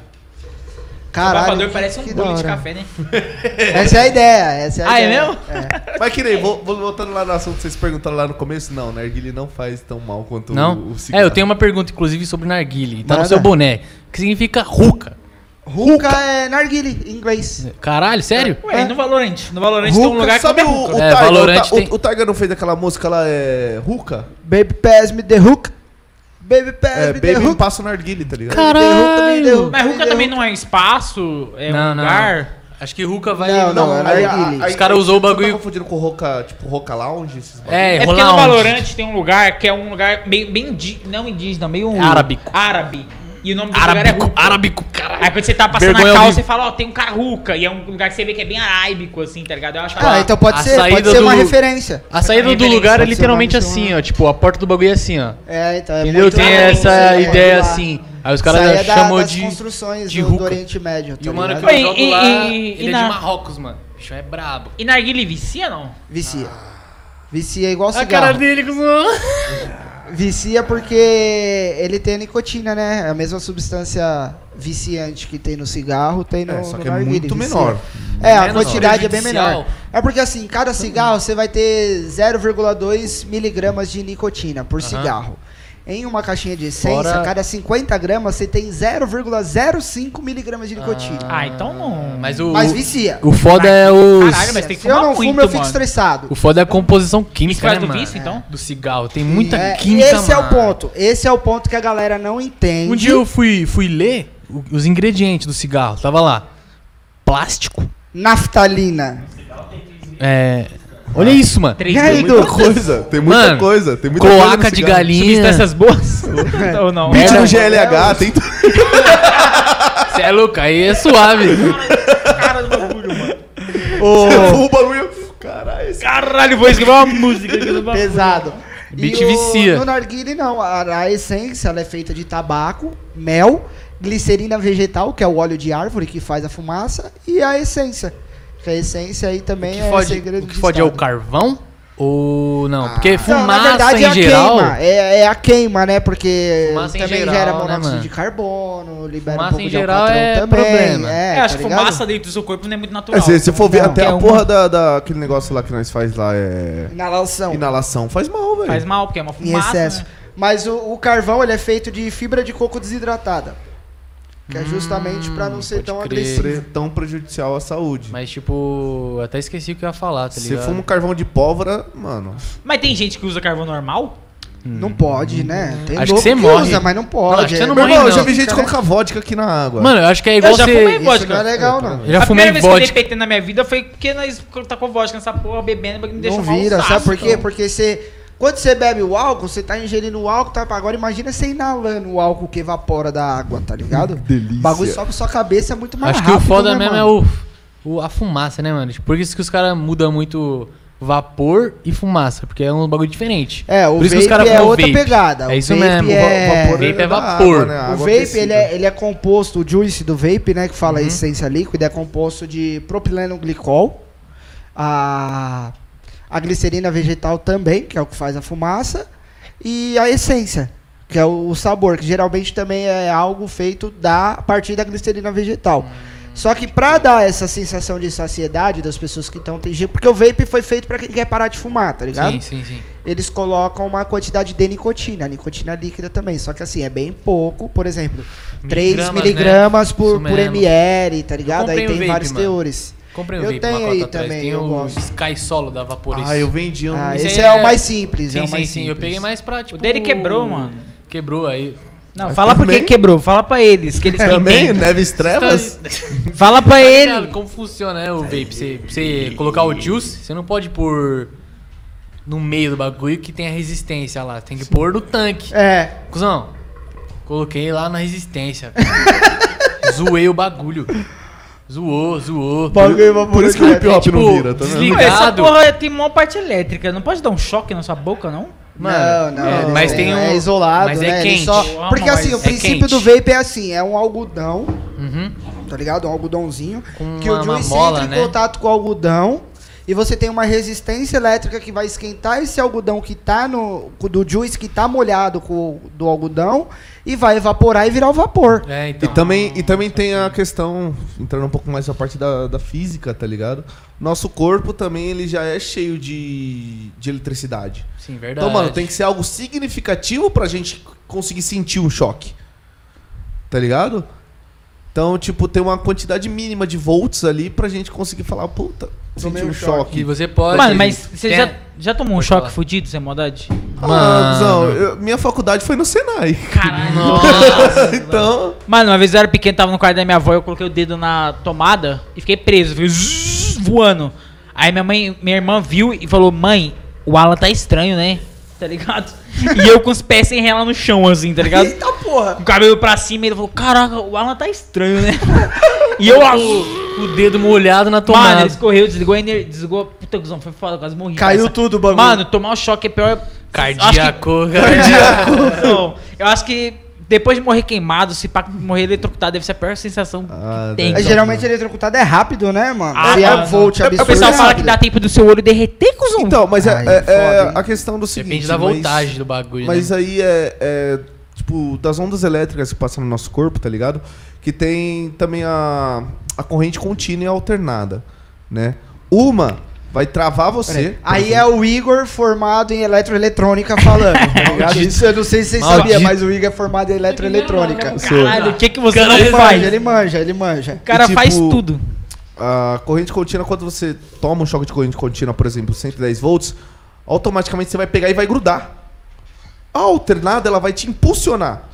[SPEAKER 3] O
[SPEAKER 1] Caralho.
[SPEAKER 3] abafador parece um
[SPEAKER 1] que da
[SPEAKER 3] bule de
[SPEAKER 1] hora.
[SPEAKER 3] café, né?
[SPEAKER 1] Essa é a ideia. Essa é a
[SPEAKER 3] Ah, é
[SPEAKER 1] ideia.
[SPEAKER 3] mesmo?
[SPEAKER 2] Mas que nem, vou, vou voltando lá no assunto que vocês perguntaram lá no começo. Não, narguile não faz tão mal quanto
[SPEAKER 4] Não?
[SPEAKER 2] o, o cigarro.
[SPEAKER 4] É, eu tenho uma pergunta, inclusive, sobre narguile. Tá
[SPEAKER 1] Manda.
[SPEAKER 4] no seu boné. O que significa ruca?
[SPEAKER 1] Ruka é narguile, em inglês.
[SPEAKER 4] Caralho, sério?
[SPEAKER 3] Ué, e no Valorant. No Valorant tem um
[SPEAKER 2] Ruka,
[SPEAKER 3] lugar que
[SPEAKER 2] sabe
[SPEAKER 3] come
[SPEAKER 2] o,
[SPEAKER 3] Ruka.
[SPEAKER 2] o
[SPEAKER 4] É,
[SPEAKER 2] Tiger?
[SPEAKER 4] Valorant
[SPEAKER 2] o, Ti-
[SPEAKER 4] tem-
[SPEAKER 2] o, o Tiger não fez aquela música lá, é... Ruka?
[SPEAKER 1] Baby pass me the hook. Baby pass
[SPEAKER 2] É,
[SPEAKER 1] me the
[SPEAKER 2] Baby
[SPEAKER 1] hook.
[SPEAKER 2] passa o narguile, tá ligado?
[SPEAKER 4] Cara- Caralho.
[SPEAKER 3] Mas Ruka também não é espaço, é um
[SPEAKER 4] Não, não.
[SPEAKER 3] lugar.
[SPEAKER 4] Acho que ruca vai.
[SPEAKER 1] Não, não. é
[SPEAKER 2] aí-
[SPEAKER 1] narguile.
[SPEAKER 2] aí-
[SPEAKER 4] Os cara
[SPEAKER 2] aí-
[SPEAKER 4] usou o
[SPEAKER 2] você
[SPEAKER 4] bagulho-
[SPEAKER 2] Tá confundindo com Roca, tipo, Roca Lounge, esses bagulho?
[SPEAKER 4] É,
[SPEAKER 3] É, porque no
[SPEAKER 4] rolar onde?
[SPEAKER 3] Valorant tem um lugar que é um lugar meio, bem indi- não indígena, meio um
[SPEAKER 4] Árabico.
[SPEAKER 3] árabe. E o nome do lugar é
[SPEAKER 4] Árabico,
[SPEAKER 3] Ruka.
[SPEAKER 4] árabico,
[SPEAKER 3] Aí
[SPEAKER 4] caralho.
[SPEAKER 3] quando você tá passando
[SPEAKER 4] Vergonha
[SPEAKER 3] a
[SPEAKER 4] ao
[SPEAKER 3] calça,
[SPEAKER 4] vivo.
[SPEAKER 3] você fala, ó, tem um carruca. E é um lugar que você vê que é bem arábico, assim, tá ligado? Eu acho
[SPEAKER 1] Ah,
[SPEAKER 3] que-
[SPEAKER 1] então pode
[SPEAKER 4] é. A
[SPEAKER 1] ser, pode
[SPEAKER 4] saída
[SPEAKER 1] ser uma
[SPEAKER 4] do-
[SPEAKER 1] referência.
[SPEAKER 4] A saída do
[SPEAKER 3] Referência,
[SPEAKER 4] lugar é
[SPEAKER 1] pode ser
[SPEAKER 4] literalmente
[SPEAKER 1] uma missão,
[SPEAKER 4] assim,
[SPEAKER 1] né?
[SPEAKER 4] ó. Tipo, a porta do bagulho é assim, ó.
[SPEAKER 1] É, então é
[SPEAKER 4] Entendeu?
[SPEAKER 1] muito
[SPEAKER 4] Tem
[SPEAKER 1] lá,
[SPEAKER 4] essa
[SPEAKER 1] é muito
[SPEAKER 4] ideia
[SPEAKER 1] lá.
[SPEAKER 4] assim. Aí os
[SPEAKER 1] Isso aí
[SPEAKER 4] caras
[SPEAKER 1] é da-
[SPEAKER 4] chamou
[SPEAKER 1] das
[SPEAKER 4] de.
[SPEAKER 1] construções
[SPEAKER 4] de
[SPEAKER 1] do,
[SPEAKER 4] ruca.
[SPEAKER 1] do Oriente Médio, tá
[SPEAKER 4] E o mano que
[SPEAKER 1] ligado?
[SPEAKER 3] Oi,
[SPEAKER 4] eu jogo
[SPEAKER 3] e-
[SPEAKER 4] lá,
[SPEAKER 3] e- e
[SPEAKER 4] ele é
[SPEAKER 3] na-
[SPEAKER 4] de Marrocos, mano. O bichão é brabo.
[SPEAKER 3] E narguile vicia, não?
[SPEAKER 1] Vicia. Vicia é igual
[SPEAKER 4] A cara
[SPEAKER 1] cigarro.
[SPEAKER 4] dele, cuzão.
[SPEAKER 1] Vicia porque ele tem a nicotina, né? A mesma substância viciante que tem no cigarro, tem no
[SPEAKER 2] É, só
[SPEAKER 1] no
[SPEAKER 2] que é
[SPEAKER 1] narguilé,
[SPEAKER 2] muito
[SPEAKER 1] vicia.
[SPEAKER 2] menor.
[SPEAKER 1] É, a
[SPEAKER 4] Menos
[SPEAKER 1] quantidade é bem
[SPEAKER 4] prejudicial.
[SPEAKER 1] menor. É porque assim, cada cigarro você vai ter 0,2 miligramas de nicotina por cigarro. Em uma caixinha de essência,
[SPEAKER 4] Fora-
[SPEAKER 1] cada 50 gramas você tem 0,05 miligramas de nicotina.
[SPEAKER 3] Ah, então não.
[SPEAKER 4] Mas o.
[SPEAKER 1] Mas vicia.
[SPEAKER 4] O foda é os.
[SPEAKER 3] Caralho, mas tem que
[SPEAKER 1] Se eu
[SPEAKER 3] fumar
[SPEAKER 1] não
[SPEAKER 3] muito,
[SPEAKER 1] fumo, eu fico
[SPEAKER 3] mano.
[SPEAKER 1] estressado.
[SPEAKER 4] O foda é a composição
[SPEAKER 3] Isso
[SPEAKER 4] química,
[SPEAKER 3] faz
[SPEAKER 4] né,
[SPEAKER 3] do
[SPEAKER 4] mano?
[SPEAKER 3] vício, então?
[SPEAKER 4] Do cigarro. Tem muita
[SPEAKER 1] É,
[SPEAKER 4] química,
[SPEAKER 1] Esse é o
[SPEAKER 4] mano.
[SPEAKER 1] ponto. Esse é o ponto que a galera não entende.
[SPEAKER 4] Um dia eu fui, fui ler o- os ingredientes do cigarro. Tava lá. Plástico,
[SPEAKER 1] Naftalina.
[SPEAKER 4] É... Olha isso, mano.
[SPEAKER 3] Três
[SPEAKER 1] E aí,
[SPEAKER 3] mil,
[SPEAKER 2] Muita coisa, tem muita
[SPEAKER 4] Mano,
[SPEAKER 2] coisa. Tem muita coisa
[SPEAKER 4] Coaca
[SPEAKER 2] nesse
[SPEAKER 4] de
[SPEAKER 2] cara.
[SPEAKER 4] galinha.
[SPEAKER 3] Substâncias boas? Ou não?
[SPEAKER 2] Beat
[SPEAKER 4] Merda,
[SPEAKER 2] do GLH, tem tudo.
[SPEAKER 4] Você é louco, aí é suave.
[SPEAKER 3] cara do bagulho, mano.
[SPEAKER 2] O bagulho. Caralho, esse
[SPEAKER 3] Caralho, vou escrever uma música aqui do bagulho.
[SPEAKER 1] Pesado.
[SPEAKER 4] Beat
[SPEAKER 1] E o-
[SPEAKER 4] vicia.
[SPEAKER 1] No narguile não, a, a essência ela é feita de tabaco, mel, glicerina vegetal, que é o óleo de árvore que faz a fumaça, e a essência. Que a essência aí também
[SPEAKER 4] que
[SPEAKER 1] é
[SPEAKER 4] fode,
[SPEAKER 1] segredo
[SPEAKER 4] o que
[SPEAKER 1] de
[SPEAKER 4] fode é o
[SPEAKER 1] estado.
[SPEAKER 4] carvão? Ou não? Porque
[SPEAKER 1] Não,
[SPEAKER 4] fumaça
[SPEAKER 1] na verdade
[SPEAKER 4] em
[SPEAKER 1] é a
[SPEAKER 4] geral.
[SPEAKER 1] queima, é, é a queima, né? Porque
[SPEAKER 4] Fumaça em
[SPEAKER 1] também
[SPEAKER 4] geral,
[SPEAKER 1] gera
[SPEAKER 4] né,
[SPEAKER 1] monóxido
[SPEAKER 4] mano?
[SPEAKER 1] de carbono, libera
[SPEAKER 4] Fumaça
[SPEAKER 1] um pouco
[SPEAKER 4] em
[SPEAKER 1] de
[SPEAKER 4] geral
[SPEAKER 1] alcatrão
[SPEAKER 4] é
[SPEAKER 1] também.
[SPEAKER 4] problema.
[SPEAKER 1] É,
[SPEAKER 3] É, acho
[SPEAKER 1] tá
[SPEAKER 3] que
[SPEAKER 1] ligado?
[SPEAKER 3] fumaça dentro do seu corpo não é muito natural.
[SPEAKER 4] Então,
[SPEAKER 2] É, se se for ver
[SPEAKER 1] Não,
[SPEAKER 2] até
[SPEAKER 3] quer
[SPEAKER 2] a
[SPEAKER 3] um-
[SPEAKER 2] porra da, da- aquele negócio lá que nós faz lá é.
[SPEAKER 1] Inalação.
[SPEAKER 2] Inalação faz mal, velho.
[SPEAKER 3] Faz mal, porque é uma
[SPEAKER 1] Em
[SPEAKER 3] fumaça.
[SPEAKER 1] excesso.
[SPEAKER 3] né?
[SPEAKER 1] Mas o, o carvão ele é feito de fibra de coco desidratada. Que é justamente pra não ser
[SPEAKER 4] Hum, pode
[SPEAKER 1] tão
[SPEAKER 4] crer.
[SPEAKER 1] agressivo.
[SPEAKER 2] Pre- Tão prejudicial à saúde.
[SPEAKER 4] Mas tipo, até esqueci o que eu ia falar, tá
[SPEAKER 2] Se
[SPEAKER 4] ligado?
[SPEAKER 2] fuma um carvão de pólvora, mano.
[SPEAKER 3] Mas tem gente que usa carvão normal?
[SPEAKER 1] Não pode, né? Tem
[SPEAKER 4] Hum. Acho que
[SPEAKER 1] louco
[SPEAKER 4] você morre.
[SPEAKER 1] usa, mas não pode.
[SPEAKER 4] Não, acho que você não
[SPEAKER 1] É,
[SPEAKER 2] Meu
[SPEAKER 4] morre,
[SPEAKER 2] irmão, eu
[SPEAKER 4] não.
[SPEAKER 2] já vi gente
[SPEAKER 1] Cara,
[SPEAKER 2] colocar vodka aqui na água.
[SPEAKER 4] Mano, eu acho que é igual
[SPEAKER 3] eu já fumei
[SPEAKER 4] você.
[SPEAKER 1] Isso não é
[SPEAKER 3] vodka.
[SPEAKER 1] legal, não.
[SPEAKER 4] Eu já
[SPEAKER 3] a
[SPEAKER 4] fumei
[SPEAKER 3] primeira vez que eu
[SPEAKER 4] vodka.
[SPEAKER 3] dei PT na minha vida foi porque nós tacou vodka nessa porra, bebendo, me deixou
[SPEAKER 1] Não
[SPEAKER 3] mal
[SPEAKER 1] vira, sabe por quê? Porque você. Quando você bebe o álcool, você tá ingerindo o álcool, tá? Agora imagina você inalando o álcool que evapora da água, tá ligado?
[SPEAKER 2] Delícia.
[SPEAKER 1] O bagulho sobe sua cabeça é muito mais
[SPEAKER 4] Acho que
[SPEAKER 1] rápido,
[SPEAKER 4] o foda
[SPEAKER 1] né,
[SPEAKER 4] mesmo
[SPEAKER 1] mano?
[SPEAKER 4] é o, o- a fumaça, né, mano? Tipo, Por isso que os caras mudam muito vapor e fumaça, porque é um bagulho diferente.
[SPEAKER 1] É, o
[SPEAKER 4] Por isso que
[SPEAKER 1] vape
[SPEAKER 4] os cara
[SPEAKER 1] é
[SPEAKER 4] fumam
[SPEAKER 1] outra
[SPEAKER 4] vape.
[SPEAKER 1] pegada.
[SPEAKER 4] É
[SPEAKER 1] O
[SPEAKER 4] isso
[SPEAKER 1] vape
[SPEAKER 4] mesmo, o va-
[SPEAKER 1] É...
[SPEAKER 4] vapor- Vape é
[SPEAKER 2] da
[SPEAKER 4] vapor.
[SPEAKER 2] né? A
[SPEAKER 1] O
[SPEAKER 2] água
[SPEAKER 1] vape,
[SPEAKER 2] aquecida. Uhum.
[SPEAKER 1] ele é, ele é composto, o juice do vape, né, que fala a essência líquida, é composto de propileno glicol, a, a glicerina vegetal também, que é o que faz a fumaça, e a essência, que é o, o sabor, que geralmente também é algo feito da, a partir da glicerina vegetal.
[SPEAKER 2] Hum.
[SPEAKER 1] Só que pra dar essa sensação de saciedade das pessoas que estão... Porque o vape foi feito pra quem quer parar de fumar, tá ligado?
[SPEAKER 4] Sim, sim, sim.
[SPEAKER 1] eles colocam uma quantidade de nicotina, nicotina líquida também, só que assim, é bem pouco, por exemplo, 3
[SPEAKER 4] Miligramas, né?
[SPEAKER 1] miligramas por,
[SPEAKER 4] Isso
[SPEAKER 1] por
[SPEAKER 4] mesmo.
[SPEAKER 1] ml, tá ligado?
[SPEAKER 4] comprei
[SPEAKER 1] Aí
[SPEAKER 4] o
[SPEAKER 1] tem
[SPEAKER 4] vape,
[SPEAKER 1] vários
[SPEAKER 4] mano.
[SPEAKER 1] teores.
[SPEAKER 4] Comprei um
[SPEAKER 1] Eu
[SPEAKER 4] vape
[SPEAKER 1] tenho
[SPEAKER 4] uma cota
[SPEAKER 1] aí
[SPEAKER 4] atrás.
[SPEAKER 1] também,
[SPEAKER 4] Tem
[SPEAKER 1] eu
[SPEAKER 4] o
[SPEAKER 1] gosto.
[SPEAKER 4] Sky Solo da Vaporista.
[SPEAKER 2] Ah, eu vendi um.
[SPEAKER 1] Ah,
[SPEAKER 4] Isso
[SPEAKER 1] esse
[SPEAKER 4] aí
[SPEAKER 1] é, o
[SPEAKER 4] é-
[SPEAKER 1] mais simples,
[SPEAKER 4] Sim,
[SPEAKER 1] é o
[SPEAKER 4] sim,
[SPEAKER 1] mais
[SPEAKER 4] sim.
[SPEAKER 1] simples.
[SPEAKER 4] Eu peguei mais pra, tipo...
[SPEAKER 3] O dele quebrou, mano.
[SPEAKER 4] Quebrou aí.
[SPEAKER 3] Não, fala por que quebrou, fala pra eles, que eles que
[SPEAKER 2] Também,
[SPEAKER 1] né?
[SPEAKER 3] entendem.
[SPEAKER 1] É,
[SPEAKER 2] Neves
[SPEAKER 4] Tá
[SPEAKER 2] Trevas?
[SPEAKER 3] Fala pra
[SPEAKER 4] Cara,
[SPEAKER 3] É ele.
[SPEAKER 4] Tá como funciona, né, o
[SPEAKER 1] Tá
[SPEAKER 4] vape? Você, você colocar o juice, você não pode pôr no meio do bagulho que tem a resistência lá. Tem que pôr no tanque.
[SPEAKER 1] É,
[SPEAKER 4] Cusão, coloquei lá na resistência. Zoei o bagulho. Zoou, zoou.
[SPEAKER 1] bagulho
[SPEAKER 2] Por isso que o hip hop
[SPEAKER 4] tipo,
[SPEAKER 2] não vira, tá
[SPEAKER 4] desliga.
[SPEAKER 2] vendo?
[SPEAKER 3] Não, essa
[SPEAKER 4] Ligado.
[SPEAKER 3] porra é, tem uma parte elétrica, não pode dar um choque na sua boca, não?
[SPEAKER 1] Não, não,
[SPEAKER 4] é, mas tem um.
[SPEAKER 1] é isolado,
[SPEAKER 4] mas
[SPEAKER 1] né?
[SPEAKER 4] é
[SPEAKER 1] ele
[SPEAKER 4] quente.
[SPEAKER 1] só- Porque
[SPEAKER 3] Mas
[SPEAKER 1] assim, o
[SPEAKER 4] é
[SPEAKER 1] princípio do
[SPEAKER 4] quente.
[SPEAKER 1] vape é assim, é um algodão,
[SPEAKER 4] Uhum.
[SPEAKER 1] tá ligado? Um algodãozinho.
[SPEAKER 4] Com
[SPEAKER 1] que
[SPEAKER 4] uma-
[SPEAKER 1] o
[SPEAKER 4] uma
[SPEAKER 1] juice
[SPEAKER 4] mola,
[SPEAKER 1] entra em
[SPEAKER 4] né?
[SPEAKER 1] contato com o algodão e você tem uma resistência elétrica que vai esquentar esse algodão que tá no. do juice que tá molhado com o- do algodão e vai evaporar e virar o
[SPEAKER 3] Tá
[SPEAKER 1] vapor.
[SPEAKER 4] É,
[SPEAKER 2] E
[SPEAKER 4] então.
[SPEAKER 2] também, e também tem a questão, entrando um pouco mais na parte da, da física, tá ligado? Nosso corpo também ele já é cheio de, de eletricidade.
[SPEAKER 4] Sim, verdade.
[SPEAKER 2] Então, mano, tem que ser algo significativo pra gente conseguir sentir um choque. Tá ligado? Então, tipo, tem uma quantidade mínima de volts ali pra gente conseguir falar, puta,
[SPEAKER 1] Tomei
[SPEAKER 2] senti
[SPEAKER 1] um
[SPEAKER 2] um
[SPEAKER 1] choque.
[SPEAKER 2] choque.
[SPEAKER 4] E você pode.
[SPEAKER 3] Mano, mas você
[SPEAKER 4] Tem-
[SPEAKER 3] já, já tomou um
[SPEAKER 4] Pode
[SPEAKER 3] choque
[SPEAKER 4] falar.
[SPEAKER 3] fudido, sem maldade?
[SPEAKER 2] Ah, Zão,
[SPEAKER 4] Mano.
[SPEAKER 2] eu- minha faculdade foi no Senai.
[SPEAKER 3] Caralho.
[SPEAKER 2] então,
[SPEAKER 3] Mano, uma vez eu era pequeno, tava no quarto da minha avó, eu coloquei o dedo na tomada e fiquei preso, fui zzz, voando. Aí minha mãe, minha irmã viu e falou, mãe, o Alan tá estranho, né? Tá ligado? e eu com os pés sem rela no chão, assim, tá ligado?
[SPEAKER 1] Eita porra!
[SPEAKER 3] O cabelo pra cima e ele falou, caraca, o Alan tá estranho, né? e eu, azul.
[SPEAKER 4] O dedo molhado na
[SPEAKER 3] Mano,
[SPEAKER 4] tomada.
[SPEAKER 3] ele escorreu, desligou a energia, desligou, puta cuzão, foi foda, quase morri.
[SPEAKER 1] Caiu
[SPEAKER 3] Essa-
[SPEAKER 1] tudo o bagulho.
[SPEAKER 3] Mano, tomar um choque é pior... Acho que-
[SPEAKER 4] Cardíaco.
[SPEAKER 3] Não, eu acho que depois de morrer queimado, se pá, morrer eletrocutado, deve ser a pior sensação
[SPEAKER 2] Ah,
[SPEAKER 3] que tem.
[SPEAKER 1] É,
[SPEAKER 3] cara.
[SPEAKER 1] geralmente eletrocutado é rápido, né, mano?
[SPEAKER 3] Ah,
[SPEAKER 1] Se é
[SPEAKER 3] não, não.
[SPEAKER 1] volt absurdo.
[SPEAKER 3] O pessoal
[SPEAKER 1] é
[SPEAKER 3] fala
[SPEAKER 1] rápido.
[SPEAKER 3] que dá tempo do seu olho derreter, cuzão.
[SPEAKER 2] então mas é,
[SPEAKER 1] Ai,
[SPEAKER 2] é- é
[SPEAKER 1] foda, hein?
[SPEAKER 2] a questão do seguinte.
[SPEAKER 4] Depende da
[SPEAKER 2] mas-
[SPEAKER 4] voltagem do bagulho.
[SPEAKER 2] Mas
[SPEAKER 4] né?
[SPEAKER 2] aí é, é, tipo, das ondas elétricas que passam no nosso corpo, tá ligado? Que tem também a, a corrente contínua e alternada, né? Uma vai travar você.
[SPEAKER 1] Aí é o Igor formado em eletroeletrônica falando. tá ligado? Isso eu não sei se vocês
[SPEAKER 4] Maldito.
[SPEAKER 1] sabiam, mas o Igor é formado em eletroeletrônica.
[SPEAKER 3] Caralho, o que, que você
[SPEAKER 1] Ele
[SPEAKER 3] não faz?
[SPEAKER 1] manja, ele manja, ele manja.
[SPEAKER 3] O cara
[SPEAKER 2] E, tipo,
[SPEAKER 3] faz tudo.
[SPEAKER 2] A corrente contínua, quando você toma um choque de corrente contínua, por exemplo, 110 volts, automaticamente você vai pegar e vai grudar. A alternada, ela vai te impulsionar.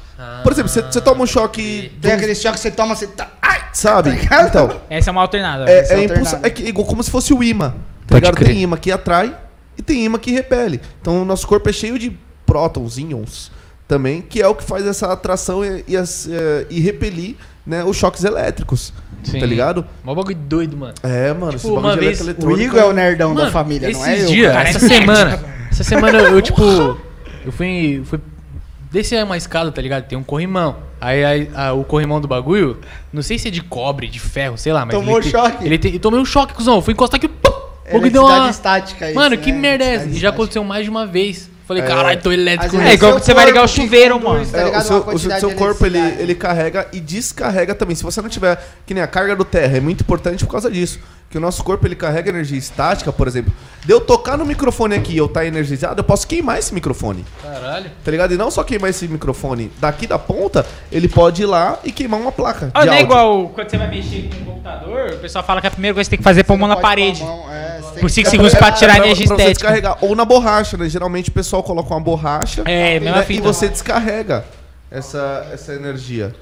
[SPEAKER 2] Por exemplo, você, você toma um choque,
[SPEAKER 1] Tem aquele choque que você toma, você tá. Ai!
[SPEAKER 2] sabe? Então,
[SPEAKER 3] Essa é uma alternada.
[SPEAKER 2] É,
[SPEAKER 1] Essa
[SPEAKER 2] é,
[SPEAKER 1] alternada.
[SPEAKER 2] impulsa- é que- igual como se fosse o imã, tá Tá
[SPEAKER 5] Pode
[SPEAKER 2] ligado?
[SPEAKER 5] crer.
[SPEAKER 2] Tem imã que atrai e tem imã que repele. Então o nosso corpo é cheio de prótons, íons também, que é o que faz essa atração e, e as- eh, e repelir né, os choques elétricos.
[SPEAKER 5] Sim.
[SPEAKER 2] Tá ligado?
[SPEAKER 4] Mó bagulho doido, mano.
[SPEAKER 2] É, mano, esse
[SPEAKER 4] Tipo, uma
[SPEAKER 2] bagulho de
[SPEAKER 4] vez,
[SPEAKER 1] O
[SPEAKER 2] eletrônico
[SPEAKER 1] Igor é o nerdão da
[SPEAKER 4] Mano,
[SPEAKER 1] família,
[SPEAKER 4] esses
[SPEAKER 1] não é eu?
[SPEAKER 4] dias,
[SPEAKER 3] cara.
[SPEAKER 4] essa
[SPEAKER 3] Esse
[SPEAKER 4] semana, essa semana eu, tipo, eu fui, fui descer uma escada, tá ligado? Tem um corrimão. Aí, aí, ah, o corrimão do bagulho, não sei se é de cobre, de ferro, sei lá, mas
[SPEAKER 1] Tomou
[SPEAKER 4] ele, te-
[SPEAKER 1] choque?
[SPEAKER 4] Ele tem, eu tomei um choque, cuzão. Eu Fui encostar aqui, pum, o bagulho deu
[SPEAKER 1] Eletricidade
[SPEAKER 4] uma...
[SPEAKER 1] é estática isso, né?
[SPEAKER 4] Mano, que merda é essa?
[SPEAKER 1] Eletricidade
[SPEAKER 4] E já aconteceu mais de uma vez. Falei, caralho, tô elétrico.
[SPEAKER 1] Às
[SPEAKER 4] né?"
[SPEAKER 3] É
[SPEAKER 1] vezes
[SPEAKER 3] igual
[SPEAKER 1] seu
[SPEAKER 3] que você vai ligar o
[SPEAKER 1] corpo que
[SPEAKER 3] chuveiro,
[SPEAKER 1] conduz,
[SPEAKER 3] mano.
[SPEAKER 1] tá
[SPEAKER 2] É, o
[SPEAKER 1] ligado?
[SPEAKER 2] seu,
[SPEAKER 1] Uma
[SPEAKER 2] o seu-
[SPEAKER 1] quantidade
[SPEAKER 2] seu
[SPEAKER 1] de
[SPEAKER 2] corpo ele,
[SPEAKER 1] eletricidade.
[SPEAKER 2] ele carrega e descarrega também. Se você não tiver, que nem a carga do terra, é muito importante por causa disso. Que o nosso corpo ele carrega energia estática, por exemplo. De eu tocar no microfone aqui e eu tá energizado, eu posso queimar esse microfone.
[SPEAKER 4] Caralho.
[SPEAKER 2] Tá ligado? E não só queimar esse microfone daqui da ponta, ele pode ir lá e queimar uma placa.
[SPEAKER 3] Ah,
[SPEAKER 2] de
[SPEAKER 3] não é
[SPEAKER 2] áudio.
[SPEAKER 3] igual quando você vai mexer com o computador, o pessoal fala que a primeira coisa que você tem que fazer é pôr a mão na
[SPEAKER 1] Pode
[SPEAKER 3] parede.
[SPEAKER 1] com a mão, é, você tem
[SPEAKER 3] Por
[SPEAKER 1] que-
[SPEAKER 3] 5 segundos
[SPEAKER 2] É
[SPEAKER 3] pra tirar a
[SPEAKER 2] pra-
[SPEAKER 3] energia
[SPEAKER 2] pra você
[SPEAKER 3] estética.
[SPEAKER 2] descarregar. Ou na borracha, né? Geralmente o pessoal coloca uma borracha
[SPEAKER 3] É,
[SPEAKER 2] né?
[SPEAKER 3] mesma
[SPEAKER 2] e
[SPEAKER 3] fita.
[SPEAKER 2] você descarrega essa, essa energia.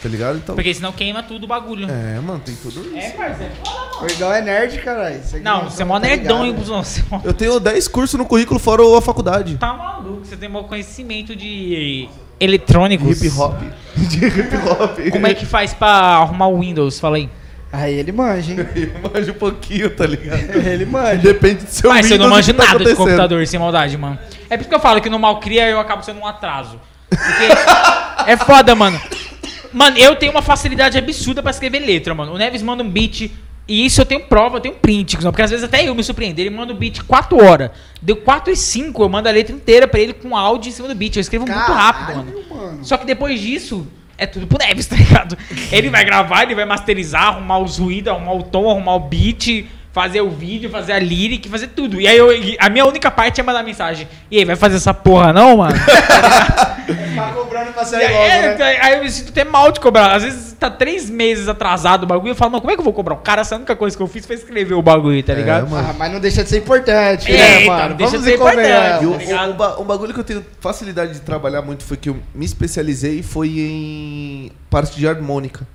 [SPEAKER 2] Tá ligado? Então.
[SPEAKER 3] Porque senão queima tudo o bagulho.
[SPEAKER 2] É, mano, tem tudo isso.
[SPEAKER 3] É, parceiro.
[SPEAKER 1] O Igão é nerd, caralho. Você que
[SPEAKER 3] Não, você é mó
[SPEAKER 1] tá
[SPEAKER 3] nerdão, hein,
[SPEAKER 1] ligado,
[SPEAKER 3] Busão? Você é mó-
[SPEAKER 2] Eu tenho 10 cursos no currículo fora a faculdade.
[SPEAKER 3] tá maluco, você tem mó conhecimento de eletrônicos.
[SPEAKER 2] Hip hop. De hip hop.
[SPEAKER 3] Como é que faz pra arrumar o Windows? Fala aí.
[SPEAKER 1] Aí ele manja, hein?
[SPEAKER 2] Manja um pouquinho, tá ligado?
[SPEAKER 1] Ele manja.
[SPEAKER 2] Depende do seu
[SPEAKER 3] Mas você não
[SPEAKER 2] Windows e
[SPEAKER 3] manja
[SPEAKER 2] o que tá
[SPEAKER 3] nada de
[SPEAKER 2] acontecendo.
[SPEAKER 3] computador, sem maldade, mano. É por isso que eu falo que no Malcria eu acabo sendo um atraso. Porque é foda, mano. Mano, eu tenho uma facilidade absurda pra escrever letra, mano. O Neves manda um beat e isso eu tenho prova, eu tenho print, cuzão, porque às vezes até eu me surpreendo. Ele manda um beat 4 horas. Deu 4 e 5, eu mando a letra inteira pra ele com áudio em cima do beat. Eu escrevo muito rápido, mano.
[SPEAKER 1] Caralho, mano.
[SPEAKER 3] Só que depois disso, é tudo pro Neves, tá ligado? Ele vai gravar, ele vai masterizar, arrumar os ruídos, arrumar o tom, arrumar o beat, fazer o vídeo, fazer a lyric, fazer tudo. E aí eu- e a minha única parte é mandar mensagem. E aí, vai fazer essa porra não, mano?
[SPEAKER 1] Tá cobrando pra
[SPEAKER 3] E aí,
[SPEAKER 1] sair logo,
[SPEAKER 3] é,
[SPEAKER 1] né?
[SPEAKER 3] aí eu me sinto até mal de cobrar. Às vezes tá três meses atrasado o bagulho, eu falo, mano, como é que eu vou cobrar? O cara, essa única coisa que eu fiz foi escrever o bagulho,
[SPEAKER 2] É,
[SPEAKER 3] tá ligado?
[SPEAKER 1] Ah, mas não deixa de ser importante,
[SPEAKER 3] É,
[SPEAKER 1] né,
[SPEAKER 3] então,
[SPEAKER 1] mano?
[SPEAKER 3] deixa
[SPEAKER 1] Vamos
[SPEAKER 3] de ser
[SPEAKER 1] e convenhamos.
[SPEAKER 2] E o,
[SPEAKER 3] Tá ligado?
[SPEAKER 2] o- o ba- o bagulho que eu tenho facilidade de trabalhar muito foi que eu me especializei foi em parte de harmônica.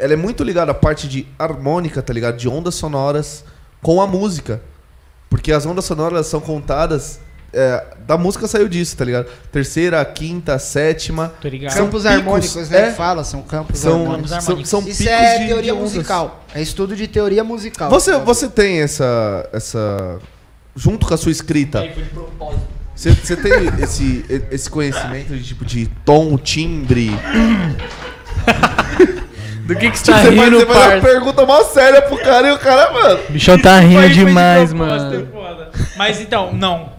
[SPEAKER 2] Ela é muito ligada à parte de harmônica, tá ligado? De ondas sonoras com a música. Porque as ondas sonoras são contadas. é, da música saiu disso, tá ligado? Terceira, quinta, sétima.
[SPEAKER 3] Tô ligado.
[SPEAKER 2] São
[SPEAKER 1] Campos
[SPEAKER 2] picos,
[SPEAKER 1] harmônicos, né?
[SPEAKER 2] é.
[SPEAKER 1] Fala, são campos
[SPEAKER 2] São,
[SPEAKER 1] harmônicos.
[SPEAKER 3] harmônicos.
[SPEAKER 2] são, são picos
[SPEAKER 1] Isso é
[SPEAKER 2] de- de
[SPEAKER 1] teoria
[SPEAKER 2] ondas.
[SPEAKER 1] musical. É estudo de teoria musical.
[SPEAKER 2] Você,
[SPEAKER 4] é
[SPEAKER 2] você tem essa, essa. Junto com a sua escrita. Você, você tem esse, esse conhecimento de tipo de tom, timbre.
[SPEAKER 4] Do que que você
[SPEAKER 2] Tipo,
[SPEAKER 4] tá
[SPEAKER 2] você faz,
[SPEAKER 4] rindo,
[SPEAKER 2] você faz uma
[SPEAKER 4] parça?
[SPEAKER 2] pergunta mó séria pro cara e o cara, mano.
[SPEAKER 4] O bichão tá
[SPEAKER 3] Foi- foi
[SPEAKER 4] rindo
[SPEAKER 3] de
[SPEAKER 4] demais,
[SPEAKER 3] propósito, é
[SPEAKER 4] mano.
[SPEAKER 3] foda. Mas então, não.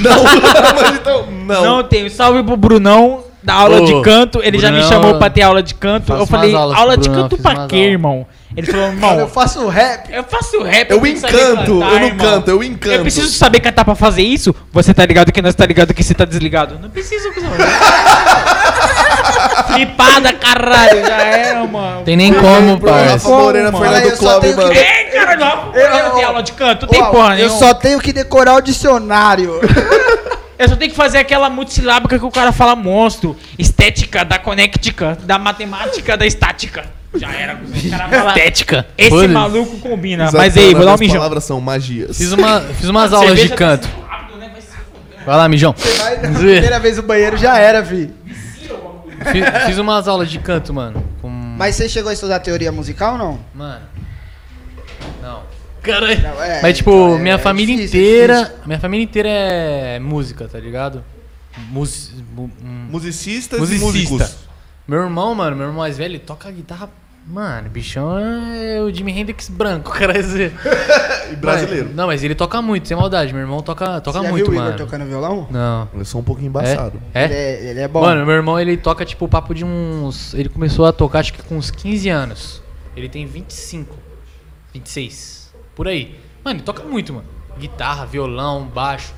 [SPEAKER 2] Não, mas então, não.
[SPEAKER 3] Não tenho. Salve pro Brunão da aula
[SPEAKER 4] Ô,
[SPEAKER 3] de canto. Ele já me
[SPEAKER 4] Brunão,
[SPEAKER 3] chamou pra ter aula de canto.
[SPEAKER 4] faço
[SPEAKER 3] Eu falei,
[SPEAKER 4] umas aulas com
[SPEAKER 3] aula
[SPEAKER 4] o
[SPEAKER 3] de
[SPEAKER 4] Brunão,
[SPEAKER 3] canto
[SPEAKER 4] fiz
[SPEAKER 3] pra
[SPEAKER 4] umas
[SPEAKER 3] quê,
[SPEAKER 4] aulas.
[SPEAKER 3] irmão? Ele falou,
[SPEAKER 1] Mano, eu
[SPEAKER 3] irmão,
[SPEAKER 1] faço um rap.
[SPEAKER 3] eu faço rap.
[SPEAKER 2] Eu
[SPEAKER 3] tenho que saber
[SPEAKER 2] encanto,
[SPEAKER 3] cantar,
[SPEAKER 2] eu não
[SPEAKER 3] irmão.
[SPEAKER 2] canto, eu encanto.
[SPEAKER 3] Eu preciso saber cantar pra fazer isso? Você tá ligado que nós tá ligado que você tá desligado? Não preciso, cuzão. Flipada, caralho. Já era, mano.
[SPEAKER 4] Tem nem como,
[SPEAKER 2] Pro Rafa
[SPEAKER 4] parça.
[SPEAKER 2] Moreira,
[SPEAKER 1] Como, mano? Fala
[SPEAKER 2] Fernando
[SPEAKER 1] aí, eu só
[SPEAKER 2] Clóvis,
[SPEAKER 1] tenho que
[SPEAKER 2] mano.
[SPEAKER 3] É, cara, não. Eu, não tenho aula de canto, tem
[SPEAKER 1] Uau,
[SPEAKER 3] porra
[SPEAKER 1] eu
[SPEAKER 3] nenhuma.
[SPEAKER 1] só tenho que decorar o dicionário.
[SPEAKER 3] Eu só tenho que fazer aquela multissilábica que o cara fala monstro. Estética da conectica, da matemática, da estática. Já era. O cara fala,
[SPEAKER 4] Estética.
[SPEAKER 3] Esse
[SPEAKER 4] Foda-se.
[SPEAKER 3] maluco combina.
[SPEAKER 2] Exatamente,
[SPEAKER 3] Mas aí, vou dar um
[SPEAKER 2] as
[SPEAKER 3] mijão.
[SPEAKER 2] palavras são magias.
[SPEAKER 4] Fiz, uma, fiz umas aulas de
[SPEAKER 3] Cerveja
[SPEAKER 4] canto.
[SPEAKER 3] tem que ser rápido, né? Vai se fuder.
[SPEAKER 4] Vai lá, mijão.
[SPEAKER 1] Vai na
[SPEAKER 4] Zé.
[SPEAKER 1] primeira vez no banheiro já era, vi.
[SPEAKER 4] Fi- Fiz, umas aulas de canto, mano. Com...
[SPEAKER 1] Mas você chegou a estudar teoria musical ou não?
[SPEAKER 4] Mano. Não. Caralho.
[SPEAKER 1] Não, é,
[SPEAKER 4] Mas, tipo,
[SPEAKER 1] então, é-
[SPEAKER 4] minha
[SPEAKER 1] é
[SPEAKER 4] família
[SPEAKER 1] difícil, é
[SPEAKER 4] inteira.
[SPEAKER 1] difícil.
[SPEAKER 4] minha família inteira é música, tá ligado? Mus... mu- hum.
[SPEAKER 2] Musicistas e
[SPEAKER 4] Musicista.
[SPEAKER 2] músicos.
[SPEAKER 4] Meu irmão, mano, meu irmão mais velho, ele toca guitarra. Mano, bichão é o Jimi Hendrix branco, cara. Esse...
[SPEAKER 2] E brasileiro.
[SPEAKER 4] Não, mas ele toca muito, sem maldade. Meu irmão toca, toca
[SPEAKER 1] Você já
[SPEAKER 4] muito,
[SPEAKER 1] viu o Igor
[SPEAKER 4] mano.
[SPEAKER 1] tocando violão?
[SPEAKER 4] Não.
[SPEAKER 2] Eu sou um pouco
[SPEAKER 4] É?
[SPEAKER 2] embaçado.
[SPEAKER 1] Ele
[SPEAKER 4] É?
[SPEAKER 1] é, ele é bom.
[SPEAKER 4] Mano, meu irmão, ele toca, tipo, o papo de uns... Ele começou a tocar, acho que com uns 15 anos. Ele tem 25, 26, por aí. Mano, ele toca muito, mano. Guitarra, violão, baixo.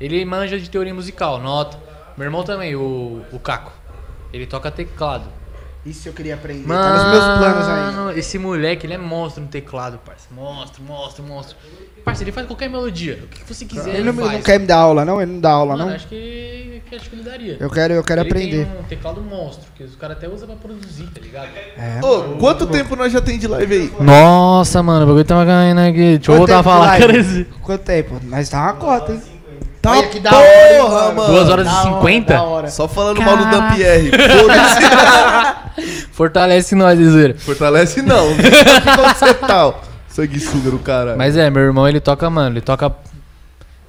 [SPEAKER 4] Ele manja de teoria musical, nota. Meu irmão também, o, o Caco. Ele toca teclado.
[SPEAKER 1] Isso eu queria aprender.
[SPEAKER 4] Mano,
[SPEAKER 1] tá nos meus planos ainda.
[SPEAKER 4] esse moleque, ele é monstro no teclado, parça. Monstro, monstro, monstro. Parça, ele faz qualquer melodia. O que você quiser,
[SPEAKER 1] Ele
[SPEAKER 4] ele,
[SPEAKER 1] não, me-
[SPEAKER 4] faz.
[SPEAKER 1] não quer me dar aula, não? Ele não dá aula,
[SPEAKER 4] Mano,
[SPEAKER 1] não?
[SPEAKER 4] acho que, que acho que ele daria.
[SPEAKER 1] Eu quero, eu quero
[SPEAKER 4] ele
[SPEAKER 1] aprender.
[SPEAKER 4] tem um teclado monstro, que os caras até usam pra produzir, tá ligado?
[SPEAKER 1] É.
[SPEAKER 2] Ô, quanto tempo nós já tem de live aí?
[SPEAKER 4] Nossa, mano, o bagulho tá caindo aqui. Deixa eu voltar
[SPEAKER 1] tempo
[SPEAKER 4] a
[SPEAKER 1] de
[SPEAKER 4] falar.
[SPEAKER 1] live?
[SPEAKER 4] Cara, esse-
[SPEAKER 1] Quanto tempo? Nós tá uma cota, hein?
[SPEAKER 2] Tá
[SPEAKER 1] Olha que da
[SPEAKER 2] porra,
[SPEAKER 1] hora, hein,
[SPEAKER 2] mano.
[SPEAKER 4] Duas horas
[SPEAKER 1] Da
[SPEAKER 4] e
[SPEAKER 1] hora, da
[SPEAKER 4] cinquenta?
[SPEAKER 1] hora.
[SPEAKER 2] Só falando mal do Dampierre. Foda-se.
[SPEAKER 4] Fortalece nós, Izeira.
[SPEAKER 2] Fortalece não. Fica onde você tá, Sanguessuga do caralho.
[SPEAKER 4] Mas é, meu irmão, ele toca, mano, ele toca...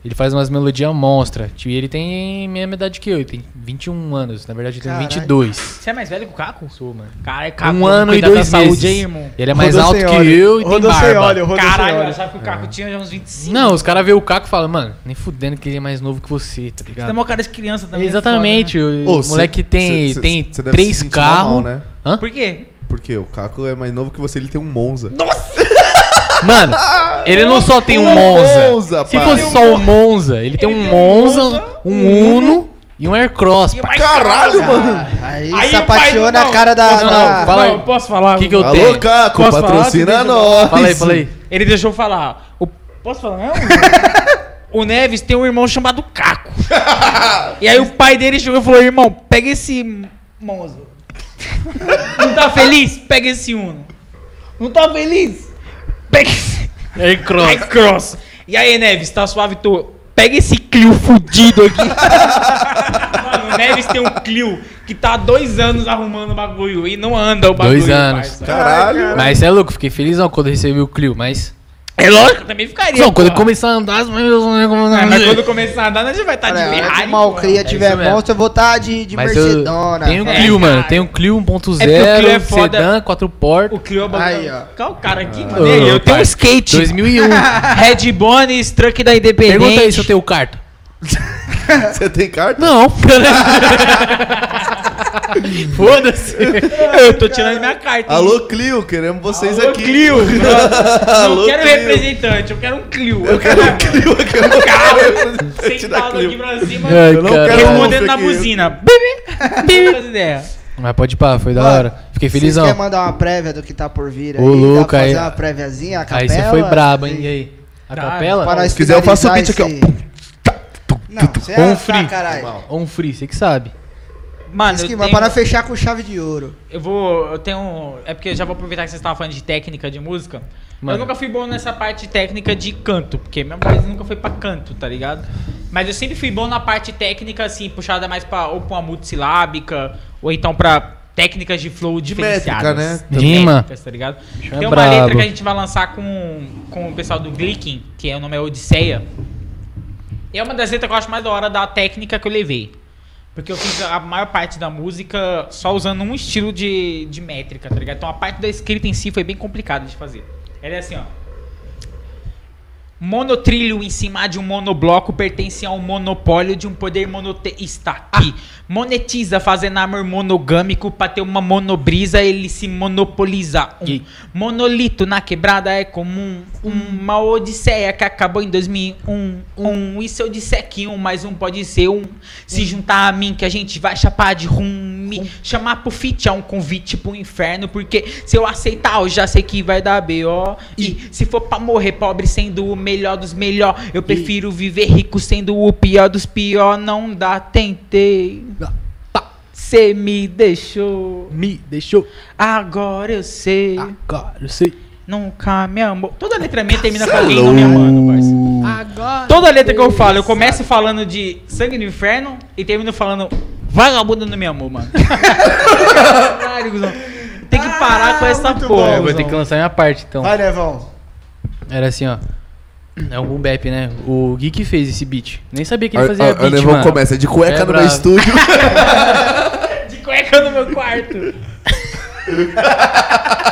[SPEAKER 4] Ele faz umas melodias monstra. Tio, E ele tem a mesma idade que eu, ele tem 21 anos. Na verdade, ele tem
[SPEAKER 1] Caralho.
[SPEAKER 4] 22.
[SPEAKER 3] Você é mais velho que o Caco?
[SPEAKER 4] Sou, mano.
[SPEAKER 3] Cara, é Caco,
[SPEAKER 4] um ano e
[SPEAKER 3] cuidado
[SPEAKER 4] dois
[SPEAKER 3] da
[SPEAKER 4] meses.
[SPEAKER 3] saúde aí, irmão.
[SPEAKER 4] Ele é mais
[SPEAKER 1] Rodou
[SPEAKER 4] alto
[SPEAKER 1] sem
[SPEAKER 4] que
[SPEAKER 1] óleo.
[SPEAKER 4] eu e tem
[SPEAKER 1] Rodou sem
[SPEAKER 4] barba.
[SPEAKER 1] óleo, rodou sem
[SPEAKER 3] Caralho, eu
[SPEAKER 1] óleo.
[SPEAKER 3] achava que o Caco
[SPEAKER 4] É.
[SPEAKER 3] tinha já uns 25.
[SPEAKER 4] Não, os caras veem o Caco e falam, mano, nem fudendo que ele é mais novo que você, tá
[SPEAKER 3] Você tem
[SPEAKER 4] ligado?
[SPEAKER 3] uma cara de criança também. é
[SPEAKER 4] Exatamente, o
[SPEAKER 2] Ô, cê-
[SPEAKER 4] moleque tem,
[SPEAKER 2] cê- cê-
[SPEAKER 4] tem
[SPEAKER 2] cê deve se
[SPEAKER 4] três
[SPEAKER 2] sentir
[SPEAKER 4] carros.
[SPEAKER 2] mal, né?
[SPEAKER 3] foda, né? Por quê?
[SPEAKER 2] Porque o Caco é mais novo que você, ele tem um Monza.
[SPEAKER 4] Mano, ele não só tem um
[SPEAKER 2] Um
[SPEAKER 4] Monza.
[SPEAKER 2] Monza,
[SPEAKER 4] Se
[SPEAKER 2] pai.
[SPEAKER 4] fosse só um Monza, ele tem um Monza, um Uno e um Aircross.
[SPEAKER 3] E
[SPEAKER 4] pai.
[SPEAKER 3] mais
[SPEAKER 2] Caralho,
[SPEAKER 3] cara,
[SPEAKER 2] mano.
[SPEAKER 1] Aí,
[SPEAKER 3] Aí
[SPEAKER 1] se
[SPEAKER 3] o pai
[SPEAKER 1] apaixonou
[SPEAKER 3] do-
[SPEAKER 1] na
[SPEAKER 3] não,
[SPEAKER 1] cara da.
[SPEAKER 4] não,
[SPEAKER 1] da-
[SPEAKER 4] fala aí.
[SPEAKER 3] Não, eu posso falar?
[SPEAKER 4] Que que eu-
[SPEAKER 2] Alô,
[SPEAKER 4] tenho.
[SPEAKER 2] Caco,
[SPEAKER 3] Posso falar?
[SPEAKER 2] patrocina
[SPEAKER 3] Deixa eu
[SPEAKER 2] nós.
[SPEAKER 4] Fala aí, fala aí.
[SPEAKER 3] Ele deixou eu falar. O- Posso falar mesmo? o Neves tem um irmão chamado Caco. e aí o pai dele chegou e falou, irmão, pega esse Monza. Não tá feliz? Pega esse Uno. Não tá feliz? Pega esse...
[SPEAKER 4] É
[SPEAKER 3] Aircross. E aí, Neves, tá suave? Tô... Pega esse Clio fudido aqui. Mano, o Neves tem um Clio que tá há dois anos arrumando o bagulho e não anda o bagulho.
[SPEAKER 4] Dois anos.
[SPEAKER 3] parça.
[SPEAKER 2] Caralho.
[SPEAKER 4] Mas cê é louco, fiquei feliz não, quando eu recebi o Clio, mas.
[SPEAKER 3] É lógico, eu também ficaria.
[SPEAKER 4] Não, quando eu
[SPEAKER 3] porra.
[SPEAKER 4] começar a andar, as mães-
[SPEAKER 3] Ah, mas quando começar a andar, a gente vai estar
[SPEAKER 1] Olha,
[SPEAKER 3] de
[SPEAKER 1] se
[SPEAKER 3] Ferrari.
[SPEAKER 1] o Malcria
[SPEAKER 3] porra.
[SPEAKER 1] tiver
[SPEAKER 4] É isso mesmo.
[SPEAKER 1] monstro, eu vou estar de, de
[SPEAKER 4] Mas eu
[SPEAKER 1] Mercedona.
[SPEAKER 4] tenho um
[SPEAKER 3] É,
[SPEAKER 4] Clio, mano.
[SPEAKER 3] cara.
[SPEAKER 4] Tenho um Clio 1.0,
[SPEAKER 3] É porque o Clio é foda.
[SPEAKER 4] sedã, quatro portas.
[SPEAKER 3] O Clio é
[SPEAKER 1] Aí, ó.
[SPEAKER 3] bagulho. Qual o cara aqui, mano?
[SPEAKER 4] Ô,
[SPEAKER 3] Ei, eu
[SPEAKER 4] pai.
[SPEAKER 3] tenho um skate.
[SPEAKER 4] 2001.
[SPEAKER 3] Red Bones, truck da Independente.
[SPEAKER 4] Pergunta aí se eu tenho carta.
[SPEAKER 2] Você tem carta?
[SPEAKER 4] Não. Foda-se.
[SPEAKER 3] Eu tô tirando minha carta. hein?
[SPEAKER 2] Alô, Clio, queremos vocês
[SPEAKER 3] Alô,
[SPEAKER 2] aqui.
[SPEAKER 3] Clio. Eu
[SPEAKER 2] Alô,
[SPEAKER 3] não quero
[SPEAKER 2] Clio.
[SPEAKER 3] representante, eu quero um Clio.
[SPEAKER 2] Eu quero um Clio, eu quero um
[SPEAKER 3] Clio.
[SPEAKER 2] carro. Tirar
[SPEAKER 3] Sentado aqui
[SPEAKER 2] Clio.
[SPEAKER 3] pra cima,
[SPEAKER 4] Ai,
[SPEAKER 2] Eu não
[SPEAKER 4] cara.
[SPEAKER 2] quero um
[SPEAKER 3] respondendo na
[SPEAKER 2] aqui.
[SPEAKER 3] buzina. Bibi, bibi, faz ideia.
[SPEAKER 4] Mas pode ir pra, foi da
[SPEAKER 1] Mano,
[SPEAKER 4] hora. Fiquei
[SPEAKER 1] Vocês querem
[SPEAKER 4] felizão.
[SPEAKER 1] mandar uma prévia do que tá por vir aí?
[SPEAKER 4] Ô, louco,
[SPEAKER 1] Dá pra
[SPEAKER 4] aí-
[SPEAKER 1] fazer uma préviazinha, a capela?
[SPEAKER 4] Aí você foi brabo, hein? E aí? A
[SPEAKER 3] Tá.
[SPEAKER 4] capela?
[SPEAKER 1] Para nós
[SPEAKER 2] Se quiser, eu faço o beat aqui,
[SPEAKER 1] finalizar
[SPEAKER 2] ó.
[SPEAKER 1] esse- Não, você é
[SPEAKER 4] Ou um
[SPEAKER 1] assar,
[SPEAKER 4] free.
[SPEAKER 1] caralho.
[SPEAKER 4] On um free, você que sabe.
[SPEAKER 3] Mano,
[SPEAKER 1] Diz que
[SPEAKER 3] eu
[SPEAKER 1] vai
[SPEAKER 3] tenho-
[SPEAKER 1] para fechar com chave de ouro.
[SPEAKER 3] Eu vou. Eu tenho. É porque eu já vou aproveitar que vocês estavam falando de técnica de música.
[SPEAKER 4] Mano.
[SPEAKER 3] Eu nunca fui bom nessa parte técnica de canto, porque minha voz nunca foi pra canto, tá ligado? Mas eu sempre fui bom na parte técnica, assim, puxada mais pra, ou pra uma multissilábica, ou então pra técnicas de flow diferenciadas.
[SPEAKER 2] métrica,
[SPEAKER 4] né?
[SPEAKER 3] De
[SPEAKER 4] Rima.
[SPEAKER 3] métricas, tá ligado?
[SPEAKER 4] é
[SPEAKER 3] Tem uma
[SPEAKER 4] brabo.
[SPEAKER 3] letra que a gente vai lançar com, com o pessoal do Glicking, que é, o nome é Odisseia. E é uma das letras que eu acho mais da hora da técnica que eu levei. Porque eu fiz a maior parte da música só usando um estilo de, de métrica, tá ligado? Então a parte da escrita em si foi bem complicada de fazer. Ela é assim, ó. Monotrilho em cima de um monobloco pertence a um monopólio de um poder monoteísta que monetiza fazendo amor monogâmico pra ter uma monobrisa, ele se monopoliza. Um
[SPEAKER 4] Que-
[SPEAKER 3] monolito na quebrada é comum, uma odisseia que acabou em 2001. Um, e se eu disser que um mais um pode ser um, se juntar a mim que a gente vai chapar de rum, me chamar pro fit é um convite pro inferno, porque se eu aceitar eu já sei que vai dar B.O. E se for pra morrer pobre sendo o melhor dos melhor, eu prefiro viver rico sendo o pior dos pior, não dá, tentei. Cê me deixou,
[SPEAKER 4] Me deixou.
[SPEAKER 3] agora eu sei,
[SPEAKER 4] Ah.
[SPEAKER 1] Ah.
[SPEAKER 4] Agora eu sei.
[SPEAKER 3] nunca me amou. Toda letra minha termina com
[SPEAKER 2] Cê é
[SPEAKER 3] alguém não me
[SPEAKER 2] louco.
[SPEAKER 3] amando, parceiro.
[SPEAKER 4] Agora.
[SPEAKER 3] Toda letra que eu falo, eu começo falando de sangue no inferno e termino falando vagabundo no meu amor, mano. Caralho, cuzão. Tem que parar com essa
[SPEAKER 1] muito
[SPEAKER 3] porra.
[SPEAKER 1] bom.
[SPEAKER 4] É, vou ter que lançar minha parte, então.
[SPEAKER 1] Vai, Nevão.
[SPEAKER 4] Era assim, ó. É um boom bap, né? O Gui que fez esse beat. Nem sabia que ele fazia
[SPEAKER 2] O
[SPEAKER 4] beat,
[SPEAKER 2] Nevão
[SPEAKER 4] mano.
[SPEAKER 2] começa de cueca
[SPEAKER 4] É
[SPEAKER 2] no meu
[SPEAKER 4] bravo.
[SPEAKER 2] estúdio.
[SPEAKER 3] De cueca no meu quarto.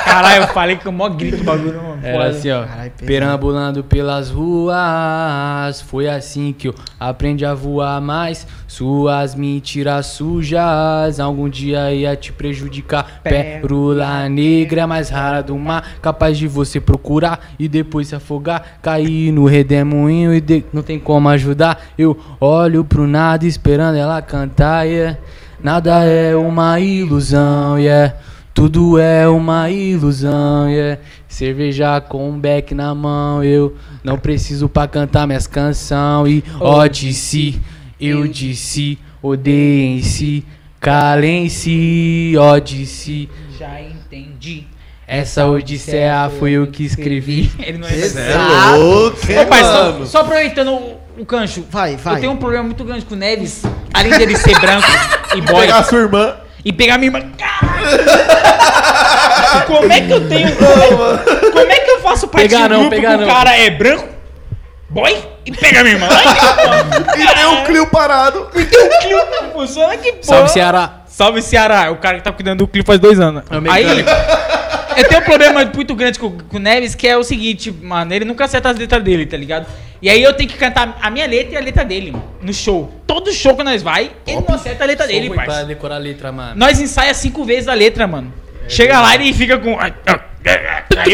[SPEAKER 3] Caralho, eu falei com o maior grito o bagulho, mano.
[SPEAKER 4] Era assim, ó.
[SPEAKER 1] Caralho, pesado.
[SPEAKER 4] Perambulando pelas ruas, foi assim que eu aprendi a voar mais. Suas mentiras sujas, algum dia ia te prejudicar. Pérola negra, mais rara do mar, capaz de você procurar e depois se afogar. Cair no redemoinho e de- não tem como ajudar. Eu olho pro nada esperando ela cantar. yeah. Nada é uma ilusão, yeah. Tudo é uma ilusão, yeah. Cerveja com um beck na mão, eu não preciso pra cantar minhas canção. E ó de si, eu disse, odeiem-se, calem-se, ó de si.
[SPEAKER 3] Já entendi.
[SPEAKER 4] Essa odisseia foi eu que escrevi.
[SPEAKER 3] Ele não é
[SPEAKER 2] Cê é
[SPEAKER 3] Exato.
[SPEAKER 2] louco, hein,
[SPEAKER 3] Ô, pai, só,
[SPEAKER 2] mano?
[SPEAKER 3] só aproveitando o, o cancho.
[SPEAKER 1] Vai, vai.
[SPEAKER 3] Eu tenho um problema muito grande com o Neves. Além dele ser branco e boy.
[SPEAKER 2] Pegar a sua irmã.
[SPEAKER 3] E pegar minha irmã. Caralho! Como é que eu tenho. Como é, como é que eu faço parte
[SPEAKER 4] Pegar
[SPEAKER 3] de um
[SPEAKER 4] não,
[SPEAKER 3] grupo
[SPEAKER 4] pegar
[SPEAKER 3] que o
[SPEAKER 4] não.
[SPEAKER 3] cara é branco, boy e pega minha irmã?
[SPEAKER 2] E tem o Clio parado.
[SPEAKER 3] o Clio não funciona, que porra.
[SPEAKER 4] Salve Ceará.
[SPEAKER 3] Salve Ceará, o cara que tá cuidando do Clio faz dois anos. Aí, eu tenho um problema muito grande com, com o Neves, que é o seguinte, mano, ele nunca acerta as letras dele, tá ligado? E aí eu tenho que cantar a minha letra e a letra dele, mano, no show. Todo show que nós vai, ele não acerta a
[SPEAKER 1] tá
[SPEAKER 3] letra dele,
[SPEAKER 6] Sou ruim pra
[SPEAKER 3] parça.
[SPEAKER 6] decorar a letra, mano.
[SPEAKER 3] Nós ensaia cinco vezes a letra, mano. Chega lá e ele fica com... Aí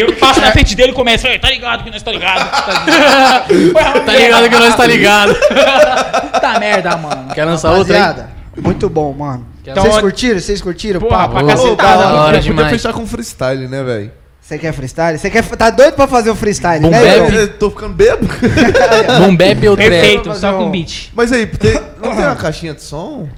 [SPEAKER 3] eu passo na frente dele e começo, "Ei, tá ligado que nós tá ligado.
[SPEAKER 4] Tá ligado que nós tá ligado.
[SPEAKER 3] Tá merda, mano.
[SPEAKER 4] Quer lançar outra aí?
[SPEAKER 1] Rapaziada, muito bom, mano.
[SPEAKER 3] Então,
[SPEAKER 1] Vocês
[SPEAKER 3] ó-
[SPEAKER 1] curtiram? Vocês curtiram? o
[SPEAKER 3] Porra,
[SPEAKER 1] papo?
[SPEAKER 3] pra
[SPEAKER 4] Ô,
[SPEAKER 3] cacetada,
[SPEAKER 4] da
[SPEAKER 3] mano.
[SPEAKER 4] hora
[SPEAKER 2] Podia
[SPEAKER 4] demais.
[SPEAKER 2] fechar com freestyle, né, velho?
[SPEAKER 1] Você quer freestyle? Você quer, tá doido pra fazer o freestyle, né,
[SPEAKER 4] Bebe.
[SPEAKER 1] Igão?
[SPEAKER 2] É, Eu Tô ficando bebo.
[SPEAKER 4] Boom Bap ou Trap?
[SPEAKER 3] Perfeito, só com beat.
[SPEAKER 2] Mas aí, tem- não tem uma caixinha de som?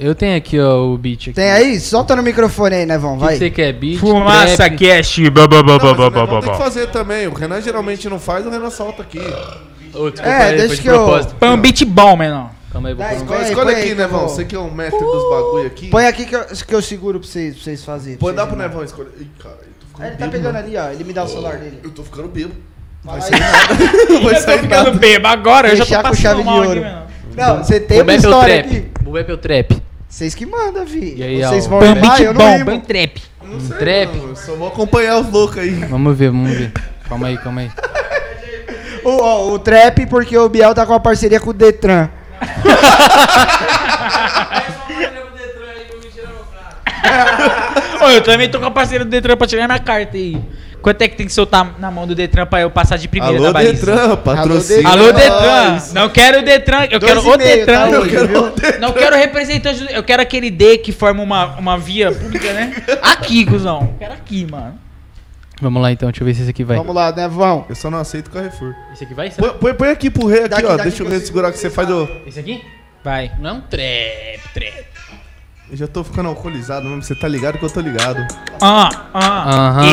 [SPEAKER 4] Eu tenho aqui, ó, o beat aqui.
[SPEAKER 1] Tem aí? Solta no microfone aí, Nevão,
[SPEAKER 4] O que
[SPEAKER 1] vai.
[SPEAKER 4] você quer? Beat,
[SPEAKER 3] Fumaça
[SPEAKER 4] trap?
[SPEAKER 3] Cash.
[SPEAKER 2] Não, mas o Renan tem que fazer também. O Renan geralmente não faz, o Renan solta aqui.
[SPEAKER 4] Outro,
[SPEAKER 1] É,
[SPEAKER 4] peraí, foi
[SPEAKER 1] deixa
[SPEAKER 4] de
[SPEAKER 1] que eu-
[SPEAKER 4] propósito.
[SPEAKER 3] Põe um beat bom, menor.
[SPEAKER 4] Calma aí, vou
[SPEAKER 1] Dá,
[SPEAKER 4] pôr um-
[SPEAKER 1] escolhe aí,
[SPEAKER 2] Escolhe
[SPEAKER 1] põe aí,
[SPEAKER 2] aqui, Nevão.
[SPEAKER 1] Nevão.
[SPEAKER 2] Você que é um mestre dos bagulho aqui.
[SPEAKER 1] Põe aqui que eu, que eu seguro pra vocês, pra vocês fazerem. pra
[SPEAKER 2] Põe, dá
[SPEAKER 1] vocês
[SPEAKER 2] pro
[SPEAKER 1] irem.
[SPEAKER 2] Nevão escolher. Ih, cara, eu tô
[SPEAKER 1] É,
[SPEAKER 2] ficando
[SPEAKER 1] Ele tá
[SPEAKER 2] bebo.
[SPEAKER 1] pegando ali, ó. Ele me dá o celular dele.
[SPEAKER 2] Eu tô ficando bebo.
[SPEAKER 1] Vai
[SPEAKER 2] Vai sair nada. Não vai
[SPEAKER 3] Eu tô
[SPEAKER 2] sair nada.
[SPEAKER 3] ficando bebo agora, eu já
[SPEAKER 1] Fechar
[SPEAKER 3] tô
[SPEAKER 1] com
[SPEAKER 3] passando
[SPEAKER 1] chave
[SPEAKER 3] mal
[SPEAKER 1] de
[SPEAKER 3] aqui,
[SPEAKER 1] ouro.
[SPEAKER 3] menor.
[SPEAKER 1] Não, você tem uma
[SPEAKER 4] Boom Bap ou
[SPEAKER 1] história
[SPEAKER 4] Trap?
[SPEAKER 1] aqui.
[SPEAKER 4] Boom Bap ou Trap?
[SPEAKER 1] Vocês que mandam, vi.
[SPEAKER 4] E aí,
[SPEAKER 1] Vocês
[SPEAKER 4] ó,
[SPEAKER 1] vão
[SPEAKER 3] Põe um
[SPEAKER 1] rimar,
[SPEAKER 3] beat
[SPEAKER 1] eu não
[SPEAKER 3] bom, põe um
[SPEAKER 1] rimo.
[SPEAKER 3] trap.
[SPEAKER 2] Não sei,
[SPEAKER 4] Trap.
[SPEAKER 2] não, eu Só vou acompanhar os loucos aí.
[SPEAKER 4] Vamos ver, vamos ver. Calma aí, calma aí.
[SPEAKER 1] O, ó, o trap, porque o Biel tá com uma parceria com o Detran.
[SPEAKER 3] Ô, eu também tô com a parceira do Detran pra tirar minha carta aí. Quanto é que tem que soltar na mão do Detran pra eu passar de primeira
[SPEAKER 2] Alô,
[SPEAKER 3] na baliza?
[SPEAKER 2] Detran, patrocina.
[SPEAKER 3] Alô,
[SPEAKER 2] nós.
[SPEAKER 3] Detran! Não quero o Detran, eu quero o Detran.
[SPEAKER 1] Tá hoje, viu?
[SPEAKER 3] Não quero representante, do- eu quero aquele D que forma uma, uma via pública, né? Aqui, cuzão. Eu quero aqui, mano.
[SPEAKER 4] Vamos lá então, deixa eu ver se esse aqui vai.
[SPEAKER 1] Vamos lá, Nevão.
[SPEAKER 2] Eu só não aceito Carrefour.
[SPEAKER 4] Esse aqui vai? será?
[SPEAKER 2] Põe, põe, põe aqui pro rei aqui,
[SPEAKER 1] Daqui,
[SPEAKER 2] ó.
[SPEAKER 1] daqui
[SPEAKER 2] Deixa o
[SPEAKER 1] que
[SPEAKER 2] rei
[SPEAKER 1] eu
[SPEAKER 2] segurar que você faz o.
[SPEAKER 4] Esse aqui?
[SPEAKER 3] Vai.
[SPEAKER 4] Não é um trap, trap.
[SPEAKER 2] Eu já tô ficando alcoolizado mesmo. Você tá ligado que eu tô ligado.
[SPEAKER 3] Ah, ah.
[SPEAKER 4] Aham.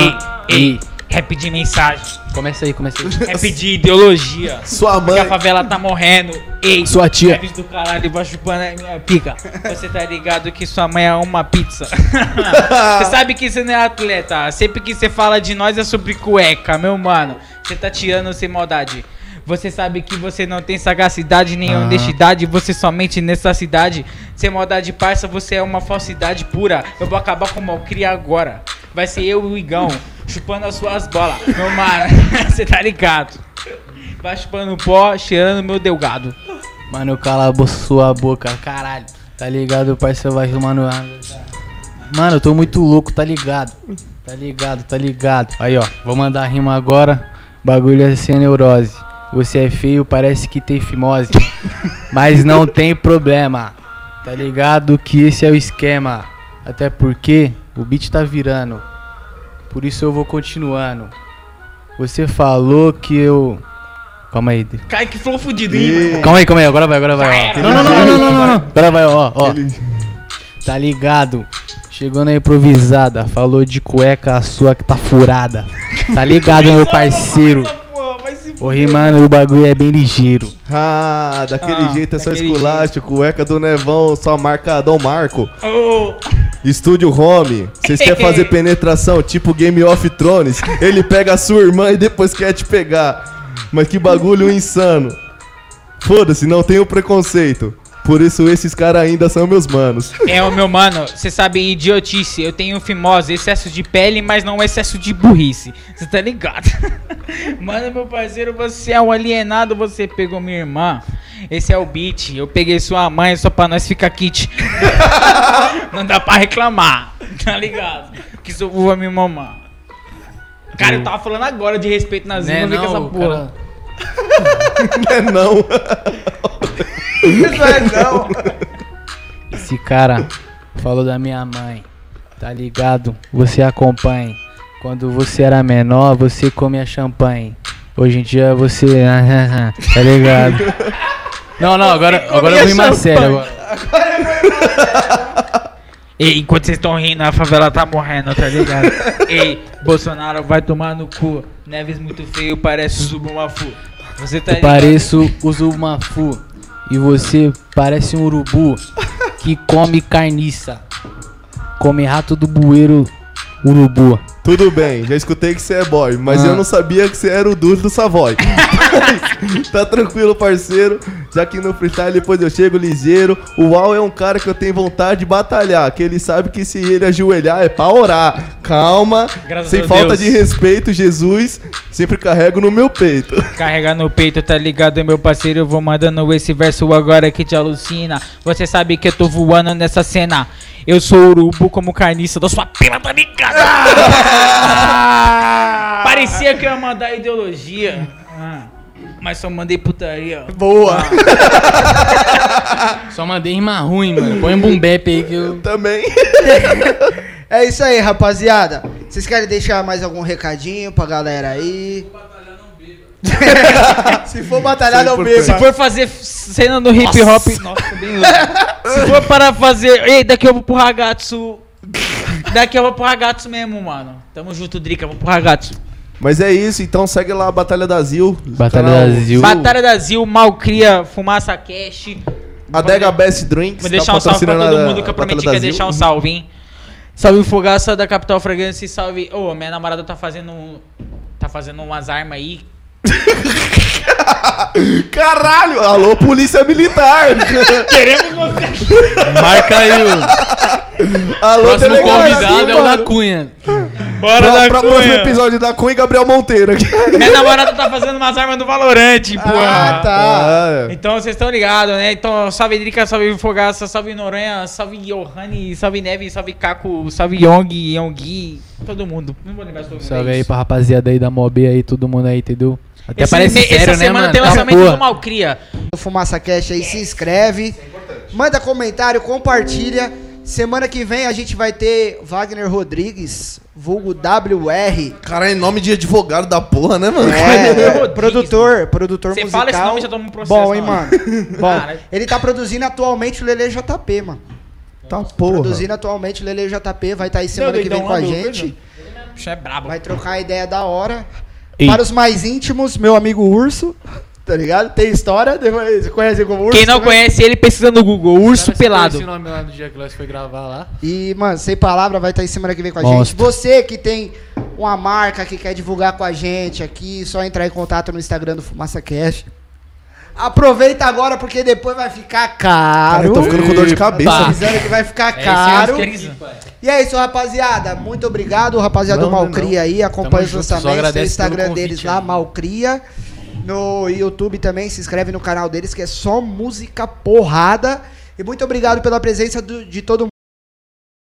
[SPEAKER 3] Ei, ei. Rap de mensagem.
[SPEAKER 4] Começa aí, começa aí.
[SPEAKER 3] Rap de ideologia.
[SPEAKER 2] Sua
[SPEAKER 3] Que a
[SPEAKER 2] mãe.
[SPEAKER 3] favela tá morrendo. Ei,
[SPEAKER 4] Sua tia.
[SPEAKER 3] Neves do caralho, vai chupando a minha pica. Você tá ligado que sua mãe é uma pizza. você sabe que você não é atleta. Sempre que você fala de nós é sobre cueca, meu mano. Você tá tirando sem maldade. Você sabe que você não tem sagacidade nem honestidade, você somente nessa cidade. Sem maldade, parça, você é uma falsidade pura. Eu vou acabar com o malcria agora. Vai ser eu e o Igão, chupando as suas bolas. Meu mano, você tá ligado. Vai chupando pó, cheirando meu delgado.
[SPEAKER 4] Mano, cala a bo- sua boca, caralho. Tá ligado, parceiro? Vai rimar no ar. Mano, eu tô muito louco, tá ligado? Tá ligado, tá ligado. Aí, ó, vou mandar a rima agora. Bagulho é sem neurose. Você é feio, parece que tem fimose. Mas não tem problema. Tá ligado que esse é o esquema. Até porque o beat tá virando. Por isso eu vou continuando. Você falou que eu. Calma aí,
[SPEAKER 3] Cara, que flow fudido, hein, mano?
[SPEAKER 4] Calma aí, calma aí, agora vai, agora vai. Ó. Não, não, não, não, não, não, não, não. Agora vai, ó, ó. Tá ligado? Chegou na improvisada, falou de cueca a sua que tá furada. Tá ligado, meu parceiro? Ô, rimando, o bagulho é bem ligeiro.
[SPEAKER 2] Ah, daquele
[SPEAKER 3] Ah,
[SPEAKER 2] jeito é só
[SPEAKER 3] daquele
[SPEAKER 2] esculacho. Cueca do Nevão, só marca Dom Marco.
[SPEAKER 3] Ô,
[SPEAKER 2] Estúdio Home. Vocês querem fazer penetração, tipo Game of Thrones. Ele pega a sua irmã e depois quer te pegar. Mas que bagulho insano. Foda-se, não tenho preconceito. Por isso esses caras ainda são meus manos.
[SPEAKER 3] É o meu mano, você sabe idiotice. Eu tenho fimose, excesso de pele, mas não excesso de burrice. Você tá ligado? Mano, meu parceiro, você é um alienado, você pegou minha irmã. Esse é o beat. Eu peguei sua mãe só pra nós ficar kit. não dá pra reclamar, tá ligado? Que seu
[SPEAKER 4] é
[SPEAKER 3] vovô vai me mamar. Né, Cara, eu tava falando agora de respeito nas rimas, vem com essa porra.
[SPEAKER 2] Não é não.
[SPEAKER 1] Não é não.
[SPEAKER 4] Esse cara falou da minha mãe. Tá ligado? Você acompanha. Quando você era menor, você comia champanhe. Hoje em dia você. tá ligado? Não, não, agora, agora eu vim mais sério. Agora.
[SPEAKER 3] Ei, enquanto vocês estão rindo, a favela tá morrendo, tá ligado? Ei, Bolsonaro vai tomar no cu. Neves muito feio, parece o Zubumafu. Você tá
[SPEAKER 4] Eu pareço o Zumafu e você parece um urubu que come carniça. Come rato do bueiro urubu.
[SPEAKER 2] Tudo bem, já escutei que você é boy, mas
[SPEAKER 4] Ah.
[SPEAKER 2] eu não sabia que você era o dude do Savoy. Mas, tá tranquilo, parceiro. Já que no freestyle depois eu chego ligeiro. O Al é um cara que eu tenho vontade de batalhar. Que ele sabe que se ele ajoelhar é pra orar. Calma,
[SPEAKER 3] Graças
[SPEAKER 2] sem
[SPEAKER 3] a
[SPEAKER 2] falta
[SPEAKER 3] Deus.
[SPEAKER 2] de respeito, Jesus. Sempre carrego no meu peito.
[SPEAKER 3] Carregar no peito, tá ligado, meu parceiro? Eu vou mandando esse verso agora que te alucina. Você sabe que eu tô voando nessa cena. Eu sou urubu como carniça da sua pila, tá ligado? Parecia que eu ia mandar ideologia, Ah, mas só mandei putaria.
[SPEAKER 1] Boa.
[SPEAKER 4] Só mandei rima ruim, mano. Põe um bumbep aí que eu.
[SPEAKER 2] Também.
[SPEAKER 1] É isso aí, rapaziada. Vocês querem deixar mais algum recadinho pra galera aí? Se for batalhar,
[SPEAKER 2] Isso é
[SPEAKER 1] não beba.
[SPEAKER 2] importante.
[SPEAKER 1] Se
[SPEAKER 3] Se for fazer f- cena no hip hop. Nossa, bem louco. Se for para fazer. Ei, daqui eu vou pro Ragatsu. Daqui eu vou pro Ragatsu mesmo, mano. Tamo junto, Drica, eu vou pro Ragatsu.
[SPEAKER 2] Mas é isso, então segue lá a Batalha da Zil. Tá
[SPEAKER 4] Batalha
[SPEAKER 2] canal
[SPEAKER 4] da Zil.
[SPEAKER 3] Batalha da Zil, Malcria, Fumaça Cash.
[SPEAKER 2] Adega Best Drinks.
[SPEAKER 3] Vou
[SPEAKER 2] tá
[SPEAKER 3] deixar um salve pra
[SPEAKER 2] patrocinando
[SPEAKER 3] todo
[SPEAKER 2] a-
[SPEAKER 3] mundo que
[SPEAKER 2] a
[SPEAKER 3] eu prometi
[SPEAKER 2] Batalha
[SPEAKER 3] que
[SPEAKER 2] da
[SPEAKER 3] ia
[SPEAKER 2] Zil.
[SPEAKER 3] deixar um salve, hein? Salve Fogaça da Capital Fragrância e salve. Ô, minha namorada tá fazendo. um- Tá fazendo umas armas aí.
[SPEAKER 2] Caralho! Alô, polícia militar!
[SPEAKER 4] Marca aí o
[SPEAKER 2] Alô,
[SPEAKER 4] próximo
[SPEAKER 2] delegado,
[SPEAKER 4] convidado é o da
[SPEAKER 2] mano.
[SPEAKER 4] Cunha.
[SPEAKER 2] Pra, pra próximo episódio da Cunha e Gabriel Monteiro aqui.
[SPEAKER 3] Minha namorada tá fazendo umas armas do Valorante, porra.
[SPEAKER 1] Ah, tá.
[SPEAKER 2] Ah,
[SPEAKER 3] Então vocês estão ligados, né? Então, salve Drica, salve Fogaça, salve Noronha, salve Johanny, salve Neve, salve Caco, salve Yong, Yongi, todo mundo. Não vou lembrar de todo mundo.
[SPEAKER 4] Salve
[SPEAKER 3] é
[SPEAKER 4] aí
[SPEAKER 3] isso.
[SPEAKER 4] pra rapaziada aí da Mob aí, todo mundo aí, entendeu? Até
[SPEAKER 3] Esse
[SPEAKER 4] parece
[SPEAKER 3] me-
[SPEAKER 4] sério,
[SPEAKER 3] Essa
[SPEAKER 4] né,
[SPEAKER 3] semana
[SPEAKER 4] mano?
[SPEAKER 3] tem um
[SPEAKER 4] Tá
[SPEAKER 3] lançamento
[SPEAKER 4] boa.
[SPEAKER 3] do Malcria.
[SPEAKER 1] do Fumaça Cash aí, se inscreve.
[SPEAKER 2] é
[SPEAKER 1] Manda comentário, compartilha. Semana que vem a gente vai ter Wagner Rodrigues, vulgo WR.
[SPEAKER 2] Caralho, nome de advogado da porra, né, mano?
[SPEAKER 1] É,
[SPEAKER 3] Rodrigues.
[SPEAKER 1] produtor, produtor
[SPEAKER 3] Você
[SPEAKER 1] musical.
[SPEAKER 3] fala esse nome, já toma um processo.
[SPEAKER 1] Bom, hein,
[SPEAKER 3] na
[SPEAKER 1] mano.
[SPEAKER 3] hora.
[SPEAKER 1] Bom,
[SPEAKER 3] Cara.
[SPEAKER 1] ele tá produzindo atualmente o Lele JP, mano.
[SPEAKER 2] Tá porra.
[SPEAKER 1] Produzindo atualmente o Lele JP, vai estar aí semana
[SPEAKER 3] Não,
[SPEAKER 1] que vem
[SPEAKER 3] doidão,
[SPEAKER 1] com a
[SPEAKER 3] lá do
[SPEAKER 1] gente.
[SPEAKER 3] O bicho é brabo.
[SPEAKER 1] Vai trocar ideia da hora. Para os mais íntimos, meu amigo Urso, tá ligado? Tem história, depois- você conhece como Urso?
[SPEAKER 3] Quem não
[SPEAKER 1] né?
[SPEAKER 3] conhece ele, pesquisa no Google, Urso
[SPEAKER 4] Cara, você conhece
[SPEAKER 3] Pelado.
[SPEAKER 4] o nome lá do dia que nós foi gravar lá.
[SPEAKER 1] E, mano, sem palavra, vai estar aí semana que vem com a gente.
[SPEAKER 4] Mostra.
[SPEAKER 1] Você que tem uma marca que quer divulgar com a gente aqui, só entrar em contato no Instagram do Fumaça Cash. Aproveita agora, porque depois vai ficar
[SPEAKER 2] Cara,
[SPEAKER 1] caro.
[SPEAKER 2] eu tô ficando com dor de
[SPEAKER 1] Tô
[SPEAKER 2] cabeça.
[SPEAKER 1] avisando que vai ficar
[SPEAKER 3] É,
[SPEAKER 1] caro.
[SPEAKER 3] esse é o esquema.
[SPEAKER 1] E é isso, rapaziada. Muito obrigado, rapaziada
[SPEAKER 2] Não,
[SPEAKER 1] do
[SPEAKER 2] não,
[SPEAKER 1] Malcria aí. Acompanha
[SPEAKER 4] Tamo
[SPEAKER 1] os
[SPEAKER 4] junto, só
[SPEAKER 1] lançamentos no
[SPEAKER 4] agradece pelo
[SPEAKER 1] Instagram
[SPEAKER 4] convite
[SPEAKER 1] deles
[SPEAKER 4] aí.
[SPEAKER 1] lá, Malcria. No YouTube também, se inscreve no canal deles, que é só música porrada. E muito obrigado pela presença do- de todo mundo.